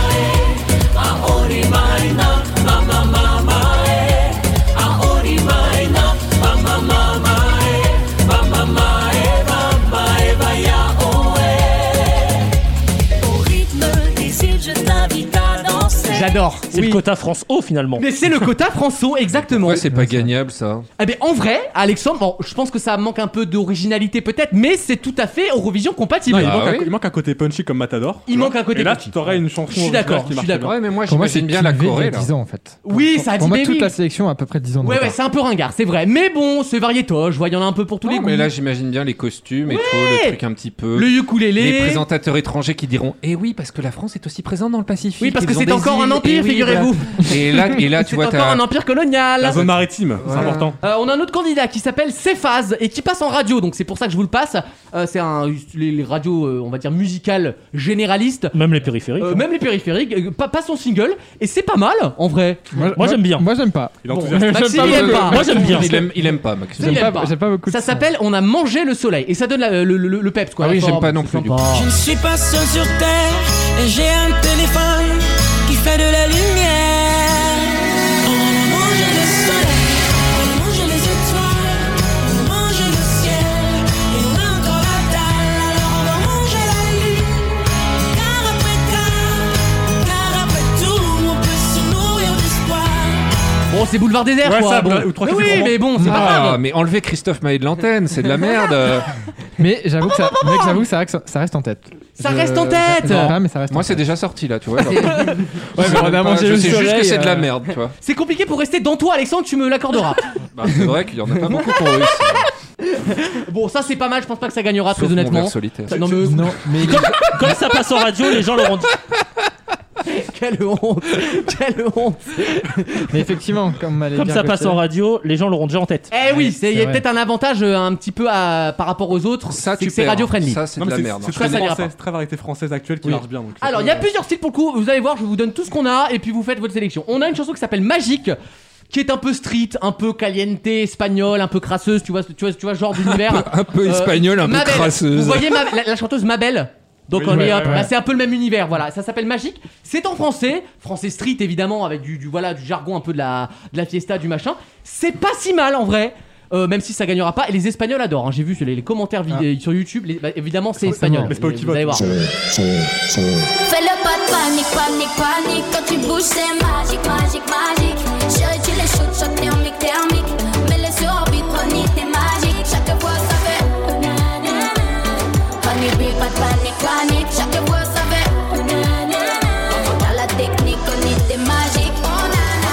Speaker 14: e Aori mai na mama mama e Aori mai na mama mama e Mama mama e mama e va ya oh e Au rythme des îles je t'invite à danser
Speaker 2: J'adore.
Speaker 6: C'est le quota France O finalement.
Speaker 2: Mais c'est le quota François, exactement.
Speaker 3: Ouais, c'est pas gagnable ça.
Speaker 2: Eh bien, en vrai, Alexandre, bon, je pense que ça manque un peu d'originalité peut-être, mais c'est tout à fait Eurovision compatible.
Speaker 5: il, manque un, il manque un côté punchy comme Matador.
Speaker 2: Il
Speaker 5: tu vois.
Speaker 2: manque un côté
Speaker 5: Et là,
Speaker 2: punchy.
Speaker 5: t'aurais une chanson.
Speaker 2: Je suis d'accord, je suis d'accord. Ouais, mais
Speaker 3: Ah,
Speaker 2: moi, Pour moi, j'imagine c'est bien la Kinvé, Corée, il y a là.
Speaker 4: 10 ans en fait.
Speaker 2: Oui,
Speaker 4: Pour-
Speaker 6: Ah,
Speaker 2: ça a
Speaker 4: Pour
Speaker 2: dit
Speaker 4: moi,
Speaker 2: mais
Speaker 4: toute
Speaker 2: oui.
Speaker 4: la sélection a à peu près 10 ans de
Speaker 2: Ouais, ouais,
Speaker 4: retard.
Speaker 2: c'est un peu ringard, c'est vrai. Mais bon, c'est variétoche, je vois, il y en a un peu pour tous les
Speaker 3: Non,
Speaker 2: goûts.
Speaker 3: mais là, j'imagine bien les costumes et tout, le truc un petit peu.
Speaker 2: Le ukulélé.
Speaker 3: Les présentateurs étrangers qui diront Eh oui, parce que la France est aussi présente dans le Pacifique.
Speaker 2: Oui, parce que
Speaker 3: ils ont
Speaker 2: c'est
Speaker 3: des
Speaker 2: encore un
Speaker 3: îles,
Speaker 2: empire,
Speaker 3: eh oui,
Speaker 2: figurez-vous.
Speaker 3: voilà. Et là, et là tu vois,
Speaker 2: C'est encore
Speaker 3: t'as.
Speaker 2: un empire colonial.
Speaker 5: La zone maritime, c'est
Speaker 3: Voilà.
Speaker 5: important.
Speaker 2: Euh, on a un autre candidat qui s'appelle Cephas et qui passe en radio, donc c'est pour ça que je vous le passe. Euh, c'est un les, les radios, euh, on va dire musicales généralistes.
Speaker 6: Même les périphériques.
Speaker 3: hein.
Speaker 2: Euh, même les périphériques, euh, pas, pas son single, et c'est pas mal en vrai.
Speaker 4: Moi,
Speaker 6: j'aime bien.
Speaker 4: Moi, j'aime pas.
Speaker 2: Bon, Maxime, il aime pas.
Speaker 3: Il aime, il aime pas, Maxime.
Speaker 2: Il aime pas. Ça s'appelle On a mangé le soleil et ça donne la- le, le, le- le peps quoi.
Speaker 3: Ah oui,
Speaker 2: la
Speaker 3: j'aime
Speaker 2: forme,
Speaker 3: pas non
Speaker 2: c'est
Speaker 3: plus, du
Speaker 2: sympa.
Speaker 3: coup.
Speaker 14: Je ne suis pas seul sur terre et j'ai un téléphone qui fait de la lumière. On a mangé le soleil, on a mangé les étoiles, on a mangé le ciel et on a encore la dalle. Alors on va manger la lune, car après tard, car après tout, on peut se nourrir d'espoir.
Speaker 2: Bon, c'est boulevard désert
Speaker 3: Ouais,
Speaker 2: quoi.
Speaker 3: ça,
Speaker 2: bon.
Speaker 3: bah, ou trois
Speaker 2: mais
Speaker 3: cafés
Speaker 2: oui,
Speaker 3: gourmands.
Speaker 2: mais bon, c'est pas
Speaker 3: Ah,
Speaker 2: grave.
Speaker 3: Mais enlever Christophe Maé de l'antenne, c'est de la merde. Euh,
Speaker 4: Mais j'avoue que, ça, mec, j'avoue que ça, reste- ça reste en tête.
Speaker 2: Ça
Speaker 4: Je-
Speaker 2: reste en tête
Speaker 4: j'aime pas, mais ça reste
Speaker 3: Moi,
Speaker 4: en
Speaker 3: c'est
Speaker 4: tête.
Speaker 3: déjà sorti là, tu vois. alors.
Speaker 4: Ouais, mais on a mangé
Speaker 3: je
Speaker 4: le
Speaker 3: sais juste que
Speaker 4: soleil,
Speaker 3: c'est de la
Speaker 4: euh.
Speaker 3: merde, tu vois.
Speaker 2: C'est compliqué pour rester dans toi, Alexandre, tu me l'accorderas.
Speaker 3: Bah, c'est vrai qu'il y en a pas beaucoup pour eux.
Speaker 2: Ah,
Speaker 3: ici.
Speaker 2: bon, ça c'est pas mal, je pense pas que ça gagnera
Speaker 3: Sauf
Speaker 2: très
Speaker 3: mon
Speaker 2: honnêtement.
Speaker 3: verre solitaire.
Speaker 2: Ça- Non, mais...
Speaker 4: Non, mais
Speaker 6: Quand ça passe en radio, les gens leur ont dit.
Speaker 2: Quelle honte Quelle honte
Speaker 4: Mais effectivement, comme Malé
Speaker 6: Comme
Speaker 4: bien
Speaker 6: ça
Speaker 4: Gauthier-
Speaker 6: passe en radio, les gens l'auront déjà en tête.
Speaker 2: Eh oui, c'est- il y
Speaker 4: c'est
Speaker 2: a
Speaker 4: vrai.
Speaker 2: peut-être un avantage euh, un petit peu à- par rapport aux autres.
Speaker 3: Ça,
Speaker 2: c'est
Speaker 3: tu
Speaker 2: que c'est
Speaker 3: perds. hein.
Speaker 2: radio friendly.
Speaker 3: Ça, c'est
Speaker 5: Non,
Speaker 3: de
Speaker 5: mais
Speaker 3: la
Speaker 5: c'est-
Speaker 3: merde. hein.
Speaker 5: C'est
Speaker 2: Ça,
Speaker 5: très
Speaker 2: ça ira
Speaker 5: française, très variété française actuelle qui
Speaker 2: Oui.
Speaker 5: marche bien. donc c'est
Speaker 2: Alors, il
Speaker 5: pas-
Speaker 2: y a plusieurs styles pour le coup. Vous allez voir, je vous donne tout ce qu'on a et puis vous faites votre sélection. On a une chanson qui s'appelle Magique. Qui est un peu street, un peu caliente, espagnole, un peu crasseuse, tu vois, tu vois, tu vois genre d'univers.
Speaker 3: Un peu espagnole, un peu
Speaker 2: Mabel.
Speaker 3: crasseuse.
Speaker 2: Vous voyez Ma- la, la chanteuse Mabel Donc
Speaker 3: Oui,
Speaker 2: on est
Speaker 3: ouais,
Speaker 2: hop,
Speaker 3: ouais.
Speaker 2: bah, c'est un peu le même univers, voilà. Ça s'appelle Magique. C'est en français, français street évidemment, avec du, du, voilà du jargon un peu de la, de la fiesta, du machin. C'est pas si mal en vrai. euh, même si ça gagnera pas, et les Espagnols adorent. hein. J'ai vu sur les, les commentaires vidéo sur YouTube, les- bah, évidemment c'est espagnol.
Speaker 5: Mais Ah. c'est pas eux qui
Speaker 2: Vous allez voir.
Speaker 5: votent.
Speaker 16: Fais le pas de panique, panique, panique Quand tu bouges c'est magique, magique, magique Chérie tu les shoots, shot thermique, thermique Mais les sur orbite, chronique, t'es magique Chaque fois ça fait oh, na, na, na. Honey bee, pas de panique, panique Chaque fois ça fait oh, na, na, na. Faut dans la technique, on est des magiques, oh, na, na.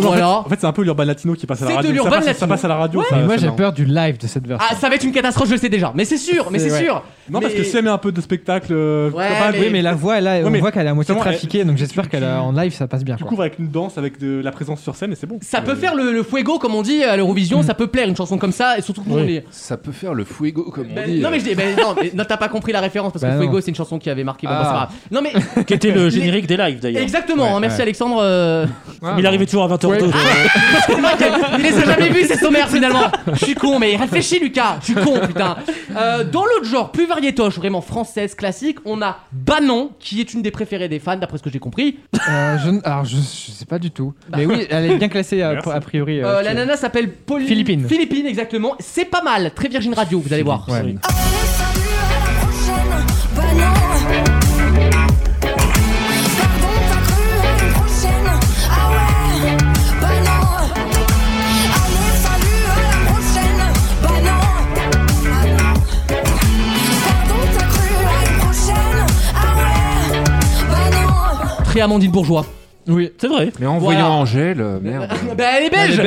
Speaker 2: Vous
Speaker 5: en fait-
Speaker 2: alors
Speaker 5: En fait, c'est un peu l'urban latino qui passe à la
Speaker 2: C'est de
Speaker 5: radio. Ça
Speaker 2: l'urban
Speaker 5: passe-
Speaker 2: latino.
Speaker 5: Ça passe à la radio.
Speaker 2: Ouais.
Speaker 5: ça,
Speaker 2: Mais moi,
Speaker 5: c'est
Speaker 2: j'ai
Speaker 5: marrant.
Speaker 4: Peur du live de cette version.
Speaker 2: Ah, ça va être une catastrophe, je le sais déjà. Mais c'est sûr, mais c'est
Speaker 4: ouais.
Speaker 2: sûr.
Speaker 5: Non, parce que si elle met un peu de spectacle. euh,
Speaker 2: Ouais,
Speaker 5: pas-
Speaker 2: mais-
Speaker 4: Oui, mais la voix, là,
Speaker 5: Ouais,
Speaker 4: on
Speaker 5: mais
Speaker 4: voit qu'elle est à moitié
Speaker 5: justement, elle-
Speaker 4: trafiquée, donc j'espère qu'elle a- en live ça passe bien.
Speaker 5: Tu
Speaker 4: quoi.
Speaker 5: couvres avec une danse, avec de la présence sur scène et c'est bon.
Speaker 2: Ça peut faire le, le fuego, comme on dit à l'Eurovision, ça peut plaire une chanson comme ça, et surtout que nous, on est-
Speaker 3: Ça peut faire le fuego, comme on
Speaker 2: Ben,
Speaker 3: dit.
Speaker 2: non mais je dis, ben, non, mais non, t'as pas compris la référence parce
Speaker 3: Ben
Speaker 2: que Fuego
Speaker 3: non.
Speaker 2: c'est une chanson qui avait marqué. Bon, bah,
Speaker 3: Ah.
Speaker 2: c'est pas grave. Non mais
Speaker 6: Qui était le générique des lives d'ailleurs.
Speaker 2: exactement. hein, merci Alexandre. euh,
Speaker 6: Mais il arrivait toujours à 20h02. donc, euh,
Speaker 2: C'est vrai qu'il- il les a jamais vus ces sommaires finalement. Je suis con mais réfléchis Lucas, je suis con putain. Euh, dans l'autre genre plus variétoche, vraiment française classique, on a Banon qui est une des préférées des fans d'après ce que j'ai compris.
Speaker 4: Euh, je, ne- alors, je, je sais pas du tout. Mais oui, elle est bien classée euh, a priori. euh,
Speaker 2: Euh,
Speaker 4: sur-
Speaker 2: la nana s'appelle Paul
Speaker 4: Philippine.
Speaker 2: Philippine exactement. C'est pas mal, très Virgin Radio, vous allez voir.
Speaker 17: Ah bah
Speaker 2: Très Amandine Bourgeois.
Speaker 6: Oui, c'est vrai.
Speaker 3: Mais en
Speaker 2: Voilà.
Speaker 3: voyant Angèle, euh, merde.
Speaker 2: Bah elle est belge.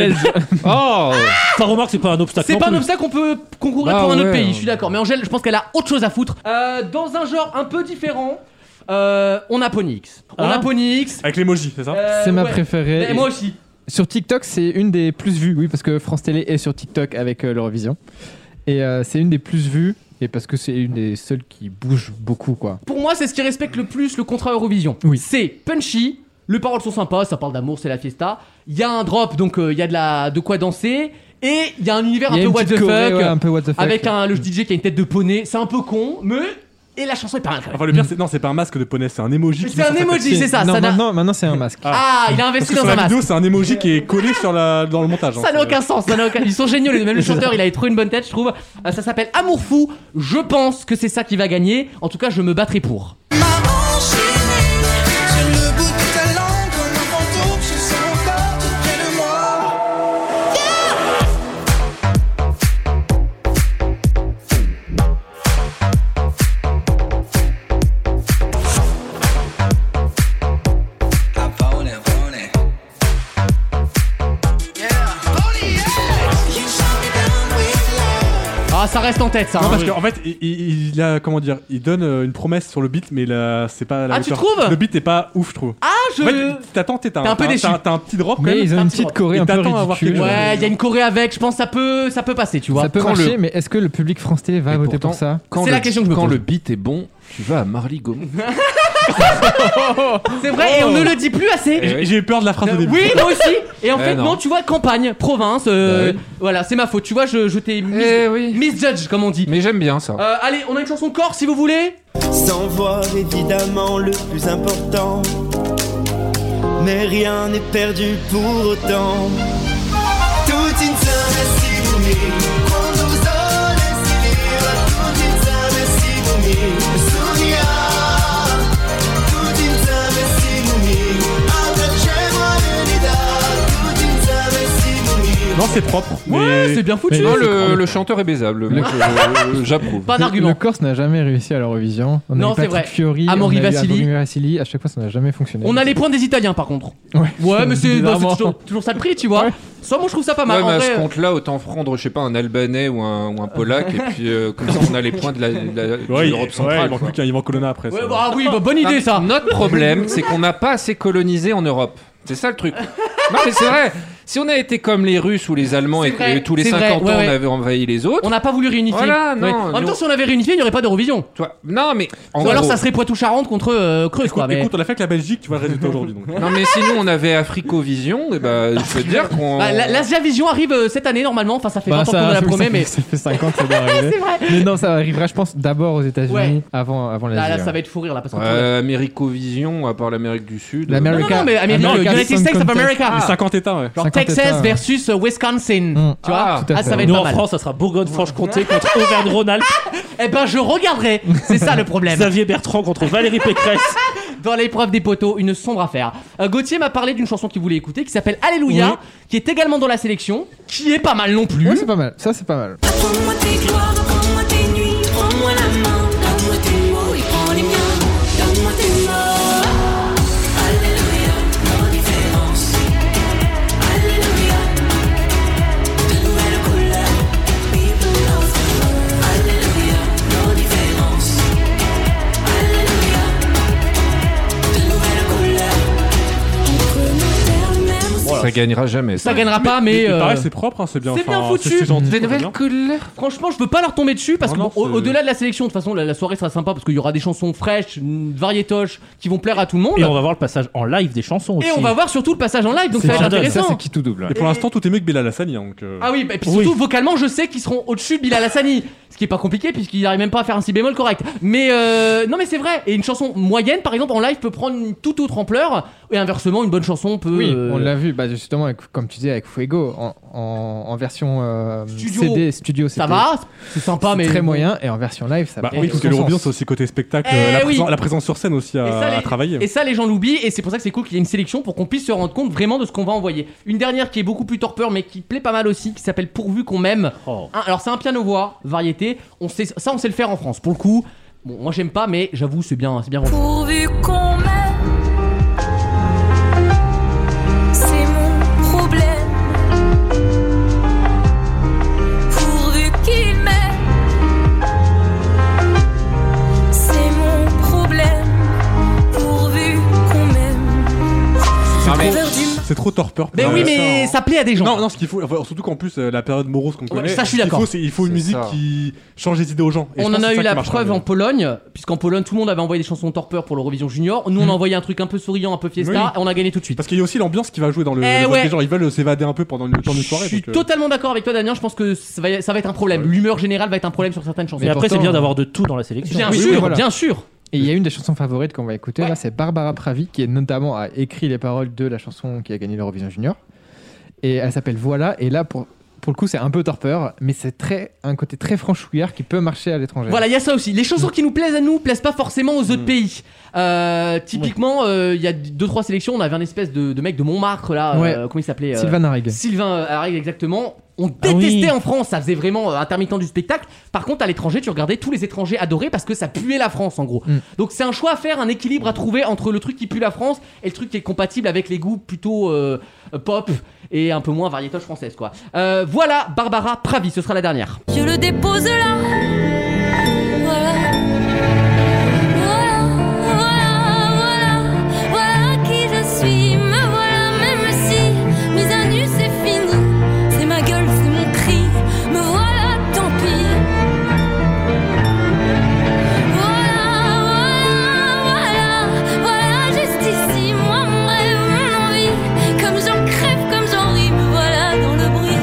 Speaker 3: oh
Speaker 6: Ta remarque, c'est pas un obstacle.
Speaker 2: C'est
Speaker 6: non
Speaker 2: pas un
Speaker 6: plus.
Speaker 2: obstacle qu'on peut concourir
Speaker 6: Bah
Speaker 2: pour un autre
Speaker 6: ouais.
Speaker 4: hein.
Speaker 2: pays, je suis d'accord. Mais Angèle, je pense qu'elle a autre chose à foutre. Euh, dans un genre un peu différent, euh, on a Ponix. On
Speaker 5: Ah.
Speaker 2: a Ponix.
Speaker 5: Avec l'emoji, c'est ça
Speaker 2: Euh,
Speaker 4: C'est ma
Speaker 2: ouais.
Speaker 4: préférée.
Speaker 2: Mais moi aussi.
Speaker 4: Sur TikTok, c'est une des plus vues, oui, parce que France Télé est sur TikTok avec euh, l'Eurovision. Et euh, c'est une des plus vues, et parce que c'est une des seules qui bouge beaucoup, quoi.
Speaker 2: Pour moi, c'est ce qui respecte le plus le contrat Eurovision. C'est punchy. Les paroles sont sympas, ça parle d'amour, c'est la fiesta. Il y a un drop, donc euh, il y a de, la, de quoi danser. Et il y a un univers
Speaker 4: Il
Speaker 2: un
Speaker 4: y a
Speaker 2: peu,
Speaker 4: une
Speaker 2: what the
Speaker 4: petite
Speaker 2: fuck,
Speaker 4: Corée, ouais, un peu what the fuck,
Speaker 2: Avec un,
Speaker 5: Mm.
Speaker 2: le DJ qui a une tête de poney. C'est un peu con, mais. Et la chanson est pas mal. quand même.
Speaker 5: Enfin, le pire, c'est non, c'est pas un masque de poney, c'est un emoji. qui
Speaker 2: C'est
Speaker 5: met sur
Speaker 2: un
Speaker 5: sa tête.
Speaker 2: emoji, c'est ça.
Speaker 4: non,
Speaker 2: ça n'a-
Speaker 4: maintenant, maintenant, c'est un masque.
Speaker 2: Ah, il a
Speaker 5: Parce
Speaker 2: investi
Speaker 5: que
Speaker 2: dans
Speaker 5: sur la
Speaker 2: un masque.
Speaker 5: vidéo, c'est un emoji qui est collé sur la dans le montage. hein,
Speaker 2: Ça n'a
Speaker 5: c'est-
Speaker 2: aucun sens, ça n'a aucun- ils sont géniaux, les- même le chanteur il avait trop une bonne tête je trouve. Euh, ça s'appelle Amour Fou, je pense que c'est ça qui va gagner, en tout cas je me battrai pour.
Speaker 14: Sur le bout de ta langue, comme un fantôme, je sens encore tout près de moi.
Speaker 2: Ah ça reste en tête ça.
Speaker 5: Non,
Speaker 2: hein.
Speaker 5: parce qu'en fait, il, il- il a comment dire, il donne euh, une promesse sur le beat, mais là, c'est pas. à La
Speaker 2: Ah, tu
Speaker 5: hauteur.
Speaker 2: trouves
Speaker 5: Le beat est pas ouf, je trouve.
Speaker 2: Ah je...
Speaker 5: En fait, t'attends, t'es un,
Speaker 2: T'es un peu
Speaker 5: t'as-
Speaker 2: déçu.
Speaker 5: t'as- T'as un petit drop. quand
Speaker 4: Mais
Speaker 5: même.
Speaker 4: ils ont
Speaker 5: T'as
Speaker 4: une
Speaker 5: petit
Speaker 4: petite
Speaker 5: drop.
Speaker 4: Corée
Speaker 5: Et
Speaker 4: un peu
Speaker 5: t'attends à voir
Speaker 4: ridicule.
Speaker 5: quelque chose.
Speaker 2: Ouais, il y a une Corée avec, je pense ça peut ça peut passer tu vois.
Speaker 4: Ça peut
Speaker 2: Quand
Speaker 4: marcher,
Speaker 2: le-
Speaker 4: mais est-ce que le public France Télé va
Speaker 3: Et
Speaker 4: voter
Speaker 3: pourtant,
Speaker 4: pour ça
Speaker 3: quand
Speaker 2: C'est
Speaker 3: le-
Speaker 2: la question que je me
Speaker 3: Quand
Speaker 2: pose.
Speaker 3: le beat est bon, tu vas à Marly Gaumont.
Speaker 2: C'est vrai et on ne le dit plus assez.
Speaker 5: Oh Et- et J'ai eu peur de la phrase au début.
Speaker 2: Oui, moi aussi. Et en
Speaker 3: Eh
Speaker 2: fait,
Speaker 3: non.
Speaker 2: non. tu vois, campagne, province. euh,
Speaker 5: Bah
Speaker 2: Voilà, c'est ma faute. Tu vois, je, je t'ai mis,
Speaker 5: Eh
Speaker 2: misjudge, comme on dit.
Speaker 3: Mais j'aime bien ça.
Speaker 2: Euh, allez, on a une chanson corse si vous voulez.
Speaker 12: Sans voix, évidemment, le plus important. Mais rien n'est perdu pour autant.
Speaker 14: Tutti insieme simili, quando il sole si leva, tutti insieme simili, sogniamo. Tutti insieme simili, abbracciamo l'unità, tutti insieme simili.
Speaker 5: Non, c'est propre.
Speaker 3: Ouais,
Speaker 5: mais-
Speaker 3: c'est
Speaker 2: bien
Speaker 3: foutu. Non, le, le chanteur est baisable. Moi,
Speaker 2: Ah.
Speaker 3: je- j'approuve.
Speaker 2: Pas
Speaker 4: Le-
Speaker 2: d'argument.
Speaker 4: Le Corse n'a jamais réussi à l'Eurovision. On a
Speaker 2: Non,
Speaker 4: eu
Speaker 2: c'est
Speaker 4: Patrick
Speaker 2: vrai.
Speaker 4: Fiori,
Speaker 2: Amaury
Speaker 4: on a eu
Speaker 2: Vassili.
Speaker 4: Amaury Vassili, à chaque fois ça n'a jamais fonctionné.
Speaker 2: On a les points des Italiens par contre.
Speaker 4: Ouais,
Speaker 2: Ouais, mais c'est bah, c'est
Speaker 4: Bizarrement.
Speaker 2: toujours, toujours ça le prix, tu vois. Ça, moi, je trouve ça pas mal.
Speaker 3: Ouais,
Speaker 2: en
Speaker 3: mais à
Speaker 2: vrai,
Speaker 3: ce compte-là, autant prendre, je sais pas, un Albanais ou un, ou un Polac, et puis euh, comme ça, on a les points de la- de la- de
Speaker 5: Ouais, il-
Speaker 3: l'Europe
Speaker 5: ouais,
Speaker 3: centrale.
Speaker 5: il manque
Speaker 3: quoi.
Speaker 5: plus qu'un Ivan Colonna après.
Speaker 2: Ouais,
Speaker 5: ça.
Speaker 2: bah, ah oui, bah, bonne idée ça.
Speaker 3: Notre problème, c'est qu'on n'a pas assez colonisé en Europe. C'est ça le truc. Non, mais c'est vrai. Si on a été comme les Russes ou les Allemands et,
Speaker 2: C'est vrai,
Speaker 3: que tous les
Speaker 2: c'est
Speaker 3: 50
Speaker 2: vrai,
Speaker 3: ans
Speaker 2: ouais, ouais.
Speaker 3: on avait envahi les autres.
Speaker 2: On n'a pas voulu réunifier.
Speaker 3: Voilà,
Speaker 2: Ouais.
Speaker 3: non,
Speaker 2: En même
Speaker 3: nous-
Speaker 2: temps, si on avait réunifié, il n'y aurait pas d'Eurovision.
Speaker 3: Toi, non, mais.
Speaker 2: Ou
Speaker 3: en
Speaker 2: alors,
Speaker 3: gros-
Speaker 2: ça serait Poitou-Charentes contre euh, Creuse, quoi. Mais...
Speaker 5: Écoute, on a fait avec la Belgique, tu vois le résultat aujourd'hui. donc.
Speaker 3: Non, mais si nous on avait Africovision, et ben je peux te dire qu'on.
Speaker 2: Ah, la- l'Asia Vision arrive euh, cette année normalement. Enfin, ça fait 20
Speaker 4: Bah,
Speaker 2: ans qu'on
Speaker 4: ça,
Speaker 2: nous la
Speaker 4: ça
Speaker 2: promet,
Speaker 4: fait-
Speaker 2: mais
Speaker 4: Ça fait 50, ça doit arriver.
Speaker 2: C'est vrai.
Speaker 4: Mais non, ça arrivera, je pense, d'abord aux États-Unis,
Speaker 2: Ouais. Bah,
Speaker 4: avant, avant l'Asie.
Speaker 2: là, là,
Speaker 4: ouais.
Speaker 2: ça va être fou rire là parce qu'on.
Speaker 3: Euh, Américovision, à part l'Amérique du Sud.
Speaker 4: L'Amérique-
Speaker 2: Non, non, non, mais Amérique,
Speaker 4: America
Speaker 2: United
Speaker 4: Song
Speaker 2: States of
Speaker 4: Contest.
Speaker 2: America.
Speaker 5: Les 50 États, ouais.
Speaker 2: Genre
Speaker 4: 50
Speaker 2: Texas
Speaker 4: États.
Speaker 2: versus euh, Wisconsin. Tu vois
Speaker 4: Mm. tout à
Speaker 2: Ah,
Speaker 4: fait.
Speaker 2: ça va être
Speaker 6: Nous
Speaker 2: pas
Speaker 6: en
Speaker 2: mal.
Speaker 6: France, ça sera Bourgogne-Franche-Comté contre Auvergne-Rhône-Alpes.
Speaker 2: Eh ben, je regarderai. C'est ça le problème.
Speaker 6: Xavier Bertrand contre Valérie Pécresse.
Speaker 2: Dans l'épreuve des poteaux, une sombre affaire. Euh, Gauthier m'a parlé d'une chanson qu'il voulait écouter qui s'appelle Alléluia, qui est également dans la sélection, qui est pas mal non plus.
Speaker 4: Ouais, c'est pas mal. Ça, c'est pas mal.
Speaker 14: Prends-moi tes gloires, prends-moi tes nuits, prends-moi la main, donne-moi tes mots et prends les miens, donne-moi tes morts. Alléluia, nos différences.
Speaker 3: euh, ça gagnera jamais.
Speaker 2: Ça gagnera pas, mais,
Speaker 5: il
Speaker 2: euh,
Speaker 5: paraît que c'est propre, hein, c'est bien.
Speaker 2: C'est bien
Speaker 5: enfin,
Speaker 2: foutu.
Speaker 5: c'est gentil,
Speaker 2: Des
Speaker 5: c'est
Speaker 2: nouvelles
Speaker 5: bien.
Speaker 2: couleurs. Franchement, je veux pas leur tomber dessus parce que
Speaker 5: Non,
Speaker 2: bon, au-
Speaker 5: c'est-
Speaker 2: au-delà de la sélection, de toute façon, la, la soirée sera sympa parce qu'il y aura des chansons fraîches, une variétoches qui vont plaire à tout le monde.
Speaker 6: Et on va voir le passage en live des chansons aussi.
Speaker 2: Et on va voir surtout le passage en live, donc
Speaker 6: C'est
Speaker 2: ça va être
Speaker 6: Jordan,
Speaker 2: intéressant.
Speaker 6: ça, c'est qui tout double, ouais.
Speaker 5: Et pour l'instant, tout est mieux que Bella Lassani. hein, donc, euh,
Speaker 2: Ah oui, bah, et puis surtout vocalement, je sais qu'ils seront au-dessus de Bilal Hassani. Ce qui est pas compliqué puisqu'il n'arrive même pas à faire un si bémol correct. Mais euh, non, mais c'est vrai. Et une chanson moyenne, par exemple, en live peut prendre une toute autre ampleur. Et inversement, une bonne chanson peut.
Speaker 4: Oui,
Speaker 2: euh,
Speaker 4: on l'a vu, bah justement, avec- comme tu disais, avec Fuego, en, en- en version euh,
Speaker 2: Studio.
Speaker 4: CD, studio,
Speaker 2: Ça
Speaker 4: c'était-
Speaker 2: va, c'est sympa, mais-
Speaker 4: Très moyen, et en version live, ça
Speaker 5: Bah
Speaker 4: prend
Speaker 5: oui,
Speaker 4: tout
Speaker 5: parce que
Speaker 4: son
Speaker 5: l'ambiance
Speaker 4: sens.
Speaker 5: aussi côté spectacle, euh,
Speaker 2: Eh
Speaker 5: la,
Speaker 2: oui.
Speaker 5: présence, la présence sur scène aussi à,
Speaker 2: Et ça, les-
Speaker 5: à travailler.
Speaker 2: Et ça, les gens l'oublient, et c'est pour ça que c'est cool qu'il y ait une sélection pour qu'on puisse se rendre compte vraiment de ce qu'on va envoyer. Une dernière qui est beaucoup plus torpeur, mais qui plaît pas mal aussi, qui s'appelle Pourvu qu'on m'aime. Un- alors, c'est un piano-voix, variété. On sait, ça, on sait le faire en France. Pour le coup, bon, moi j'aime pas, mais j'avoue, c'est bien, c'est bien vendu.
Speaker 17: Pourvu qu'on m'aime, c'est mon problème. Pourvu qu'il m'aime, c'est mon problème. Pourvu qu'on m'aime.
Speaker 5: C'est trop-
Speaker 17: Vers du
Speaker 5: C'est trop torpeur.
Speaker 2: Mais Ben oui, mais ça plaît à des gens.
Speaker 5: Non, non, ce qu'il faut, enfin, surtout qu'en plus, euh, la période morose qu'on connaît.
Speaker 2: ça, je suis
Speaker 5: ce qu'il
Speaker 2: d'accord.
Speaker 5: faut, c'est- Il faut une
Speaker 2: C'est
Speaker 5: musique
Speaker 2: ça.
Speaker 5: qui change les idées aux gens. Et je
Speaker 2: on
Speaker 5: pense
Speaker 2: en
Speaker 5: que
Speaker 2: a
Speaker 5: c'est
Speaker 2: eu
Speaker 5: ça
Speaker 2: la
Speaker 5: qui marchera
Speaker 2: preuve
Speaker 5: mieux.
Speaker 2: en Pologne, puisqu'en Pologne tout le monde avait envoyé des chansons torpeur pour l'Eurovision Junior. Nous on a envoyé un truc un peu souriant, un peu fiesta,
Speaker 5: Mhm. Oui.
Speaker 2: et on a gagné tout de suite.
Speaker 5: Parce qu'il y a aussi l'ambiance qui va jouer dans le.
Speaker 2: Eh
Speaker 5: le
Speaker 2: ouais.
Speaker 5: Les gens, ils veulent s'évader un peu pendant une, le temps d'une soirée.
Speaker 2: Je suis totalement d'accord avec toi, Damien. Je pense que ça va, ça va être un problème. L'humeur générale va être un problème sur certaines chansons.
Speaker 6: Mais euh, après, c'est bien d'avoir de tout dans la sélection.
Speaker 2: Bien sûr, bien sûr.
Speaker 4: Et il y a une des chansons favorites qu'on va écouter là, c'est Barbara Pravi qui est notamment a écrit les paroles de la chanson qui a gagné l'Eurovision Junior. Et elle s'appelle Voilà. Et là pour pour le coup c'est un peu torpeur, mais c'est très un côté très franchouillard qui peut marcher à l'étranger.
Speaker 2: Voilà, il y a ça aussi. Les
Speaker 5: Mm.
Speaker 2: chansons qui nous plaisent à nous plaisent pas forcément aux autres pays. Euh, typiquement, euh, il y a deux trois sélections. On avait un espèce de, de mec de Montmartre là.
Speaker 4: Ouais.
Speaker 2: euh, comment il s'appelait euh,
Speaker 4: Sylvain Arreg.
Speaker 2: Sylvain euh, Arreg, exactement. On
Speaker 4: Ah
Speaker 2: détestait en France. Ça faisait vraiment euh, intermittent du spectacle. Par contre, à l'étranger, tu regardais tous les étrangers adorer parce que ça puait la France en gros.
Speaker 4: Mm.
Speaker 2: Donc c'est un choix à faire, un équilibre à trouver entre le truc qui pue la France et le truc qui est compatible avec les goûts plutôt euh, pop et un peu moins variétoche française quoi. Euh, voilà, Barbara Pravi, ce sera la dernière.
Speaker 17: Je le dépose là. Voilà. Voilà, voilà, voilà. Voilà qui je suis. Me voilà, même si mise à nu, c'est fini. C'est ma gueule, c'est mon cri. Me voilà, tant pis. Voilà, voilà, voilà. Voilà, juste ici. Moi, mon rêve, mon envie. Comme j'en crève, comme j'en ris. Me voilà dans le bruit.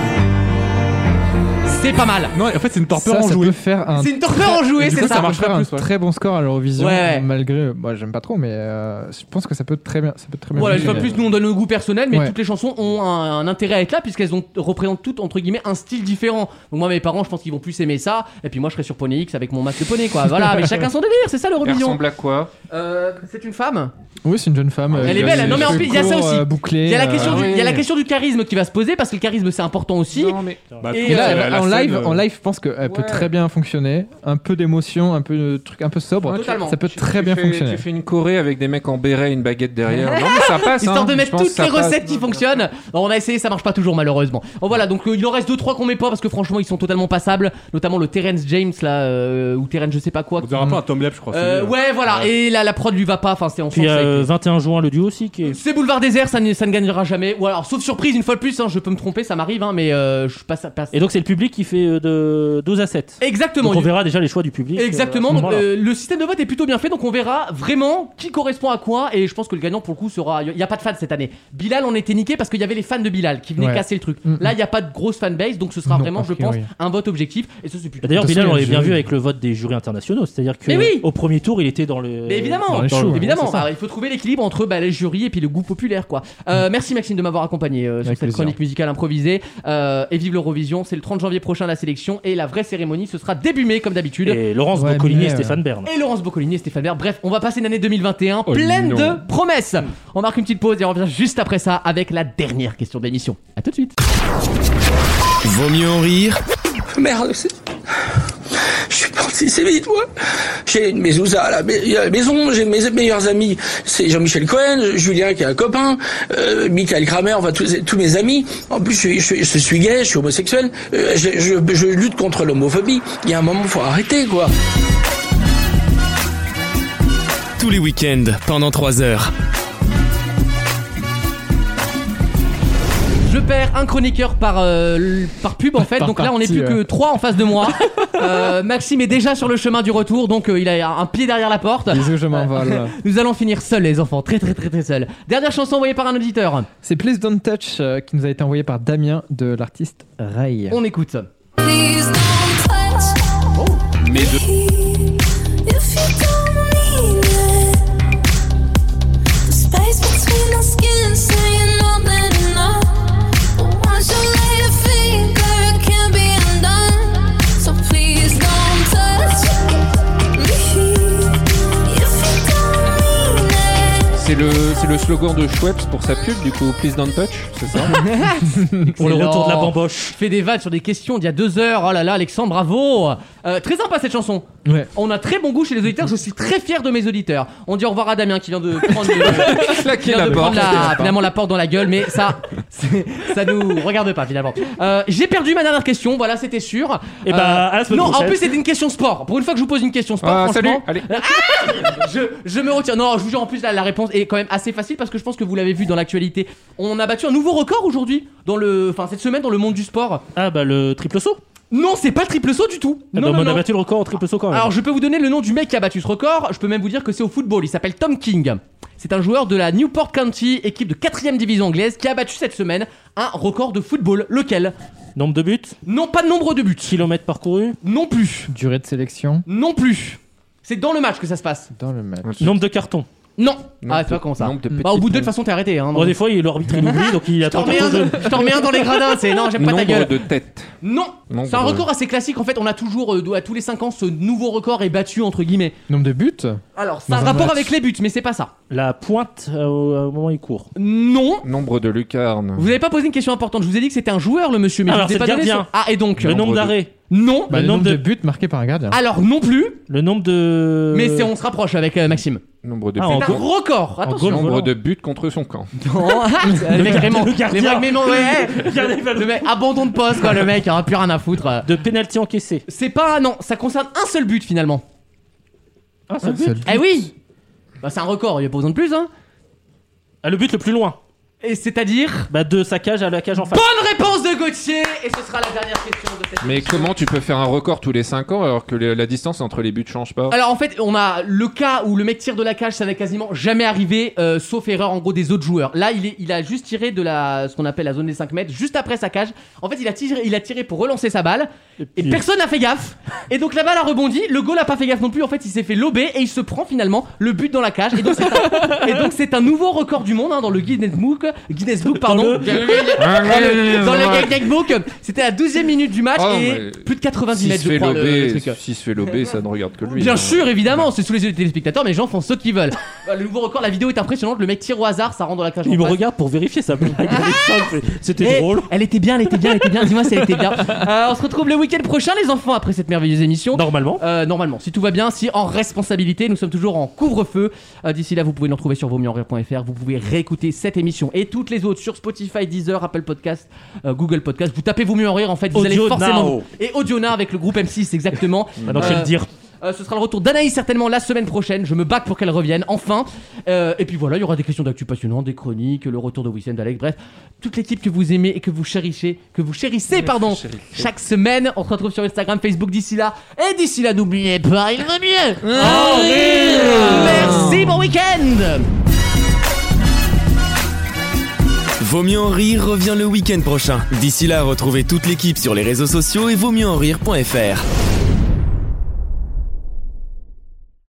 Speaker 2: C'est pas mal.
Speaker 5: Non, en fait, c'est une torpeur
Speaker 4: Ça, ça
Speaker 5: enjouée.
Speaker 4: peut faire un
Speaker 2: C'est une torpeur
Speaker 4: très-
Speaker 2: enjouée,
Speaker 4: Et du
Speaker 2: c'est
Speaker 4: coup,
Speaker 2: ça.
Speaker 4: Ça marche
Speaker 2: Ça marcherait
Speaker 4: un
Speaker 2: plus, ouais.
Speaker 4: très bon score à l'Eurovision
Speaker 2: Ouais, ouais.
Speaker 4: malgré. Moi j'aime pas trop, mais euh, je pense que ça peut très bien. Ça peut très bien.
Speaker 2: Voilà, une
Speaker 4: marcher.
Speaker 2: fois de plus, nous on donne nos goûts personnels, mais
Speaker 4: Ouais.
Speaker 2: toutes les chansons ont un, un intérêt à être là puisqu'elles ont, représentent toutes entre guillemets un style différent. Donc moi, mes parents, je pense qu'ils vont plus aimer ça, et puis moi, je serai sur Poney X avec mon masque de poney, quoi. Voilà, mais chacun son délire, c'est ça
Speaker 3: Elle
Speaker 2: l'Eurovision.
Speaker 3: ressemble à quoi
Speaker 2: Euh, c'est une femme.
Speaker 4: Oui, c'est une jeune femme.
Speaker 2: Elle
Speaker 4: euh,
Speaker 2: est belle.
Speaker 4: qui
Speaker 2: Non mais en
Speaker 4: cheveux
Speaker 2: plus, il y a ça
Speaker 4: courts,
Speaker 2: aussi.
Speaker 4: euh, bouclés,
Speaker 2: il y a la
Speaker 4: euh,
Speaker 2: question, du, il y a la
Speaker 4: oui.
Speaker 2: question du charisme qui va se poser parce que le charisme c'est important aussi.
Speaker 6: euh,
Speaker 2: Bah,
Speaker 4: Et là, en live, en
Speaker 5: euh,
Speaker 4: live, je pense qu'elle peut très bien fonctionner. Un peu d'émotion, un peu de truc un peu sobre. Ça peut
Speaker 3: Tu-
Speaker 4: très
Speaker 3: tu
Speaker 4: bien
Speaker 3: fais-
Speaker 4: fonctionner.
Speaker 3: Tu fais une Corée avec des mecs en béret et une baguette derrière. Non, mais ça passe.
Speaker 2: Histoire
Speaker 3: hein.
Speaker 2: de
Speaker 3: Je
Speaker 2: mettre
Speaker 3: pense que
Speaker 2: toutes
Speaker 3: ça
Speaker 2: les
Speaker 3: passe.
Speaker 2: recettes qui fonctionnent. Alors, on a essayé, ça marche pas toujours malheureusement. Bon, voilà, donc euh, il en reste deux trois qu'on met pas parce que franchement ils sont totalement passables, notamment le Terence James là euh, ou Terence je sais pas quoi.
Speaker 5: On dirait un peu un Tom Lep, je crois.
Speaker 2: Euh, ouais, voilà, et là la prod lui va pas, enfin c'est en
Speaker 6: Puis il y a euh, 21 juin le duo aussi qui est.
Speaker 2: C'est boulevard désert, ça ne, ça ne gagnera jamais. Ou alors, sauf surprise, une fois de plus, hein, je peux me tromper, ça m'arrive, hein, mais euh, je passe, passe.
Speaker 6: Et donc c'est le public qui fait euh, de 12 à 7.
Speaker 2: Exactement.
Speaker 6: Donc on verra déjà les choix du public.
Speaker 2: Exactement,
Speaker 6: euh, à ce
Speaker 2: donc,
Speaker 6: moment-là.
Speaker 2: euh, le système de vote est plutôt bien fait, donc on verra vraiment qui correspond à quoi, et je pense que le gagnant pour le coup sera. Il n'y a pas de fan cette année. Bilal, on était niqué parce qu'il y avait les fans de Bilal qui venaient
Speaker 6: Ouais. Mm,
Speaker 2: casser le truc. Là, il n'y a pas de grosse fanbase, donc ce sera
Speaker 6: Non,
Speaker 2: vraiment,
Speaker 6: a
Speaker 2: je pense,
Speaker 6: priori. Bah,
Speaker 2: un vote objectif, et ça c'est plutôt.
Speaker 6: D'ailleurs, Bilal, on l'avait bien vu
Speaker 2: avec
Speaker 6: avec le vote des jurys internationaux. C'est-à-dire que
Speaker 2: Mais oui
Speaker 6: au premier tour, il était dans le.
Speaker 2: Mais évidemment,
Speaker 6: Euh, dans le- dans le-
Speaker 2: évidemment.
Speaker 6: c'est ça.
Speaker 2: Alors, il faut trouver l'équilibre entre bah, les jurys et puis le goût populaire, quoi. Euh, Merci Maxime de m'avoir accompagné euh, sur cette
Speaker 6: Mm. plaisir.
Speaker 2: chronique musicale improvisée. Euh, et vive l'Eurovision, c'est le 30 janvier prochain la sélection et la vraie cérémonie, ce sera début mai comme d'habitude.
Speaker 6: Et Laurence Ouais, Boccolini mais, et euh, Stéphane Bern.
Speaker 2: Et Laurence Boccolini et Stéphane Bern. Bref, on va passer une année 2021
Speaker 6: Oh
Speaker 2: pleine
Speaker 6: non.
Speaker 2: de promesses. On marque une petite pause et on revient juste après ça avec la dernière question de l'émission. À tout de suite.
Speaker 1: Vaut mieux en rire
Speaker 7: Merde, c'est- Je suis parti, c'est vite, moi. J'ai une mezouza à la, mai- à la maison, j'ai mes meilleurs amis. C'est Jean-Michel Cohen, Julien qui est un copain, euh, Michael Kramer, enfin tous, tous mes amis. En plus, je, suis- je suis- je suis gay, je suis homosexuel, euh, je, je- je lutte contre l'homophobie. Il y a un moment, faut arrêter, quoi.
Speaker 1: tous les week-ends pendant 3 heures.
Speaker 2: Je perds un chroniqueur par, euh, l- par pub en fait,
Speaker 4: Par
Speaker 2: donc là on est
Speaker 4: parti,
Speaker 2: plus que
Speaker 4: ouais.
Speaker 2: trois en face de moi. Euh, Maxime est déjà sur le chemin du retour, donc euh, il a un pied derrière la porte.
Speaker 4: Bisous, je m'envole.
Speaker 2: Nous allons finir seuls les enfants, très très très très seuls. Dernière chanson envoyée par un auditeur.
Speaker 4: C'est Please Don't Touch euh, qui nous a été envoyé par Damien de l'artiste Ray.
Speaker 2: On écoute.
Speaker 17: Please don't touch
Speaker 4: Mais
Speaker 17: if you don't mean it. The space between our skin saying more than enough. But once you lay a finger, it can't be undone. So please don't touch me if you don't mean it.
Speaker 3: C'est le, c'est le slogan de Schweppes pour sa pub, du coup, Please Don't Touch, c'est ça
Speaker 2: Pour le retour de la
Speaker 6: bamboche.
Speaker 2: Fais des vannes sur des questions d'il y a deux heures. Oh là là, Alexandre, bravo. Euh, très sympa cette chanson.
Speaker 4: Ouais.
Speaker 2: On a très bon goût chez les auditeurs. Je suis très fier de mes auditeurs. On dit au revoir à Damien qui vient de prendre, le-
Speaker 3: Claquer
Speaker 2: qui vient
Speaker 3: la
Speaker 2: de
Speaker 3: porte.
Speaker 2: prendre la-
Speaker 3: C'est pas.
Speaker 2: finalement la porte dans la gueule, mais ça, c'est- ça nous regarde pas finalement. Euh, J'ai perdu ma dernière question. Voilà, c'était sûr. Euh,
Speaker 6: Eh ben, à la semaine
Speaker 2: non, en
Speaker 6: prochaine. Euh,
Speaker 2: plus c'était une question sport. Pour une fois que je vous pose une question sport,
Speaker 3: Ah,
Speaker 2: franchement,
Speaker 3: salut, allez.
Speaker 2: je, je me retire. Non, je vous jure, en plus, là, la réponse est quand même assez facile parce que je pense que vous l'avez vu dans l'actualité. On a battu un nouveau record aujourd'hui, dans le, enfin, cette semaine, dans le monde du sport.
Speaker 6: Ah, bah le triple saut
Speaker 2: Non, c'est pas le triple saut du tout. Non,
Speaker 6: Ah bah,
Speaker 2: non,
Speaker 6: on a
Speaker 2: non.
Speaker 6: battu le record en triple saut quand même.
Speaker 2: Alors, je peux vous donner le nom du mec qui a battu ce record. Je peux même vous dire que c'est au football. Il s'appelle Tom King. C'est un joueur de la Newport County, équipe de 4ème division anglaise, qui a battu cette semaine un record de football. Lequel
Speaker 6: Nombre de buts
Speaker 2: Non, pas de nombre de buts.
Speaker 6: Kilomètres parcourus
Speaker 2: Non plus.
Speaker 4: Durée de sélection
Speaker 2: Non plus. C'est dans le match que ça se passe.
Speaker 4: dans le match.
Speaker 6: Nombre de cartons
Speaker 2: Non. Ah, c'est pas comment ça. Bah, au bout de deux, de toute façon, t'es arrêté. Hein,
Speaker 6: Bon, des fois, il- l'arbitre il oublie, donc il a
Speaker 2: t'en
Speaker 6: trois
Speaker 2: remets
Speaker 6: cartons
Speaker 2: un-
Speaker 6: jaunes.
Speaker 2: je t'en remets un dans les gradins, c'est- non, j'aime pas ta
Speaker 3: Nombre
Speaker 2: gueule.
Speaker 3: de têtes.
Speaker 2: Non,
Speaker 3: Nombre-
Speaker 2: c'est un record assez classique. En fait, on a toujours, euh, à tous les 5 ans, ce nouveau record est battu entre guillemets.
Speaker 4: Nombre de buts Bah,
Speaker 2: Alors, c'est un
Speaker 4: Dans un
Speaker 2: rapport
Speaker 4: match.
Speaker 2: avec les buts, mais c'est pas ça.
Speaker 6: La pointe euh, au au moment où il court.
Speaker 2: Non.
Speaker 3: Nombre de lucarnes.
Speaker 2: Vous avez pas posé une question importante. Je vous ai dit que c'était un joueur, le monsieur, mais
Speaker 6: Alors,
Speaker 2: je vous ai
Speaker 6: c'est
Speaker 2: pas
Speaker 6: le
Speaker 2: donné
Speaker 6: gardien.
Speaker 2: son- Ah, et donc
Speaker 6: Le nombre d'arrêts.
Speaker 2: Non.
Speaker 4: Bah, le, nombre, de... buts marqués par un gardien.
Speaker 2: Alors non plus.
Speaker 6: Le nombre de.
Speaker 2: Mais c'est on se rapproche avec euh, Maxime.
Speaker 3: Nombre de
Speaker 2: Ah,
Speaker 3: buts.
Speaker 2: en C'est un goal- record, en attention. goal
Speaker 3: Nombre
Speaker 2: volant.
Speaker 3: de buts contre son camp.
Speaker 2: Non, le mec,
Speaker 6: gardien-
Speaker 2: vraiment,
Speaker 6: le gardien.
Speaker 2: les mecs, mais non, ouais,
Speaker 6: Le gardien, il va le-
Speaker 2: le mec, abandon de poste, quoi, le mec, hein, plus rien à foutre. euh.
Speaker 6: De pénalty encaissé.
Speaker 2: C'est pas, non, ça concerne un seul but finalement.
Speaker 6: Ah, ça but.
Speaker 2: Eh oui Bah c'est un record, il n'y a pas besoin de plus hein
Speaker 6: Ah, le but le plus loin.
Speaker 2: Et c'est-à-dire
Speaker 6: Bah, de sa cage à la cage en face.
Speaker 2: Bonne réponse de Gauthier Et ce sera la dernière question de cette
Speaker 3: Mais comment tu peux faire un record tous les 5 ans alors que le- la distance entre les buts change pas
Speaker 2: Alors en fait, on a le cas où le mec tire de la cage, ça n'est quasiment jamais arrivé, euh, sauf erreur en gros des autres joueurs. Là, il, est- il a juste tiré de la, ce qu'on appelle la zone des 5 mètres, juste après sa cage. En fait, il a tiré, il a tiré pour relancer sa balle, et
Speaker 6: puis-
Speaker 2: personne n'a fait gaffe. Et donc la balle a rebondi, le goal n'a pas fait gaffe non plus, en fait, il s'est fait lober, et il se prend finalement le but dans la cage. Et donc c'est un, et donc, c'est un nouveau record du monde hein, dans le Guinness Book. Guinness Book, pardon.
Speaker 6: le-
Speaker 2: Dans Ah, le- dans le Guinness Book, c'était à la 12ème minute du match,
Speaker 3: Oh,
Speaker 2: et
Speaker 3: mais-
Speaker 2: plus de 90
Speaker 3: S'il
Speaker 2: mètres,
Speaker 3: se
Speaker 2: je
Speaker 3: fait
Speaker 2: crois, le- le
Speaker 3: lober,
Speaker 2: truc.
Speaker 3: s'il se fait lober, ça ne regarde que lui.
Speaker 2: Bien
Speaker 3: hein.
Speaker 2: sûr, évidemment, c'est sous les yeux des téléspectateurs, mais les gens font ce qu'ils veulent. Euh, Le nouveau record, la vidéo est impressionnante, le mec tire au hasard, ça rentre dans la cage. en
Speaker 6: Il me
Speaker 2: face.
Speaker 6: regarde pour vérifier sa blague. C'était
Speaker 2: Eh,
Speaker 6: drôle.
Speaker 2: Elle était bien, elle était bien, elle était bien, dis-moi si elle était bien. Euh, on se retrouve le week-end prochain, les enfants, après cette merveilleuse émission.
Speaker 6: Normalement.
Speaker 2: Euh, normalement, si tout va bien, si en responsabilité, nous sommes toujours en couvre-feu. Euh, D'ici là, vous pouvez nous retrouver sur vomienrire.fr. Vous pouvez réécouter cette émission et toutes les autres sur Spotify, Deezer, Apple Podcast, euh, Google Podcast. Vous tapez Vaut mieux en rire, en fait, vous
Speaker 6: Audio
Speaker 2: allez forcément.
Speaker 6: Now.
Speaker 2: Et Audiona avec le groupe M6, exactement.
Speaker 6: Maintenant que Ah, je vais le dire.
Speaker 2: euh, ce sera le retour d'Anaïs certainement la semaine prochaine. Je me bac pour qu'elle revienne enfin. Euh, et puis voilà, il y aura des questions d'actu passionnantes, des chroniques, le retour de Wissem d'Alec. Bref, toute l'équipe que vous aimez et que vous chérissez, que vous chérissez, pardon, chaque semaine. On se retrouve sur Instagram, Facebook d'ici là. Et d'ici là, n'oubliez pas, il va mieux. Merci, bon week-end.
Speaker 1: Vaut mieux en rire revient le week-end prochain. D'ici là, retrouvez toute l'équipe sur les réseaux sociaux et vaut mieux en rire.fr.